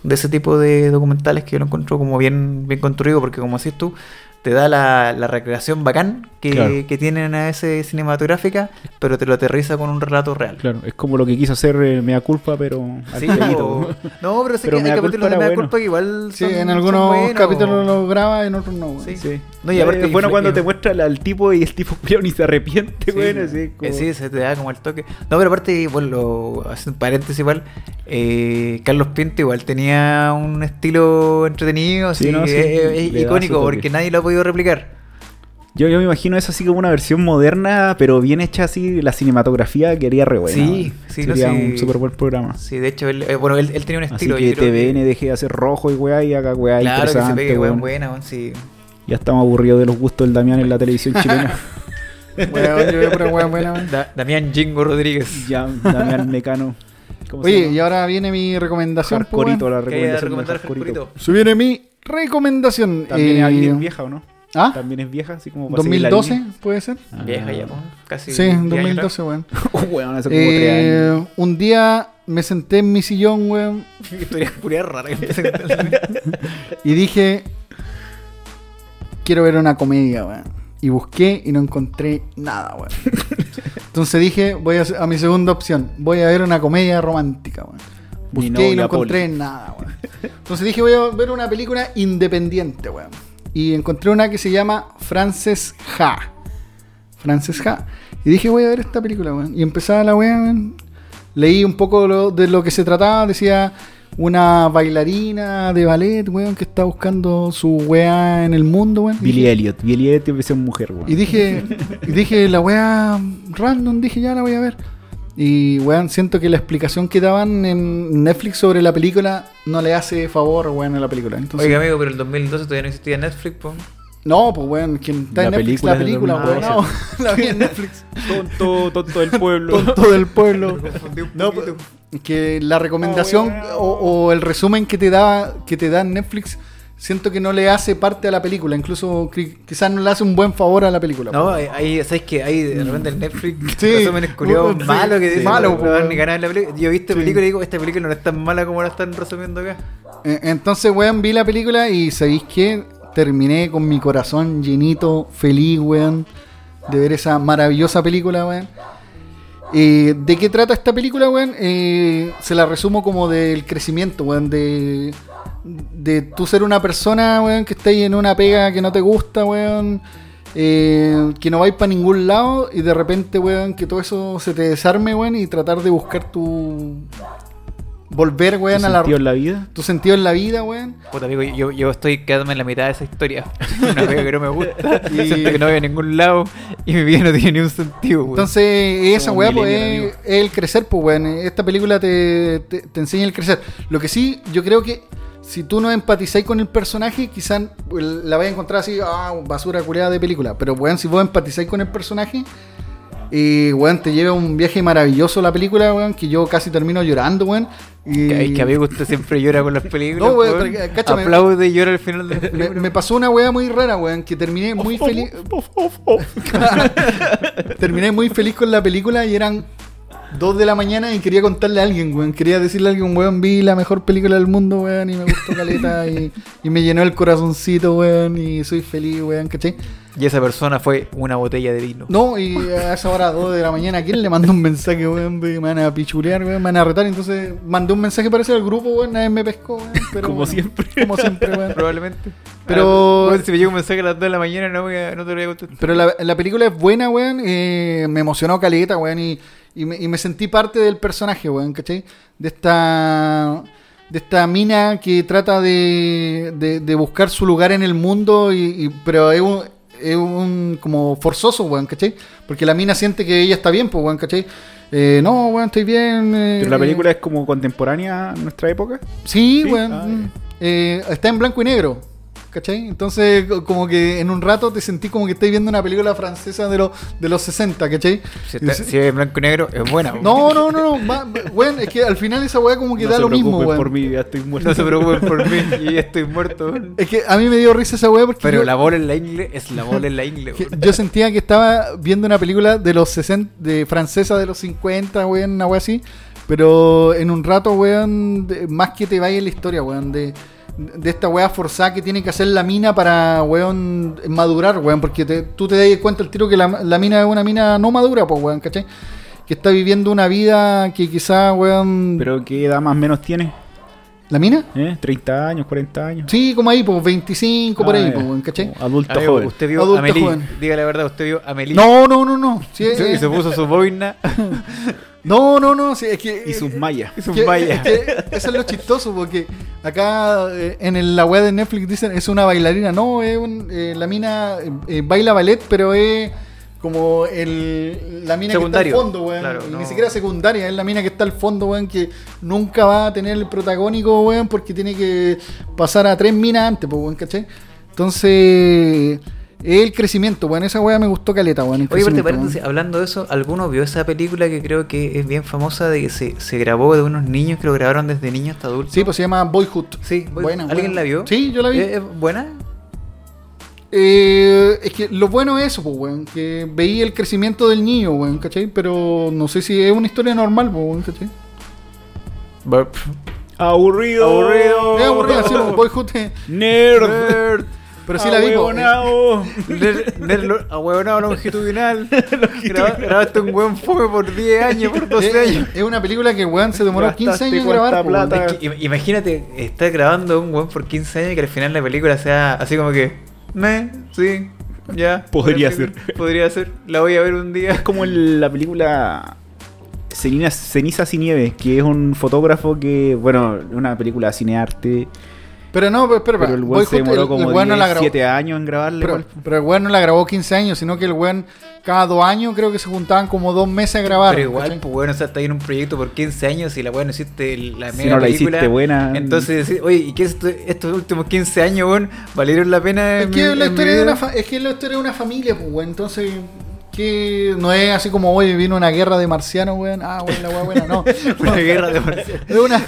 Speaker 2: de ese tipo de documentales que yo lo encuentro como bien, bien construido, porque como decís tú, te da la, la recreación bacán que,
Speaker 5: Claro.
Speaker 2: que tienen a ese cinematográfica, pero te lo aterriza con un relato real.
Speaker 5: Claro, es como lo que quiso hacer eh, Mea Culpa, pero... al
Speaker 2: Sí,
Speaker 5: pelito.
Speaker 2: o- no, pero sí
Speaker 5: Pero
Speaker 2: que
Speaker 5: Mea
Speaker 2: hay capítulos
Speaker 5: Culpa
Speaker 2: de
Speaker 5: era
Speaker 2: Mea
Speaker 5: bueno.
Speaker 2: Culpa que igual
Speaker 1: Sí,
Speaker 2: son-
Speaker 1: en
Speaker 2: son
Speaker 1: algunos
Speaker 2: buenos.
Speaker 1: capítulos lo graba, en otros no, weón.
Speaker 2: Sí.
Speaker 5: Sí.
Speaker 2: No, y
Speaker 5: Eh,
Speaker 2: aparte
Speaker 5: es bueno
Speaker 2: influ-
Speaker 5: cuando te
Speaker 2: influ-
Speaker 5: muestran al tipo y el tipo culiao ni se arrepiente,
Speaker 2: Sí,
Speaker 5: bueno, sí,
Speaker 2: eh,
Speaker 5: como-
Speaker 2: sí, se te da como el toque. No, pero aparte, bueno, lo, haciendo un paréntesis igual, eh, Carlos Pinto igual tenía un estilo entretenido, así
Speaker 5: Sí, no,
Speaker 2: que
Speaker 5: sí,
Speaker 2: es, es
Speaker 5: le da su
Speaker 2: icónico
Speaker 5: toque.
Speaker 2: porque nadie lo ha podido replicar.
Speaker 5: Yo, yo me imagino eso así como una versión moderna, pero bien hecha así, la cinematografía que haría re buena.
Speaker 2: Sí,
Speaker 5: ¿no?
Speaker 2: sí, no,
Speaker 5: Sería
Speaker 2: sí.
Speaker 5: un súper buen programa.
Speaker 2: Sí, de hecho, él, eh, bueno, él, él tenía un
Speaker 5: Así
Speaker 2: estilo.
Speaker 5: que
Speaker 2: yo creo
Speaker 5: TVN deje de hacer rojo y weá y haga weá
Speaker 2: Claro, que se
Speaker 5: interesante,
Speaker 2: pegue, weón,
Speaker 5: weón.
Speaker 2: buena, weón, sí.
Speaker 5: Ya estamos aburridos de los gustos del Damián en la televisión chilena.
Speaker 1: Weón, yo veo pura weá buena, weón.
Speaker 2: Da- Damián Jingo Rodríguez.
Speaker 5: ya, Damián Mecano. ¿Cómo se
Speaker 1: Oye,
Speaker 5: llama?
Speaker 1: y ahora viene mi recomendación. po,
Speaker 5: Hardcoreito,
Speaker 1: weón.
Speaker 5: la
Speaker 2: ¿Qué hay a
Speaker 5: recomendación. de
Speaker 2: recomendar,
Speaker 5: Hardcoreito.
Speaker 2: Jorgito?
Speaker 1: Se viene mi recomendación.
Speaker 5: También
Speaker 1: eh,
Speaker 5: es alguien vieja, ¿o no?
Speaker 1: ¿Ah?
Speaker 5: También es vieja, así como para seguir la línea.
Speaker 1: ¿2012 puede ser?
Speaker 5: Ah.
Speaker 2: Vieja ya, weón, casi.
Speaker 1: Sí,
Speaker 2: diez años
Speaker 1: 2012, weón.
Speaker 5: Oh, weón, hace como tres
Speaker 1: Eh,
Speaker 5: años.
Speaker 1: un día me senté en mi sillón, weón,
Speaker 2: atrás. Historia pura rara.
Speaker 1: y dije, quiero ver una comedia, weón. Y busqué y no encontré nada, weón. Entonces dije, voy a, a mi segunda opción, voy a ver una comedia romántica, weón.
Speaker 5: Mi
Speaker 1: Busqué y no
Speaker 5: novia, Poli.
Speaker 1: encontré nada, weón. Entonces dije, voy a ver una película independiente, weón. Y encontré una que se llama Frances Ha. Frances Ha. Y dije, voy a ver esta película, weón. Y empezaba la weá, weón. Leí un poco lo- de lo que se trataba. Decía una bailarina de ballet, weón, que está buscando su weá en el mundo, weón. Y
Speaker 5: Billy
Speaker 1: dije-
Speaker 5: Elliot. Billy Elliot en versión mujer, weón.
Speaker 1: y dije, y dije la weá random, dije ya la voy a ver. Y weón, siento que la explicación que daban en Netflix sobre la película no le hace favor, weón, a la película. Entonces,
Speaker 2: Oiga, amigo, pero el 2012 todavía no existía Netflix, po.
Speaker 1: no, pues weón, quien está
Speaker 5: La
Speaker 1: en Netflix,
Speaker 5: película
Speaker 1: la película,
Speaker 5: del
Speaker 1: weón. no, la vi en Netflix.
Speaker 5: Tonto, tonto del pueblo.
Speaker 1: Tonto del pueblo.
Speaker 2: No,
Speaker 1: Que la recomendación
Speaker 5: No, weón.
Speaker 1: o, o el resumen que te da, que te da Netflix, siento que no le hace parte a la película. Incluso qui- quizás no le hace un buen favor a la película.
Speaker 2: No, ahí, ¿sabes que Ahí de repente el Netflix
Speaker 1: Sí. Uh,
Speaker 2: resúmenes culiados
Speaker 1: Sí.
Speaker 2: malos que
Speaker 1: Sí.
Speaker 2: dicen.
Speaker 1: Malo,
Speaker 2: no
Speaker 1: po,
Speaker 2: van ni
Speaker 1: weón.
Speaker 2: ganas de la película. Yo he visto
Speaker 1: Sí.
Speaker 2: películas y digo, esta película no es tan mala como la están resumiendo acá.
Speaker 1: Eh, Entonces, weón, vi la película y ¿sabéis qué? Terminé con mi corazón llenito, feliz, weón, de ver esa maravillosa película, weón. Eh, ¿De qué trata esta película, weón? Eh, se la resumo como del crecimiento, weón, de, de tú ser una persona, weón, que estáis en una pega que no te gusta, weón, eh, que no vais para ningún lado y de repente, weón, que todo eso se te desarme, weón, y tratar de buscar tu... Volver,
Speaker 5: ¿Tu
Speaker 1: weón, a la
Speaker 5: sentido en la vida?
Speaker 1: tu sentido en la vida, weón.
Speaker 2: Puta, amigo, yo, yo estoy quedándome en la mitad de esa historia. Una pega que no me gusta.
Speaker 1: Y-
Speaker 2: Siento que no voy a ningún lado. Y mi vida no tiene ni un sentido, weón.
Speaker 1: Entonces, esa
Speaker 5: Somos
Speaker 1: weá pues,
Speaker 5: millennial,
Speaker 1: es, es el crecer, pues, weón. Esta película te, te- te enseña el crecer. Lo que sí, yo creo que si tú no empatizáis con el personaje, quizás pues, la vais a encontrar así, ah, basura culeada de película. Pero, weón, si vos empatizáis con el personaje, y, weón, te lleva a un viaje maravilloso la película, weón, que yo casi termino llorando, weón. Y...
Speaker 2: Que- Es que amigo, usted siempre llora con las películas.
Speaker 1: No, weón,
Speaker 2: weón.
Speaker 1: pero, cáchame.
Speaker 2: Aplaude y llora al final de la
Speaker 1: Me,
Speaker 2: película.
Speaker 1: me pasó una weá muy rara, weón, que terminé muy
Speaker 3: Oh,
Speaker 1: feliz.
Speaker 5: Of, of, of, of.
Speaker 1: Terminé muy feliz con la película y eran 2 de la mañana y quería contarle a alguien, weón. Quería decirle a alguien, weón, vi la mejor película del mundo, weón, y me gustó caleta y, y me llenó el corazoncito, weón, y soy feliz, weón, ¿cachai?
Speaker 2: Y esa persona fue una botella de vino.
Speaker 1: No, y a esa hora, 2 de la mañana, ¿a quién le mandó un mensaje, weón? Me van a pichulear, weón, me van a retar. Entonces mandé un mensaje parece al grupo, weón, nadie me pescó, weón. Pero,
Speaker 5: Como
Speaker 1: bueno,
Speaker 5: siempre.
Speaker 1: Como siempre, weón.
Speaker 2: Probablemente.
Speaker 1: Pero-
Speaker 2: Ah, bueno, si me llega un mensaje a las 2 de la mañana, no, voy a- no te lo voy a contestar.
Speaker 1: Pero la, la película es buena, weón. eh, me emocionó caleta, weón. Y, y me, y me sentí parte del personaje, weón, ¿cachai? De esta. De esta mina que trata de, de, de buscar su lugar en el mundo, y, y- pero es un, es un como forzoso, weón, ¿cachai? Porque la mina siente que ella está bien, pues, weón, ¿cachai? Eh, no, weón, estoy bien. eh,
Speaker 5: Pero la película es como contemporánea a nuestra época.
Speaker 1: Sí,
Speaker 5: Sí,
Speaker 1: weón.
Speaker 5: ah,
Speaker 1: mm. Eh, está en blanco y negro. ¿Cachai? Entonces, co- como que en un rato te sentí como que estoy viendo una película francesa de, los de los 60, ¿cachai?
Speaker 2: Si, está- si es blanco y negro, es buena.
Speaker 1: No, no, no, no. va- weón, es que al final esa weá como que
Speaker 5: no
Speaker 1: da
Speaker 5: se
Speaker 1: lo mismo,
Speaker 5: preocupen
Speaker 1: weón.
Speaker 5: por mí, ya estoy muerto.
Speaker 2: No se preocupen por mí, yo ya estoy muerto.
Speaker 1: Es que a mí me dio risa esa weá porque.
Speaker 2: Pero
Speaker 1: yo,
Speaker 2: la bola en la ingle es la bola en la ingle.
Speaker 1: que-
Speaker 2: weón.
Speaker 1: yo sentía que estaba viendo una película de los 60, de francesa de los 50, weón, una weá así. Pero en un rato, weón, de- más que te vaya en la historia, weón, de, de esta weá forzada que tiene que hacer la mina para, weón, madurar, weón, porque te- tú te das cuenta el tiro que la, la mina es una mina no madura, pues, weón, ¿cachai? Que está viviendo una vida que quizá, weón...
Speaker 5: Pero ¿qué edad más o menos tiene?
Speaker 1: ¿La mina?
Speaker 5: ¿Eh? ¿30 años, 40 años?
Speaker 1: Sí, como ahí, pues, 25 por
Speaker 5: Ah,
Speaker 1: ahí,
Speaker 5: ya.
Speaker 1: pues, weón, ¿cachai?
Speaker 5: Como Adulto
Speaker 2: Amigo,
Speaker 5: joven.
Speaker 2: Usted vio
Speaker 1: Adulto
Speaker 2: Amelie.
Speaker 1: joven.
Speaker 2: Diga la verdad, usted vio Amelie.
Speaker 1: No, no, no, no. Sí,
Speaker 2: Sí,
Speaker 1: eh,
Speaker 2: y se puso su boina
Speaker 1: No, no, no. sí, es que,
Speaker 5: Y sus
Speaker 1: eh,
Speaker 5: mallas.
Speaker 2: y su
Speaker 1: que-
Speaker 2: malla.
Speaker 1: es que eso es lo chistoso, porque acá eh, en el- la web de Netflix dicen es una bailarina. No, es un- eh, la mina eh, eh, baila ballet, pero es como el, la mina
Speaker 2: Secundario,
Speaker 1: que está al fondo, weón.
Speaker 2: claro,
Speaker 1: Ni
Speaker 2: no.
Speaker 1: siquiera secundaria, es la mina que está al fondo, weón, que nunca va a tener el protagónico, weón, porque tiene que pasar a tres minas antes, pues, weón, ¿cachai? Entonces, el crecimiento, weón. Esa weá me gustó caleta, weón. el
Speaker 2: Oye, aparte,
Speaker 1: crecimiento,
Speaker 2: paréntesis,
Speaker 1: weón.
Speaker 2: hablando de eso, ¿alguno vio esa película que creo que es bien famosa de que se, se grabó de unos niños que lo grabaron desde niño hasta adulto?
Speaker 1: Sí, pues se llama Boyhood.
Speaker 2: Sí, voy-
Speaker 1: Buena,
Speaker 2: ¿Alguien
Speaker 1: buena.
Speaker 2: la vio?
Speaker 1: Sí, yo la vi.
Speaker 2: ¿Eh, ¿Es buena?
Speaker 1: Eh, es que lo bueno es eso, pues, weón. Que veía el crecimiento del niño, weón, ¿cachai? Pero no sé si es una historia normal, pues, weón, ¿cachai?
Speaker 5: Aburrido.
Speaker 2: Aburrido.
Speaker 1: Es aburrida, sí, pues, Boyhood. eh,
Speaker 5: Nerd.
Speaker 1: Pero
Speaker 5: Ah,
Speaker 1: sí la vi, pues, eh.
Speaker 5: Ahuevonao.
Speaker 2: Ner- ner- Ahueonado longitudinal. Graba- Grabaste un buen fome por 10 años, por 12
Speaker 1: Es-
Speaker 2: años.
Speaker 1: Eh, Es una película que, weón, se demoró
Speaker 5: Gastaste
Speaker 1: 15 años en
Speaker 5: cuánta
Speaker 1: grabar, pues, weón.
Speaker 5: plata.
Speaker 2: Es que im- imagínate estar grabando un weón por 15 años y que al final la película sea así como que. Me, sí, ya.
Speaker 5: Podría
Speaker 2: parece
Speaker 5: ser.
Speaker 2: que Podría ser. La voy a ver un
Speaker 5: Es
Speaker 2: día.
Speaker 5: como el- la película Cenizas, Cenizas y Nieve, que es un fotógrafo que, bueno, una película cinearte.
Speaker 1: Pero no, pero, espera,
Speaker 5: Pero el weón
Speaker 1: Boyhood,
Speaker 5: se demoró
Speaker 1: el- el
Speaker 5: como
Speaker 1: weón no la grabó.
Speaker 5: 17 años en grabarle.
Speaker 1: Pero,
Speaker 5: igual.
Speaker 1: pero el weón no la grabó 15 años, sino que el weón cada dos años creo que se juntaban como dos meses a grabar.
Speaker 2: Pero igual,
Speaker 1: ¿cachai?
Speaker 2: pues bueno, o sea, está ahí en un proyecto por 15 años y la weón no hiciste la
Speaker 5: Si
Speaker 2: mega
Speaker 5: no la
Speaker 2: película.
Speaker 5: hiciste buena. mm.
Speaker 2: Entonces, sí, oye, ¿y qué es esto- estos últimos 15 años, weón? ¿Valieron la pena?
Speaker 1: Es
Speaker 2: en
Speaker 1: que,
Speaker 2: mi-
Speaker 1: la
Speaker 2: en mi
Speaker 1: historia de
Speaker 2: vida?
Speaker 1: una fa- es que la historia de una familia, pues, weón. Entonces, que no es así como, oye, vino una guerra de marcianos, weón. Ah, weón, la weá buena, no.
Speaker 2: Una guerra de marcianos.
Speaker 1: Es una,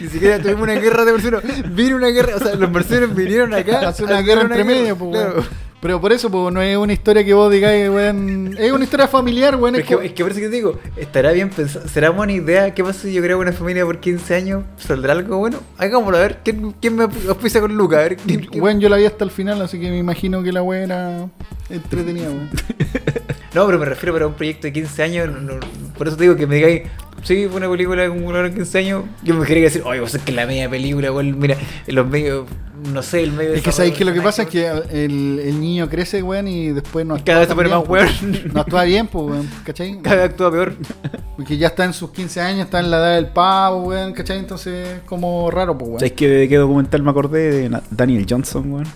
Speaker 2: Ni siquiera tuvimos una guerra de marcianos. Vino una guerra, o sea, los marcianos vinieron acá.
Speaker 1: hace una guerra entre medio, pues, weón.
Speaker 2: claro.
Speaker 1: Pero por eso, pues, no es una historia que vos digáis, weón. Es una historia familiar, weón.
Speaker 2: Pero
Speaker 1: Es
Speaker 2: es, que,
Speaker 1: como-
Speaker 2: es que por eso que te digo, estará bien pensado. ¿Será buena idea? ¿Qué pasa si yo creo una familia por 15 años? ¿Saldrá algo bueno? Hagámoslo, a ver. ¿Quién, quién me auspicia con Luca? A ver, ¿quién- quién-
Speaker 1: Weón, yo la vi hasta el final, así que me imagino que la weá era entretenida, weón.
Speaker 2: No, pero me refiero para un proyecto de 15 años. no- no- por eso te digo que me digáis, sí, fue una película con un en 15 años. Yo me quería decir, oye, vos es que la media película, weón, mira, en los medios, no sé, el medio.
Speaker 1: Es que sabéis que lo que pasa es que el, el niño crece, weón, y después no
Speaker 2: Cada vez se
Speaker 1: actúa
Speaker 2: pone
Speaker 1: tan
Speaker 2: más
Speaker 1: bien,
Speaker 2: weón.
Speaker 1: pues. No actúa bien, pues, weón, ¿cachai?
Speaker 2: Cada vez actúa peor.
Speaker 1: Porque ya está en sus 15 años, está en la edad del pavo, weón, ¿cachai? Entonces es como raro, pues, weón.
Speaker 5: ¿Sabes qué, de qué documental me acordé? De Na- Daniel Johnson, weón.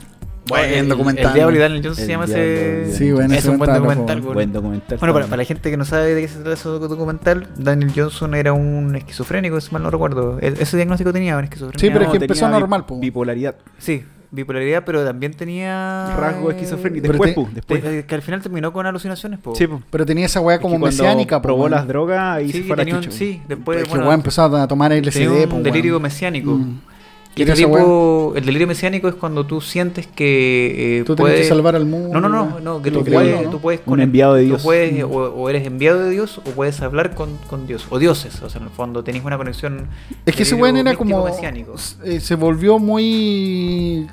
Speaker 1: Bueno,
Speaker 2: el-
Speaker 1: documental.
Speaker 2: El Diablo y Daniel Johnson se
Speaker 5: El
Speaker 2: llama
Speaker 5: Diablo y
Speaker 2: ese.
Speaker 1: Sí, bueno,
Speaker 2: es
Speaker 1: ese
Speaker 2: un buen
Speaker 1: documental,
Speaker 2: documental.
Speaker 1: loco,
Speaker 2: güey.
Speaker 5: Buen documental.
Speaker 2: Bueno, para,
Speaker 5: también.
Speaker 2: para la gente que no sabe de qué se trata ese docu- documental, Daniel Johnson era un esquizofrénico, si mal no recuerdo. E- ese diagnóstico tenía un
Speaker 1: Sí,
Speaker 2: esquizofrénico.
Speaker 1: pero es que
Speaker 5: tenía
Speaker 1: empezó
Speaker 5: bi-
Speaker 1: normal, po.
Speaker 5: Bipolaridad.
Speaker 2: Sí, bipolaridad, pero también tenía.
Speaker 5: Rasgo
Speaker 2: eh,
Speaker 5: esquizofrénico.
Speaker 1: pero
Speaker 5: Después,
Speaker 1: te-
Speaker 5: pu, después.
Speaker 2: te- eh, que al final terminó con alucinaciones, po.
Speaker 5: Sí, pu.
Speaker 1: Pero tenía esa weá como
Speaker 5: Es que cuando
Speaker 1: mesiánica, po,
Speaker 5: probó
Speaker 1: weón.
Speaker 5: las drogas y
Speaker 2: Sí,
Speaker 5: se fue a la
Speaker 2: tenía un-
Speaker 5: chucha.
Speaker 2: sí, después.
Speaker 1: pues. Es que
Speaker 2: bueno,
Speaker 1: pues, weón empezó a tomar
Speaker 2: tenía
Speaker 1: LSD, po,
Speaker 2: un
Speaker 1: weón.
Speaker 2: delirio mesiánico.
Speaker 1: Mm.
Speaker 2: Y
Speaker 1: Era
Speaker 2: este
Speaker 1: esa
Speaker 2: tipo, el delirio mesiánico es cuando tú sientes que eh,
Speaker 1: Tú tenés
Speaker 2: puedes...
Speaker 1: que salvar al mundo.
Speaker 2: No, no, no, no, que
Speaker 1: Lo
Speaker 2: tú
Speaker 1: creo,
Speaker 2: puedes,
Speaker 1: ¿no?
Speaker 2: tú puedes
Speaker 5: Un enviado de
Speaker 2: tú
Speaker 5: Dios. Mm.
Speaker 2: puedes, o, o eres enviado de Dios o puedes hablar con, con Dios o dioses, o sea, en el fondo tenés una conexión.
Speaker 1: Es que ese
Speaker 2: delirio
Speaker 1: weón era
Speaker 2: místico
Speaker 1: como.
Speaker 2: mesiánico.
Speaker 1: eh, se volvió muy.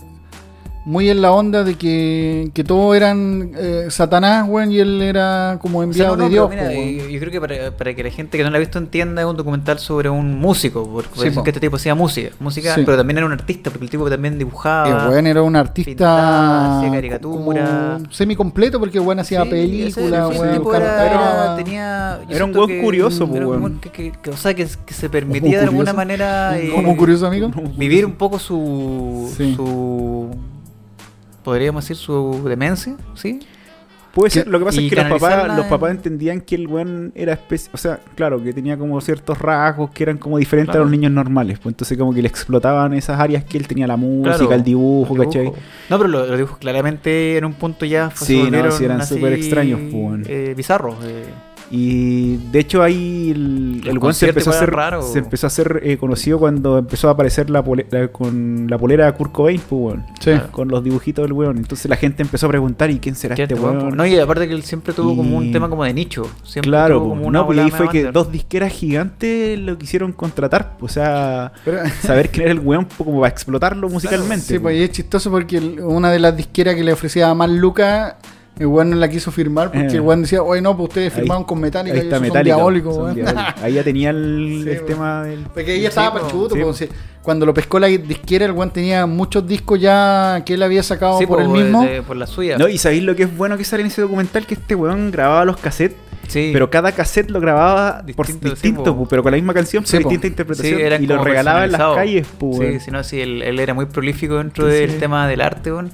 Speaker 1: Muy en la onda de que, que todos eran eh, Satanás, weón, y él era como
Speaker 2: O sea,
Speaker 1: enviado
Speaker 2: no, no,
Speaker 1: de
Speaker 2: pero
Speaker 1: Dios.
Speaker 2: mira,
Speaker 1: po, weón.
Speaker 2: yo, yo creo que para, para que la gente que no la ha visto entienda es un documental sobre un músico, porque
Speaker 1: Sí, po.
Speaker 2: que este tipo hacía música, música,
Speaker 1: Sí.
Speaker 2: pero también era un artista, porque el tipo también dibujaba.
Speaker 1: El weón era un
Speaker 2: pintaba,
Speaker 1: artista.
Speaker 2: hacía caricatura.
Speaker 1: como semicompleto, porque el weón hacía
Speaker 2: Sí,
Speaker 1: películas,
Speaker 2: ese- ese
Speaker 1: weón,
Speaker 2: tipo era-
Speaker 1: cartera.
Speaker 2: tenía- yo
Speaker 5: era un
Speaker 2: siento
Speaker 5: weón
Speaker 2: que-
Speaker 5: curioso, po,
Speaker 2: era un
Speaker 5: weón.
Speaker 2: weón que, que- que- o sea, que, que se permitía de alguna
Speaker 1: curioso?
Speaker 2: manera eh,
Speaker 1: Como curioso, amigo.
Speaker 2: vivir un poco su,
Speaker 1: Sí.
Speaker 2: su podríamos decir su demencia, ¿sí?
Speaker 5: Puede ser, lo que pasa
Speaker 2: y
Speaker 5: es que los papás,
Speaker 2: canalizarla
Speaker 5: los
Speaker 2: en-
Speaker 5: papás entendían que el weón era especie, o sea, claro, que tenía como ciertos rasgos que eran como diferentes a
Speaker 2: Claro.
Speaker 5: los niños normales, pues entonces como que le explotaban esas áreas que él tenía, la música,
Speaker 2: Claro,
Speaker 5: el dibujo,
Speaker 2: los
Speaker 5: ¿cachai?
Speaker 2: dibujos. No, pero los lo dibujos claramente en un punto ya fue-
Speaker 5: Sí,
Speaker 2: se
Speaker 5: no,
Speaker 2: volvieron
Speaker 5: sí, eran
Speaker 2: así,
Speaker 5: súper extraños, pues, bueno.
Speaker 2: eh, bizarros. eh.
Speaker 5: Y de hecho ahí el,
Speaker 2: Los
Speaker 5: el weón se empezó, a
Speaker 2: conciertos
Speaker 5: hacer,
Speaker 2: igual eran raros.
Speaker 5: se empezó a hacer eh, conocido cuando empezó a aparecer la pole- la- con la polera de Kurt Cobain, pues, weón.
Speaker 1: Sí.
Speaker 5: Con los dibujitos del weón. Entonces la gente empezó a preguntar, ¿y quién será
Speaker 2: ¿Qué
Speaker 5: este
Speaker 2: este guapo?
Speaker 5: weón?
Speaker 2: No, y aparte que él siempre tuvo como un
Speaker 5: Y-
Speaker 2: tema como de nicho. Siempre
Speaker 5: claro,
Speaker 2: tuvo
Speaker 5: pues,
Speaker 2: como una
Speaker 5: no, pues, y
Speaker 2: volada
Speaker 5: ahí
Speaker 2: más
Speaker 5: fue que
Speaker 2: under.
Speaker 5: dos disqueras gigantes lo quisieron contratar, pues, o sea,
Speaker 1: Pero-
Speaker 5: saber quién era el weón pues, como para explotarlo musicalmente.
Speaker 1: Sí, pues
Speaker 5: pues.
Speaker 1: y es chistoso porque el- una de las disqueras que le ofrecía a más Lucas, el weón no la quiso firmar porque
Speaker 5: Eh.
Speaker 1: el weón decía, oye, no, pues ustedes
Speaker 5: Ahí-
Speaker 1: firmaron con Metallica
Speaker 5: Ahí
Speaker 1: y
Speaker 5: está
Speaker 1: esos
Speaker 5: Metallica,
Speaker 1: son diabólicos,
Speaker 5: son
Speaker 1: weón.
Speaker 5: diabólicos. Ahí ya tenía el,
Speaker 1: Sí,
Speaker 5: el
Speaker 1: weón.
Speaker 5: tema del...
Speaker 1: Porque ella estaba
Speaker 2: po.
Speaker 1: parchuto,
Speaker 5: Sí,
Speaker 1: po,
Speaker 5: po.
Speaker 1: si- cuando lo pescó la disquera, el weón tenía muchos discos ya que él había sacado
Speaker 2: Sí,
Speaker 1: por él
Speaker 2: po,
Speaker 1: mismo.
Speaker 2: de- por la suya.
Speaker 5: No, y sabéis lo que es bueno que sale en ese documental, que este weón grababa los cassettes
Speaker 2: sí.
Speaker 5: Pero cada cassette lo grababa por
Speaker 2: Distinto,
Speaker 5: distinto,
Speaker 2: sí, po.
Speaker 5: pu, pero con la misma canción,
Speaker 1: Sí,
Speaker 5: pero
Speaker 1: po.
Speaker 5: distinta
Speaker 2: Sí,
Speaker 5: interpretación.
Speaker 2: eran
Speaker 5: y lo
Speaker 2: como
Speaker 5: regalaba en las
Speaker 2: personalizados.
Speaker 5: calles, pu,
Speaker 2: Sí,
Speaker 5: weón.
Speaker 2: sí, no, sí, él, él era muy prolífico dentro
Speaker 5: Entonces-
Speaker 2: del tema del arte, weón.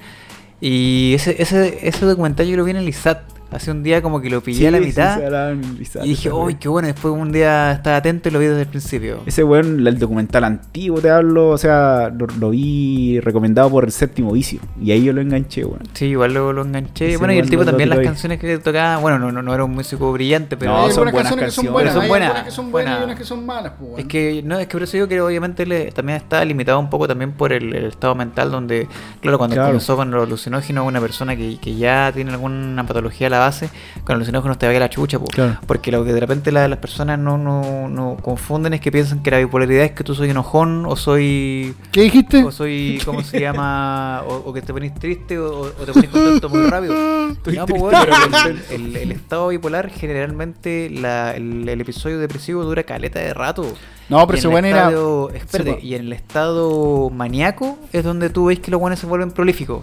Speaker 2: Y ese, ese, ese documental yo lo vi en el ISAT. Hace un día como que lo pillé a la
Speaker 5: Sí,
Speaker 2: mitad.
Speaker 5: sí, se la analizaban,
Speaker 2: y dije,
Speaker 5: esa
Speaker 2: uy,
Speaker 5: weón".
Speaker 2: qué bueno. Después un día estaba atento y lo vi desde el principio.
Speaker 5: Ese weón, el documental antiguo, te hablo, o sea, lo, lo vi recomendado por el séptimo vicio. Y ahí yo lo enganché, weón.
Speaker 2: Sí, igual lo, lo enganché.
Speaker 5: Ese
Speaker 2: bueno, y el
Speaker 5: weón
Speaker 2: tipo
Speaker 5: lo- lo
Speaker 2: también las
Speaker 5: tiró ahí.
Speaker 2: canciones que tocaba. Bueno, no, no, no era un músico brillante, pero.
Speaker 5: No,
Speaker 1: hay
Speaker 5: son
Speaker 1: algunas
Speaker 5: buenas
Speaker 1: canciones que son
Speaker 5: canciones.
Speaker 1: buenas,
Speaker 2: Son
Speaker 1: hay
Speaker 2: buenas,
Speaker 1: algunas que son buenas,
Speaker 2: buenas.
Speaker 1: y unas que son malas, po, weón.
Speaker 2: Es que, no, es que por eso digo que obviamente le- también está limitado un poco también por el, el estado mental donde, claro, cuando
Speaker 5: Claro.
Speaker 2: comenzó con los alucinógenos, una persona que, que ya tiene alguna patología a la base, con alucinógenos te va a ir la chucha, po.
Speaker 5: Claro.
Speaker 2: porque lo que de repente la- las personas no, no, no confunden es que piensan que la bipolaridad es que tú soy enojón o soy...
Speaker 1: ¿Qué dijiste?
Speaker 2: O soy, ¿cómo se llama? O, o que te pones triste o, o te pones contento muy rápido. no, pues, weón, pero el, el- el estado bipolar generalmente la- el, el episodio depresivo dura caleta de rato.
Speaker 1: No, Oh, pero
Speaker 2: Y en
Speaker 1: ese
Speaker 2: el
Speaker 1: weón era-
Speaker 2: estado- espérate,
Speaker 1: Sí, po.
Speaker 2: y en el estado maníaco es donde tú ves que los buenos se vuelven prolíficos.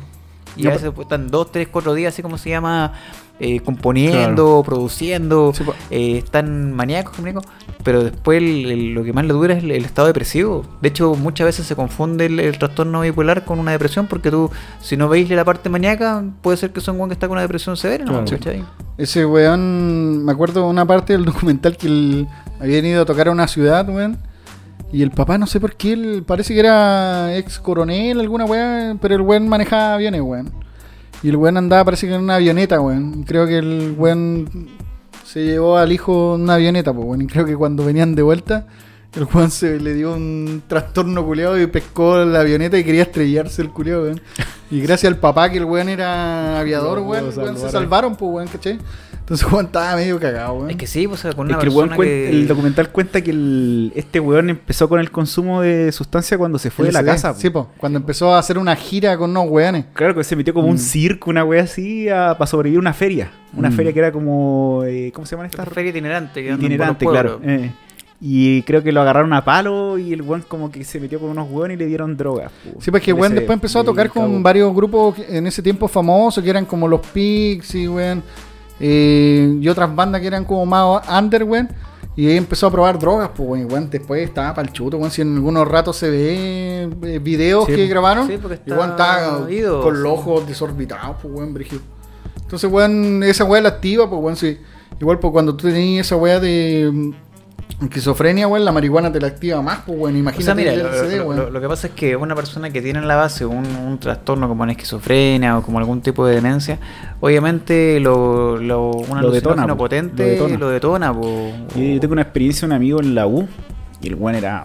Speaker 2: Y
Speaker 1: No,
Speaker 2: a veces pues, están dos, tres, cuatro días, así como se llama, eh, componiendo, produciendo,
Speaker 1: Sí, pues. po.
Speaker 2: eh, están maníacos, maníacos, pero después el- el- lo que más le dura es el, el estado depresivo. De hecho, muchas veces se confunde el, el trastorno bipolar con una depresión, porque tú, si no veis la parte maníaca, puede ser que son un que está con una depresión severa, ¿no?
Speaker 5: Claro.
Speaker 2: ¿Cachai?
Speaker 1: Ese weón, me acuerdo de una parte del documental que él había ido a tocar a una ciudad, weón. Y el papá, no sé por qué, él parece que era ex coronel, alguna weá, pero el weón manejaba aviones, weón. Y el weón andaba, parece que en una avioneta, weón. Creo que el weón se llevó al hijo en una avioneta, pues, weón. Y creo que cuando venían de vuelta, el weón se le dio un trastorno culeado y pescó la avioneta y quería estrellarse el culeado, weón. Y gracias al papá, que el weón era aviador,
Speaker 5: Lo- lo
Speaker 1: weón, weón, se
Speaker 5: salvaron.
Speaker 1: salvaron, pues, weón, ¿cachai? Entonces, weón estaba medio cagado, weón.
Speaker 2: Es que sí, pues, o sea, con
Speaker 5: Es
Speaker 2: una
Speaker 5: que el, weón
Speaker 2: persona
Speaker 5: cuen-
Speaker 2: que...
Speaker 5: el documental cuenta que el- este weón empezó con el consumo de sustancia cuando se fue de la
Speaker 1: LSD,
Speaker 5: casa.
Speaker 1: Sí,
Speaker 5: pu.
Speaker 1: po, cuando empezó a hacer una gira con unos weones.
Speaker 5: Claro, que se metió como
Speaker 2: Mm.
Speaker 5: un circo, una wea así, a- para sobrevivir a una feria. Una feria que era como. eh, ¿Cómo se llaman
Speaker 2: esta
Speaker 5: estas
Speaker 2: Mm. feria itinerante. que andan por
Speaker 5: itinerante,
Speaker 2: los
Speaker 5: claro.
Speaker 2: pueblos.
Speaker 5: eh. Y creo que lo agarraron a palo y el weón como que se metió con unos weones y le dieron drogas. pu.
Speaker 1: Sí, pues que
Speaker 5: El
Speaker 1: weón
Speaker 5: SD,
Speaker 1: después empezó a
Speaker 5: y
Speaker 1: tocar con
Speaker 5: cagó.
Speaker 1: varios grupos que- en ese tiempo famosos, que eran como los Pixies, weón, eh, y otras bandas que eran como más under, weón. Y ahí empezó a probar drogas, pues, weón. weón, Después estaba para el chuto, weón. Si en algunos ratos se ve eh, videos
Speaker 5: Sí,
Speaker 1: que
Speaker 5: po.
Speaker 1: grabaron,
Speaker 2: Sí, porque
Speaker 1: y weón
Speaker 2: está
Speaker 1: estaba
Speaker 2: ido.
Speaker 1: con los ojos desorbitados, pues, weón, brígido. Entonces, weón, esa weá la activa, pues, weón, sí. Igual, pues, cuando tú tenías esa weá de mm, esquizofrenia, weón, la marihuana te la activa más, pues, weón.
Speaker 2: O sea,
Speaker 1: Imagínate
Speaker 2: mira,
Speaker 1: el
Speaker 2: lo,
Speaker 1: LSD,
Speaker 2: lo-
Speaker 1: weón.
Speaker 2: lo- lo que pasa es que una persona que tiene en la base un, un trastorno como en esquizofrenia o como algún tipo de demencia, obviamente lo, lo, un
Speaker 5: Lo detona,
Speaker 2: alucinógeno
Speaker 5: po.
Speaker 2: potente
Speaker 5: Lo detona.
Speaker 2: lo detona. po.
Speaker 5: Y yo tengo una experiencia de un amigo en la U y el weón era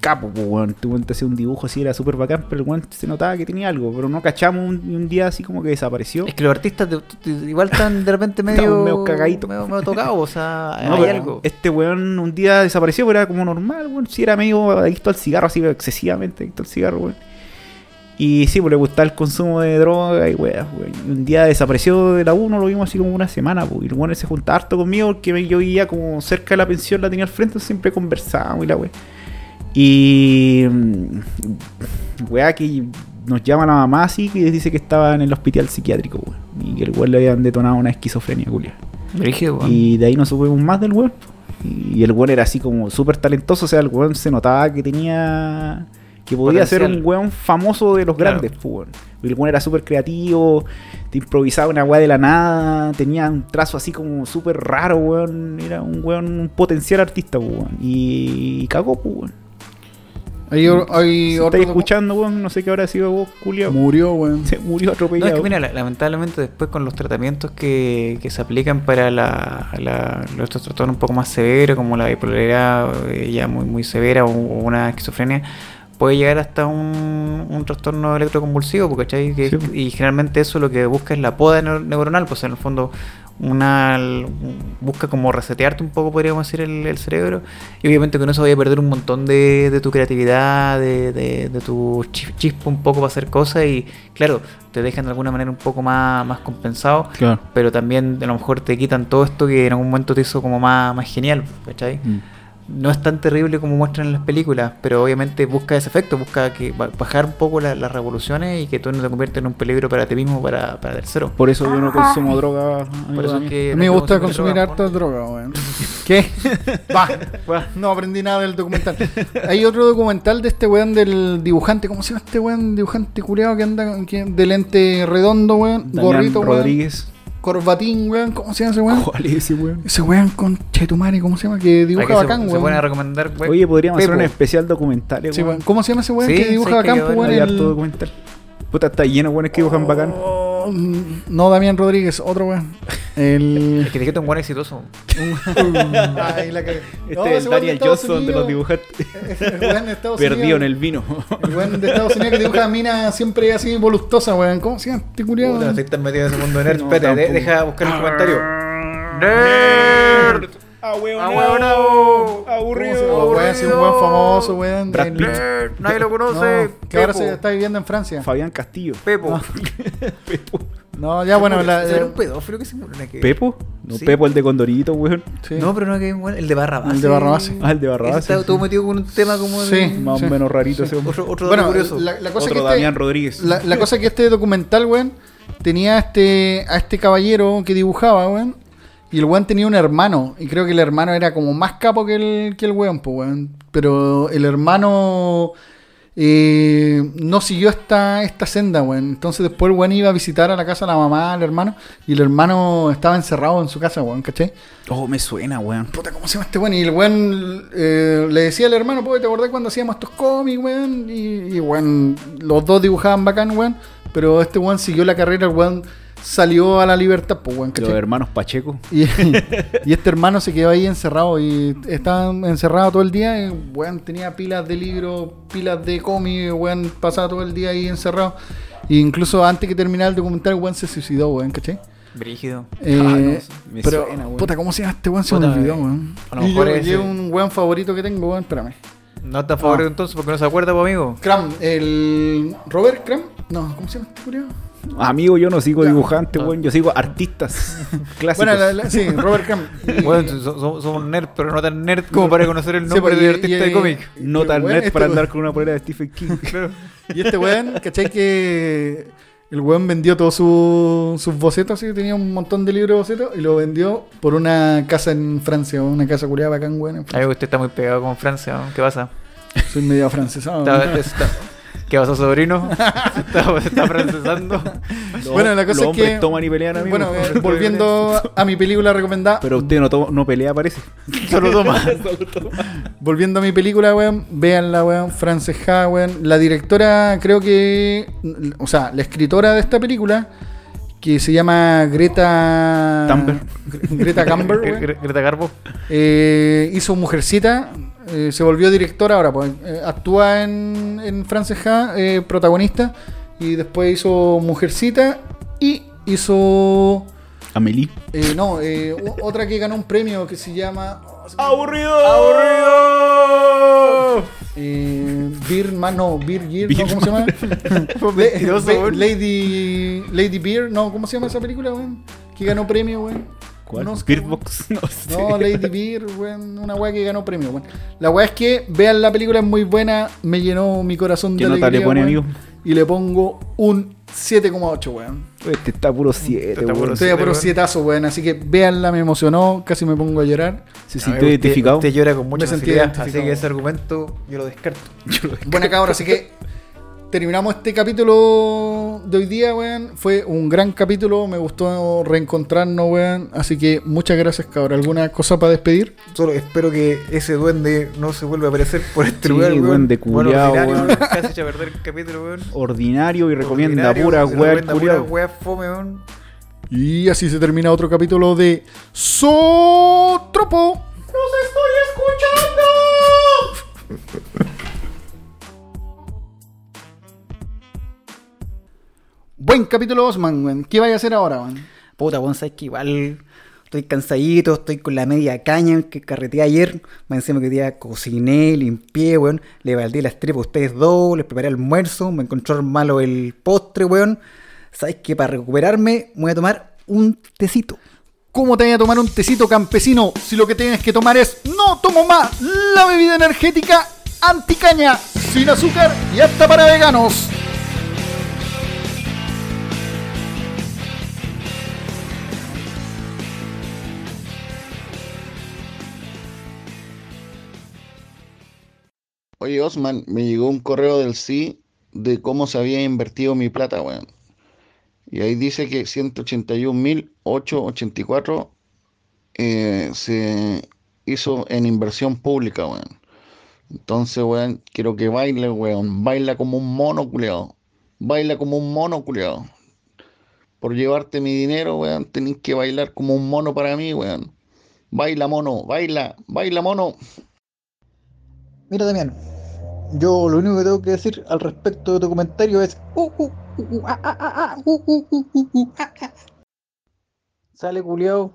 Speaker 5: capo, pues, weón. Tú weón, te hacía un dibujo así, era súper bacán, pero el weón se notaba que tenía algo, pero no cachamos un, y un día así como que desapareció.
Speaker 2: Es que los artistas de- t- t- igual están de repente medio.
Speaker 5: Estamos medio cagaditos.
Speaker 2: Medio, medio tocados, o sea,
Speaker 5: No,
Speaker 2: eh, hay
Speaker 5: pero
Speaker 2: algo.
Speaker 5: Este weón un día desapareció, pero era como normal, weón. Sí, era medio adicto al cigarro, así excesivamente adicto al cigarro, weón. Y sí, pues le gustaba el consumo de droga y weas, weón. Y un día desapareció de la U, no lo vimos así como una semana, pues. Y el weón se juntaba harto conmigo porque me- yo vivía como cerca de la pensión, la tenía al frente, entonces siempre conversábamos y la wea. Y. mm, Wea que nos llama la mamá así y dice que estaba en el hospital psiquiátrico, weón. Y que el weón le habían detonado una esquizofrenia, culia.
Speaker 2: Brígido, weón.
Speaker 5: Y de ahí no supimos más del weón. Y el weón era así como súper talentoso. O sea, el weón se notaba que tenía. que podía
Speaker 2: Potencial.
Speaker 5: ser un weón famoso de los
Speaker 2: Claro.
Speaker 5: grandes, pues, weón. El weón era súper creativo, te improvisaba una weá de la nada, tenía un trazo así como súper raro, weón. Era un weón, un potencial artista, pues, weón. Y, cagó, pues, weón.
Speaker 1: Hay, o- hay
Speaker 5: Mm. Si
Speaker 1: otro
Speaker 5: estáis
Speaker 1: docu-
Speaker 5: escuchando, weón, no sé qué habrá sido vos, culiao.
Speaker 1: Murió, weón.
Speaker 5: Se murió
Speaker 2: No,
Speaker 5: atropellado.
Speaker 2: es que mira, la- lamentablemente después con los tratamientos que, que se aplican para la, la- los trastornos un poco más severos, como la bipolaridad eh, ya muy, muy severa o, o una esquizofrenia, puede llegar hasta un, un trastorno electroconvulsivo, porque
Speaker 5: Sí.
Speaker 2: Y generalmente eso lo que busca es la poda neu- neuronal, pues en el fondo una l- busca como resetearte un poco, podríamos decir, el, el cerebro. Y obviamente con eso voy a perder un montón de, de tu creatividad, de, de- de tu chi- chispa un poco para hacer cosas y claro, te dejan de alguna manera un poco más, más compensado,
Speaker 5: Claro.
Speaker 2: pero también a lo mejor te quitan todo esto que en algún momento te hizo como más, más genial, ¿cachai?
Speaker 5: Mm.
Speaker 2: No es tan terrible como muestran en las películas, pero obviamente busca ese efecto, busca que ba- bajar un poco la- las revoluciones y que tú no te conviertas en un peligro para ti mismo, para, para tercero.
Speaker 5: Por eso yo no
Speaker 1: Ah.
Speaker 5: consumo droga.
Speaker 2: Por eso es que
Speaker 1: A mí me
Speaker 2: nos
Speaker 1: gusta
Speaker 2: vemos en
Speaker 1: consumir
Speaker 2: drogas,
Speaker 1: harta
Speaker 2: porno.
Speaker 1: droga, weón.
Speaker 2: ¿Qué?
Speaker 1: Va, no aprendí nada del documental. Hay otro documental de este weón del dibujante. ¿Cómo se llama este weón? Dibujante culeado que anda con- que- de lente redondo, weón. gorrito,
Speaker 5: Gorrito,
Speaker 1: weón.
Speaker 5: Rodríguez.
Speaker 1: Corbatín, weón. ¿Cómo se llama ese weón?
Speaker 5: ¿Cuál es ese weón?
Speaker 1: Ese weón con Chetumare, ¿cómo se llama? Que dibuja
Speaker 2: Para que se-
Speaker 1: bacán,
Speaker 2: se,
Speaker 1: weón.
Speaker 2: pueden recomendar, weón.
Speaker 5: Oye, podríamos hacer
Speaker 1: Pepo.
Speaker 5: un especial documental, eh,
Speaker 1: pues. Sí,
Speaker 5: weón.
Speaker 1: weón. ¿Cómo se llama ese weón
Speaker 2: Sí,
Speaker 1: que dibuja
Speaker 2: sé que
Speaker 1: bacán,
Speaker 2: yo-
Speaker 1: pues,
Speaker 2: Bueno,
Speaker 1: weón?
Speaker 5: Hay
Speaker 1: El-
Speaker 5: harto documental. Puta, está lleno de buenos que dibujan bacán.
Speaker 1: Oh, No, Damián Rodríguez, otro weón. El.
Speaker 2: Es que te quita un buen exitoso.
Speaker 1: Ay, Ah, la cagué.
Speaker 5: Este
Speaker 1: No,
Speaker 5: es
Speaker 1: ese
Speaker 5: el
Speaker 1: weón
Speaker 5: Daniel
Speaker 1: Estados
Speaker 5: Johnson de
Speaker 1: Unidos.
Speaker 5: los dibujantes.
Speaker 1: El weón de Estados Unidos.
Speaker 5: Perdido en el vino.
Speaker 1: El weón de Estados Unidos que dibuja minas siempre así voluptuosa, weón. ¿Cómo se llama este culiado?
Speaker 2: Puta, no estoy tan metido en ese mundo de nerd.
Speaker 5: No, pues.
Speaker 2: Espérate, de-
Speaker 5: tampoco.
Speaker 2: deja buscar un comentario. ¡Nerd!
Speaker 5: ¡Ah, weón!
Speaker 2: ¡Ahueonao!
Speaker 1: Oh,
Speaker 2: Aburrido.
Speaker 1: weón, sí, un weón famoso, weón.
Speaker 5: Brad
Speaker 1: del-
Speaker 5: Pitt.
Speaker 2: ¡Nerd! Nadie lo conoce.
Speaker 1: No, que ahora
Speaker 2: Pepo.
Speaker 1: se está viviendo en Francia.
Speaker 5: Fabián Castillo.
Speaker 2: Pepo.
Speaker 5: Pepo.
Speaker 1: No, ya bueno, la,
Speaker 2: ¿Será un
Speaker 1: eh,
Speaker 2: pedófilo que se murió? Una que-
Speaker 5: ¿Pepo? No,
Speaker 2: Sí.
Speaker 5: Pepo el de Condorito, weón.
Speaker 1: sí.
Speaker 2: No, pero no que bueno, el de Barrabás.
Speaker 1: El de Barrabás, sí.
Speaker 5: Ah, el de Barrabás,
Speaker 2: Ese Está
Speaker 5: sí.
Speaker 2: todo metido con un tema como de...
Speaker 1: Sí.
Speaker 5: Más o menos rarito ese hombre.
Speaker 2: Otro, otro dato
Speaker 1: bueno,
Speaker 2: curioso.
Speaker 1: la, la cosa es que
Speaker 5: Otro
Speaker 1: este,
Speaker 5: Damián Rodríguez.
Speaker 1: la, la cosa es que este documental, weón, tenía a este, a este caballero que dibujaba, weón. Y el weón tenía un hermano. Y creo que el hermano era como más capo que el, que el weón, pues, weón. Pero el hermano eh, no siguió esta, esta senda, weón. Entonces después el weón iba a visitar a la casa de la mamá, al hermano. Y el hermano estaba encerrado en su casa, weón, ¿cachai?
Speaker 5: Oh, me suena, weón.
Speaker 1: puta, ¿cómo se llama este weón? Y el weón eh, le decía al hermano, pues, ¿te acordás cuando hacíamos estos cómics, weón? Y, y, weón, los dos dibujaban bacán, weón. Pero este weón siguió la carrera, el weón salió a la libertad, pues, weón,
Speaker 5: Los
Speaker 1: ¿cachai?
Speaker 5: hermanos Pacheco.
Speaker 1: Y, y este hermano se quedó ahí encerrado y estaba encerrado todo el día. Y, weón, tenía pilas de libros, pilas de cómics, weón, pasaba todo el día ahí encerrado. E incluso antes que terminara el documental, weón se suicidó, weón, ¿cachai?
Speaker 2: Brígido.
Speaker 1: Eh,
Speaker 5: no, me
Speaker 1: pero,
Speaker 5: suena, weón.
Speaker 1: puta, ¿cómo se llama este weón? Se me
Speaker 2: Puta,
Speaker 1: olvidó,
Speaker 2: eh,
Speaker 1: weón.
Speaker 2: a lo
Speaker 1: Y
Speaker 2: mejor
Speaker 1: yo-
Speaker 2: ese.
Speaker 1: y es un weón favorito que tengo, weón, espérame.
Speaker 2: No te favorito entonces porque no se acuerda, pues, amigo.
Speaker 1: Cram, el. Robert Cram? No, ¿cómo se llama este curioso?
Speaker 5: Amigo, yo no sigo
Speaker 1: Ya. Ah.
Speaker 5: dibujantes, weón. Yo sigo artistas clásicos.
Speaker 1: Bueno, la- la- sí, Robert Cram. Y-
Speaker 2: Bueno, so- so- somos nerd, pero no tan nerd como para conocer el
Speaker 1: Sí,
Speaker 2: nombre
Speaker 1: porque-
Speaker 2: de artista
Speaker 1: y-
Speaker 2: de cómic.
Speaker 5: No
Speaker 1: Pero,
Speaker 5: tan
Speaker 1: weón,
Speaker 5: net
Speaker 1: este
Speaker 5: para
Speaker 1: weón-
Speaker 5: andar con una polera de Stephen King.
Speaker 1: Y este weón, ¿cachai? Que el weón vendió todos su- sus bocetos, así tenía un montón de libros de bocetos, y lo vendió por una casa en Francia, una casa curiada bacán, weón. en
Speaker 2: Ay,
Speaker 1: Francia.
Speaker 2: usted está muy pegado con Francia, ¿no? ¿qué pasa?
Speaker 1: Soy medio francesado.
Speaker 2: Está-
Speaker 1: ¿no?
Speaker 2: está- ¿Qué pasa, sobrino? ¿Está, está francesando?
Speaker 5: Los-
Speaker 1: Bueno, la cosa
Speaker 5: los
Speaker 1: es que-
Speaker 5: hombres toman y pelean, amigo.
Speaker 1: Bueno, eh, volviendo a mi película recomendada,
Speaker 5: Pero usted no, toma- no pelea, parece.
Speaker 2: Solo toma.
Speaker 1: Volviendo a mi película, weón, véanla, weón, Frances Ha, weón. La directora, creo que. O sea, la escritora de esta película, que se llama Greta.
Speaker 5: Thumber.
Speaker 1: Gre- Greta Camber,
Speaker 2: Gre- Gre- Greta Garbo.
Speaker 1: eh, hizo Mujercita, eh, se volvió director ahora, pues eh, actúa en, en Frances Ha, eh, protagonista, y después hizo Mujercita y hizo...
Speaker 5: Amelie.
Speaker 1: eh, no, eh, o- otra que ganó un premio que se llama... oh,
Speaker 5: ¡Aburrido! ¡Aburrido!
Speaker 1: Eh, Beer, Man- no, Beer Gear,
Speaker 5: Beer
Speaker 1: no, ¿cómo se llama? Le-
Speaker 2: mentiroso,
Speaker 1: Be-
Speaker 2: weón.
Speaker 1: Lady, Lady Beer, no, ¿cómo se llama esa película, weón? Que ganó premio, weón.
Speaker 5: ¿Cuál?
Speaker 1: Un Oscar, weón.
Speaker 5: Beerbox, no sé.
Speaker 1: No, Lady Beer, weón, una weá que ganó premio, weón. La weá es que vean la película, es muy buena, me llenó mi corazón
Speaker 5: ¿Qué
Speaker 1: de
Speaker 5: nota
Speaker 1: alegría,
Speaker 5: le pone,
Speaker 1: weón,
Speaker 5: amigo?
Speaker 1: Y le pongo un 7,8, weón.
Speaker 5: Este está puro 7,
Speaker 2: Está puro
Speaker 1: Estoy a puro
Speaker 2: weón.
Speaker 1: sietazo, weón, así que véanla, me emocionó, casi me pongo a llorar.
Speaker 5: Se
Speaker 2: A
Speaker 5: sintió
Speaker 2: ver, usted-
Speaker 5: identificado.
Speaker 2: Usted llora con mucha
Speaker 1: Me sentí
Speaker 2: facilidad,
Speaker 1: identificado.
Speaker 2: así que ese argumento yo lo descarto.
Speaker 1: Buena cabra, así que terminamos este capítulo de hoy día, weón. Fue un gran capítulo, me gustó reencontrarnos, weón. Así que muchas gracias, cabra. ¿Alguna cosa para despedir?
Speaker 2: Solo espero que ese duende no se vuelva a aparecer por este
Speaker 5: Sí,
Speaker 2: lugar, weón.
Speaker 5: duende
Speaker 2: Bueno,
Speaker 5: culiao,
Speaker 2: ordinario,
Speaker 5: weón.
Speaker 2: weón. Casi echa a perder el capítulo, weón.
Speaker 5: Ordinario y recomienda
Speaker 2: Ordinario,
Speaker 5: pura
Speaker 2: se
Speaker 5: weá,
Speaker 2: recomienda pura
Speaker 5: culiao.
Speaker 2: weá fome, weón.
Speaker 1: Y así se termina otro capítulo de Sotropo. ¡Los estoy escuchando! Buen capítulo, Osman, weón. ¿Qué vaya a hacer ahora, weón?
Speaker 6: Puta, weón, sabes que igual estoy cansadito, estoy con la media caña que carreteé ayer. Me encima que hoy día cociné, limpié, weón. Le valdí las tripas a ustedes dos, les preparé almuerzo, me encontró malo el postre, weón. Sabes que para recuperarme me voy a tomar un tecito.
Speaker 1: ¿Cómo te voy a tomar un tecito campesino si lo que tienes que tomar es no tomo más la bebida energética anticaña, sin azúcar y apta para veganos?
Speaker 7: Oye, Osman, me llegó un correo del sí de cómo se había invertido mi plata, weón. Y ahí dice que 181.884 eh, se hizo en inversión pública, weón. Entonces, weón, quiero que baile, weón. Baila como un mono, culiao. Baila como un mono, culiao. Por llevarte mi dinero, weón, tenés que bailar como un mono para mí, weón. Baila, mono, baila, baila, mono.
Speaker 6: Mira, Damián, yo lo único que tengo que decir al respecto de tu comentario es. "Uh, uh, uh, uh, ah, ah, ah, ah, uh, uh, uh, uh, uh, ah, ah". Sale culiao,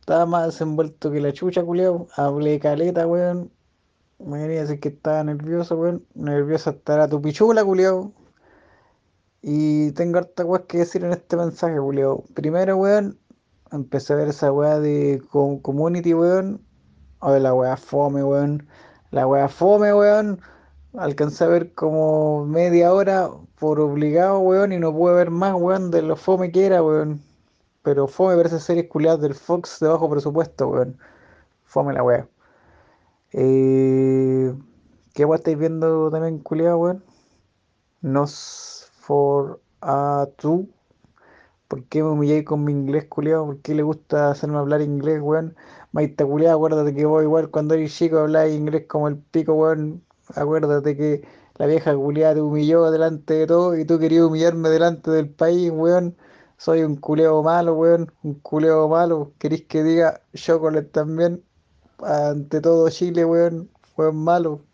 Speaker 6: estaba más desenvuelto que la chucha, culiao. Hablé caleta, weón. Me quería decir que estaba nervioso, weón. Nervioso hasta la tu pichula, culiao. Y tengo harta weas que decir en este mensaje, culiao. Primero, weón, empecé a ver esa wea de co- community, weón. O la wea fome, weón. La wea fome, weón. Alcancé a ver como media hora por obligado, weón, y no pude ver más, weón, de lo fome que era, weón. Pero fome ver esas series culiadas del Fox de bajo presupuesto, weón. Fome la wea. Eh, ¿qué wea estáis viendo también culiado, weón? Nos for a tú. ¿Por qué me humilláis con mi inglés, culiado? ¿Por qué le gusta hacerme hablar inglés, weón? Maita culiao, acuérdate que vos igual cuando eres chico hablabas inglés como el pico, weón. Acuérdate que la vieja culiada te humilló delante de todo y tú querías humillarme delante del país, weón. Soy un culeo malo, weón. Un culeo malo. ¿Querís que diga chocolate también? Ante todo Chile, weón. Weón malo.